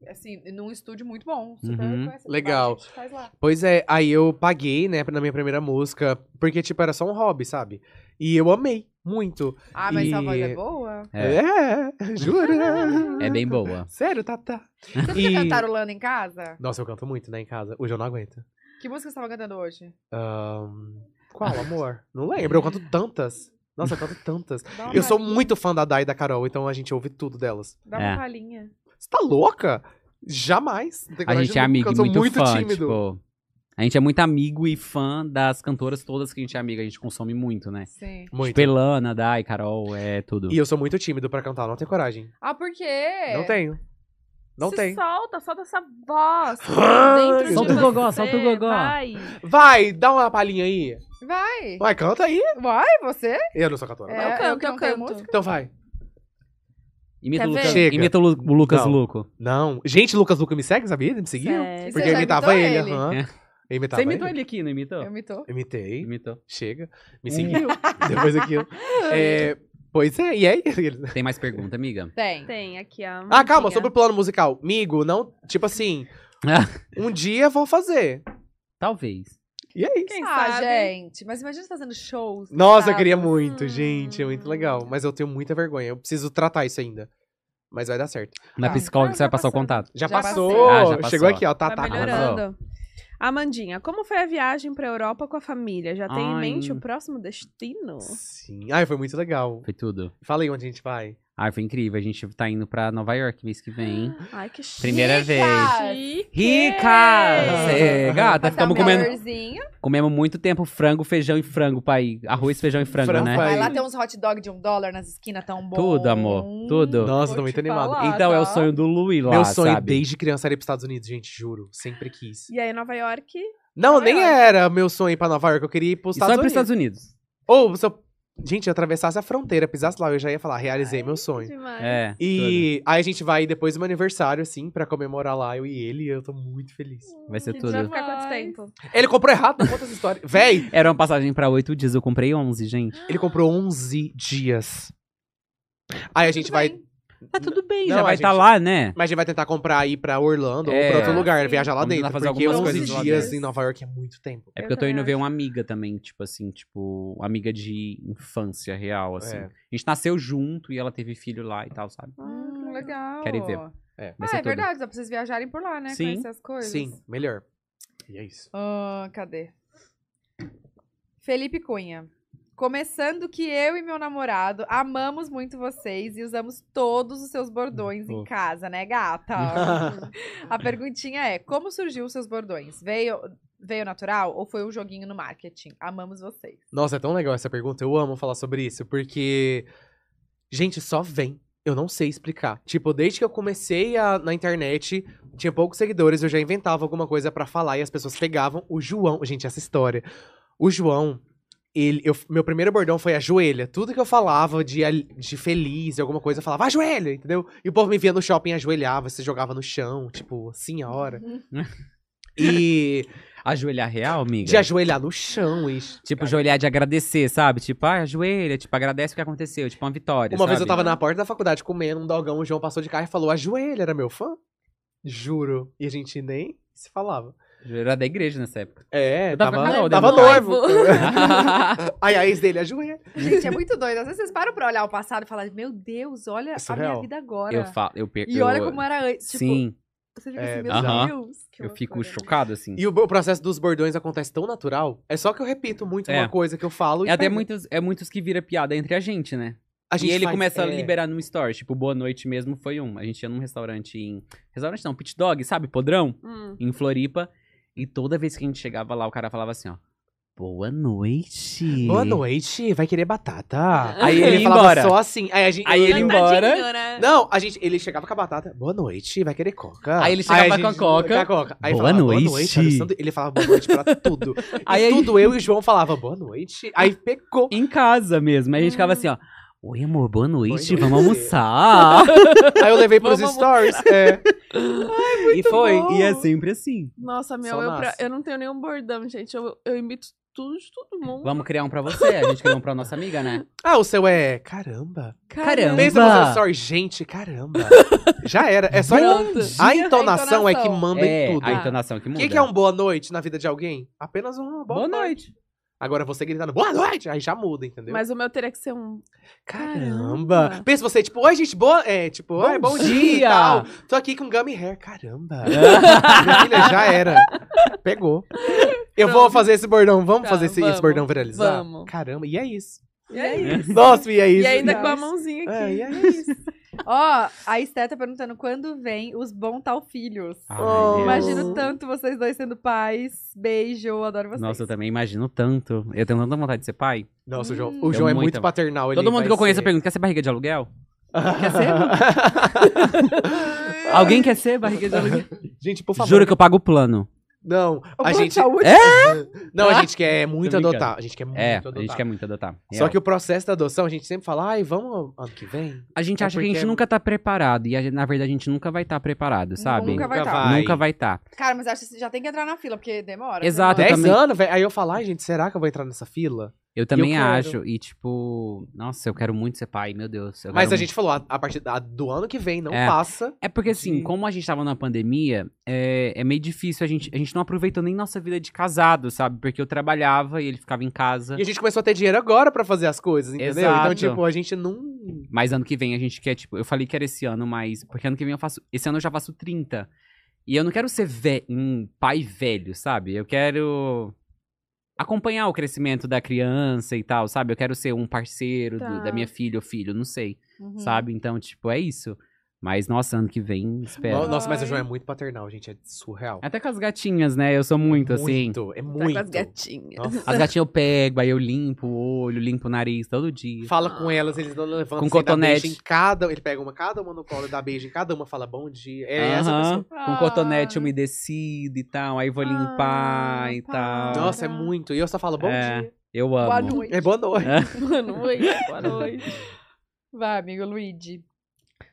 assim, num estúdio muito bom. Super
Uhum.
conhecido,
Legal.
várias gente faz lá.
Pois é, aí eu paguei, né, na minha primeira música, porque, tipo, era só um hobby, sabe? E eu amei muito.
Ah, mas sua
E-
voz é boa?
É.
É, jura?
É bem boa.
Sério, Tata?
Você fica
E-
cantarolando em casa?
Nossa, eu canto muito, né, em casa. Hoje eu não aguento.
Que música você tava cantando hoje?
Ahn, qual, amor? Não lembro, eu canto tantas. Nossa, eu canto tantas.
Dá uma
Eu sou
palhinha,
muito fã da Dai e da Carol, então a gente ouve tudo delas.
Dá uma
É.
palhinha.
Você tá louca? Jamais. Não tem
A
coragem
gente é
nunca,
amigo
eu
e
sou
muito, fã,
tímido.
tipo. A gente é muito amigo e fã das cantoras todas que a gente é amigo, a gente consome muito, né?
Sim.
Muito.
Tipo, Elana, Dai, Carol, é tudo.
E eu sou muito tímido pra cantar, não tenho coragem.
Ah, por quê?
Não tenho. Não
Se
tem.
solta, solta essa voz.
Ai,
dentro de
solta o gogó,
você,
solta o gogó.
Vai.
Vai, dá uma palhinha aí.
Vai.
Vai, canta aí.
Vai, você?
Eu não sou cantora.
É,
eu
eu
canto,
que
eu,
não tenho
canto.
música.
Então vai.
Imita,
Quer
o
ver?
Lucas,
Chega.
imita o Lu- o Lucas
Não.
Luco.
Não. Gente, Lucas Luca me segue, sabia? Ele me seguiu?
Sério.
Você
Porque eu
já
imitava
imitou
ele.
ele?
aham. Eu imitava
É. Você imitou
ele?
ele aqui, não imitou?
Eu me tô.
Imitei.
Imitou.
Chega. Me
Hum.
seguiu. Depois aquilo. É, pois é, e aí? ele-
Tem mais pergunta, amiga?
Tem.
Tem aqui a.
Ah, calma,
musiquinha.
sobre o plano musical. Migo, não. Tipo assim. um dia vou fazer.
Talvez.
E é isso.
Quem
ah,
sabe?
gente, mas imagina você fazendo shows.
Nossa, eu queria
sabe?
muito,
Hum.
gente. É muito legal. Mas eu tenho muita vergonha. Eu preciso tratar isso ainda. Mas vai dar certo.
Na
Tá.
Ah,
psicóloga é você vai
tá
passar o
passando.
contato.
Já,
Já
passou.
passei. Ah, já passou.
Chegou aqui, ó. Tá,
Vai
tá.
melhorando. Amandinha, como foi a viagem pra Europa com a família? Já tem em
Ai.
mente o próximo destino?
Sim. Ai, foi muito legal.
Foi tudo.
Falei onde a gente vai.
Ai, foi incrível. A gente tá indo pra Nova York mês que vem.
Ai, que chique.
Primeira vez.
Chique.
Rica! Cê, gata,
Passar um
ficamos comendo,
calorzinho.
comemos muito tempo frango, feijão e frango, pai. Arroz, feijão e frango,
Frango,
né?
pai.
Vai
Aí.
lá ter uns hot dog de um dólar nas esquinas tão bom.
Tudo, amor, tudo.
vou
Nossa,
te
tô muito animado.
falar,
Então é o
tá?
sonho do Luí lá,
Meu sonho
sabe?
desde criança era ir pros Estados Unidos, gente, juro. Sempre quis.
E aí, Nova York?
Não,
Nova
nem
York.
era meu sonho ir pra Nova York. Eu queria ir pros
E só
Estados
ir pros
Unidos.
Estados Unidos.
Ou se eu, gente, eu atravessasse a fronteira, pisasse lá, eu já ia falar, realizei meu sonho.
Demais.
É.
E aí a gente vai depois do meu aniversário, assim, pra comemorar lá, eu e ele, e eu tô muito feliz.
tudo. Vai ser
Que
tudo.
dia vai ficar quanto
Demais.
tempo?
Ele comprou errado, não conta essa história. Véi,
Era uma passagem pra oito dias, eu comprei 11, gente.
ele comprou 11 dias. Aí a gente vai.
Tá tudo bem,
Não,
já
a
vai estar
gente-
lá, né?
Mas a gente vai tentar comprar ir pra Orlando ou
É.
pra outro
Ah,
lugar,
sim.
viajar lá
Vamos tentar
dentro.
fazer
Porque
algumas
11
coisas lá
dias
dentro.
em Nova York é muito tempo.
É
Eu
porque eu tô indo
também
ver uma amiga também, tipo assim, tipo, uma amiga de infância real, assim.
É.
A gente nasceu junto e ela teve filho lá e tal, sabe?
Ah.
Hum, legal.
Quero ver.
É.
ah,
Vai ser
é
tudo.
verdade, dá pra vocês viajarem por lá, né?
Sim.
Conhecer as coisas.
Sim, melhor. E é isso.
Ah, cadê? Felipe Cunha. Começando que eu e meu namorado amamos muito vocês e usamos todos os seus bordões em
Fofo.
casa, né, gata? A perguntinha é: como surgiu os seus bordões? Veio, veio natural ou foi um joguinho no marketing? Amamos vocês.
Nossa, é tão legal essa pergunta. Eu amo falar sobre isso, porque. Gente, só vem. Eu não sei explicar. Tipo, desde que eu comecei a- na internet, tinha poucos seguidores, eu já inventava alguma coisa pra falar e as pessoas pegavam. O João. Gente, essa história. O João, ele- eu- meu primeiro bordão foi ajoelha. Tudo que eu falava de, al- de feliz, de alguma coisa, eu falava ajoelha, entendeu? E o povo me via no shopping, ajoelhava, se jogava no chão, tipo, senhora. e
Ajoelhar real, amiga?
de ajoelhar no chão, isso.
Tipo, ajoelhar de agradecer, sabe? Tipo, ah, ajoelha, tipo, agradece o que aconteceu, tipo, uma vitória.
Uma vez eu
sabe?
tava na porta da faculdade comendo um dogão, o João passou de carro e falou: ajoelha, era meu fã? Juro. E a gente nem se falava.
Era da igreja nessa época.
É,
Eu tava
tava,
com
tava,
calor,
demorou.
noivo. Aí a ex dele, ajoelha.
Gente, é muito doido. Às vezes vocês param pra olhar o passado e falar, meu Deus, olha
É
a minha
surreal.
vida agora.
eu falo, eu perco.
E olha como era antes. Tipo,
Sim,
Você fica
É,
assim, meu
aham.
Deus. que
eu fico
loucura.
chocado, assim.
E o, o processo dos bordões acontece tão natural. É só que eu repito muito
É.
uma coisa que eu falo. e
É até
pego.
muitos, é muitos que vira piada entre a gente, né?
A gente
e ele
faz-
começa a
é.
liberar num story. Tipo, boa noite mesmo foi um. A gente ia num restaurante em. Restaurante não, pit dog, sabe? Podrão,
Hum.
em Floripa. E toda vez que a gente chegava lá, o cara falava assim, ó. Boa noite.
Boa noite, vai querer batata.
Aí ele ia
falava
embora.
só assim. Aí a gente.
Aí ele ia embora.
Cantadinho, né?
Não, a gente. Ele chegava com a batata. Boa noite, vai querer coca.
Aí ele chegava
a
com a
gente-
coca.
com a coca. Aí
Boa
falava,
noite.
Boa noite, Alessandro. Ele falava boa noite pra tudo.
Aí-
Aí tudo eu e o João falava boa noite. Aí pegou.
Em casa mesmo. Aí a gente ficava assim, ó. Oi, amor, boa noite.
noite.
Vamos almoçar.
Aí eu levei pros
Vamos
stories. É. e foi.
E é sempre assim.
Nossa, meu,
Só
eu, pra-
nasce.
eu não tenho nenhum bordão, gente. Eu, eu imito tudo de todo
É,
mundo.
Vamos criar um pra você. A gente criou um pra nossa amiga, né?
Ah, o seu é. Caramba.
Caramba.
Pensa você no story, gente, caramba. Já era. É só.
Bom
entonação.
dia,
A entonação é que
entonação.
manda
É,
em tudo.
a entonação que
O
muda.
que, que é um boa noite na vida de alguém? Apenas uma boa,
Boa noite.
Agora você gritando boa noite, aí já muda, entendeu?
Mas o meu teria que ser um.
Caramba.
Caramba.
Pensa você, tipo, oi gente, boa. É, tipo, oi, bom dia e
dia.
tal. Tô aqui com gummy hair. Caramba. Minha filha já era. Pegou. Eu vou
Pronto.
fazer esse bordão. Vamos
Tá,
fazer esse,
Então, vamos.
esse bordão viralizar?
Vamos.
Caramba, e é isso.
E é isso.
Nossa, e é
E
isso.
ainda
é
com a
isso.
mãozinha
É,
aqui.
e é isso.
Ó, a Esté tá perguntando quando vem os bom tal filhos.
Ai,
Oh.
Ah, Deus.
Imagino tanto vocês dois sendo pais. Beijo, adoro vocês.
Nossa, eu também imagino tanto. Eu tenho tanta vontade de ser pai.
Nossa, o João,
Hum.
o João é
Tem
muito
muita-
paternal. ele
Todo mundo
vai
que eu conheço
ser-
pergunta: quer ser barriga de aluguel?
Quer
ser?
Alguém quer ser barriga de aluguel?
Gente, por favor.
Juro que eu pago o plano.
Não,
O
a
plano de
gente...
é,
saúde?
Não, a gente quer muito
Tô brincando.
adotar. A gente quer muito
É,
adotar.
a gente quer é. muito adotar.
Só que o processo da adoção, a gente sempre fala, ai, vamos ano que vem?
a gente
é
acha que a gente
porque-
nunca tá preparado. E a gente- na verdade a gente nunca vai estar preparado, sabe?
Nunca vai tá.
Nunca vai estar.
Cara, mas acho que já tem que entrar na fila, porque demora.
Exato,
demora.
eu
10
Ah, também-
anos, velho. Aí eu falo, ai, gente, será que eu vou entrar nessa fila?
Eu também
quero.
acho. E tipo, nossa, eu quero muito ser pai, meu Deus. eu
Mas
quero
a gente falou, "Ah, a, a partir da- do ano que vem, não
É.
passa.
É porque assim,
De-
como a gente tava na pandemia, é, é meio difícil. A gente, a gente não aproveitou nem nossa vida de casado, sabe? Porque eu trabalhava e ele ficava em casa.
E a gente começou a ter dinheiro agora pra fazer as coisas, entendeu?
Exato.
Então, tipo, a gente não...
Mas ano que vem a gente quer, tipo, eu falei que era esse ano, mas. Porque ano que vem eu faço. Esse ano eu já faço 30. E eu não quero ser ve- um pai velho, sabe? Eu quero acompanhar o crescimento da criança e tal, sabe? Eu quero ser um parceiro do-
Tá.
da minha filha ou filho, não sei,
Uhum.
sabe? Então, tipo, é isso. Mas, nossa, ano que vem, espero.
No- Nossa, mas o
Ai.
João é muito paternal, gente. É surreal.
Até com as gatinhas, né? Eu sou muito, assim.
Muito, é
Tá com as
muito.
gatinhas.
Nossa.
As gatinhas eu pego, aí eu limpo o olho, limpo o nariz todo dia.
Fala com elas, eles não levantam. você
Com
dá
cotonete.
beijo em cada... Ele pega uma, cada uma no colo, dá beijo em cada uma, fala bom dia. É essa
Aham,
pessoa.
Com cotonete umedecido e tal, aí vou limpar
Ah,
e
para.
tal.
Nossa, é muito. E eu só falo bom
É,
dia.
Eu amo.
Boa noite.
É boa noite.
Boa noite, boa noite.
Vai, amigo Luigi.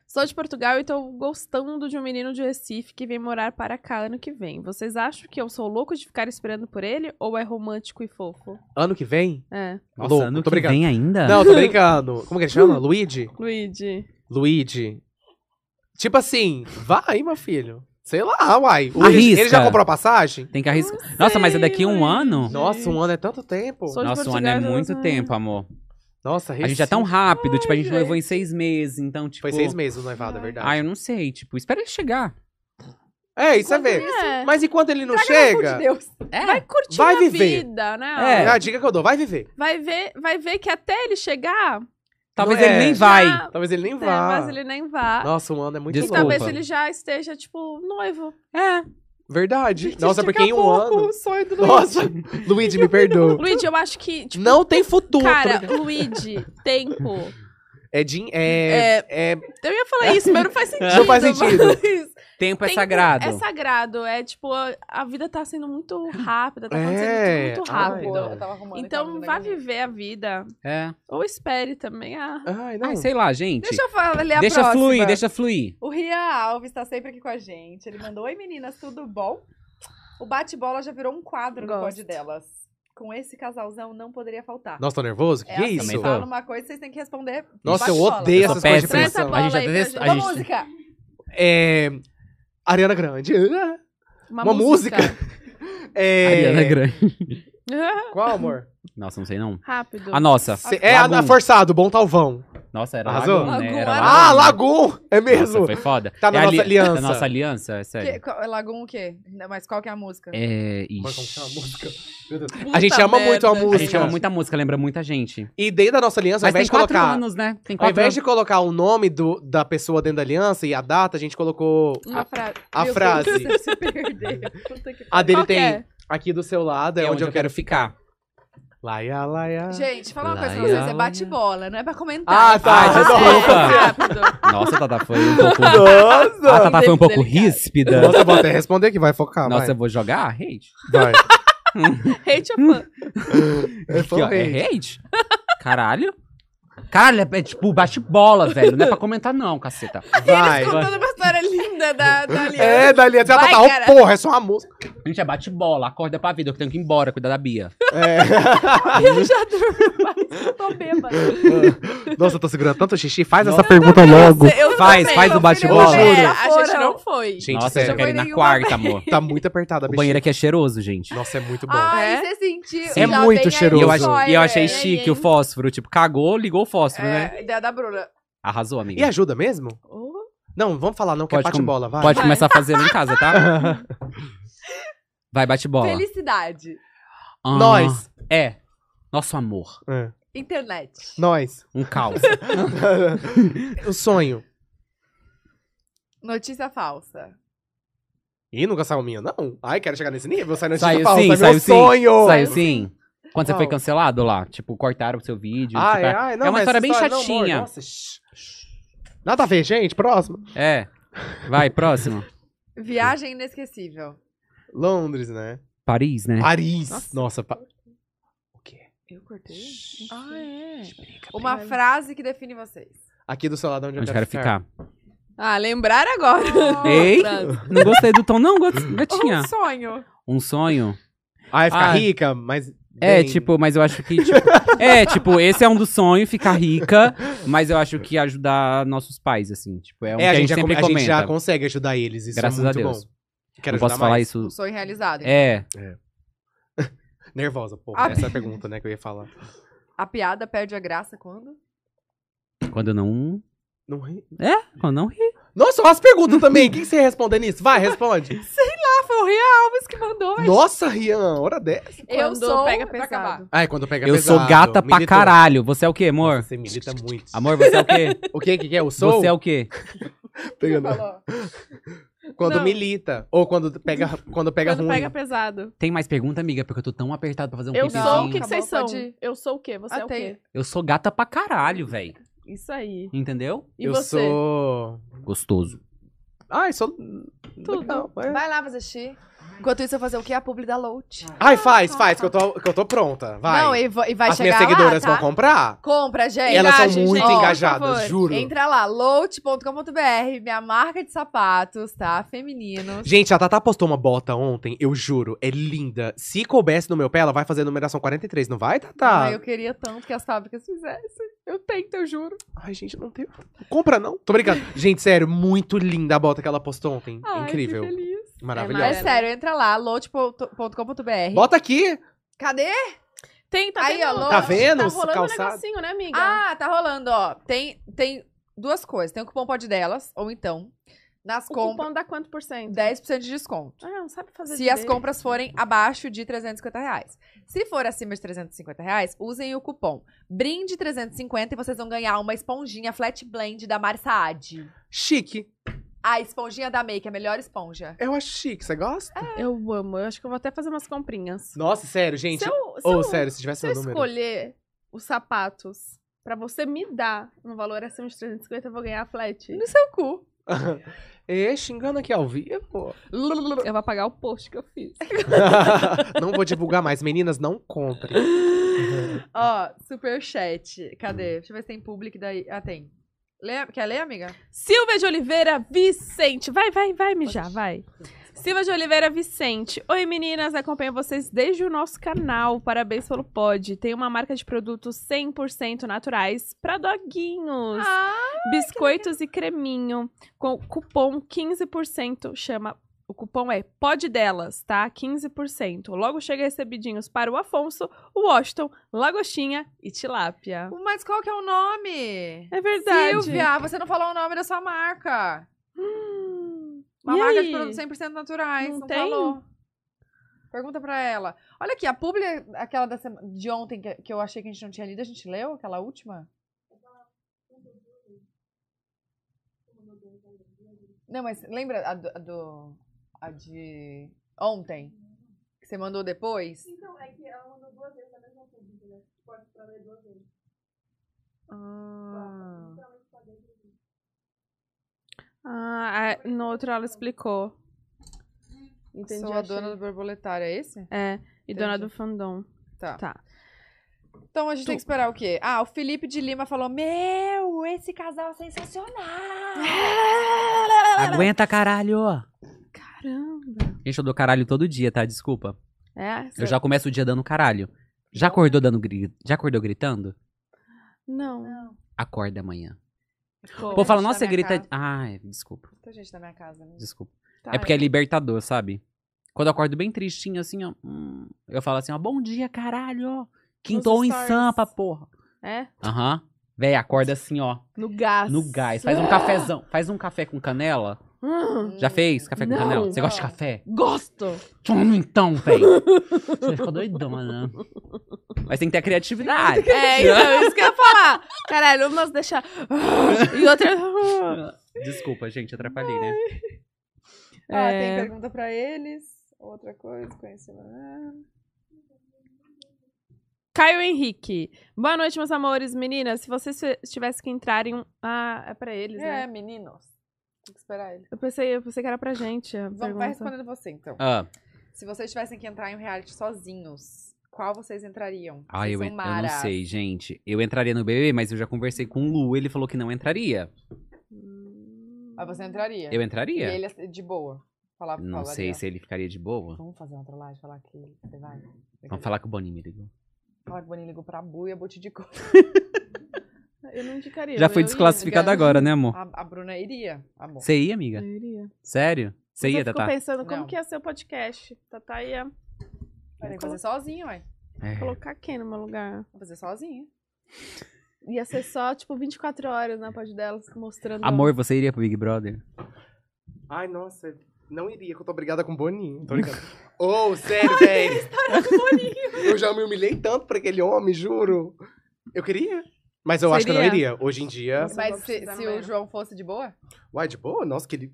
Sou de Portugal e tô gostando de um menino de Recife que vem morar para cá ano que vem. Vocês acham que eu sou louco de ficar esperando por ele ou é romântico e fofo?
Ano que vem?
É.
Nossa,
Louco,
ano
tô
que
brincando.
vem né? ainda?
Não, tô brincando. Como que ele chama? Luigi?
Luigi.
Luigi. Tipo assim, vai, meu filho. Sei lá, uai. O-
Arrisca.
Ele já comprou a passagem?
Tem que arriscar. Nossa, mas é daqui um ano?
Sim.
Nossa, um ano é tanto tempo.
Sou- Tô de
Nossa, um ano
Portugal,
é
eu não
né?
muito
sei.
tempo, amor.
Nossa,
A gente já é tão
Recife.
rápido, tipo, a gente
gente.
noivou em seis meses, então, tipo...
Foi seis meses o noivado, é verdade.
Ah, eu não sei, tipo, espera ele chegar.
É, isso é ver.
É.
Mas enquanto ele não
Pelo amor
chega,
de Deus.
É.
Vai curtir
Vai
a
viver.
vida,
É.
né?
é a dica que eu dou, vai viver.
Vai, ver, vai ver que até ele chegar,
Talvez
Não
ele
é.
nem vai.
Já-
Talvez ele nem
é,
vá.
mas ele nem vá.
Nossa, um ano é muito
e
Desculpa.
pouco.
Então, talvez ele já esteja, tipo, noivo.
É.
Verdade. Nossa,
Daqui
porque
a
em um
pouco,
ano.
O sonho do Luigi.
Nossa, Luigi, me perdoa.
Luigi, eu acho que, tipo,
né? Não tem futuro.
cara, Luigi, tempo.
É, din- é, é,
Eu ia falar isso, mas não faz sentido.
Não faz
mas-
sentido.
Tempo é
Tem-
sagrado.
É sagrado. É tipo, a, a vida tá sendo muito rápida, tá acontecendo
É.
tudo muito
Ai,
rápido.
não.
Ah, eu tava arrumando e tava
então
vendo
vá
aqui. um
viver a vida.
É.
Ou espere também. Ah,
Ai, não.
Ai, sei lá, gente.
Deixa eu falar, ler a
Deixa
próxima.
fluir, deixa fluir.
O Ria Alves tá sempre aqui com a gente. Ele mandou: Oi meninas, tudo bom? O bate-bola já virou um quadro no
Gosto.
pod delas. Com esse casalzão não poderia faltar.
Nossa, tô nervoso? Que
É assim,
isso?
Também
fala uma coisa, vocês têm que responder.
Nossa, eu
Bate-bola.
odeio
Eu sou
essas coisas de
péssimo.
traz essa
pressão.
bola
A gente já
aí
teve
pra
esse-
gente.
a
Uma
gente-
música.
É, Ariana Grande. Ah, uma música. É,
Ariana Grande.
Qual, amor?
Nossa, não sei não.
Rápido.
A nossa.
Cê- é a, a
Tá. Lagoon.
Forçado, Bom Talvão.
Nossa, era
Arrasou?
Lagoon, né?
Lagoon,
Era
era-
Ah, Lagoon! É mesmo.
Nossa, foi foda.
Tá na
É a
nossa
li-
aliança.
Na nossa aliança, é sério.
Que, qual- Lagum o quê? Não, Mas qual que é a música?
É, ixi.
Mas como chama a música? Meu Deus.
Puta
A gente ama
merda,
muito a
gente.
A
música.
gente ama muita música, lembra muita gente.
E dentro da nossa aliança, ao
Mas
invés
tem
de
quatro
colocar...
anos, né? Tem
Ao
quatro
invés
anos.
de colocar o nome do, da pessoa dentro da aliança e a data, a gente colocou
Uma frase.
a
Meu
frase.
Deus, eu se perder. Puta que
A dele
Qual que
tem
é?
aqui do seu lado, é, onde eu quero
ficar.
Laia, laia.
Gente, fala uma coisa pra
Laia,
vocês. É
laia.
bate-bola, não é pra comentar.
Ah, tá.
Ah,
Nossa.
Rápido.
Nossa, a Tata foi um pouco.
Nossa.
A Tata foi um pouco
Delicado.
ríspida.
Nossa, eu vou até responder que vai focar,
Nossa, eu
vai.
vou jogar hate.
Vai.
Hate a fã.
Eu
Aqui, ó,
falei.
é hate? Caralho. Caralho, é, é tipo bate-bola, velho. Não é pra comentar, não, caceta.
Vai.
Contando uma história linda da, da Aliança.
É, dali, a
Vai,
Tata,
cara.
oh, porra, é só uma música.
Gente, é bate-bola. Acorda pra vida. Eu tenho que ir embora, cuidar da Bia.
Eu já durmo mais, eu tô bêbada.
Nossa, eu tô segurando tanto xixi, faz
Nossa.
essa pergunta logo.
Eu
Faz,
também,
faz o
meu filho,
bate-bola.
eu também.
É,
Juro.
A gente não foi.
Gente,
Nossa, eu
sério,
já quero ir na
Foi
quarta, amor.
tá muito apertada a
O
bexiga.
banheiro aqui é cheiroso, gente.
Nossa, é muito bom.
Ah,
É?
você sentiu.
É
já
muito
tem aí
E
cheiroso.
eu,
o
ach-
Cheiroso.
e eu achei
spoiler.
chique o fósforo. Tipo, cagou, ligou o fósforo, né?
É, ideia da Bruna.
Arrasou,
E
amiga.
ajuda mesmo?
Oh,
Não, vamos falar não, que é
Pode com-
bate-bola, vai.
Pode
Vai.
começar a fazer em casa, tá? Vai, bate-bola.
Felicidade.
Ah,
Nós.
É. Nosso amor.
É.
Internet.
Nós.
Um caos.
o sonho.
Notícia falsa.
Ih, nunca saiu minha, não. Ai, quero chegar nesse nível. Sai notícia
Saiu
falsa,
sim,
meu
saiu sim.
sonho.
Saiu sim. Quando você
Qual?
foi cancelado lá, tipo, cortaram o seu vídeo.
Ah,
tipo,
é, ai, não,
uma
mas
história bem
não, amor,
chatinha.
nossa, shh. Nada a ver, gente. Próximo.
é. Vai, próximo.
Viagem inesquecível.
Londres, né?
Paris, né?
Paris.
Nossa.
Nossa, pa- o quê?
eu cortei? Ah, é.
Uma frase que define vocês.
Aqui do seu lado é onde,
Onde eu quero ficar.
Ah, lembrar agora.
Ei,
Frase.
não gostei do tom, não, got-
Um
gatinha.
sonho.
Um sonho.
Ah, é ficar
Ai.
rica, mas.
É,
bem.
tipo, mas eu acho que, tipo, é, tipo, esse é um dos sonhos, ficar rica, mas eu acho que ajudar nossos pais, assim, tipo, é um
É,
que
a gente, já,
sempre
come- a gente já
comenta.
consegue ajudar eles. Isso
Graças
é muito
a Deus.
bom. Quero
não posso
ajudar
falar
mais.
isso.
Um sonho realizado.
É,
Nervosa, pô.
Ah,
Essa é a pergunta, né, que eu ia falar.
A piada perde a graça quando?
quando eu não, é,
Não ri.
quando eu não ri.
Nossa, olha as perguntas também. Quem você ia responder nisso? Vai, responde.
Ah, foi o Ria Alves que mandou.
Nossa, Rian, hora dessa.
Eu
Quando
sou...
pega
pra
pesado.
acabar.
Ai, quando pega
Eu
pesado,
sou gata pra
militou.
caralho. Você é o quê, amor?
Nossa, você milita muito.
Amor, você é o quê?
O que que que é? Eu sou?
Você é o quê?
Pegando-
Falou.
Quando
Não.
milita. Ou quando pega, quando pega
Quando
ruim.
pega pesado. tá
Tem mais pergunta, amiga? Porque eu tô tão apertado pra fazer um
Eu
pipizinho.
sou o que,
Acabou,
que vocês são.
pode-
Eu sou o quê? Você é
Ah,
o
tem.
quê?
Eu sou gata pra caralho, velho.
Isso aí.
Entendeu?
E
eu
você?
sou.
Gostoso.
Ai, sou.
Tudo.
Legal, é.
Vai lá fazer xixi. Enquanto isso, eu vou fazer o que? A publi da Lout.
Ah,
Ai,
tá,
faz, faz, que eu tô, que eu tô pronta. Vai.
Não, e, vo- e vai
As minhas
chegar
seguidoras
lá, tá?
vão comprar.
Compra, gente. Ah,
Elas são
Engajem,
muito
gente. Ó,
por
engajadas,
favor.
juro.
Entra lá, lout.com.br, minha marca de sapatos, tá? Femininos.
Gente, a Tata postou uma bota ontem, eu juro, é linda. Se coubesse no meu pé, ela vai fazer a numeração 43, não vai, Tata?
Ai, eu queria tanto que as fábricas fizessem. Eu tento, eu juro.
Ai, gente, não tem. Compra não. Tô brincando. gente, sério, muito linda a bota que ela postou ontem.
Ai, que
É
É
Incrível.
feliz.
Maravilhosa.
Mas
Maravilhosa.
sério, entra lá, lout.com.br.
Bota aqui.
Cadê?
Tem, tá
Aí,
vendo?
ó,
Tá vendo
Tá
os
rolando um
calçados?
negocinho, né, amiga?
Ah, tá rolando, ó. Tem, tem duas coisas. Tem o cupom pode delas, ou então, nas
o
compras,
cupom dá quanto por cento?
10% de desconto.
Ah, não sabe fazer
Se as
direito.
compras forem abaixo de 350 reais. Se for acima de 350 reais, usem o cupom BRINDE350 e vocês vão ganhar uma esponjinha flat blend da Mar Saad.
Chique.
A esponjinha da Make, é a melhor esponja.
Eu acho chique. Você gosta?
Eu amo. Eu acho que eu vou até fazer umas comprinhas.
Nossa, sério, gente.
se eu, se
Ou,
eu-
sério, se tivesse
se eu
meu número.
escolher os sapatos Pra você me dar um valor acima de 350, eu vou ganhar flat.
No seu cu.
E xingando aqui ao vivo.
Eu vou pagar o post que eu fiz.
não vou divulgar mais. Meninas, não comprem.
Ó, superchat. Cadê? Deixa eu ver se tem public daí. Ah, tem. Lê- quer ler, amiga?
Silvia de Oliveira Vicente. Vai, vai, vai, mijar, vai. Silvia de Oliveira Vicente. Oi, meninas. Acompanho vocês desde o nosso canal. Parabéns pelo pod. Tem uma marca de produtos 100% naturais pra doguinhos.
Ah,
biscoitos e creminho. Com cupom 15%. Chama... O cupom é POD delas, tá? 15%. Logo chega recebidinhos para o Afonso, o Washington, Lagostinha e Tilápia.
mas qual que é o nome?
É verdade.
Silvia, você não falou o nome da sua marca.
Hum.
Uma
E
marca
aí?
de produtos 100% naturais.
Não
Não,
tem?
falou. Pergunta pra ela. Olha aqui, a publi, aquela da sema- de ontem que, que eu achei que a gente não tinha lido, a gente leu aquela última? Não, mas lembra a do. A, do- a de ontem? Que você mandou depois?
Então, é que ela mandou duas vezes a mesma pública, né? Pode pra ler duas vezes.
Ah,
Literalmente pra dentro do vídeo.
Ah, é, no outro ela explicou. Entendi.
sou a dona do borboletário, é esse?
É, e dona
Entendi.
do fandom.
Tá.
Tá.
Então a gente tem que esperar o quê? Ah, o Felipe de Lima falou: Meu, esse casal é sensacional!
Aguenta, caralho!
Caramba.
Gente, eu dou caralho todo dia, tá? Desculpa.
É?
Eu já começo o dia dando caralho. Já acordou dando grito? Já acordou gritando?
Não.
Acorda amanhã.
Pô,
O povo fala,
gente,
nossa, você
na minha casa.
grita. Ai, desculpa,
Muita gente na minha casa. né?
desculpa.
tá.
É porque é libertador, sabe? Quando eu acordo bem tristinho, assim, ó. hum, eu falo assim, ó, bom dia, caralho. Quintou em
stories.
sampa, porra.
É?
Aham. Véi, acorda assim, ó.
No gás.
No gás. Faz um cafezão. Faz um café com canela.
Hum,
Já fez café com
Não,
canela? Você gosta de
não.
café?
gosto.
Toma então, velho. Você ficou doidona. Mas tem que ter criatividade.
É, então, isso que eu ia falar. Caralho, umas deixa... E outra...
Desculpa, gente, atrapalhei, né?
Ah, tem
É.
pergunta pra eles. Outra coisa, conhecimento.
Caio Henrique. Boa noite, meus amores. Meninas, se vocês fe- tivessem que entrar em um... Ah, é pra eles,
É,
né?
meninos. Tem que esperar ele.
Eu pensei, eu pensei que era pra gente a
Vamos, vai
pergunta.
respondendo você, então.
Ah,
Se vocês tivessem que entrar em um reality sozinhos, qual vocês entrariam?
ah
Vocês
eu,
são
en- eu não
Mara.
sei, gente. Eu entraria no BBB, mas eu já conversei com o Lu, ele falou que não entraria.
Hum,
Ah,
Mas você entraria.
Eu
E
entraria?
ele é de boa. Falava,
Não
falaria.
sei se ele ficaria de boa.
Vamos fazer uma trollagem, falar que você vai.
Vamos falar que o Boninho me ligou.
Falar que o Boninho ligou pra Bu e a Bu te indicou.
Eu não indicaria.
Já
eu
foi
ia.
desclassificada agora, né, amor?
A, a Bruna iria, amor.
Você ia, amiga?
Eu iria.
Sério? Você
Mas
ia,
eu fico
Tatá?
pensando como
Não.
que ia ser o podcast. Tatá ia
Vai fazer sozinho, ué.
É.
colocar quem no meu lugar?
Vou fazer sozinho.
Ia ser só, tipo, 24 horas na pod delas, mostrando...
Amor, você iria pro Big Brother?
Ai, nossa, não iria, que eu tô brigada com o Boninho. Tô ligado. Ô, sério, velho. Eu já me humilhei tanto pra aquele homem, juro. Eu queria. Mas eu acho que eu não
Seria?
iria. Hoje em dia.
Você não
Mas se,
precisa
se
no
o
banheiro.
João fosse de boa?
Uai, de boa, nossa, que ele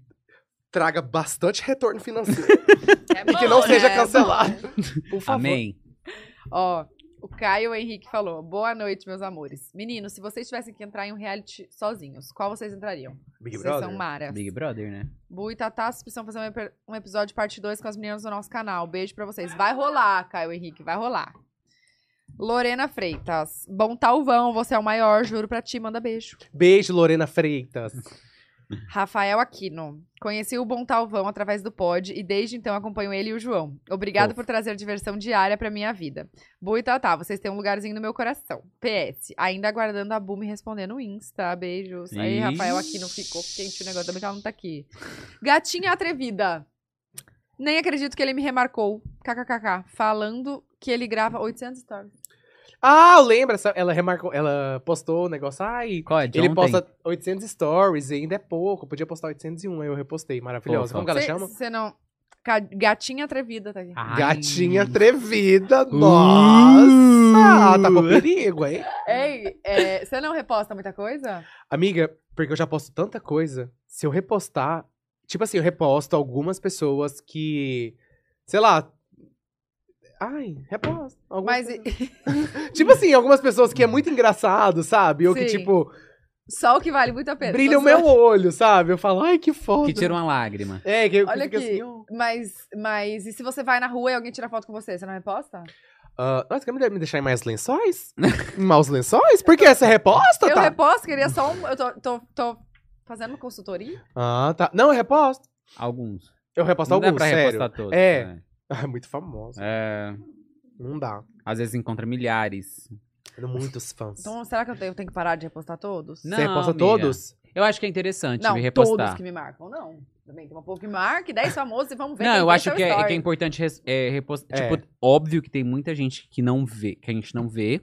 traga bastante retorno financeiro.
É
e que não seja cancelado. Por favor.
Amém.
Ó, o Caio Henrique falou: Boa noite, meus amores. Meninos, se vocês tivessem que entrar em um reality sozinhos, qual vocês entrariam?
Big
vocês
Brother.
são maras.
Big Brother, né?
Bu e Tatá, vocês precisam fazer um epi- um episódio parte 2 com as meninas do nosso canal. Beijo pra vocês. Vai rolar, Caio Henrique, vai rolar. Lorena Freitas. Bom talvão, você é o maior, juro pra ti, manda beijo.
Beijo, Lorena Freitas.
Rafael Aquino. Conheci o Bom Talvão através do pod e desde então acompanho ele e o João. Obrigado
Fofo.
por trazer diversão diária pra minha vida. Bu e Tatá, vocês têm um lugarzinho no meu coração. PS, ainda aguardando a Bu me responder no Insta. Beijos. Aí,
Ixi.
Rafael Aquino ficou quente o negócio, também que ela não tá aqui. Gatinha atrevida. Nem acredito que ele me remarcou. KKKK. Falando que ele grava 800 stories.
Ah, eu lembro. essa- Ela remarcou, ela postou o negócio. Ai,
Qual é? De
ele
ontem?
posta 800 stories e ainda é pouco. Podia postar 801, aí eu repostei. Maravilhosa.
Fofa.
Como que ela
Cê-
chama? Ah.
cê não... Ca- Gatinha atrevida tá aqui.
Ai.
Gatinha atrevida. Nossa!
Uh.
Tá com perigo, hein?
Ei, você não reposta muita coisa?
Amiga, porque eu já posto tanta coisa. Se eu repostar. Tipo assim, eu reposto algumas pessoas que. Sei lá. Ai, reposta. Algumas
Mas
pessoas-
e-
Tipo assim, algumas pessoas que é muito engraçado, sabe? Ou que,
Sim.
tipo,
só o que vale muito a pena.
brilha o
Pessoa-
meu olho, sabe? Eu falo, ai, que foda.
Que tira uma lágrima.
É, que eu
Olha
fico
aqui.
assim, ó.
Mas, mas e se você vai na rua e alguém tira foto com você, você não reposta?
Ah, nossa, quer me me deixar em mais lençóis? em maus lençóis? Por que essa reposta,
eu
tá?
reposto, queria só um. Eu tô, tô, tô fazendo uma consultoria.
Ah, tá. Não, eu reposto.
Alguns.
Eu reposto
não dá
alguns,
pra
sério.
repostar todos.
É.
né?
Ah, é muito famoso.
É,
Não dá.
Às vezes encontra milhares.
Tenho muitos fãs.
Então, será que eu tenho, tenho que parar de repostar todos?
Não,
Você reposta
amiga.
todos?
Eu acho que é interessante
Não,
me
todos
repostar.
que me marcam, não. Também tem um povo que marca, e 10 famosos e vamos ver.
Não,
quem
eu
tem
acho
seu
que é,
story.
que é importante res- é, repostar.
É.
Tipo, óbvio que tem muita gente que não vê, que a gente não vê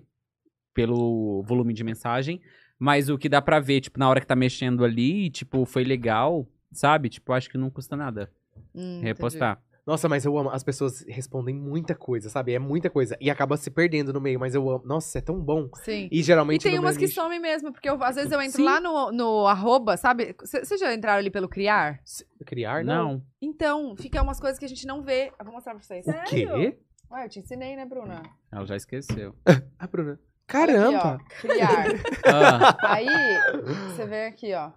pelo volume de mensagem, mas o que dá pra ver, tipo, na hora que tá mexendo ali, tipo, foi legal, sabe? Tipo, acho que não custa nada
Hum,
repostar.
Nossa, mas eu amo. As pessoas respondem muita coisa, sabe? É muita coisa. E acaba se perdendo no meio, mas eu amo. Nossa, é tão bom.
entendi. Sim.
E
E
geralmente.
tem
no meu
umas que
nicho-
somem mesmo, porque eu- às vezes eu entro
Sim.
lá no, no arroba, sabe? Vocês já entraram ali pelo criar?
Criar, não.
Não.
Então, fica umas coisas que a gente não vê. Eu vou mostrar pra vocês.
O quê?
Ué, eu te ensinei, né, Bruna?
Ela já esqueceu.
Ah, Bruna.
Olha
Caramba!
Aqui, ó, criar.
Ah,
Aí, você vê aqui, ó.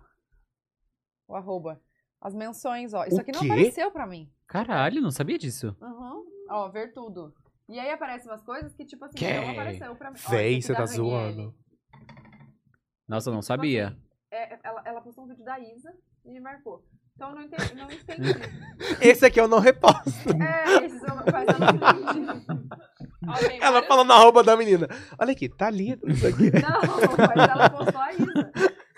O arroba. As menções, ó. Isso
O
aqui não
quê?
apareceu pra mim.
caralho, não sabia disso.
Uhum. Ó, ver tudo. E aí aparecem umas coisas que, tipo assim,
Que?
não apareceu pra mim. Ó,
Véi,
esse
você
aqui
tá
da Ranieri.
zoando.
Nossa, eu não sabia.
É, ela, ela postou um vídeo da Isa e me marcou. Então eu não entendi. Não entendi.
Esse aqui eu não reposto.
é, esses eu, mas eu não entendi. Ó, tem
Ela
várias-
falando na roupa da menina. Olha aqui, tá lindo isso aqui.
Não, mas ela postou a Isa.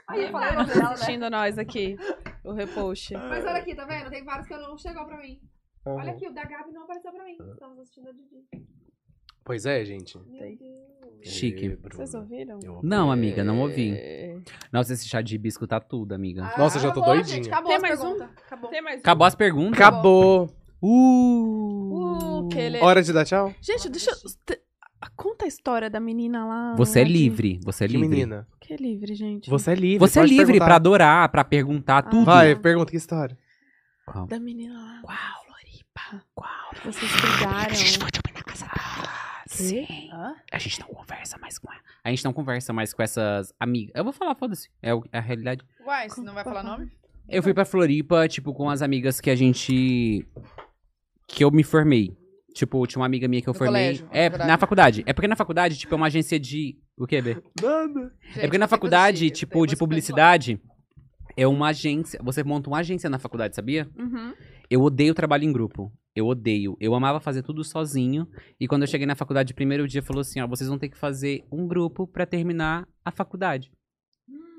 Aí eu falei, mas ela, né?
assistindo nós aqui, o repost.
Mas olha aqui, tá vendo? Tem vários que não chegou pra mim.
Uhum.
Olha aqui, o da Gabi não apareceu pra mim. Estamos assistindo a Didi.
Pois é, gente.
Meu Deus.
Chique.
Ê, Bruna,
Vocês ouviram?
eu
Não,
amei.
amiga, não ouvi.
É.
Nossa, esse chá de hibisco tá tudo, amiga.
Nossa, eu já tô
acabou,
doidinho.
Ah, Gente, acabou
Tem
as
mais um?
perguntas. Acabou.
Tem mais um?
Acabou as perguntas?
Acabou.
Uh!
Uh, que ele-
Hora de dar tchau?
Gente, deixa eu... te- Conta a história da menina lá.
Ah,
Você é
lá de-
livre, você é
Que
livre.
menina.
Que é livre, gente.
Você é livre.
Você é
pode
livre pra
perguntar.
adorar, pra
Ah.
perguntar tudo.
Vai, pergunta que história.
Qual?
Da menina lá. Uau, Floripa. Uau. Vocês brigaram.
dormir na casa dela.
Sim.
Ah, A gente não conversa mais com ela. A gente não conversa mais com essas amigas. Eu vou falar, foda-se. É o- é a realidade.
Uai, você não vai falar nome?
Eu fui pra Floripa, tipo, com as amigas que a gente. que eu me formei. Tipo, tinha uma amiga minha que eu
No
formei.
colégio, na
é,
faculdade.
na faculdade. É porque na faculdade, tipo, é uma agência de. O quê, Bê?
Nada.
É porque na faculdade, tipo, de publicidade, é uma agência. Você monta uma agência na faculdade, sabia?
Uhum.
Eu odeio trabalho em grupo. Eu odeio. Eu amava fazer tudo sozinho. E quando eu cheguei na faculdade, o primeiro dia falou assim: ó, vocês vão ter que fazer um grupo pra terminar a faculdade.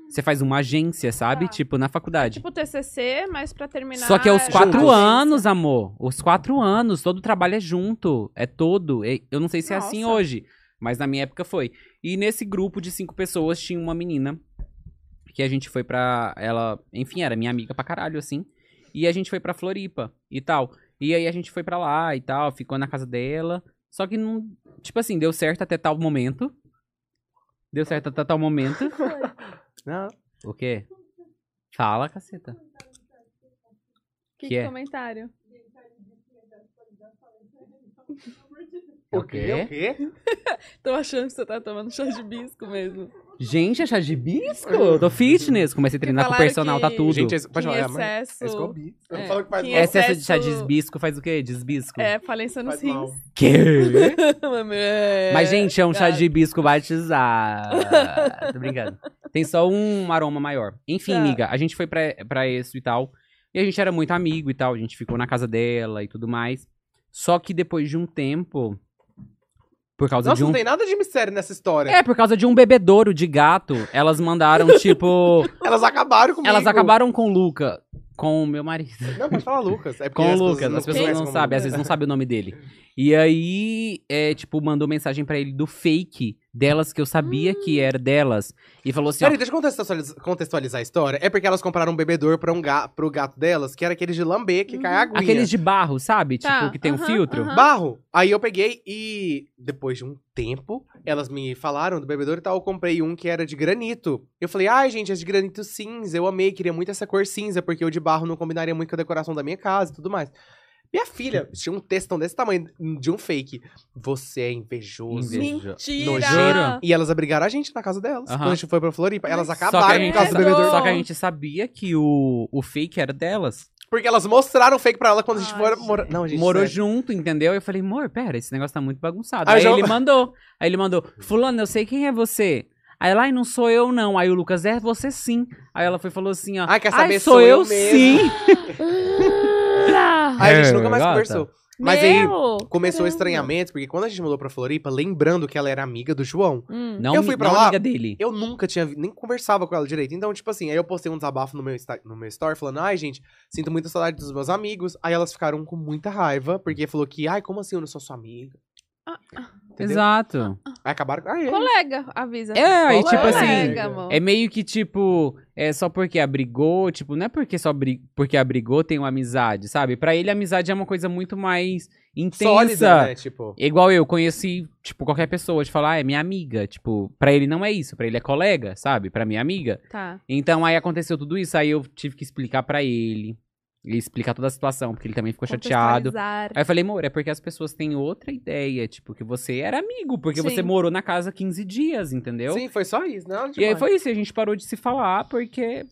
Você faz uma agência, sabe?
Tá.
Tipo, na faculdade.
Tipo TCC, mas pra terminar...
Só que aos quatro
Juntos.
anos, amor. Os quatro anos, todo trabalho é junto. É todo. É- eu não sei se é assim
Nossa.
hoje, mas na minha época foi. E nesse grupo de cinco pessoas tinha uma menina que a gente foi pra. Ela, enfim, era minha amiga pra caralho, assim. E a gente foi pra Floripa e tal. E aí a gente foi pra lá e tal, ficou na casa dela. Só que não. Tipo assim, deu certo até tal momento. Deu certo até tal momento.
Não.
o quê? Fala, caceta.
Que,
Que é?
comentário?
O quê?
O quê?
Tô achando que você tá tomando chá de bisco mesmo.
Gente, é chá de bisco? Eu tô fitness. Comecei a treinar com o
falaram
personal, tá
que-
tudo.
Gente, esse- pode
Que
falar.
em
é, mas-
excesso...
É Scooby. Eu
É.
falo que faz
Que
mal.
esse-
Excesso de chá de
excesso-
bisco faz o quê? Desbisco?
É, falência nos
Faz mal.
rins.
Quê?
É,
Mas, gente, é um chá
cara.
de hibisco batizado. Tô brincando. Tem só um aroma maior. Enfim,
Tá.
amiga, a gente foi pra, pra isso e tal. E a gente era muito amigo e tal. A gente ficou na casa dela e tudo mais. Só que depois de um tempo. Por causa
Nossa,
de um.
não tem nada de mistério nessa história.
É, por causa de um bebedouro de gato, elas mandaram, tipo.
É.
Elas acabaram comigo.
elas acabaram com o Luca, com o meu marido.
Não, pode falar Lucas. É porque
Com o
as pessoas
Lucas,
não
as pessoas
conhecem
não
como
sabem, às
Lucas.
vezes não sabem o nome dele. E aí, é, tipo, mandou mensagem pra ele do fake delas, que eu sabia que era delas. E falou assim, ó,
Peraí, deixa eu contextualiz- contextualizar a história. É porque elas compraram um bebedouro pra um ga pro gato delas, que era aqueles de lamber, que cai a aguinha.
aqueles de barro, sabe?
Tá,
Tipo, que tem um
aham,
filtro.
aham.
Barro. Aí eu peguei e, depois de um tempo, elas me falaram do bebedouro e tal. Eu comprei um que era de granito. Eu falei, ai, gente, é de granito cinza. Eu amei, queria muito essa cor cinza, porque o de barro não combinaria muito com a decoração da minha casa e tudo mais. Minha filha tinha um textão desse tamanho, de um fake. Você é invejoso.
Invejoso.
Mentira!
Nojeira.
E elas abrigaram a gente na casa delas.
Aham.
Quando a gente foi pra Floripa, elas
Mas
Só que, a
acabaram
gente,
por causa do
Credo!
bebedor.
só que a gente sabia que o, o fake era delas.
Porque elas mostraram o fake pra ela quando a gente
Ai,
foi.
gente.
mora- Não, a gente.
Morou
sério.
junto, entendeu? Eu falei, amor, pera, esse negócio tá muito bagunçado.
Aí
Aí,
já-
ele mandou. Aí ele mandou, fulano, eu sei quem é você. Aí ela, ai, não sou eu, não. Aí o Lucas, é você sim. Aí ela foi e falou assim, ó.
Ai, quer
"Ai,
saber?
sou, eu,
mesmo.
sim.
Aí a gente
É,
nunca mais
gata.
conversou. Mas aí começou o
Caramba.
estranhamento, porque quando a gente mudou pra Floripa, lembrando que ela era amiga do João,
Hum.
Não,
Eu
mi-
fui pra
não
lá-
amiga dele.
eu nunca tinha vi- nem conversava com ela direito. Então, tipo assim, aí eu postei um desabafo no meu, Insta- no meu story falando: ai, gente, sinto muita saudade dos meus amigos. Aí elas ficaram com muita raiva, porque falou que, ai, como assim eu não sou sua amiga? Entendeu?
Exato.
Aí acabaram com. Ai, é.
Colega, avisa.
É, aí tipo assim,
Colega, amor.
é meio que tipo, é só porque abrigou, tipo, não é porque só abri- porque abrigou tem uma amizade, sabe? Pra ele a amizade é uma coisa muito mais intensa.
Sólida, né? Tipo.
É Igual eu, conheci, tipo, qualquer pessoa, de falar, ah, é minha amiga. Tipo, pra ele não é isso, pra ele é colega, sabe? Pra minha amiga.
Tá.
Então aí aconteceu tudo isso, aí eu tive que explicar pra ele. E explicar toda a situação, porque ele também ficou chateado.
Contextualizar.
Aí eu falei, amor, é porque as pessoas têm outra ideia, tipo, que você era amigo, porque
Sim.
você morou na casa 15 dias, entendeu?
Sim, foi só isso, não? tipo,
E aí foi isso, e a gente parou de se falar, porque,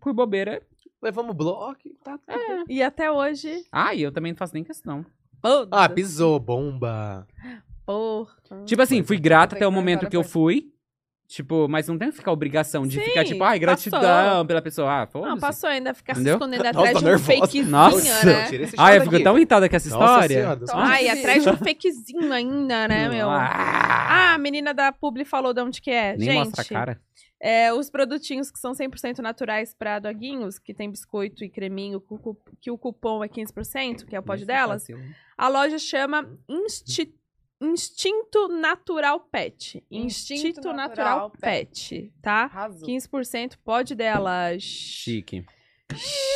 por bobeira.
Levamos bloco, tá tudo bem.
E até hoje.
Ai, Ah, eu também não faço nem questão.
Ah, pisou, bomba.
Porra.
Tipo assim,
Pois é.
fui grata
Tem
até o
que
momento
levar
que eu
depois.
fui. Tipo, mas não tem que ficar obrigação de
Sim,
ficar, tipo, ai, gratidão
passou.
pela pessoa. Ah,
Não,
foda-se.
passou ainda, ficar se
Entendeu?
escondendo
Nossa,
atrás
tô
de um
nervosa.
fakezinho,
Nossa.
né?
Tira esse
Ai, Ah, eu
choro
fico
daqui.
tão irritada com essa
Nossa
históa.
Senhora, tá Deus
Toma.
Ai,
Nossa,
atrás de um fakezinho ainda, né, meu?
Ah,
Ah, a menina da publi falou de onde que é.
nem
Gente,
mostra a cara.
É, os produtinhos que são 100% naturais pra doguinhos, que tem biscoito e creminho, cu- cu- que o cupom é 15%, que é o pod delas,
um
a loja chama Insti- Instinto Natural Pet. Instinto,
Instinto
Natural,
Natural
Pet, tá?
Arrasou.
15% pod delas.
Chique.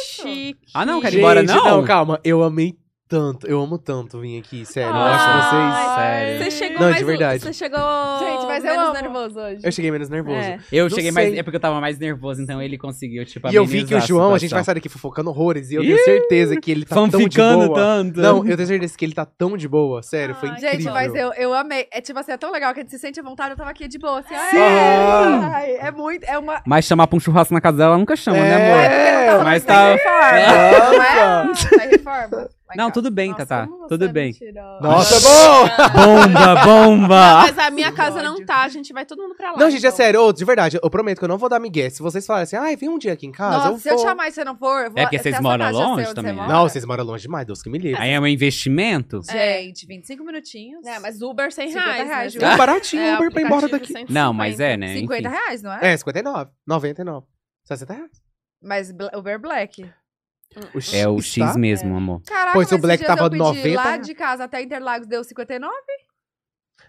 Chique.
Ah, não, quero ir
Gente,
embora,
não?
não?
calma. Eu amei tanto. Eu amo tanto vir aqui, sério. eu acho
Ai.
vocês...
Sério.
Você chegou
Não, de
mais... um-
verdade.
Você chegou
Gente, mas eu
menos
amo.
nervoso.
hoje.
Eu cheguei menos nervoso.
É.
Eu
Não
cheguei mais.
sei.
É porque eu tava mais nervoso, então ele conseguiu, tipo,
E eu vi que o
amenizar
João, a gente vai
situação.
sair daqui fofocando horrores. E eu tenho certeza que ele tá tão de
Fanficando
boa.
tanto.
Não, eu tenho certeza que ele tá tão de boa. Sério, foi
Ai,
incrível.
Gente, mas eu, eu amei. É tipo assim, é tão legal que a gente se sente à vontade. Eu tava aqui de boa, assim.
Sim.
Ai, ai, é muito, é uma...
Mas chamar pra um churrasco na casa dela nunca chama, né, amor?
É,
Não,
Mas
não
tá-
tem reforma, não é? Não tem reforma. Lá em
Não,
casa.
tudo bem,
Nossa,
Tatá.
como você
Tudo
é
bem.
mentirosa.
Nossa, bom!
Bomba, bomba!
Mas a minha casa não
ódio.
tá, a gente vai todo mundo pra lá.
Não, gente, é
então.
sério. ô, de verdade, eu prometo que eu não vou dar migué. Se vocês falarem assim, ai, vem um dia aqui em casa,
Nossa,
eu
Tá, se eu
vou.
te chamar e você não for, eu vou...
É porque
se
vocês
essa
moram
casa eu sei
longe
onde você
também, né?
mora.
Não, vocês moram longe demais, Deus que me livre.
Aí é um investimento?
Gente, 25 minutinhos.
É, mas Uber 100
50
reais.
reais,
né?
Ju.
É baratinho,
É,
Uber pra ir embora
aplicativo
daqui.
150.
Não, mas é, né?
50
Enfim.
reais, não é?
É, 59, 99, 60 reais.
Mas bla- Uber Black.
O
É o
está-
X mesmo, amor.
Caraca,
Pois
mas
o Black
esses dias
tava
eu pedi
90
lá
reais.
de casa até Interlagos, deu 59?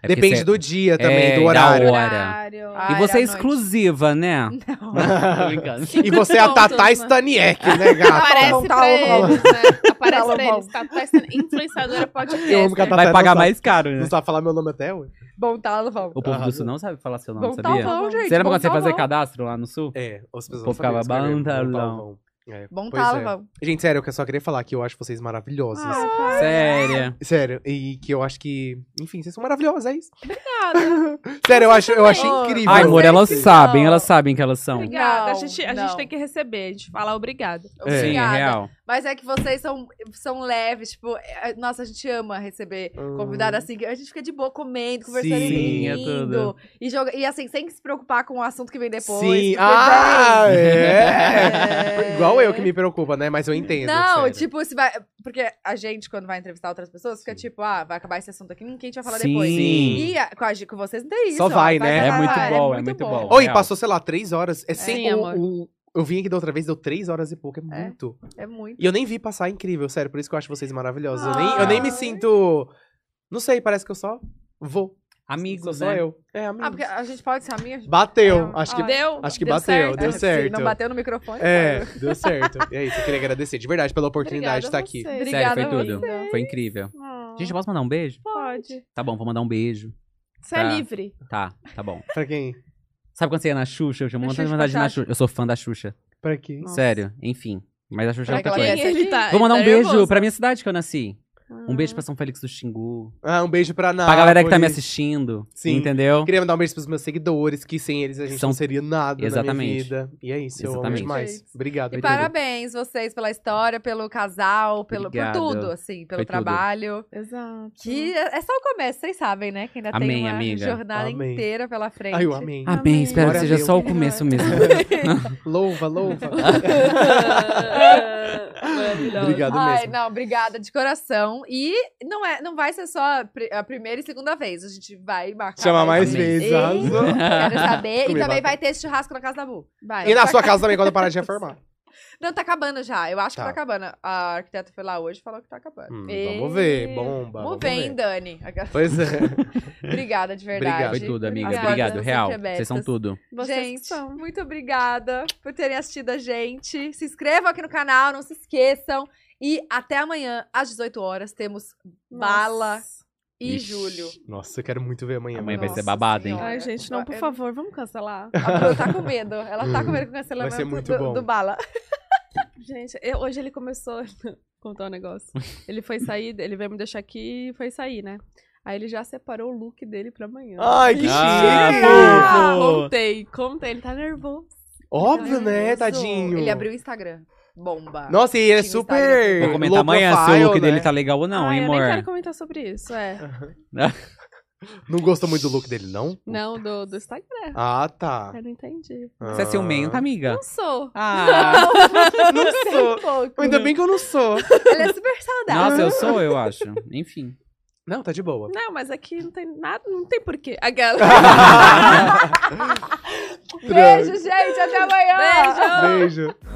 É porque
Depende
cê-
do dia também,
É,
do
e da
horário. né?
hora.
Ah,
E
era
você
à
é
noite.
exclusiva, né? Tô brincando.
E você é a
Pontos,
Tatá
né?
Staniek, né, gata?
Aparece
Tá
pra
bom, tá
eles, né? Aparece
Tá
pra
bom.
eles. Tá, tá sendo influenciadora podcast.
Eu amo
tá-
que a Tatá
Vai
não
pagar
sabe-
mais caro,
Não
né?
sabe falar meu nome até hoje?
Bom, tá, vamos.
O povo
Aham.
do Sul não sabe falar seu nome,
Bom, tá
sabia?
bom, gente.
Você lembra
bom,
quando você
tá
fazia
bom.
cadastro lá no Sul?
É, as pessoas
O povo
sabiam
ficava
escrever, né? bom
bantalão.
talão. É,
Bom,
pois
tá,
é.
vamos.
Gente, sério, eu só queria falar que eu acho vocês maravilhosos.
Ah. É.
Séria.
Sério, e que eu acho que. Enfim, vocês são maravilhosos, é isso.
Obrigada.
Sério, eu acho, eu acho
também.
incrível.
Ai, amor, elas
Vocês
sabem,
são.
elas sabem que
um?
elas são.
Obrigada. a
Não,
gente, a
não.
gente tem que receber, a gente fala obrigado.
É.
Sim,
Obrigada.
real.
Mas é que vocês são, são leves, tipo, é, nossa, a gente ama receber
Hum.
convidado assim, que a gente fica de boa comendo, conversando
Sim,
e
é
rindo.
tudo.
e, joga, e assim, sem se preocupar com o assunto que vem depois.
Sim,
porque,
ah,
bem,
é.
É.
Igual eu que me preocupa, né? Mas eu entendo.
Não,
sério.
tipo, se vai. Porque a gente, quando vai entrevistar outras pessoas, fica tipo, ah, vai acabar esse assunto aqui, hum, que a gente vai falar
Sim.
depois.
Sim.
E a- com, a, gente- com vocês não tem isso.
Só
ó,
vai, né?
É
vai,
muito
vai,
bom, é muito bom.
Oi,
Real.
passou, sei lá, três horas. É sem
Sim,
o-
amor.
o- Eu vim aqui da outra vez, deu três horas e pouco, é muito.
É muito.
E eu nem vi passar, é incrível, sério. Por isso que eu acho vocês maravilhosos. Eu, nem, eu
Ai.
nem me sinto. Não sei, parece que eu só vou. sou
Amigos,
só
né?
eu. É, amigo.
Ah, porque a gente pode ser amiga?
Bateu. Acho que.
Ah,
Deu?
acho que
Deu
bateu,
certo?
deu
Se
certo.
Não bateu no microfone?
É,
pode.
deu certo. E é isso, eu queria agradecer de verdade pela oportunidade de estar
Obrigada a
aqui.
vocês.
tá Sério,
Obrigada
foi
a
tudo.
vocês.
Foi incrível.
Ah,
Gente, eu posso mandar um beijo?
pode.
Tá bom, vou mandar um beijo.
Você é
Tá.
livre.
Tá, tá bom.
Pra quem?
Sabe quando você ia na Xuxa? Eu tinha
Na
muita
Xuxa
vontade de ir na
Fantástica.
Xuxa. Eu sou fã da Xuxa.
Pra quem?
Nossa.
Sério, enfim. Mas a Xuxa é
Será que
outra
ela
coisa.
merece?
ele tá.
Vou
ele
mandar
tá
um beijo
nervoso.
pra minha cidade que eu nasci. Um beijo pra São Félix do Xingu.
Ah, um beijo pra Nápoles.
pra galera que tá me assistindo.
Sim.
Entendeu?
Queria mandar um beijo pros meus seguidores, que sem eles a gente
São-
não seria nada na minha
Exatamente.
vida. E é isso, eu amo
Exatamente.
demais. Obrigado.
E
Edu.
parabéns vocês pela história, pelo casal, pelo, por
Obrigado.
tudo, assim, pelo
Foi tudo.
trabalho.
Exato.
Ah,
Uhum.
Que é é só o começo, vocês sabem, né? Que ainda tem
Amém,
uma
amiga.
jornada
Amém.
inteira pela frente.
Ai, eu amei.
Ah.
Amém. Espero
Glória
que
a
seja
Deus.
só o começo mesmo.
Louva, louva.
Maravilhoso.
Obrigado
Ai,
mesmo.
não, obrigada de coração. E não, é, não vai ser só a pri- a primeira e segunda vez. A gente vai marcar.
Chamar mais
Amém.
vezes.
Ei,
arrasou.
Quero saber. e
Comi
também
batata.
vai ter esse churrasco na casa da Bu. Vai.
E na sua casa também, quando eu parar de reformar.
Não, tá acabando já. Eu acho que
Tá.
tá acabando. A arquiteta foi lá hoje e falou que tá acabando.
Hum,
Ei.
vamos ver, bomba.
Vamos
Vamos
ver, hein,
ver.
Dani.
Pois é.
Obrigada, de verdade.
Obrigado.
Foi tudo, amiga.
Obrigada,
Obrigado,
sempre
real.
abertas.
Vocês são tudo.
Vocês que
Gente,
são.
muito obrigada por terem assistido a gente. Se inscrevam aqui no canal, não se esqueçam. E até amanhã, às 18 horas, temos Bala
Nossa.
e
Ixi.
Júlio.
Nossa, eu quero muito ver amanhã.
Amanhã vai
mano.
ser babado, hein?
Senhora.
Ai, gente, não, por
Eu-
favor, vamos cancelar.
A Bruna tá com medo. Ela tá com medo com o cancelamento
ser muito
do,
bom.
do Bala.
Gente, eu- hoje ele começou a contar um negócio. Ele foi sair, ele veio me deixar aqui e foi sair, né? Aí ele já separou o look dele pra amanhã.
Ai, que
Ah,
chique!
Ah,
fofo!
contei, contei. Ele tá nervoso.
Óbvio, né,
Nervoso.
tadinho?
Ele abriu o Instagram. Bomba.
Nossa, e ele é
Tinha Instagram
super.
Vou comentar
low
amanhã se
profile,
o look
né?
dele tá legal ou não,
Ai,
hein,
eu
amor? Ah,
nem quero comentar sobre isso, é.
Não gostou muito do look dele, não?
Não, do, do Instagram.
Ah, tá.
Eu não entendi.
Você é
Ah.
ciumenta, amiga?
Não sou. tá
Ah,
Não sou.
Pouco.
Ainda bem que eu não sou.
Ele é super saudável.
nossa, eu sou, eu acho. Enfim.
Não, tá de boa.
Não, mas aqui não tem nada, não tem porquê. Aquela.
Beijo, gente. Até amanhã.
Beijo!
Beijo.